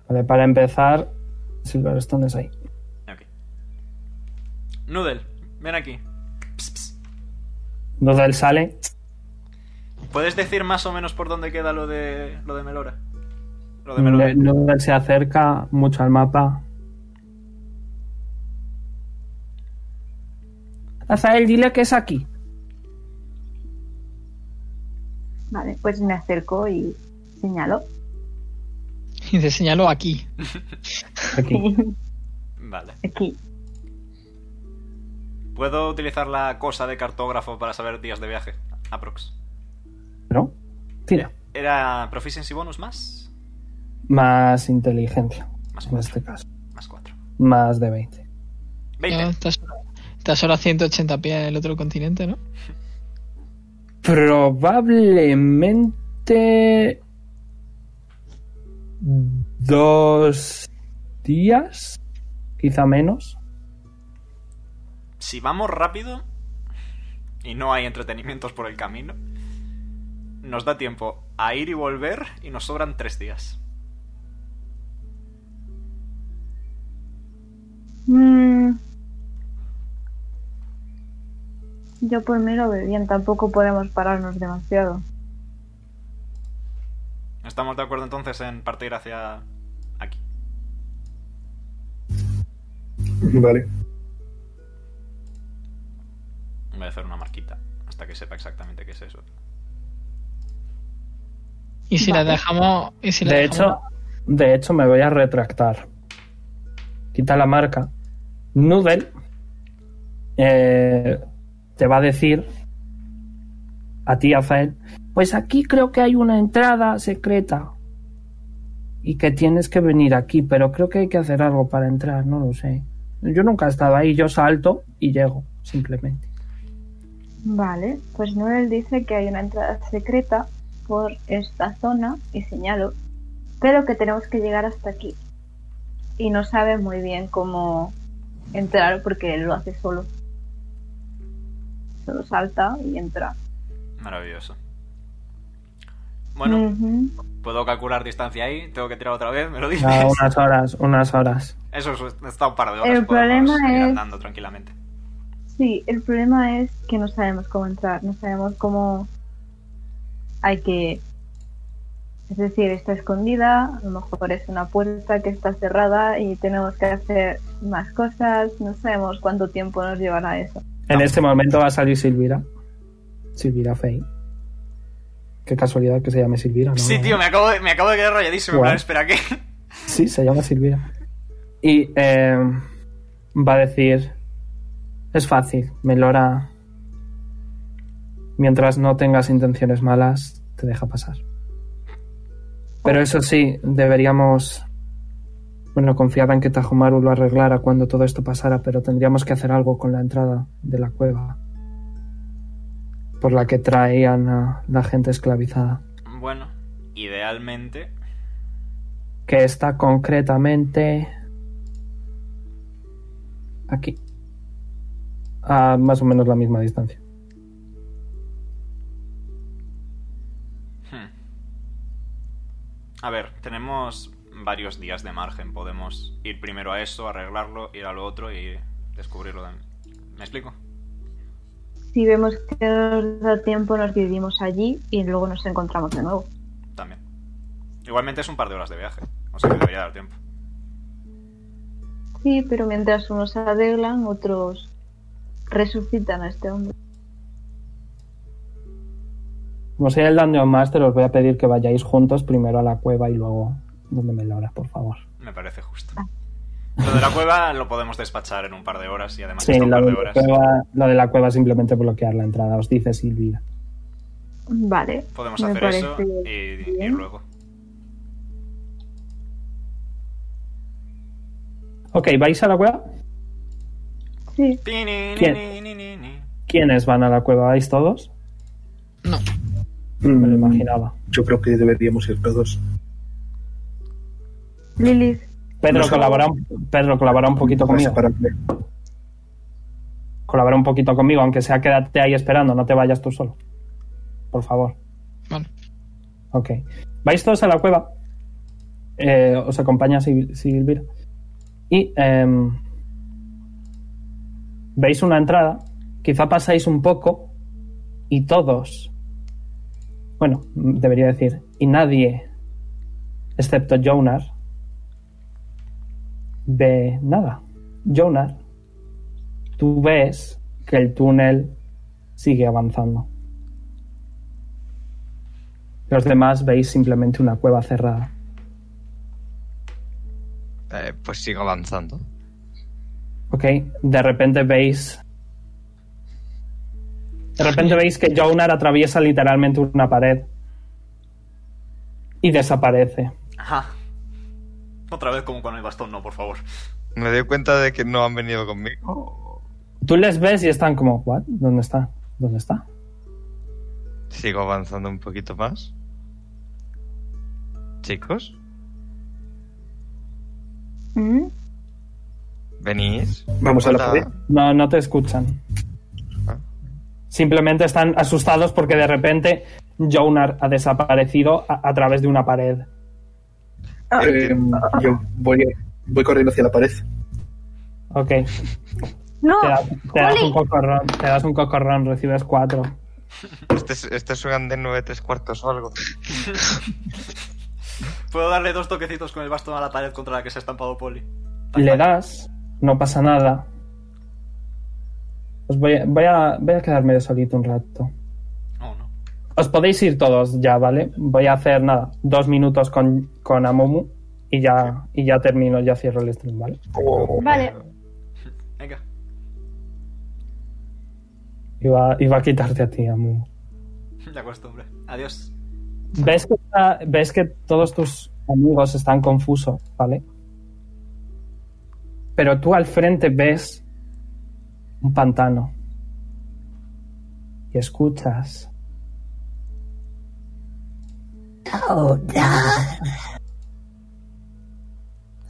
Speaker 3: Vale, para empezar, Silverstone es ahí.
Speaker 2: Ok. Noodle, ven aquí. Ps, ps.
Speaker 3: Noodle sale.
Speaker 2: ¿Puedes decir más o menos por dónde queda lo de lo de Melora? Lo de Melora.
Speaker 3: Noodle se acerca mucho al mapa. Azael, dile que es aquí.
Speaker 4: Vale, pues me acerco y señalo.
Speaker 6: Y te señalo aquí.
Speaker 3: Aquí.
Speaker 2: Vale.
Speaker 4: Aquí.
Speaker 2: ¿Puedo utilizar la cosa de cartógrafo para saber días de viaje? Aprox.
Speaker 3: ¿No? Tira.
Speaker 2: ¿Era proficiency bonus más?
Speaker 3: Más inteligencia.
Speaker 2: Más
Speaker 3: en
Speaker 2: cuatro.
Speaker 3: este caso.
Speaker 2: Más 4.
Speaker 3: Más de 20.
Speaker 2: 20.
Speaker 6: Estás solo, estás solo a 180 pies del otro continente, ¿no?
Speaker 3: Probablemente. Dos días. Quizá menos.
Speaker 2: Si vamos rápido y no hay entretenimientos por el camino, nos da tiempo a ir y volver y nos sobran 3 días.
Speaker 4: Mm. Yo por mí lo veo bien, tampoco podemos pararnos demasiado.
Speaker 2: ¿Estamos de acuerdo entonces en partir hacia aquí?
Speaker 5: Vale.
Speaker 2: Voy a hacer una marquita hasta que sepa exactamente qué es eso.
Speaker 6: Y si la dejamos. Y si la
Speaker 3: De
Speaker 6: dejamos-
Speaker 3: hecho, de hecho, me voy a retractar. Quita la marca. Noodle eh, te va a decir a ti, Azael, pues aquí creo que hay una entrada secreta y que tienes que venir aquí, pero creo que hay que hacer algo para entrar, no lo sé. Yo nunca he estado ahí, yo salto y llego, simplemente.
Speaker 4: Vale, pues Noel dice que hay una entrada secreta por esta zona, y señalo, pero que tenemos que llegar hasta aquí. Y no sabe muy bien cómo entrar porque él lo hace solo. Solo salta y entra.
Speaker 2: Maravilloso. Bueno,
Speaker 4: Ujú.
Speaker 2: puedo calcular distancia ahí, tengo que tirar otra vez, me lo dices.
Speaker 3: Ya, unas horas, unas horas.
Speaker 2: Eso es- está un par de horas.
Speaker 4: El
Speaker 2: podemos
Speaker 4: problema
Speaker 2: ir
Speaker 4: es-
Speaker 2: andando tranquilamente.
Speaker 4: Sí, el problema es que no sabemos cómo entrar, no sabemos cómo hay que... Es decir, está escondida, a lo mejor es una puerta que está cerrada y tenemos que hacer más cosas, no sabemos cuánto tiempo nos llevará eso.
Speaker 2: Ah.
Speaker 3: En este momento va a salir Silvira. Silvira Fey. Qué casualidad que se llame Silvira, ¿no?
Speaker 2: Sí, tío, me acabo de, me acabo de quedar rayadísimo. en
Speaker 3: Guau.
Speaker 2: plan, Espera, ¿qué?
Speaker 3: Sí, se llama Silvira. Y eh, va a decir... Es fácil, Melora... Mientras no tengas intenciones malas, te deja pasar. Pero eso sí, deberíamos... Bueno, confiaba en que Tajomaru lo arreglara cuando todo esto pasara, pero tendríamos que hacer algo con la entrada de la cueva. Por la que traían a la gente esclavizada.
Speaker 2: Bueno, idealmente.
Speaker 3: que está concretamente aquí. A más o menos la misma distancia.
Speaker 2: hmm. A ver, tenemos varios días de margen. Podemos ir primero a eso, arreglarlo, ir a lo otro y descubrirlo. De... ¿Me explico?
Speaker 4: Si vemos que nos da tiempo, nos dividimos allí y luego nos encontramos de nuevo.
Speaker 2: También. Igualmente es un par de horas de viaje. O sea, que debería dar tiempo.
Speaker 4: Sí, pero mientras unos arreglan, otros resucitan a este hombre.
Speaker 3: Como sea el Dungeon Master, os voy a pedir que vayáis juntos primero a la cueva y luego donde me Melora, por favor.
Speaker 2: Me parece justo. Lo de la cueva lo podemos despachar en un par de horas y además
Speaker 3: Sí,
Speaker 2: está un
Speaker 3: la
Speaker 2: par
Speaker 3: de
Speaker 2: de
Speaker 3: la,
Speaker 2: horas.
Speaker 3: cueva, la de la cueva simplemente bloquear la entrada, os dice Silvia.
Speaker 4: Vale,
Speaker 2: Podemos
Speaker 4: me
Speaker 2: hacer eso
Speaker 4: parece
Speaker 2: y, y
Speaker 4: bien.
Speaker 2: luego.
Speaker 3: Ok, ¿vais a la cueva?
Speaker 11: Sí.
Speaker 2: ¿Quién?
Speaker 3: ¿Quiénes van a la cueva? ¿Vais todos?
Speaker 6: No.
Speaker 3: Me lo
Speaker 5: Mm,
Speaker 3: imaginaba.
Speaker 5: Yo creo que deberíamos ir todos.
Speaker 11: Lilith,
Speaker 3: Pedro,
Speaker 5: No sé.
Speaker 3: colabora, un- Pedro colabora un poquito
Speaker 5: Para
Speaker 3: conmigo.
Speaker 5: separarme.
Speaker 3: Colabora un poquito conmigo, aunque sea quédate ahí esperando, no te vayas tú solo. Por favor.
Speaker 6: Vale.
Speaker 3: Ok. Vais todos a la cueva. Eh, os acompaña Sil- Silvira. Y em, veis una entrada. Quizá pasáis un poco y todos. Bueno, mm, debería decir. Y nadie, excepto Jonar, ve nada. Jonar, tú ves que el túnel sigue avanzando. Los demás veis simplemente una cueva cerrada.
Speaker 1: Eh, pues sigo avanzando.
Speaker 3: Ok, de repente veis. De repente veis que Jonar atraviesa literalmente una pared y desaparece.
Speaker 2: Ajá. Otra vez como con el bastón, no, por favor.
Speaker 1: Me doy cuenta de que no han venido conmigo.
Speaker 3: Tú les ves y están como, ¿what? ¿Dónde está? ¿Dónde está?
Speaker 1: Sigo avanzando un poquito más. Chicos,
Speaker 11: ¿Mm?
Speaker 1: venís.
Speaker 5: Vamos a la
Speaker 1: Hola.
Speaker 5: pared.
Speaker 3: No, no te escuchan.
Speaker 1: Ah.
Speaker 3: Simplemente están asustados porque de repente Jonar ha desaparecido a, a través de una pared.
Speaker 4: Ah,
Speaker 5: Eh, yo voy, voy corriendo hacia la pared.
Speaker 3: Ok, te,
Speaker 4: Oh,
Speaker 11: no,
Speaker 3: da- te das un
Speaker 11: Juli,
Speaker 3: cocorrón, te das un cocorrón, recibes cuatro.
Speaker 1: Este es, este es un andén 9 3 cuartos o algo.
Speaker 2: Puedo darle dos toquecitos con el bastón a la pared contra la que se ha estampado Poli.
Speaker 3: Le das, no pasa nada. Os voy, a- voy a, voy a quedarme de solito un rato.
Speaker 2: No, Oh, no.
Speaker 3: Os podéis ir todos ya, ¿vale? Voy a hacer nada, dos minutos con, con Amumu y ya, y ya termino, ya cierro el stream, ¿vale?
Speaker 11: Vale.
Speaker 2: Venga.
Speaker 3: Iba, iba a quitarte a ti, Amumu.
Speaker 2: De costumbre. Adiós.
Speaker 3: ¿Ves que, está- ves que todos tus amigos están confusos, ¿vale? Pero tú al frente ves un pantano. Y escuchas.
Speaker 13: Ahora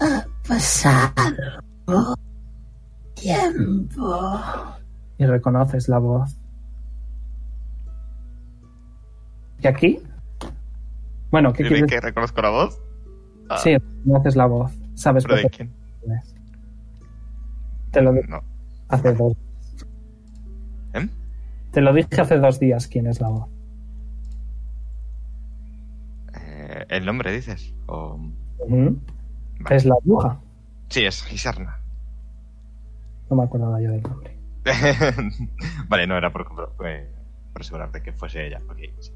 Speaker 13: ha pasado tiempo.
Speaker 3: y reconoces la voz. ¿Y aquí? Bueno, ¿qué
Speaker 1: ¿Dicen
Speaker 3: quieres?
Speaker 1: que reconozco la voz?
Speaker 3: Sí, reconoces la voz. Sabes
Speaker 1: ah, ¿Pero de
Speaker 3: perfectamente
Speaker 1: quién?
Speaker 3: quién es. Te lo, dije
Speaker 1: No.
Speaker 3: hace dos,
Speaker 1: ¿Eh?
Speaker 3: te lo dije hace dos días quién es la voz.
Speaker 1: Eh, ¿El nombre dices? O...
Speaker 3: Ujú.
Speaker 1: Vale.
Speaker 3: Es la bruja.
Speaker 1: Sí, es Gisarna.
Speaker 3: No me acordaba yo del nombre.
Speaker 1: vale, no era por, compro- eh, por asegurarte que fuese ella. ok, sí.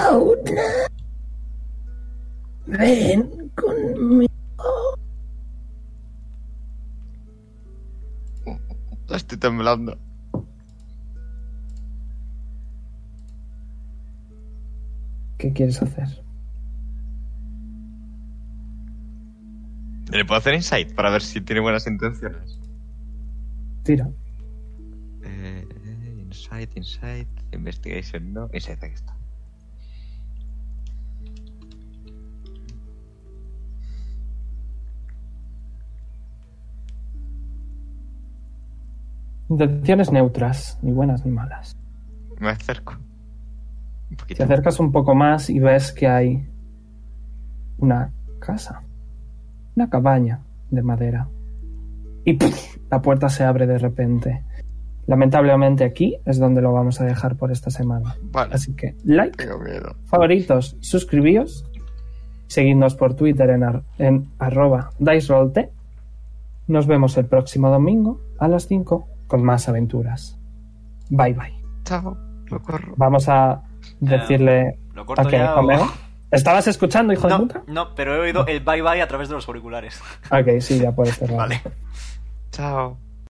Speaker 13: Ahora ven conmigo.
Speaker 1: Estoy temblando.
Speaker 3: ¿Qué quieres hacer?
Speaker 1: ¿Le puedo hacer insight para ver si tiene buenas intenciones?
Speaker 3: Tira.
Speaker 1: Eh, insight, insight, investigation, no. Insight, aquí está.
Speaker 3: Intenciones neutras, ni buenas ni malas.
Speaker 1: Me acerco. Un
Speaker 3: Te
Speaker 1: poquito.
Speaker 3: acercas un poco más y ves que hay una casa, una cabaña de madera. Y ¡puf! la puerta se abre de repente. Lamentablemente aquí es donde lo vamos a dejar por esta semana.
Speaker 1: Vale,
Speaker 3: Así que like,
Speaker 1: tengo miedo.
Speaker 3: favoritos, suscribíos, seguidnos por Twitter en, ar- en arroba diceRollT. Nos vemos el próximo domingo a las 5 con más aventuras. Bye bye.
Speaker 1: Chao, lo corro.
Speaker 3: Vamos a decirle...
Speaker 2: Lo corto
Speaker 3: Ok,
Speaker 2: ya. o-
Speaker 3: Homero. ¿Estabas escuchando, hijo de
Speaker 2: No,
Speaker 3: puta?
Speaker 2: no, pero he oído el bye bye a través de los auriculares.
Speaker 3: Ok, sí, ya puedes cerrar.
Speaker 2: Vale.
Speaker 1: Chao.